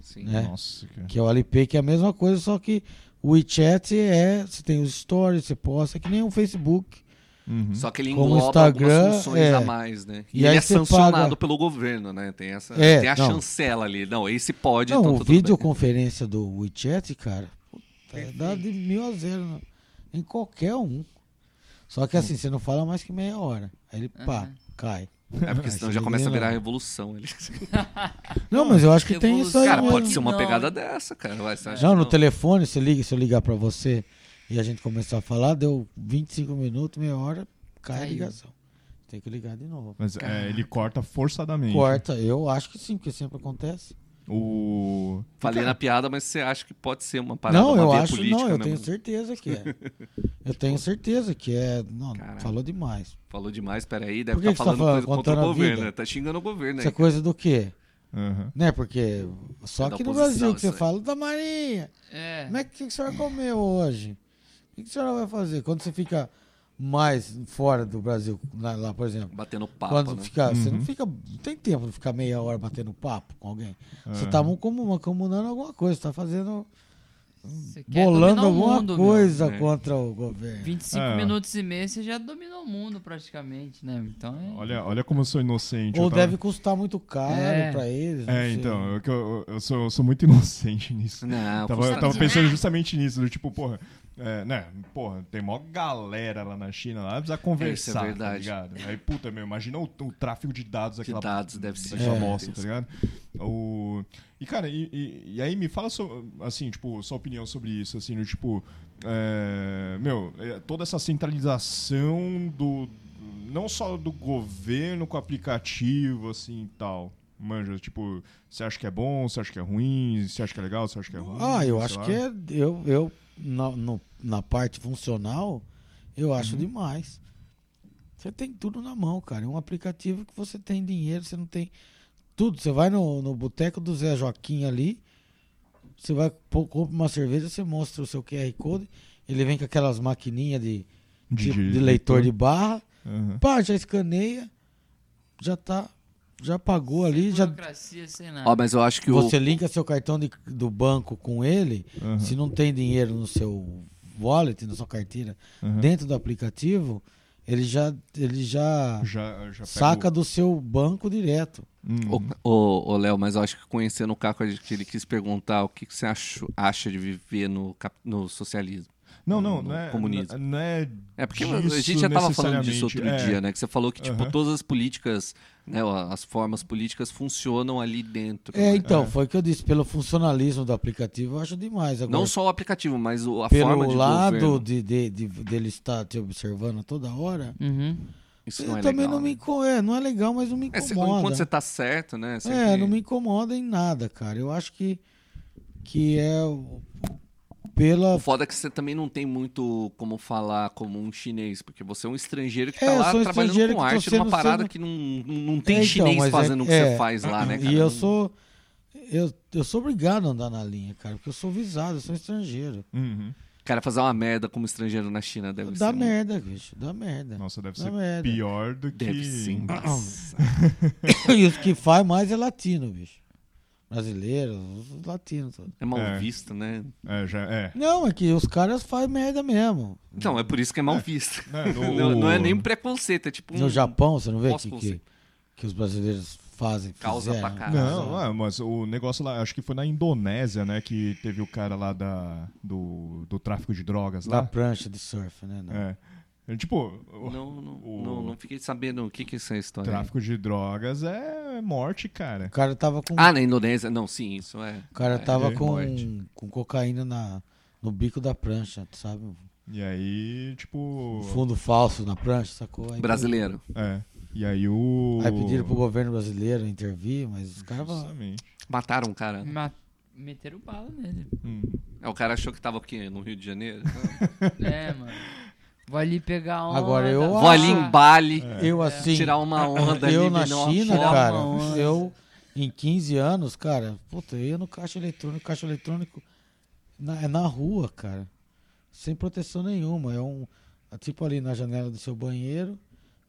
Speaker 1: Sim.
Speaker 4: né?
Speaker 2: Nossa, cara.
Speaker 4: Que é o Alipay, que é a mesma coisa, só que o WeChat é. Você tem os stories, você posta, é que nem o Facebook.
Speaker 2: Uhum.
Speaker 1: Só que ele
Speaker 4: Como
Speaker 1: engloba
Speaker 4: Instagram,
Speaker 1: algumas funções
Speaker 4: é.
Speaker 1: a mais, né?
Speaker 4: E
Speaker 1: E, ele
Speaker 4: aí
Speaker 1: é
Speaker 4: você
Speaker 1: sancionado
Speaker 4: paga-
Speaker 1: pelo governo, né? Tem, essa,
Speaker 4: É,
Speaker 1: tem a
Speaker 4: não.
Speaker 1: chancela ali. Não, esse pode.
Speaker 4: não,
Speaker 1: então,
Speaker 4: o
Speaker 1: tá tudo bem.
Speaker 4: videoconferência do WeChat, cara, puta, é dá de mil a zero né? em qualquer um. Só que assim, você não fala mais que meia hora. Aí ele pá,
Speaker 3: Aham.
Speaker 4: cai.
Speaker 1: É porque senão
Speaker 4: Esse
Speaker 1: já começa a
Speaker 4: menino-
Speaker 1: virar a revolução. ali.
Speaker 4: Não, mas eu acho que tem isso aí.
Speaker 1: Cara,
Speaker 4: mesmo.
Speaker 1: pode ser uma
Speaker 3: Não.
Speaker 1: pegada dessa, cara. Vai, você acha
Speaker 4: Não,
Speaker 1: que
Speaker 4: no telefone, se, liga, se eu ligar pra você e a gente começar a falar, deu 25 minutos, meia hora, cai a
Speaker 3: Caiu.
Speaker 4: ligação. Tem que ligar de novo.
Speaker 2: Mas é, ele corta forçadamente.
Speaker 4: Corta, eu acho que sim, porque sempre acontece.
Speaker 2: O.
Speaker 1: Falei na
Speaker 2: Cara,
Speaker 1: piada, mas você acha que pode ser uma parada,
Speaker 4: não,
Speaker 1: uma
Speaker 4: eu
Speaker 1: via
Speaker 4: acho,
Speaker 1: política,
Speaker 4: não, eu
Speaker 1: né,
Speaker 4: tenho
Speaker 1: mano?
Speaker 4: certeza que é. Eu tenho certeza que é. Não,
Speaker 1: Caralho.
Speaker 4: falou demais.
Speaker 1: Falou demais, peraí, deve
Speaker 4: Por que
Speaker 1: estar
Speaker 4: que você tá
Speaker 1: falando,
Speaker 4: falando?
Speaker 1: coisa contra o
Speaker 4: Contando a
Speaker 1: governo,
Speaker 4: vida?
Speaker 1: né? tá xingando o governo
Speaker 4: Isso é
Speaker 1: aí.
Speaker 4: coisa do quê?
Speaker 2: aham.
Speaker 4: Né, porque só
Speaker 1: É da
Speaker 4: aqui no
Speaker 1: oposição
Speaker 4: Brasil que você
Speaker 1: isso aí.
Speaker 4: fala, da Maria,
Speaker 3: É.
Speaker 4: como é que, que a senhora comeu hoje? O que, que a senhora vai fazer? Quando você fica mais fora do Brasil, lá- lá, por exemplo.
Speaker 1: Batendo papo,
Speaker 4: quando
Speaker 1: né?
Speaker 4: fica, você não
Speaker 2: Uhum.
Speaker 4: fica, não tem tempo de ficar meia hora batendo papo com alguém. Você
Speaker 2: Aham.
Speaker 4: tá como- comunando alguma coisa, tá fazendo,
Speaker 3: Você quer
Speaker 4: bolando
Speaker 3: dominar o
Speaker 4: alguma
Speaker 3: mundo, meu.
Speaker 4: coisa
Speaker 1: É.
Speaker 4: contra o governo.
Speaker 3: 25
Speaker 2: É.
Speaker 3: minutos e meio você já dominou o mundo praticamente, né? Então é.
Speaker 2: Olha, olha como eu sou inocente.
Speaker 4: Ou
Speaker 2: eu tava-
Speaker 4: deve custar muito caro
Speaker 3: É.
Speaker 4: pra eles. não
Speaker 2: É,
Speaker 4: sei.
Speaker 2: então, eu, que eu- eu sou, eu sou muito inocente nisso.
Speaker 1: Não,
Speaker 2: Tava, Tá eu
Speaker 1: custa
Speaker 2: tava
Speaker 1: nada.
Speaker 2: pensando justamente nisso, do tipo, porra, é, né, porra, tem mó galera lá na China, lá precisa conversar,
Speaker 1: é verdade.
Speaker 2: tá ligado? Aí, puta, meu, imagina o, o tráfego de dados aquela
Speaker 1: dados deve ser
Speaker 2: daquela
Speaker 4: É.
Speaker 2: bosta, tá ligado? O... E, cara, e, e- e aí me fala, so- assim, tipo, sua opinião sobre isso, assim, do tipo, é, meu, é, toda essa centralização do, não só do governo com aplicativo, assim, e tal. Manja, tipo, você acha que é bom, você acha que é ruim, você acha que é legal, você acha que é ruim?
Speaker 4: Ah, eu
Speaker 2: sei
Speaker 4: acho
Speaker 2: lá.
Speaker 4: que é, eu, eu na, no- na parte funcional, eu acho demais. Você tem tudo na mão, cara. É um aplicativo que você tem dinheiro, você não tem tudo. Você vai no, no boteco do Zé Joaquim ali, você vai, pô- compra uma cerveja, você mostra o seu QR Code, ele vem com aquelas maquininhas de, tipo de, de leitor de barra,
Speaker 2: Aham.
Speaker 4: pá, já escaneia, já tá, já pagou ali,
Speaker 3: sem
Speaker 4: já...
Speaker 3: burocracia, sem nada.
Speaker 1: Ó, mas eu acho que o...
Speaker 4: Você linka seu cartão de- do banco com ele,
Speaker 2: Aham.
Speaker 4: se não tem dinheiro no seu wallet, na sua carteira,
Speaker 2: Aham.
Speaker 4: dentro do aplicativo, ele já, ele já,
Speaker 2: Já, já pega
Speaker 4: saca
Speaker 2: o-
Speaker 4: do seu banco direto.
Speaker 2: Uhum.
Speaker 1: Ô, ô, ô, Léo, mas eu acho que conhecendo o Caco, ele- ele quis perguntar o que, que você acho- acha de viver no, cap- no socialismo.
Speaker 2: Não, não,
Speaker 1: no
Speaker 2: não é,
Speaker 1: comunismo.
Speaker 2: não é
Speaker 1: É porque
Speaker 2: disso
Speaker 1: a gente já tava falando disso outro
Speaker 2: necessariamente. É.
Speaker 1: dia, né? Que você falou que, tipo,
Speaker 2: Aham.
Speaker 1: todas as políticas, né, ó, as formas políticas funcionam ali dentro.
Speaker 4: É,
Speaker 1: né?
Speaker 4: então,
Speaker 2: É.
Speaker 4: foi o que eu disse, pelo funcionalismo do aplicativo, eu acho demais. Agora,
Speaker 1: Não só o aplicativo, mas o- a forma
Speaker 4: pelo
Speaker 1: de
Speaker 4: lado
Speaker 1: governo.
Speaker 4: de, de, de- dele estar te observando toda hora,
Speaker 3: Uhum.
Speaker 1: Isso
Speaker 4: eu
Speaker 1: não é
Speaker 4: também
Speaker 1: legal,
Speaker 4: não me
Speaker 1: né?
Speaker 4: incomoda. É, não é legal, mas não me
Speaker 1: É, cê-
Speaker 4: incomoda.
Speaker 1: enquanto você tá certo, né?
Speaker 4: É,
Speaker 1: sempre-
Speaker 4: não me incomoda em nada, cara. Eu acho que, que é o- pela.
Speaker 1: O foda é que você também não tem muito como falar como um chinês, porque você é um estrangeiro que
Speaker 4: É,
Speaker 1: tá
Speaker 4: eu
Speaker 1: lá
Speaker 4: sou um
Speaker 1: trabalhando
Speaker 4: estrangeiro
Speaker 1: com
Speaker 4: que tô
Speaker 1: arte numa
Speaker 4: sendo-
Speaker 1: parada
Speaker 4: sendo-
Speaker 1: que não, não tem
Speaker 4: É, então,
Speaker 1: chinês
Speaker 4: mas é-
Speaker 1: fazendo o que
Speaker 4: é.
Speaker 1: você faz lá, né, cara?
Speaker 4: E eu
Speaker 1: Não-
Speaker 4: sou. Eu, eu sou obrigado a andar na linha, cara, porque eu sou visado, eu sou um estrangeiro.
Speaker 2: Uhum.
Speaker 1: Cara, fazer uma merda como estrangeiro na China deve
Speaker 4: dá
Speaker 1: ser. um- né? muito-
Speaker 4: merda, bicho, dá merda.
Speaker 2: Nossa, deve
Speaker 4: Dá
Speaker 2: ser
Speaker 4: merda.
Speaker 2: pior do que.
Speaker 1: Deve um sim. Nossa.
Speaker 4: E os que faz mais é latino, bicho. Brasileiro, os latinos. tudo.
Speaker 1: É mal
Speaker 2: É.
Speaker 1: visto, né?
Speaker 2: É, já é.
Speaker 4: Não, é que os caras fazem merda mesmo.
Speaker 1: Então, é por isso que é mal visto.
Speaker 2: Né, no-
Speaker 1: Não, não é nem preconceito, é tipo um...
Speaker 4: No Japão, você não vê
Speaker 1: Posso
Speaker 4: que, que,
Speaker 1: conseguir.
Speaker 4: que os brasileiros fazem.
Speaker 1: Causa pra
Speaker 4: fizeram?
Speaker 1: caralho.
Speaker 2: Não, é, mas o negócio lá, acho que foi na Indonésia, né? Que teve o cara lá da, do, do tráfico de drogas
Speaker 4: Da
Speaker 2: lá.
Speaker 4: prancha de surf, né? não.
Speaker 2: É. É, Tipo, o
Speaker 1: Não, não,
Speaker 2: o-
Speaker 1: não, não fiquei sabendo o que, que é essa história. aí.
Speaker 2: tráfico de drogas é morte, cara.
Speaker 4: O cara tava com.
Speaker 1: Ah, na Indonésia. Não, sim, isso é.
Speaker 4: o cara
Speaker 1: é,
Speaker 4: tava
Speaker 2: é,
Speaker 4: com,
Speaker 2: morte.
Speaker 4: com cocaína na, no bico da prancha, tu sabe?
Speaker 2: E aí, tipo.
Speaker 4: Um fundo falso na prancha, sacou? Aí,
Speaker 1: Brasileiro.
Speaker 2: É. E aí o.
Speaker 4: Aí pediram pro governo brasileiro intervir, mas os caras falaram,
Speaker 2: Justamente.
Speaker 1: Mataram o cara. né?
Speaker 3: Ma- Meteram bala nele.
Speaker 2: Hum.
Speaker 1: É, O cara achou que tava aqui no Rio de Janeiro.
Speaker 3: É, mano. Vou ali pegar um onda.
Speaker 4: Agora eu
Speaker 1: Vou ali em Bali,
Speaker 4: eu assim.
Speaker 1: É. tirar uma onda ali,
Speaker 4: eu na
Speaker 1: vender uma
Speaker 4: China,
Speaker 1: foto.
Speaker 4: cara,
Speaker 3: Tirar uma onda.
Speaker 4: eu em 15 anos, cara, puta, eu ia no caixa eletrônico, caixa eletrônico na, é na rua, cara. Sem proteção nenhuma. É um. é Tipo ali na janela do seu banheiro,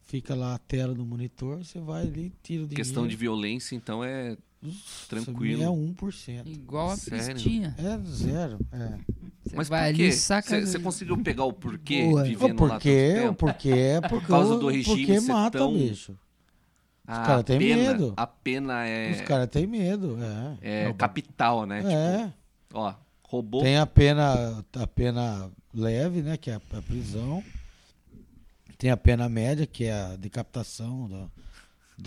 Speaker 4: fica lá a tela do monitor, você vai ali, tira o dinheiro.
Speaker 1: Questão de violência, então é
Speaker 4: Nossa,
Speaker 1: tranquilo.
Speaker 4: É 1%.
Speaker 3: Igual a
Speaker 1: Sério?
Speaker 3: pistinha.
Speaker 4: É zero. É.
Speaker 3: Você
Speaker 1: Mas
Speaker 3: vai
Speaker 1: por
Speaker 3: ali
Speaker 1: quê?
Speaker 3: e saca.
Speaker 1: Você você conseguiu pegar o porquê
Speaker 3: Boa.
Speaker 4: O
Speaker 1: vivendo lá tanto
Speaker 4: porquê, o
Speaker 1: tempo?
Speaker 4: porquê é porque,
Speaker 1: causa
Speaker 4: o-
Speaker 1: do regime
Speaker 4: porque
Speaker 1: ser
Speaker 4: mata
Speaker 1: tão-
Speaker 4: o bicho.
Speaker 1: Ah,
Speaker 4: Os cara
Speaker 1: a
Speaker 4: tem
Speaker 1: pena,
Speaker 4: medo.
Speaker 1: A pena
Speaker 4: Os
Speaker 1: é,
Speaker 4: caras têm medo. É.
Speaker 1: é capital, né?
Speaker 4: é.
Speaker 1: Tipo, ó, roubou.
Speaker 4: Tem a pena, a pena leve, né? Que é a, a prisão. Tem a pena média, que é a decapitação da,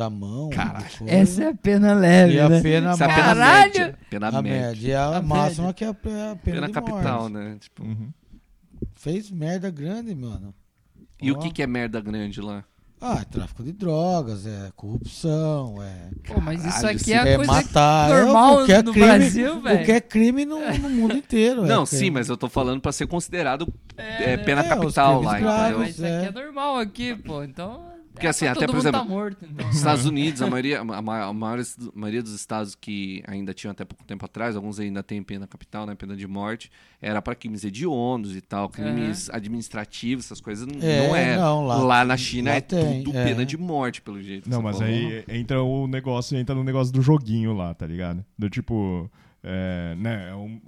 Speaker 4: da mão. do corpo.
Speaker 3: Essa é a pena leve,
Speaker 4: E a
Speaker 3: né?
Speaker 4: pena
Speaker 1: Isso é a pena
Speaker 4: máxima.
Speaker 3: Caralho!
Speaker 1: média. Pena
Speaker 4: A
Speaker 1: média.
Speaker 4: média. E a,
Speaker 3: A
Speaker 4: máxima
Speaker 3: média.
Speaker 4: que é a pe- a pena,
Speaker 1: Pena
Speaker 4: de
Speaker 1: capital,
Speaker 4: morte.
Speaker 1: né? Tipo,
Speaker 2: Uhum.
Speaker 4: Fez merda grande, mano.
Speaker 1: e
Speaker 4: Ó.
Speaker 1: o que, que é merda grande lá?
Speaker 4: Ah, é tráfico de drogas, é corrupção, é,
Speaker 3: Pô, mas isso
Speaker 1: Caralho,
Speaker 3: aqui
Speaker 1: sim.
Speaker 3: é a
Speaker 4: é
Speaker 3: coisa
Speaker 4: matar. é
Speaker 3: normal
Speaker 4: qualquer
Speaker 3: no
Speaker 4: crime,
Speaker 3: Brasil, velho.
Speaker 4: Qualquer crime no, no mundo inteiro. é
Speaker 1: Não,
Speaker 4: crime.
Speaker 1: sim, mas eu tô falando pra ser considerado é, pena
Speaker 4: É, os
Speaker 1: capital
Speaker 4: crimes
Speaker 1: lá,
Speaker 4: graves.
Speaker 1: entendeu?
Speaker 3: Mas isso aqui
Speaker 4: é.
Speaker 3: é normal aqui, pô. Então.
Speaker 1: Porque
Speaker 3: é,
Speaker 1: assim,
Speaker 3: tá
Speaker 1: até,
Speaker 3: todo
Speaker 1: por
Speaker 3: mundo
Speaker 1: exemplo,
Speaker 3: tá morto, então.
Speaker 1: Nos Estados Unidos, a maioria, a, ma- a maior- a maioria dos estados que ainda tinham até pouco tempo atrás, alguns ainda têm pena capital, né, pena de morte, era para crimes hediondos e tal, crimes administrativos, essas coisas, n-
Speaker 4: É,
Speaker 1: não era.
Speaker 4: não, lá-
Speaker 1: lá, na China
Speaker 4: lá
Speaker 1: é
Speaker 4: tem,
Speaker 1: tudo
Speaker 4: é.
Speaker 1: pena de morte, pelo jeito. que
Speaker 2: Não,
Speaker 1: você
Speaker 2: mas
Speaker 1: falou.
Speaker 2: aí entra o negócio, entra no negócio do joguinho lá, tá ligado? Do tipo, é, né, é um-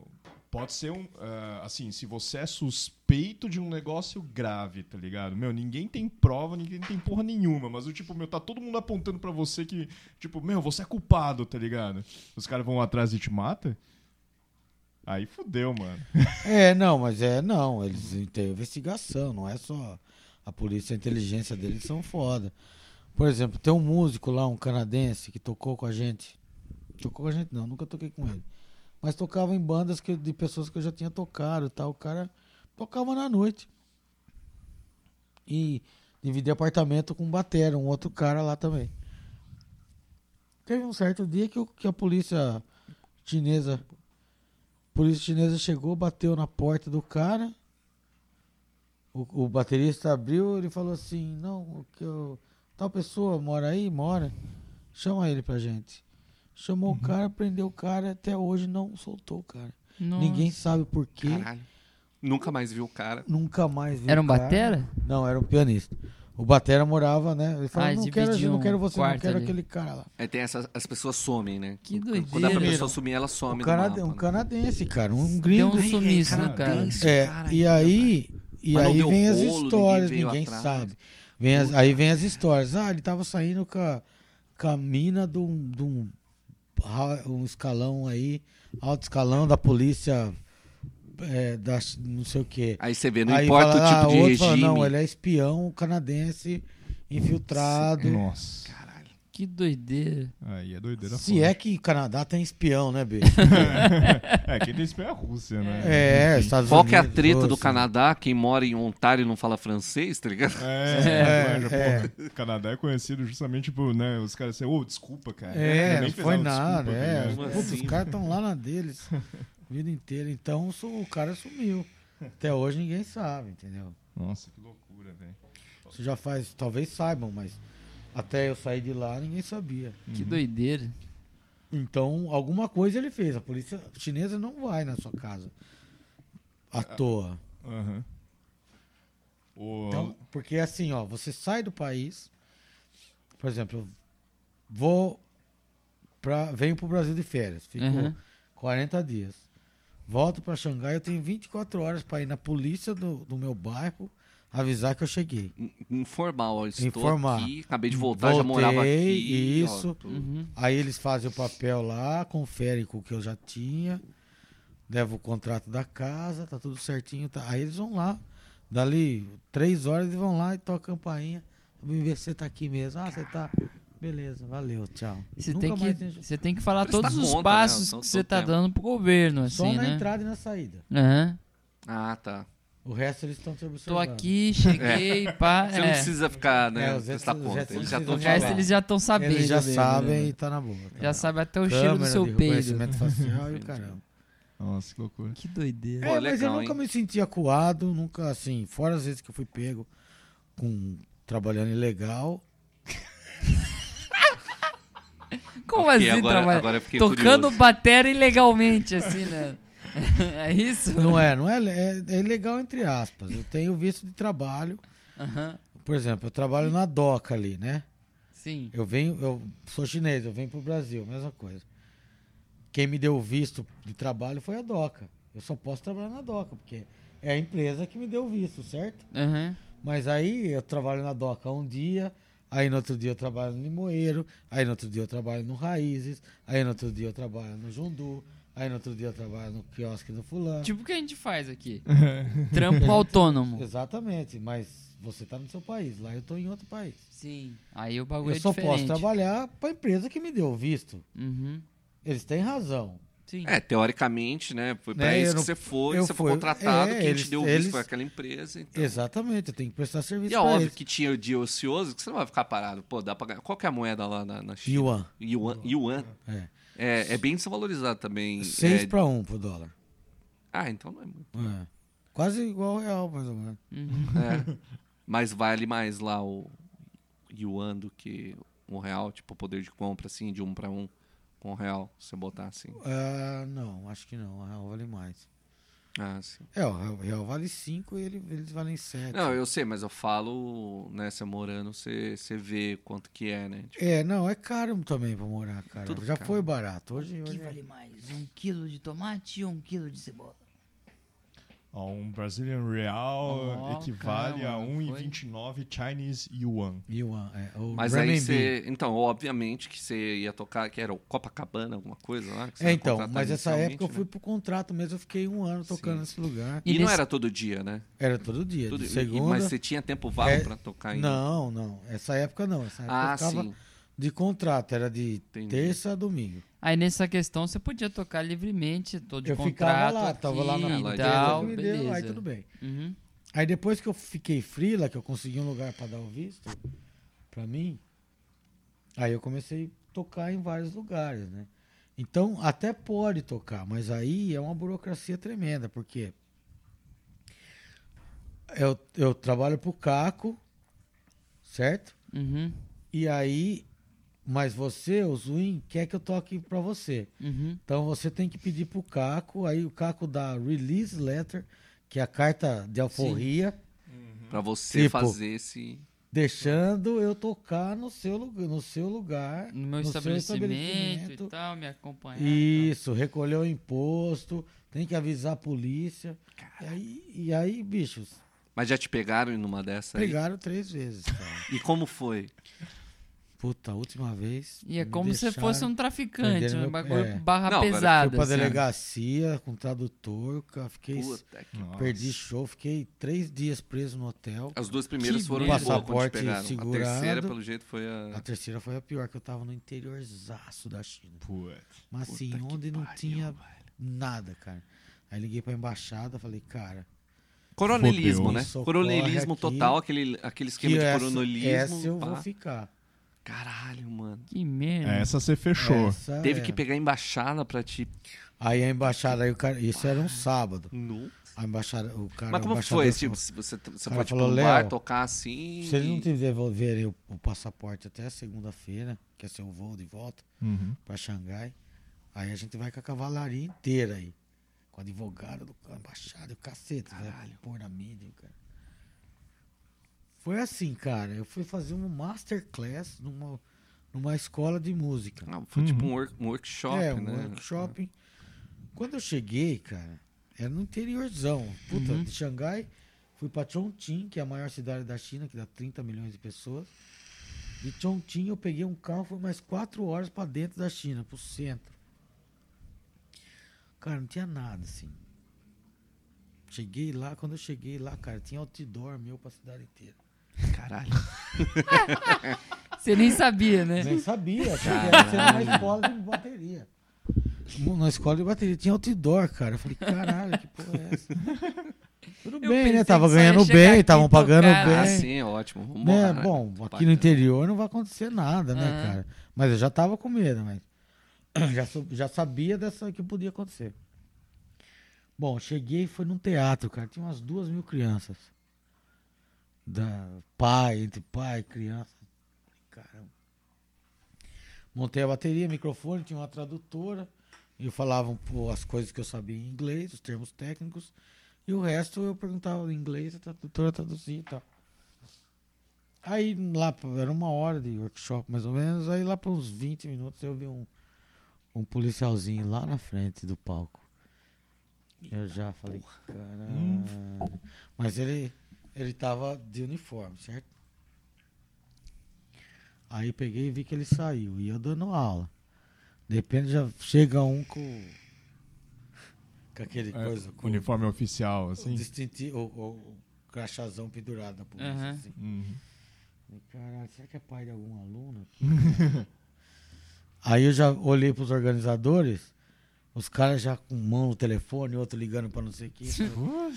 Speaker 2: pode ser um, ah, assim, se você é suspeito de um negócio grave, tá ligado? Meu, ninguém tem prova, ninguém tem porra nenhuma, mas o tipo, meu, tá todo mundo apontando pra você que, tipo, meu, você é culpado, tá ligado? Os caras vão atrás e te mata? Aí fudeu, mano.
Speaker 4: É, não, mas é, não. Eles têm investigação, não é só a polícia, a inteligência deles são foda. Por exemplo, tem um músico lá, um canadense, que tocou com a gente. Tocou com a gente, não, nunca toquei com ele. Mas tocava em bandas que, de pessoas que eu já tinha tocado e tal. O cara tocava na noite. E dividia apartamento com um batera, um outro cara lá também. Teve um certo dia que, o- que a polícia chinesa polícia chinesa chegou, bateu na porta do cara. O, o baterista abriu, ele falou assim: Não, o que eu- tal pessoa mora aí? Mora. Chama ele pra gente. Chamou
Speaker 3: Uhum.
Speaker 4: o cara, prendeu o cara, até hoje não soltou o cara.
Speaker 3: Nossa.
Speaker 4: Ninguém sabe por quê.
Speaker 1: Caralho. Nunca mais vi o cara.
Speaker 4: Nunca mais viu.
Speaker 3: Era um
Speaker 4: o cara.
Speaker 3: batera?
Speaker 4: Não, era um pianista. O Batera morava, né? Ele falou:
Speaker 3: Ah,
Speaker 4: não, quero,
Speaker 3: dividiu
Speaker 4: não quero
Speaker 3: um
Speaker 4: você, não
Speaker 3: quarto
Speaker 4: quero
Speaker 3: ali.
Speaker 4: aquele cara lá.
Speaker 1: Aí É, tem essas, as pessoas somem, né?
Speaker 3: Que
Speaker 1: Quando
Speaker 3: doideira.
Speaker 1: a pessoa sumir, ela
Speaker 4: Um,
Speaker 1: some. do
Speaker 4: canade-
Speaker 1: mapa,
Speaker 4: um
Speaker 1: né?
Speaker 4: canadense, cara, um
Speaker 3: Deu
Speaker 4: gringo.
Speaker 3: um sumiço no cara.
Speaker 1: canadense.
Speaker 4: É,
Speaker 1: Cara,
Speaker 4: e aí, e
Speaker 1: Mas não
Speaker 4: aí
Speaker 1: deu
Speaker 4: vem as
Speaker 1: rolo, ninguém
Speaker 4: histórias, ninguém,
Speaker 1: veio atrás.
Speaker 4: sabe. Vem as- aí vem as histórias. Ah, ele tava saindo com a, com a mina de um, de um, ra- um escalão aí, alto escalão da polícia, é, da, ch- não sei o quê.
Speaker 1: Aí você vê, não
Speaker 4: Aí
Speaker 1: importa
Speaker 4: fala, ah,
Speaker 1: o tipo de
Speaker 4: outro
Speaker 1: regime.
Speaker 4: fala, não, ele é espião canadense infiltrado.
Speaker 2: Nossa.
Speaker 1: Caralho.
Speaker 3: Que doideira.
Speaker 2: Aí é doideira
Speaker 4: Se
Speaker 2: foda.
Speaker 4: é que Canadá tem espião, né, bicho?
Speaker 2: É, quem tem isso é a Rússia, né?
Speaker 4: É, Estados
Speaker 1: Qual
Speaker 4: Unidos.
Speaker 1: que é a treta do
Speaker 4: Rússia.
Speaker 1: Canadá? Quem mora em Ontário e não fala francês, tá ligado?
Speaker 2: É,
Speaker 4: É,
Speaker 2: manja,
Speaker 4: é.
Speaker 2: porra. O Canadá é conhecido justamente por, né, os caras assim, ô, desculpa, cara. Eu
Speaker 4: É,
Speaker 2: nem
Speaker 4: não
Speaker 2: fiz
Speaker 4: foi
Speaker 2: desculpa,
Speaker 4: nada.
Speaker 2: tá
Speaker 4: é.
Speaker 2: ligado?
Speaker 1: Como
Speaker 4: Putz,
Speaker 1: assim?
Speaker 4: os caras estão lá na deles a vida inteira. Então su- o cara sumiu. Até hoje ninguém sabe, entendeu?
Speaker 2: Nossa, que loucura, velho.
Speaker 4: Isso já faz. Talvez saibam, mas até eu sair de lá ninguém sabia.
Speaker 3: Que doideira.
Speaker 4: Então alguma coisa ele fez. A polícia chinesa não vai na sua casa à toa.
Speaker 2: Aham. O-
Speaker 4: Então, porque assim, ó, você sai do país, por exemplo, eu vou pra, venho pro Brasil de férias, fico
Speaker 3: Uhum.
Speaker 4: 40 dias. Volto pra Xangai, eu tenho 24 horas pra ir na polícia do, do meu bairro avisar que eu cheguei.
Speaker 1: Informal, eu estou
Speaker 4: Informar.
Speaker 1: aqui, acabei de voltar, já
Speaker 4: Voltei,
Speaker 1: morava aqui.
Speaker 4: isso.
Speaker 1: ó, tudo.
Speaker 4: Aí eles fazem o papel lá, conferem com o que eu já tinha, levam o contrato da casa, tá tudo certinho. tá- Aí eles vão lá Dali, três horas, eles vão lá e tocam a campainha. Vamos ver se você tá aqui mesmo. Ah, você tá. Beleza, valeu, tchau.
Speaker 3: Você
Speaker 4: Nunca
Speaker 3: tem,
Speaker 4: mais
Speaker 3: que,
Speaker 4: tem-
Speaker 3: você tem que falar
Speaker 1: Prestar
Speaker 3: todos os
Speaker 1: conta, né?
Speaker 3: passos
Speaker 1: Então,
Speaker 3: que
Speaker 1: todo
Speaker 3: você tá
Speaker 1: tempo.
Speaker 3: dando pro governo, assim,
Speaker 4: Só na
Speaker 3: né?
Speaker 4: entrada e na saída.
Speaker 3: Aham.
Speaker 1: Ah, tá.
Speaker 4: O resto eles estão te observando.
Speaker 3: Tô aqui, cheguei, pá.
Speaker 1: Você não
Speaker 3: é.
Speaker 1: precisa ficar, né?
Speaker 4: É, os
Speaker 1: prestar
Speaker 4: restos- os
Speaker 1: conta.
Speaker 4: restos
Speaker 1: Eles já
Speaker 4: não
Speaker 1: estão
Speaker 3: O
Speaker 1: te
Speaker 4: precisam
Speaker 3: resto
Speaker 1: falando.
Speaker 3: eles já estão sabendo.
Speaker 4: Eles já
Speaker 3: né,
Speaker 4: sabem
Speaker 3: velho?
Speaker 4: e tá na boa. tá
Speaker 3: Já
Speaker 4: na
Speaker 3: sabem até o
Speaker 4: boa.
Speaker 3: cheiro do
Speaker 4: Câmera de
Speaker 3: seu peido.
Speaker 4: reconhecimento facial e o caramba.
Speaker 2: Nossa, que loucura.
Speaker 3: Que doideira.
Speaker 1: Pô,
Speaker 4: É, mas eu
Speaker 1: legal,
Speaker 4: nunca
Speaker 1: hein?
Speaker 4: me senti acuado, nunca assim, fora as vezes que eu fui pego com trabalhando ilegal.
Speaker 3: Como
Speaker 1: Ok,
Speaker 3: assim,
Speaker 1: É agora-
Speaker 3: trabalho?
Speaker 1: agora eu fiquei
Speaker 3: Tocando
Speaker 1: curioso.
Speaker 3: bateria ilegalmente, assim, né? é isso?
Speaker 4: Não é, não é, é, é ilegal entre aspas. Eu tenho visto de trabalho.
Speaker 3: Aham,
Speaker 4: Por exemplo, eu trabalho na DOCA ali, né?
Speaker 3: Sim.
Speaker 4: Eu venho, eu sou chinês, eu venho pro Brasil, mesma coisa. Quem me deu o visto de trabalho foi a DOCA. Eu só posso trabalhar na DOCA, porque é a empresa que me deu o visto, certo?
Speaker 3: Aham.
Speaker 4: Mas aí eu trabalho na DOCA um dia, aí no outro dia eu trabalho no Limoeiro, aí no outro dia eu trabalho no Raízes, aí no outro dia eu trabalho no Jundu, aí no outro dia eu trabalho no quiosque do fulano.
Speaker 3: Tipo o que a gente faz aqui. Trampo autônomo.
Speaker 4: Exatamente, mas você tá no seu país, lá eu tô em outro país.
Speaker 3: Sim. Aí o bagulho
Speaker 4: Eu
Speaker 3: é
Speaker 4: só
Speaker 3: diferente.
Speaker 4: posso trabalhar para a empresa que me deu o visto.
Speaker 3: Uhum.
Speaker 4: Eles têm razão.
Speaker 3: Sim.
Speaker 1: É, teoricamente, né? Foi pra
Speaker 4: Né, eu
Speaker 1: isso
Speaker 4: não-
Speaker 1: que você foi,
Speaker 4: eu
Speaker 1: você foi
Speaker 4: fui-
Speaker 1: contratado,
Speaker 4: é,
Speaker 1: quem
Speaker 4: eles-
Speaker 1: te deu o
Speaker 4: eles-
Speaker 1: visto foi aquela empresa. Então.
Speaker 4: Exatamente, eu tenho que prestar serviço
Speaker 1: E é
Speaker 4: pra
Speaker 1: óbvio
Speaker 4: eles.
Speaker 1: que tinha o dia ocioso, que você não vai ficar parado. Pô, dá pra ganhar. Qual que é a moeda lá na, na China?
Speaker 4: Yuan,
Speaker 1: Yuan. Yuan.
Speaker 4: é.
Speaker 1: É, é bem desvalorizado também.
Speaker 4: 6
Speaker 1: é...
Speaker 4: para 1 pro dólar.
Speaker 1: Ah, então não é muito.
Speaker 4: É. Quase igual ao real, mais ou menos.
Speaker 3: Uhum.
Speaker 1: É. Mas vale mais lá o Yuan do que o real, tipo, o poder de compra, assim, de um pra um com o real, se você botar assim.
Speaker 4: Ah, não, acho que não. O real vale mais.
Speaker 1: Ah, sim.
Speaker 4: É, o real, o real vale 5 e ele- eles valem 7.
Speaker 1: Não, eu sei, mas eu falo, né, você morando, você, você vê quanto que é, né? Tipo,
Speaker 4: É, não, é caro também pra morar, cara.
Speaker 1: Tudo
Speaker 4: Já
Speaker 1: caro.
Speaker 4: foi barato. Hoje,
Speaker 3: O
Speaker 4: hoje
Speaker 3: que
Speaker 4: é-
Speaker 3: vale mais? Um quilo de tomate ou um quilo de cebola?
Speaker 2: Ó, um Brazilian Real
Speaker 3: Ó,
Speaker 2: equivale
Speaker 3: cara,
Speaker 2: a
Speaker 3: mano,
Speaker 2: 1,29 Chinese Yuan.
Speaker 4: Yuan, é, o
Speaker 1: mas aí
Speaker 4: renminbi.
Speaker 1: você. Então, obviamente que você ia tocar, que era o Copacabana, alguma coisa lá. que você
Speaker 4: É,
Speaker 1: ia
Speaker 4: então,
Speaker 1: contratar
Speaker 4: mas essa
Speaker 1: inicialmente,
Speaker 4: época eu
Speaker 1: né?
Speaker 4: fui pro contrato mesmo, eu fiquei um ano tocando
Speaker 1: Sim.
Speaker 4: nesse lugar.
Speaker 1: E,
Speaker 3: E
Speaker 1: não
Speaker 3: nesse-
Speaker 1: era todo dia, né?
Speaker 4: Era todo dia,
Speaker 1: Todo-
Speaker 4: de
Speaker 1: e-
Speaker 4: segunda...
Speaker 1: mas você tinha tempo vago
Speaker 4: É,
Speaker 1: pra tocar ainda?
Speaker 4: Não, não, essa época não, essa época
Speaker 1: Ah,
Speaker 4: eu ficava
Speaker 1: sim.
Speaker 4: de contrato, era de
Speaker 1: Entendi.
Speaker 4: terça a domingo.
Speaker 3: Aí nessa questão você podia tocar livremente, todo de
Speaker 4: eu ficava
Speaker 3: contrato
Speaker 4: lá,
Speaker 3: aqui
Speaker 4: tava lá na
Speaker 1: e
Speaker 3: e
Speaker 4: empresa
Speaker 3: tal,
Speaker 4: que me
Speaker 3: beleza.
Speaker 4: deu, aí tudo bem.
Speaker 3: Uhum.
Speaker 4: Aí depois que eu fiquei frila, que eu consegui um lugar pra dar o visto pra mim, aí eu comecei a tocar em vários lugares, né? Então, até pode tocar, mas aí é uma burocracia tremenda, porque eu, eu trabalho pro Caco, certo?
Speaker 3: Uhum.
Speaker 4: E aí, mas você, o Zuin, quer que eu toque pra você.
Speaker 3: Uhum.
Speaker 4: Então você tem que pedir pro Caco, aí o Caco dá release letter, que é a carta de alforria,
Speaker 1: Pra você
Speaker 4: Tipo-
Speaker 1: fazer esse.
Speaker 4: deixando eu tocar no seu lugar, no seu lugar,
Speaker 3: No meu
Speaker 4: seu
Speaker 3: estabelecimento,
Speaker 4: estabelecimento.
Speaker 3: e tal, me acompanhar. e
Speaker 4: Isso, recolher o imposto, tem que avisar a polícia. E aí, e aí, bichos,
Speaker 1: Mas já te pegaram em uma dessa aí?
Speaker 4: pegaram três vezes, cara.
Speaker 1: E como foi?
Speaker 4: Puta, a última vez.
Speaker 3: tal. E é
Speaker 4: me
Speaker 3: como se fosse
Speaker 4: deixaram-
Speaker 3: um traficante,
Speaker 4: prenderam
Speaker 3: um
Speaker 4: meu-
Speaker 3: bagulho
Speaker 4: é.
Speaker 3: barra
Speaker 1: Não, agora
Speaker 3: pesada.
Speaker 4: Fui pra
Speaker 3: assim.
Speaker 4: delegacia com tradutor, cara, fiquei.
Speaker 1: Puta que...
Speaker 2: Nossa.
Speaker 4: Perdi show, fiquei três dias preso no hotel.
Speaker 3: É
Speaker 1: As duas primeiras
Speaker 3: Que
Speaker 1: foram de
Speaker 3: merda.
Speaker 1: boa quando te
Speaker 4: Passaporte
Speaker 1: pegaram.
Speaker 4: segurado. Ah,
Speaker 1: A terceira, pelo jeito, foi a.
Speaker 4: A terceira foi a pior, que eu tava no interiorzaço da China.
Speaker 2: Putz.
Speaker 4: Mas
Speaker 1: Puta
Speaker 4: assim,
Speaker 1: que
Speaker 4: onde não
Speaker 1: pariu,
Speaker 4: tinha
Speaker 1: velho.
Speaker 4: nada, cara. Aí liguei pra embaixada, falei, cara,
Speaker 1: Coronelismo,
Speaker 2: Fudeu.
Speaker 1: né?
Speaker 4: Socorre
Speaker 1: Coronelismo
Speaker 4: aqui.
Speaker 1: total, aquele, aquele
Speaker 4: que é
Speaker 1: esquema de
Speaker 4: essa,
Speaker 1: coronelismo.
Speaker 4: essa eu
Speaker 1: pá.
Speaker 4: vou ficar.
Speaker 1: Caralho, mano.
Speaker 3: Que merda.
Speaker 2: Essa você fechou.
Speaker 4: Essa
Speaker 1: Teve
Speaker 4: é.
Speaker 1: que pegar a embaixada pra te.
Speaker 4: Aí a embaixada, aí o cara, isso era um sábado.
Speaker 1: No.
Speaker 4: A embaixada, o cara,
Speaker 1: Mas
Speaker 4: o
Speaker 1: como
Speaker 4: embaixador
Speaker 1: foi? Tipo,
Speaker 4: falou,
Speaker 1: se você, você
Speaker 4: cara
Speaker 1: foi tipo,
Speaker 4: falou,
Speaker 1: um bar
Speaker 4: "Léo,
Speaker 1: tocar assim.
Speaker 4: se eles não
Speaker 1: e-
Speaker 4: te devolverem o, o passaporte até segunda-feira, que é seu voo de volta
Speaker 2: Uhum.
Speaker 4: pra Xangai, aí a gente vai com a cavalaria inteira aí. Com o advogado do com a embaixada, o cacete, vai pôr na mídia, cara. Foi assim, cara. Eu fui fazer um masterclass numa, numa escola de música.
Speaker 1: Não, foi tipo um, work- um workshop,
Speaker 4: Uhum. é, um
Speaker 1: né?
Speaker 4: workshop. Quando eu cheguei, cara, era no interiorzão. Puta,
Speaker 1: Uhum.
Speaker 4: de Xangai, fui pra Chongqing, que é a maior cidade da China, que dá 30 milhões de pessoas. De Chongqing eu peguei um carro, foi mais quatro horas pra dentro da China, pro centro. Cara, não tinha nada, assim. Cheguei lá, quando eu cheguei lá, cara, tinha outdoor meu pra cidade inteira.
Speaker 1: Ah, Caralho.
Speaker 3: Você nem sabia, né?
Speaker 4: É. Nem sabia, cara. Você era uma escola de bateria. Na escola de bateria tinha outdoor, cara. Eu falei, caralho, que porra é essa? Tudo
Speaker 3: Eu
Speaker 4: bem,
Speaker 3: pensei
Speaker 4: né? Tava
Speaker 3: que só ia
Speaker 4: ganhando
Speaker 3: chegar
Speaker 4: bem,
Speaker 3: aqui e
Speaker 4: estavam pagando
Speaker 3: tocar. assim,
Speaker 4: bem.
Speaker 1: Ah, sim, ótimo. Vamos
Speaker 4: né?
Speaker 1: embora, né?
Speaker 4: Bom, aqui
Speaker 1: Bacana.
Speaker 4: no interior não vai acontecer nada, né,
Speaker 3: Ah.
Speaker 4: cara? Mas eu já tava com medo, mas já, sou- já sabia dessa que podia acontecer. Bom, cheguei foi num teatro, cara. Tinha umas duas mil crianças. Da pai, entre pai, e criança. Caramba. Montei a bateria, microfone, tinha uma tradutora. E eu falava um pô, as coisas que eu sabia em inglês, os termos técnicos. E o resto eu perguntava em inglês, a tradutora traduzia e tal. Aí lá, pra- era uma hora de workshop mais ou menos, aí lá para uns 20 minutos eu vi um, um policialzinho lá na frente do palco. Eu já falei,
Speaker 2: Hum.
Speaker 4: caralho. Mas ele, ele tava de uniforme, certo? Aí peguei e vi que ele saiu, e eu dando aula. De repente já chega um com. Com aquele
Speaker 2: É,
Speaker 4: coisa. Com,
Speaker 2: uniforme oficial,
Speaker 4: o
Speaker 2: assim.
Speaker 4: distintivo, o, o- o crachazão pendurado na polícia,
Speaker 3: Aham.
Speaker 4: assim.
Speaker 2: Uhum.
Speaker 4: Falei, Caralho, será que é pai de algum aluno? aqui?" Aí eu já olhei pros organizadores, os caras já com mão no telefone, outro ligando pra não sei o quê.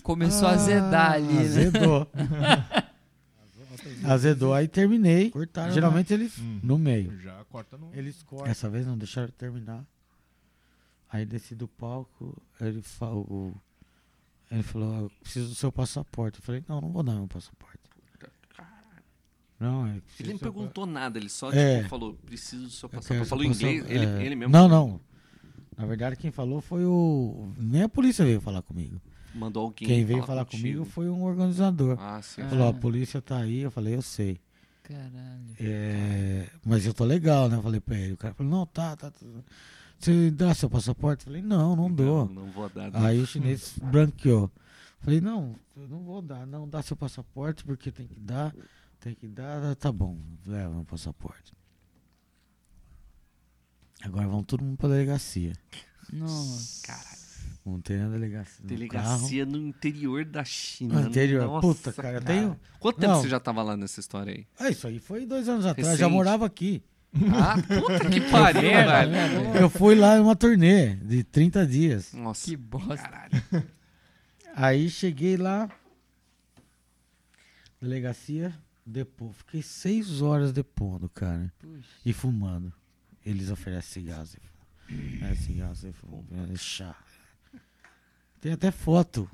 Speaker 3: Começou
Speaker 4: Ah,
Speaker 3: a zedar ali, né?
Speaker 4: Azedou. Azedou, aí terminei. Cortaram. Geralmente eles
Speaker 2: Hum.
Speaker 4: no meio.
Speaker 2: Já corta no.
Speaker 4: Eles cortam. Essa vez não deixaram eu terminar. Aí desci do palco, ele falou. Ele falou, "Ah, eu preciso do seu passaporte. Eu falei, não, não vou dar meu passaporte. Não, é ele
Speaker 1: Ele
Speaker 4: precisa
Speaker 1: nem
Speaker 4: do seu pa-
Speaker 1: perguntou nada, ele só
Speaker 4: É.
Speaker 1: tipo, falou, preciso do seu
Speaker 4: Eu
Speaker 1: passaporte.
Speaker 4: quero
Speaker 1: Falou
Speaker 4: passar-
Speaker 1: inglês, ele,
Speaker 4: é.
Speaker 1: ele mesmo
Speaker 4: Não, não. Na verdade, quem falou foi o. Nem a polícia veio falar comigo.
Speaker 1: mandou alguém
Speaker 4: Quem, veio falar comigo foi um organizador.
Speaker 1: Ah, sim.
Speaker 3: Ah.
Speaker 4: Falou, a polícia tá aí. Eu falei, eu sei.
Speaker 3: Caralho.
Speaker 4: É, mas eu tô legal, né? Eu falei pra ele. O cara falou, não, tá, tá. tá. Você dá seu passaporte? Eu falei, não, não dou.
Speaker 1: Não, não vou dar.
Speaker 4: Aí o chinês branqueou. Falei, não, eu não vou dar, não dá seu passaporte, porque tem que dar, tem que dar, tá bom, leva meu passaporte. Agora vamos todo mundo pra delegacia.
Speaker 3: Nossa.
Speaker 1: Caralho.
Speaker 4: Montei na delegacia. no
Speaker 1: Delegacia no interior da
Speaker 4: carro.
Speaker 1: China.
Speaker 4: No interior.
Speaker 1: Nossa,
Speaker 4: Puta, cara, eu tenho.
Speaker 1: Quanto tempo
Speaker 4: Não.
Speaker 1: você já tava lá nessa história aí?
Speaker 4: Ah, isso aí foi dois anos atrás, já
Speaker 1: Recente.
Speaker 4: morava aqui.
Speaker 1: Ah, puta que pariu,
Speaker 4: né?
Speaker 1: velho.
Speaker 4: Eu fui lá em uma turnê de 30 dias.
Speaker 1: Nossa,
Speaker 3: Que bosta.
Speaker 1: caralho.
Speaker 4: Aí cheguei lá, delegacia, depois. Fiquei seis horas depondo, cara.
Speaker 3: Puxa.
Speaker 4: E fumando. Eles oferecem cigarro, você fuma. É, cigarro, você fuma. É, chá. Tem até foto.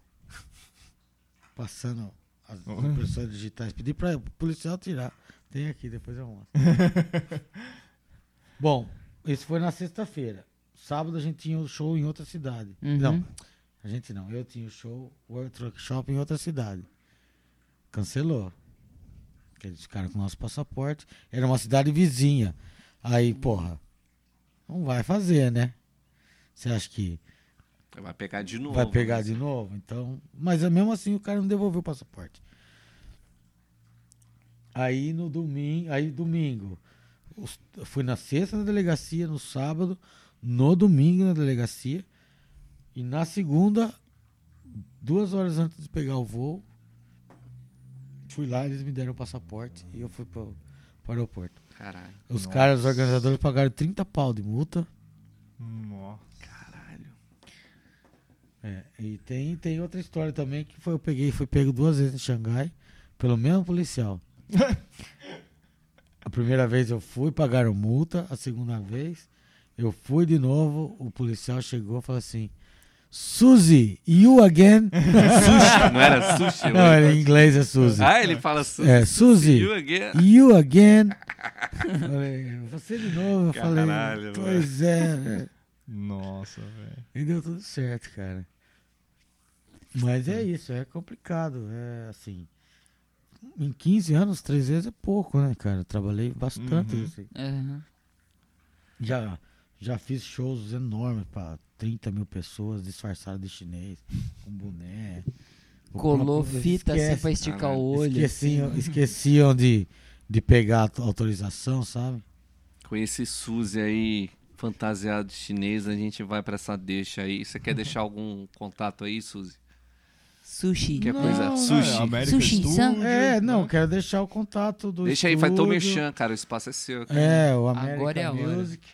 Speaker 4: Passando as impressões digitais. Pedi pra o policial tirar. Tem aqui, depois eu mostro. Bom, isso foi na sexta-feira. Sábado a gente tinha o show em outra cidade.
Speaker 3: Uhum.
Speaker 4: Não, a gente não. Eu tinha o show World Truck Shop em outra cidade. Cancelou. Porque Eles ficaram com o nosso passaporte. Era uma cidade vizinha. Aí, porra, não vai fazer, né? Você acha que
Speaker 1: Vai pegar de novo. né?
Speaker 4: vai pegar de novo? Então, mas é mesmo assim o cara não devolveu o passaporte. Aí no domingo, aí domingo, os- eu fui na sexta na delegacia, no sábado, no domingo na delegacia e na segunda, duas horas antes de pegar o voo, fui lá eles me deram o passaporte e eu fui para o aeroporto.
Speaker 1: Caralho,
Speaker 4: Os caras, os organizadores pagaram 30 pau de multa.
Speaker 2: Nossa.
Speaker 1: caralho.
Speaker 4: É, e tem, tem outra história também que foi, eu peguei, fui pego duas vezes em Xangai pelo mesmo policial. a primeira vez eu fui, pagaram multa, a segunda vez eu fui de novo, o policial chegou e falou assim: Suzy, you again?
Speaker 1: Sushi, Ah, não era sushi? né?
Speaker 4: Não, era em inglês é Suzy.
Speaker 1: Ah, ele fala sushi.
Speaker 4: É, Suzy,
Speaker 1: You again?
Speaker 4: you again? Falei, você de novo? Eu falei,
Speaker 1: Caralho,
Speaker 4: pois é.
Speaker 2: Nossa, velho.
Speaker 4: E deu tudo certo, cara. Mas é isso, é complicado. É assim. Em 15 anos, três vezes é pouco, né, cara? Eu trabalhei bastante.
Speaker 2: Uhum.
Speaker 4: assim.
Speaker 3: Aham.
Speaker 4: Já, já fiz shows enormes pra 30 mil pessoas disfarçadas de chinês, com boné. O
Speaker 3: Colou
Speaker 4: próprio-
Speaker 3: fita assim
Speaker 4: esquece-
Speaker 3: pra esticar
Speaker 1: Caralho,
Speaker 3: o olho. assim.
Speaker 4: Esqueciam, esqueciam de, de pegar a auto- autorização, sabe?
Speaker 1: Conheci Suzy aí, fantasiado de
Speaker 4: Uhum.
Speaker 1: chinês, a gente vai pra essa deixa aí. Você quer deixar algum contato aí, Suzy?
Speaker 3: Sushi.
Speaker 1: Que é coisa.
Speaker 4: Não,
Speaker 1: Sushi.
Speaker 2: É, América
Speaker 3: Sushi,
Speaker 2: Studio,
Speaker 3: san-
Speaker 4: É, não,
Speaker 2: né?
Speaker 4: quero deixar o contato do
Speaker 1: Deixa aí, faz teu
Speaker 4: estúdio.
Speaker 1: merchan, cara. O espaço é seu. cara.
Speaker 4: É, o
Speaker 3: Agora
Speaker 4: América
Speaker 3: é a hora.
Speaker 4: Music.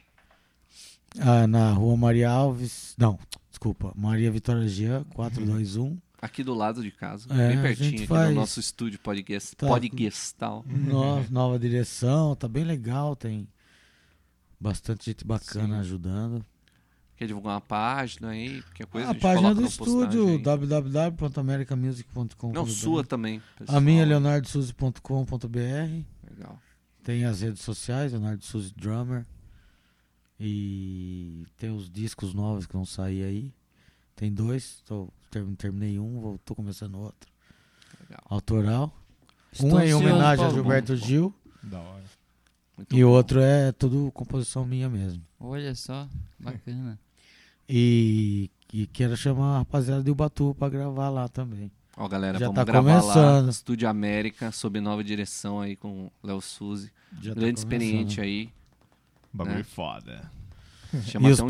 Speaker 4: Ah, na rua Maria Alves. Não, desculpa. Maria Vitória Jean, 421.
Speaker 1: Aqui do lado de casa.
Speaker 4: É,
Speaker 1: bem
Speaker 4: a
Speaker 1: pertinho,
Speaker 4: gente
Speaker 1: aqui
Speaker 4: faz-
Speaker 1: no nosso estúdio podcast,
Speaker 4: Tá.
Speaker 1: podcastal.
Speaker 4: No- nova direção, tá bem legal. Tem bastante gente bacana ajudando.
Speaker 1: Quer divulgar uma página aí? Qualquer coisa, a,
Speaker 4: a
Speaker 1: gente
Speaker 4: Ah, página
Speaker 1: coloca
Speaker 4: do
Speaker 1: na postagem
Speaker 4: estúdio,
Speaker 1: aí.
Speaker 4: www.americamusic.com.
Speaker 1: Não, sua também.
Speaker 4: A minha,
Speaker 1: pessoal.
Speaker 4: leonardosuzy.com.br.
Speaker 1: Legal.
Speaker 4: Tem as redes sociais, Leonardo Suzy Drummer. E tem os discos novos que vão sair aí. Tem dois, tô, term- terminei um, vou, tô começando outro.
Speaker 1: Legal.
Speaker 4: Autoral.
Speaker 3: Estou
Speaker 4: um é em
Speaker 3: ansioso
Speaker 4: homenagem a
Speaker 3: pra-
Speaker 4: Gilberto
Speaker 1: Bom,
Speaker 4: Gil
Speaker 2: Da hora.
Speaker 1: Muito
Speaker 4: e o
Speaker 1: bom.
Speaker 4: outro é tudo composição minha mesmo.
Speaker 3: Olha só, bacana.
Speaker 4: E, e quero chamar a rapaziada de Ubatu pra gravar lá também.
Speaker 1: Ó, galera,
Speaker 4: Já
Speaker 1: vamos
Speaker 4: tá
Speaker 1: gravar
Speaker 4: começando.
Speaker 1: lá. Estúdio América, sob nova direção aí com o Léo Suzy.
Speaker 4: Já
Speaker 1: Grande
Speaker 4: tá começando.
Speaker 1: experiente aí.
Speaker 2: Bagulho
Speaker 1: Né?
Speaker 2: foda.
Speaker 1: Chama
Speaker 4: E os
Speaker 1: até um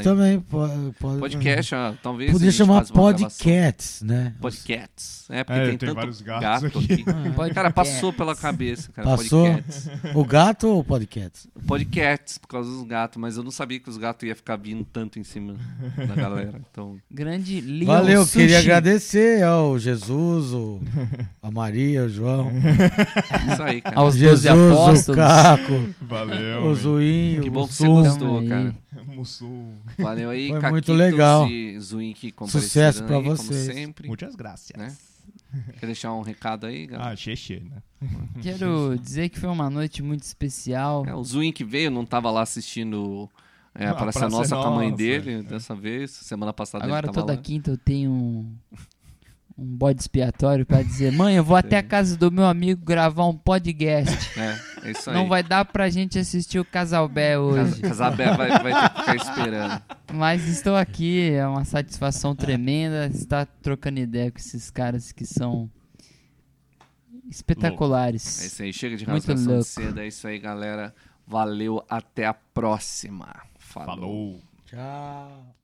Speaker 1: chinês aí.
Speaker 4: também. po- pode-
Speaker 1: Podcast, ó, talvez. a
Speaker 4: Podia
Speaker 1: gente
Speaker 4: chamar
Speaker 1: faça uma gravação.
Speaker 4: podcasts, né?
Speaker 1: Podcasts. É, porque
Speaker 2: É,
Speaker 1: tem,
Speaker 2: tem
Speaker 1: tanto
Speaker 2: vários gatos
Speaker 1: gato
Speaker 2: aqui.
Speaker 1: aqui.
Speaker 3: Pode-
Speaker 1: Cara, passou pela cabeça, cara.
Speaker 4: Passou?
Speaker 1: Podcasts.
Speaker 4: O gato ou o podcast?
Speaker 1: Podcasts, por causa dos gatos, mas eu não sabia que os gatos iam ficar vindo tanto em cima da galera. Então,
Speaker 3: Grande Leon
Speaker 4: Valeu,
Speaker 3: Sushi.
Speaker 4: queria agradecer ao Jesus, o, a Maria, o João,
Speaker 1: é isso aí, cara.
Speaker 3: Aos
Speaker 4: Jesus,
Speaker 3: 12
Speaker 4: o
Speaker 3: apóstolos.
Speaker 4: Caco,
Speaker 2: Valeu.
Speaker 4: o Zuinho,
Speaker 1: Que
Speaker 4: o
Speaker 1: bom que você
Speaker 4: Mussum.
Speaker 1: gostou,
Speaker 3: Tamo aí.
Speaker 1: cara.
Speaker 2: hein? Mussum.
Speaker 1: Valeu aí,
Speaker 4: Foi
Speaker 1: Caquitos
Speaker 4: muito legal.
Speaker 1: e Zuin que
Speaker 4: Sucesso
Speaker 1: compareceram
Speaker 4: pra
Speaker 1: aí, como
Speaker 4: vocês.
Speaker 1: sempre.
Speaker 2: Muitas graças.
Speaker 1: Né? Quer deixar um recado aí, galera?
Speaker 2: Ah, xexê, né?
Speaker 3: Quero dizer que foi uma noite muito especial.
Speaker 1: É, o Zuin que veio, não tava lá assistindo é, a
Speaker 2: Ah,
Speaker 1: Praça
Speaker 2: Praça
Speaker 1: Nossa com a mãe
Speaker 2: Nossa,
Speaker 1: dele
Speaker 2: é.
Speaker 1: dessa vez. Semana passada
Speaker 3: Agora
Speaker 1: ele tava
Speaker 3: toda
Speaker 1: lá.
Speaker 3: quinta eu tenho um, um bode expiatório pra dizer: mãe, eu vou até a casa do meu amigo gravar um podcast.
Speaker 1: É, é isso aí.
Speaker 3: Não vai dar pra gente assistir o Casalbé hoje.
Speaker 1: Cas- Casabé vai, vai ter que ficar esperando.
Speaker 3: Mas estou aqui, é uma satisfação tremenda estar trocando ideia com esses caras que são
Speaker 1: É
Speaker 3: espetaculares.
Speaker 1: isso aí, chega de
Speaker 3: Muito
Speaker 1: rasgação de
Speaker 3: louco.
Speaker 1: cedo. É isso aí, galera. Valeu, até a próxima.
Speaker 2: Falou.
Speaker 4: Tchau.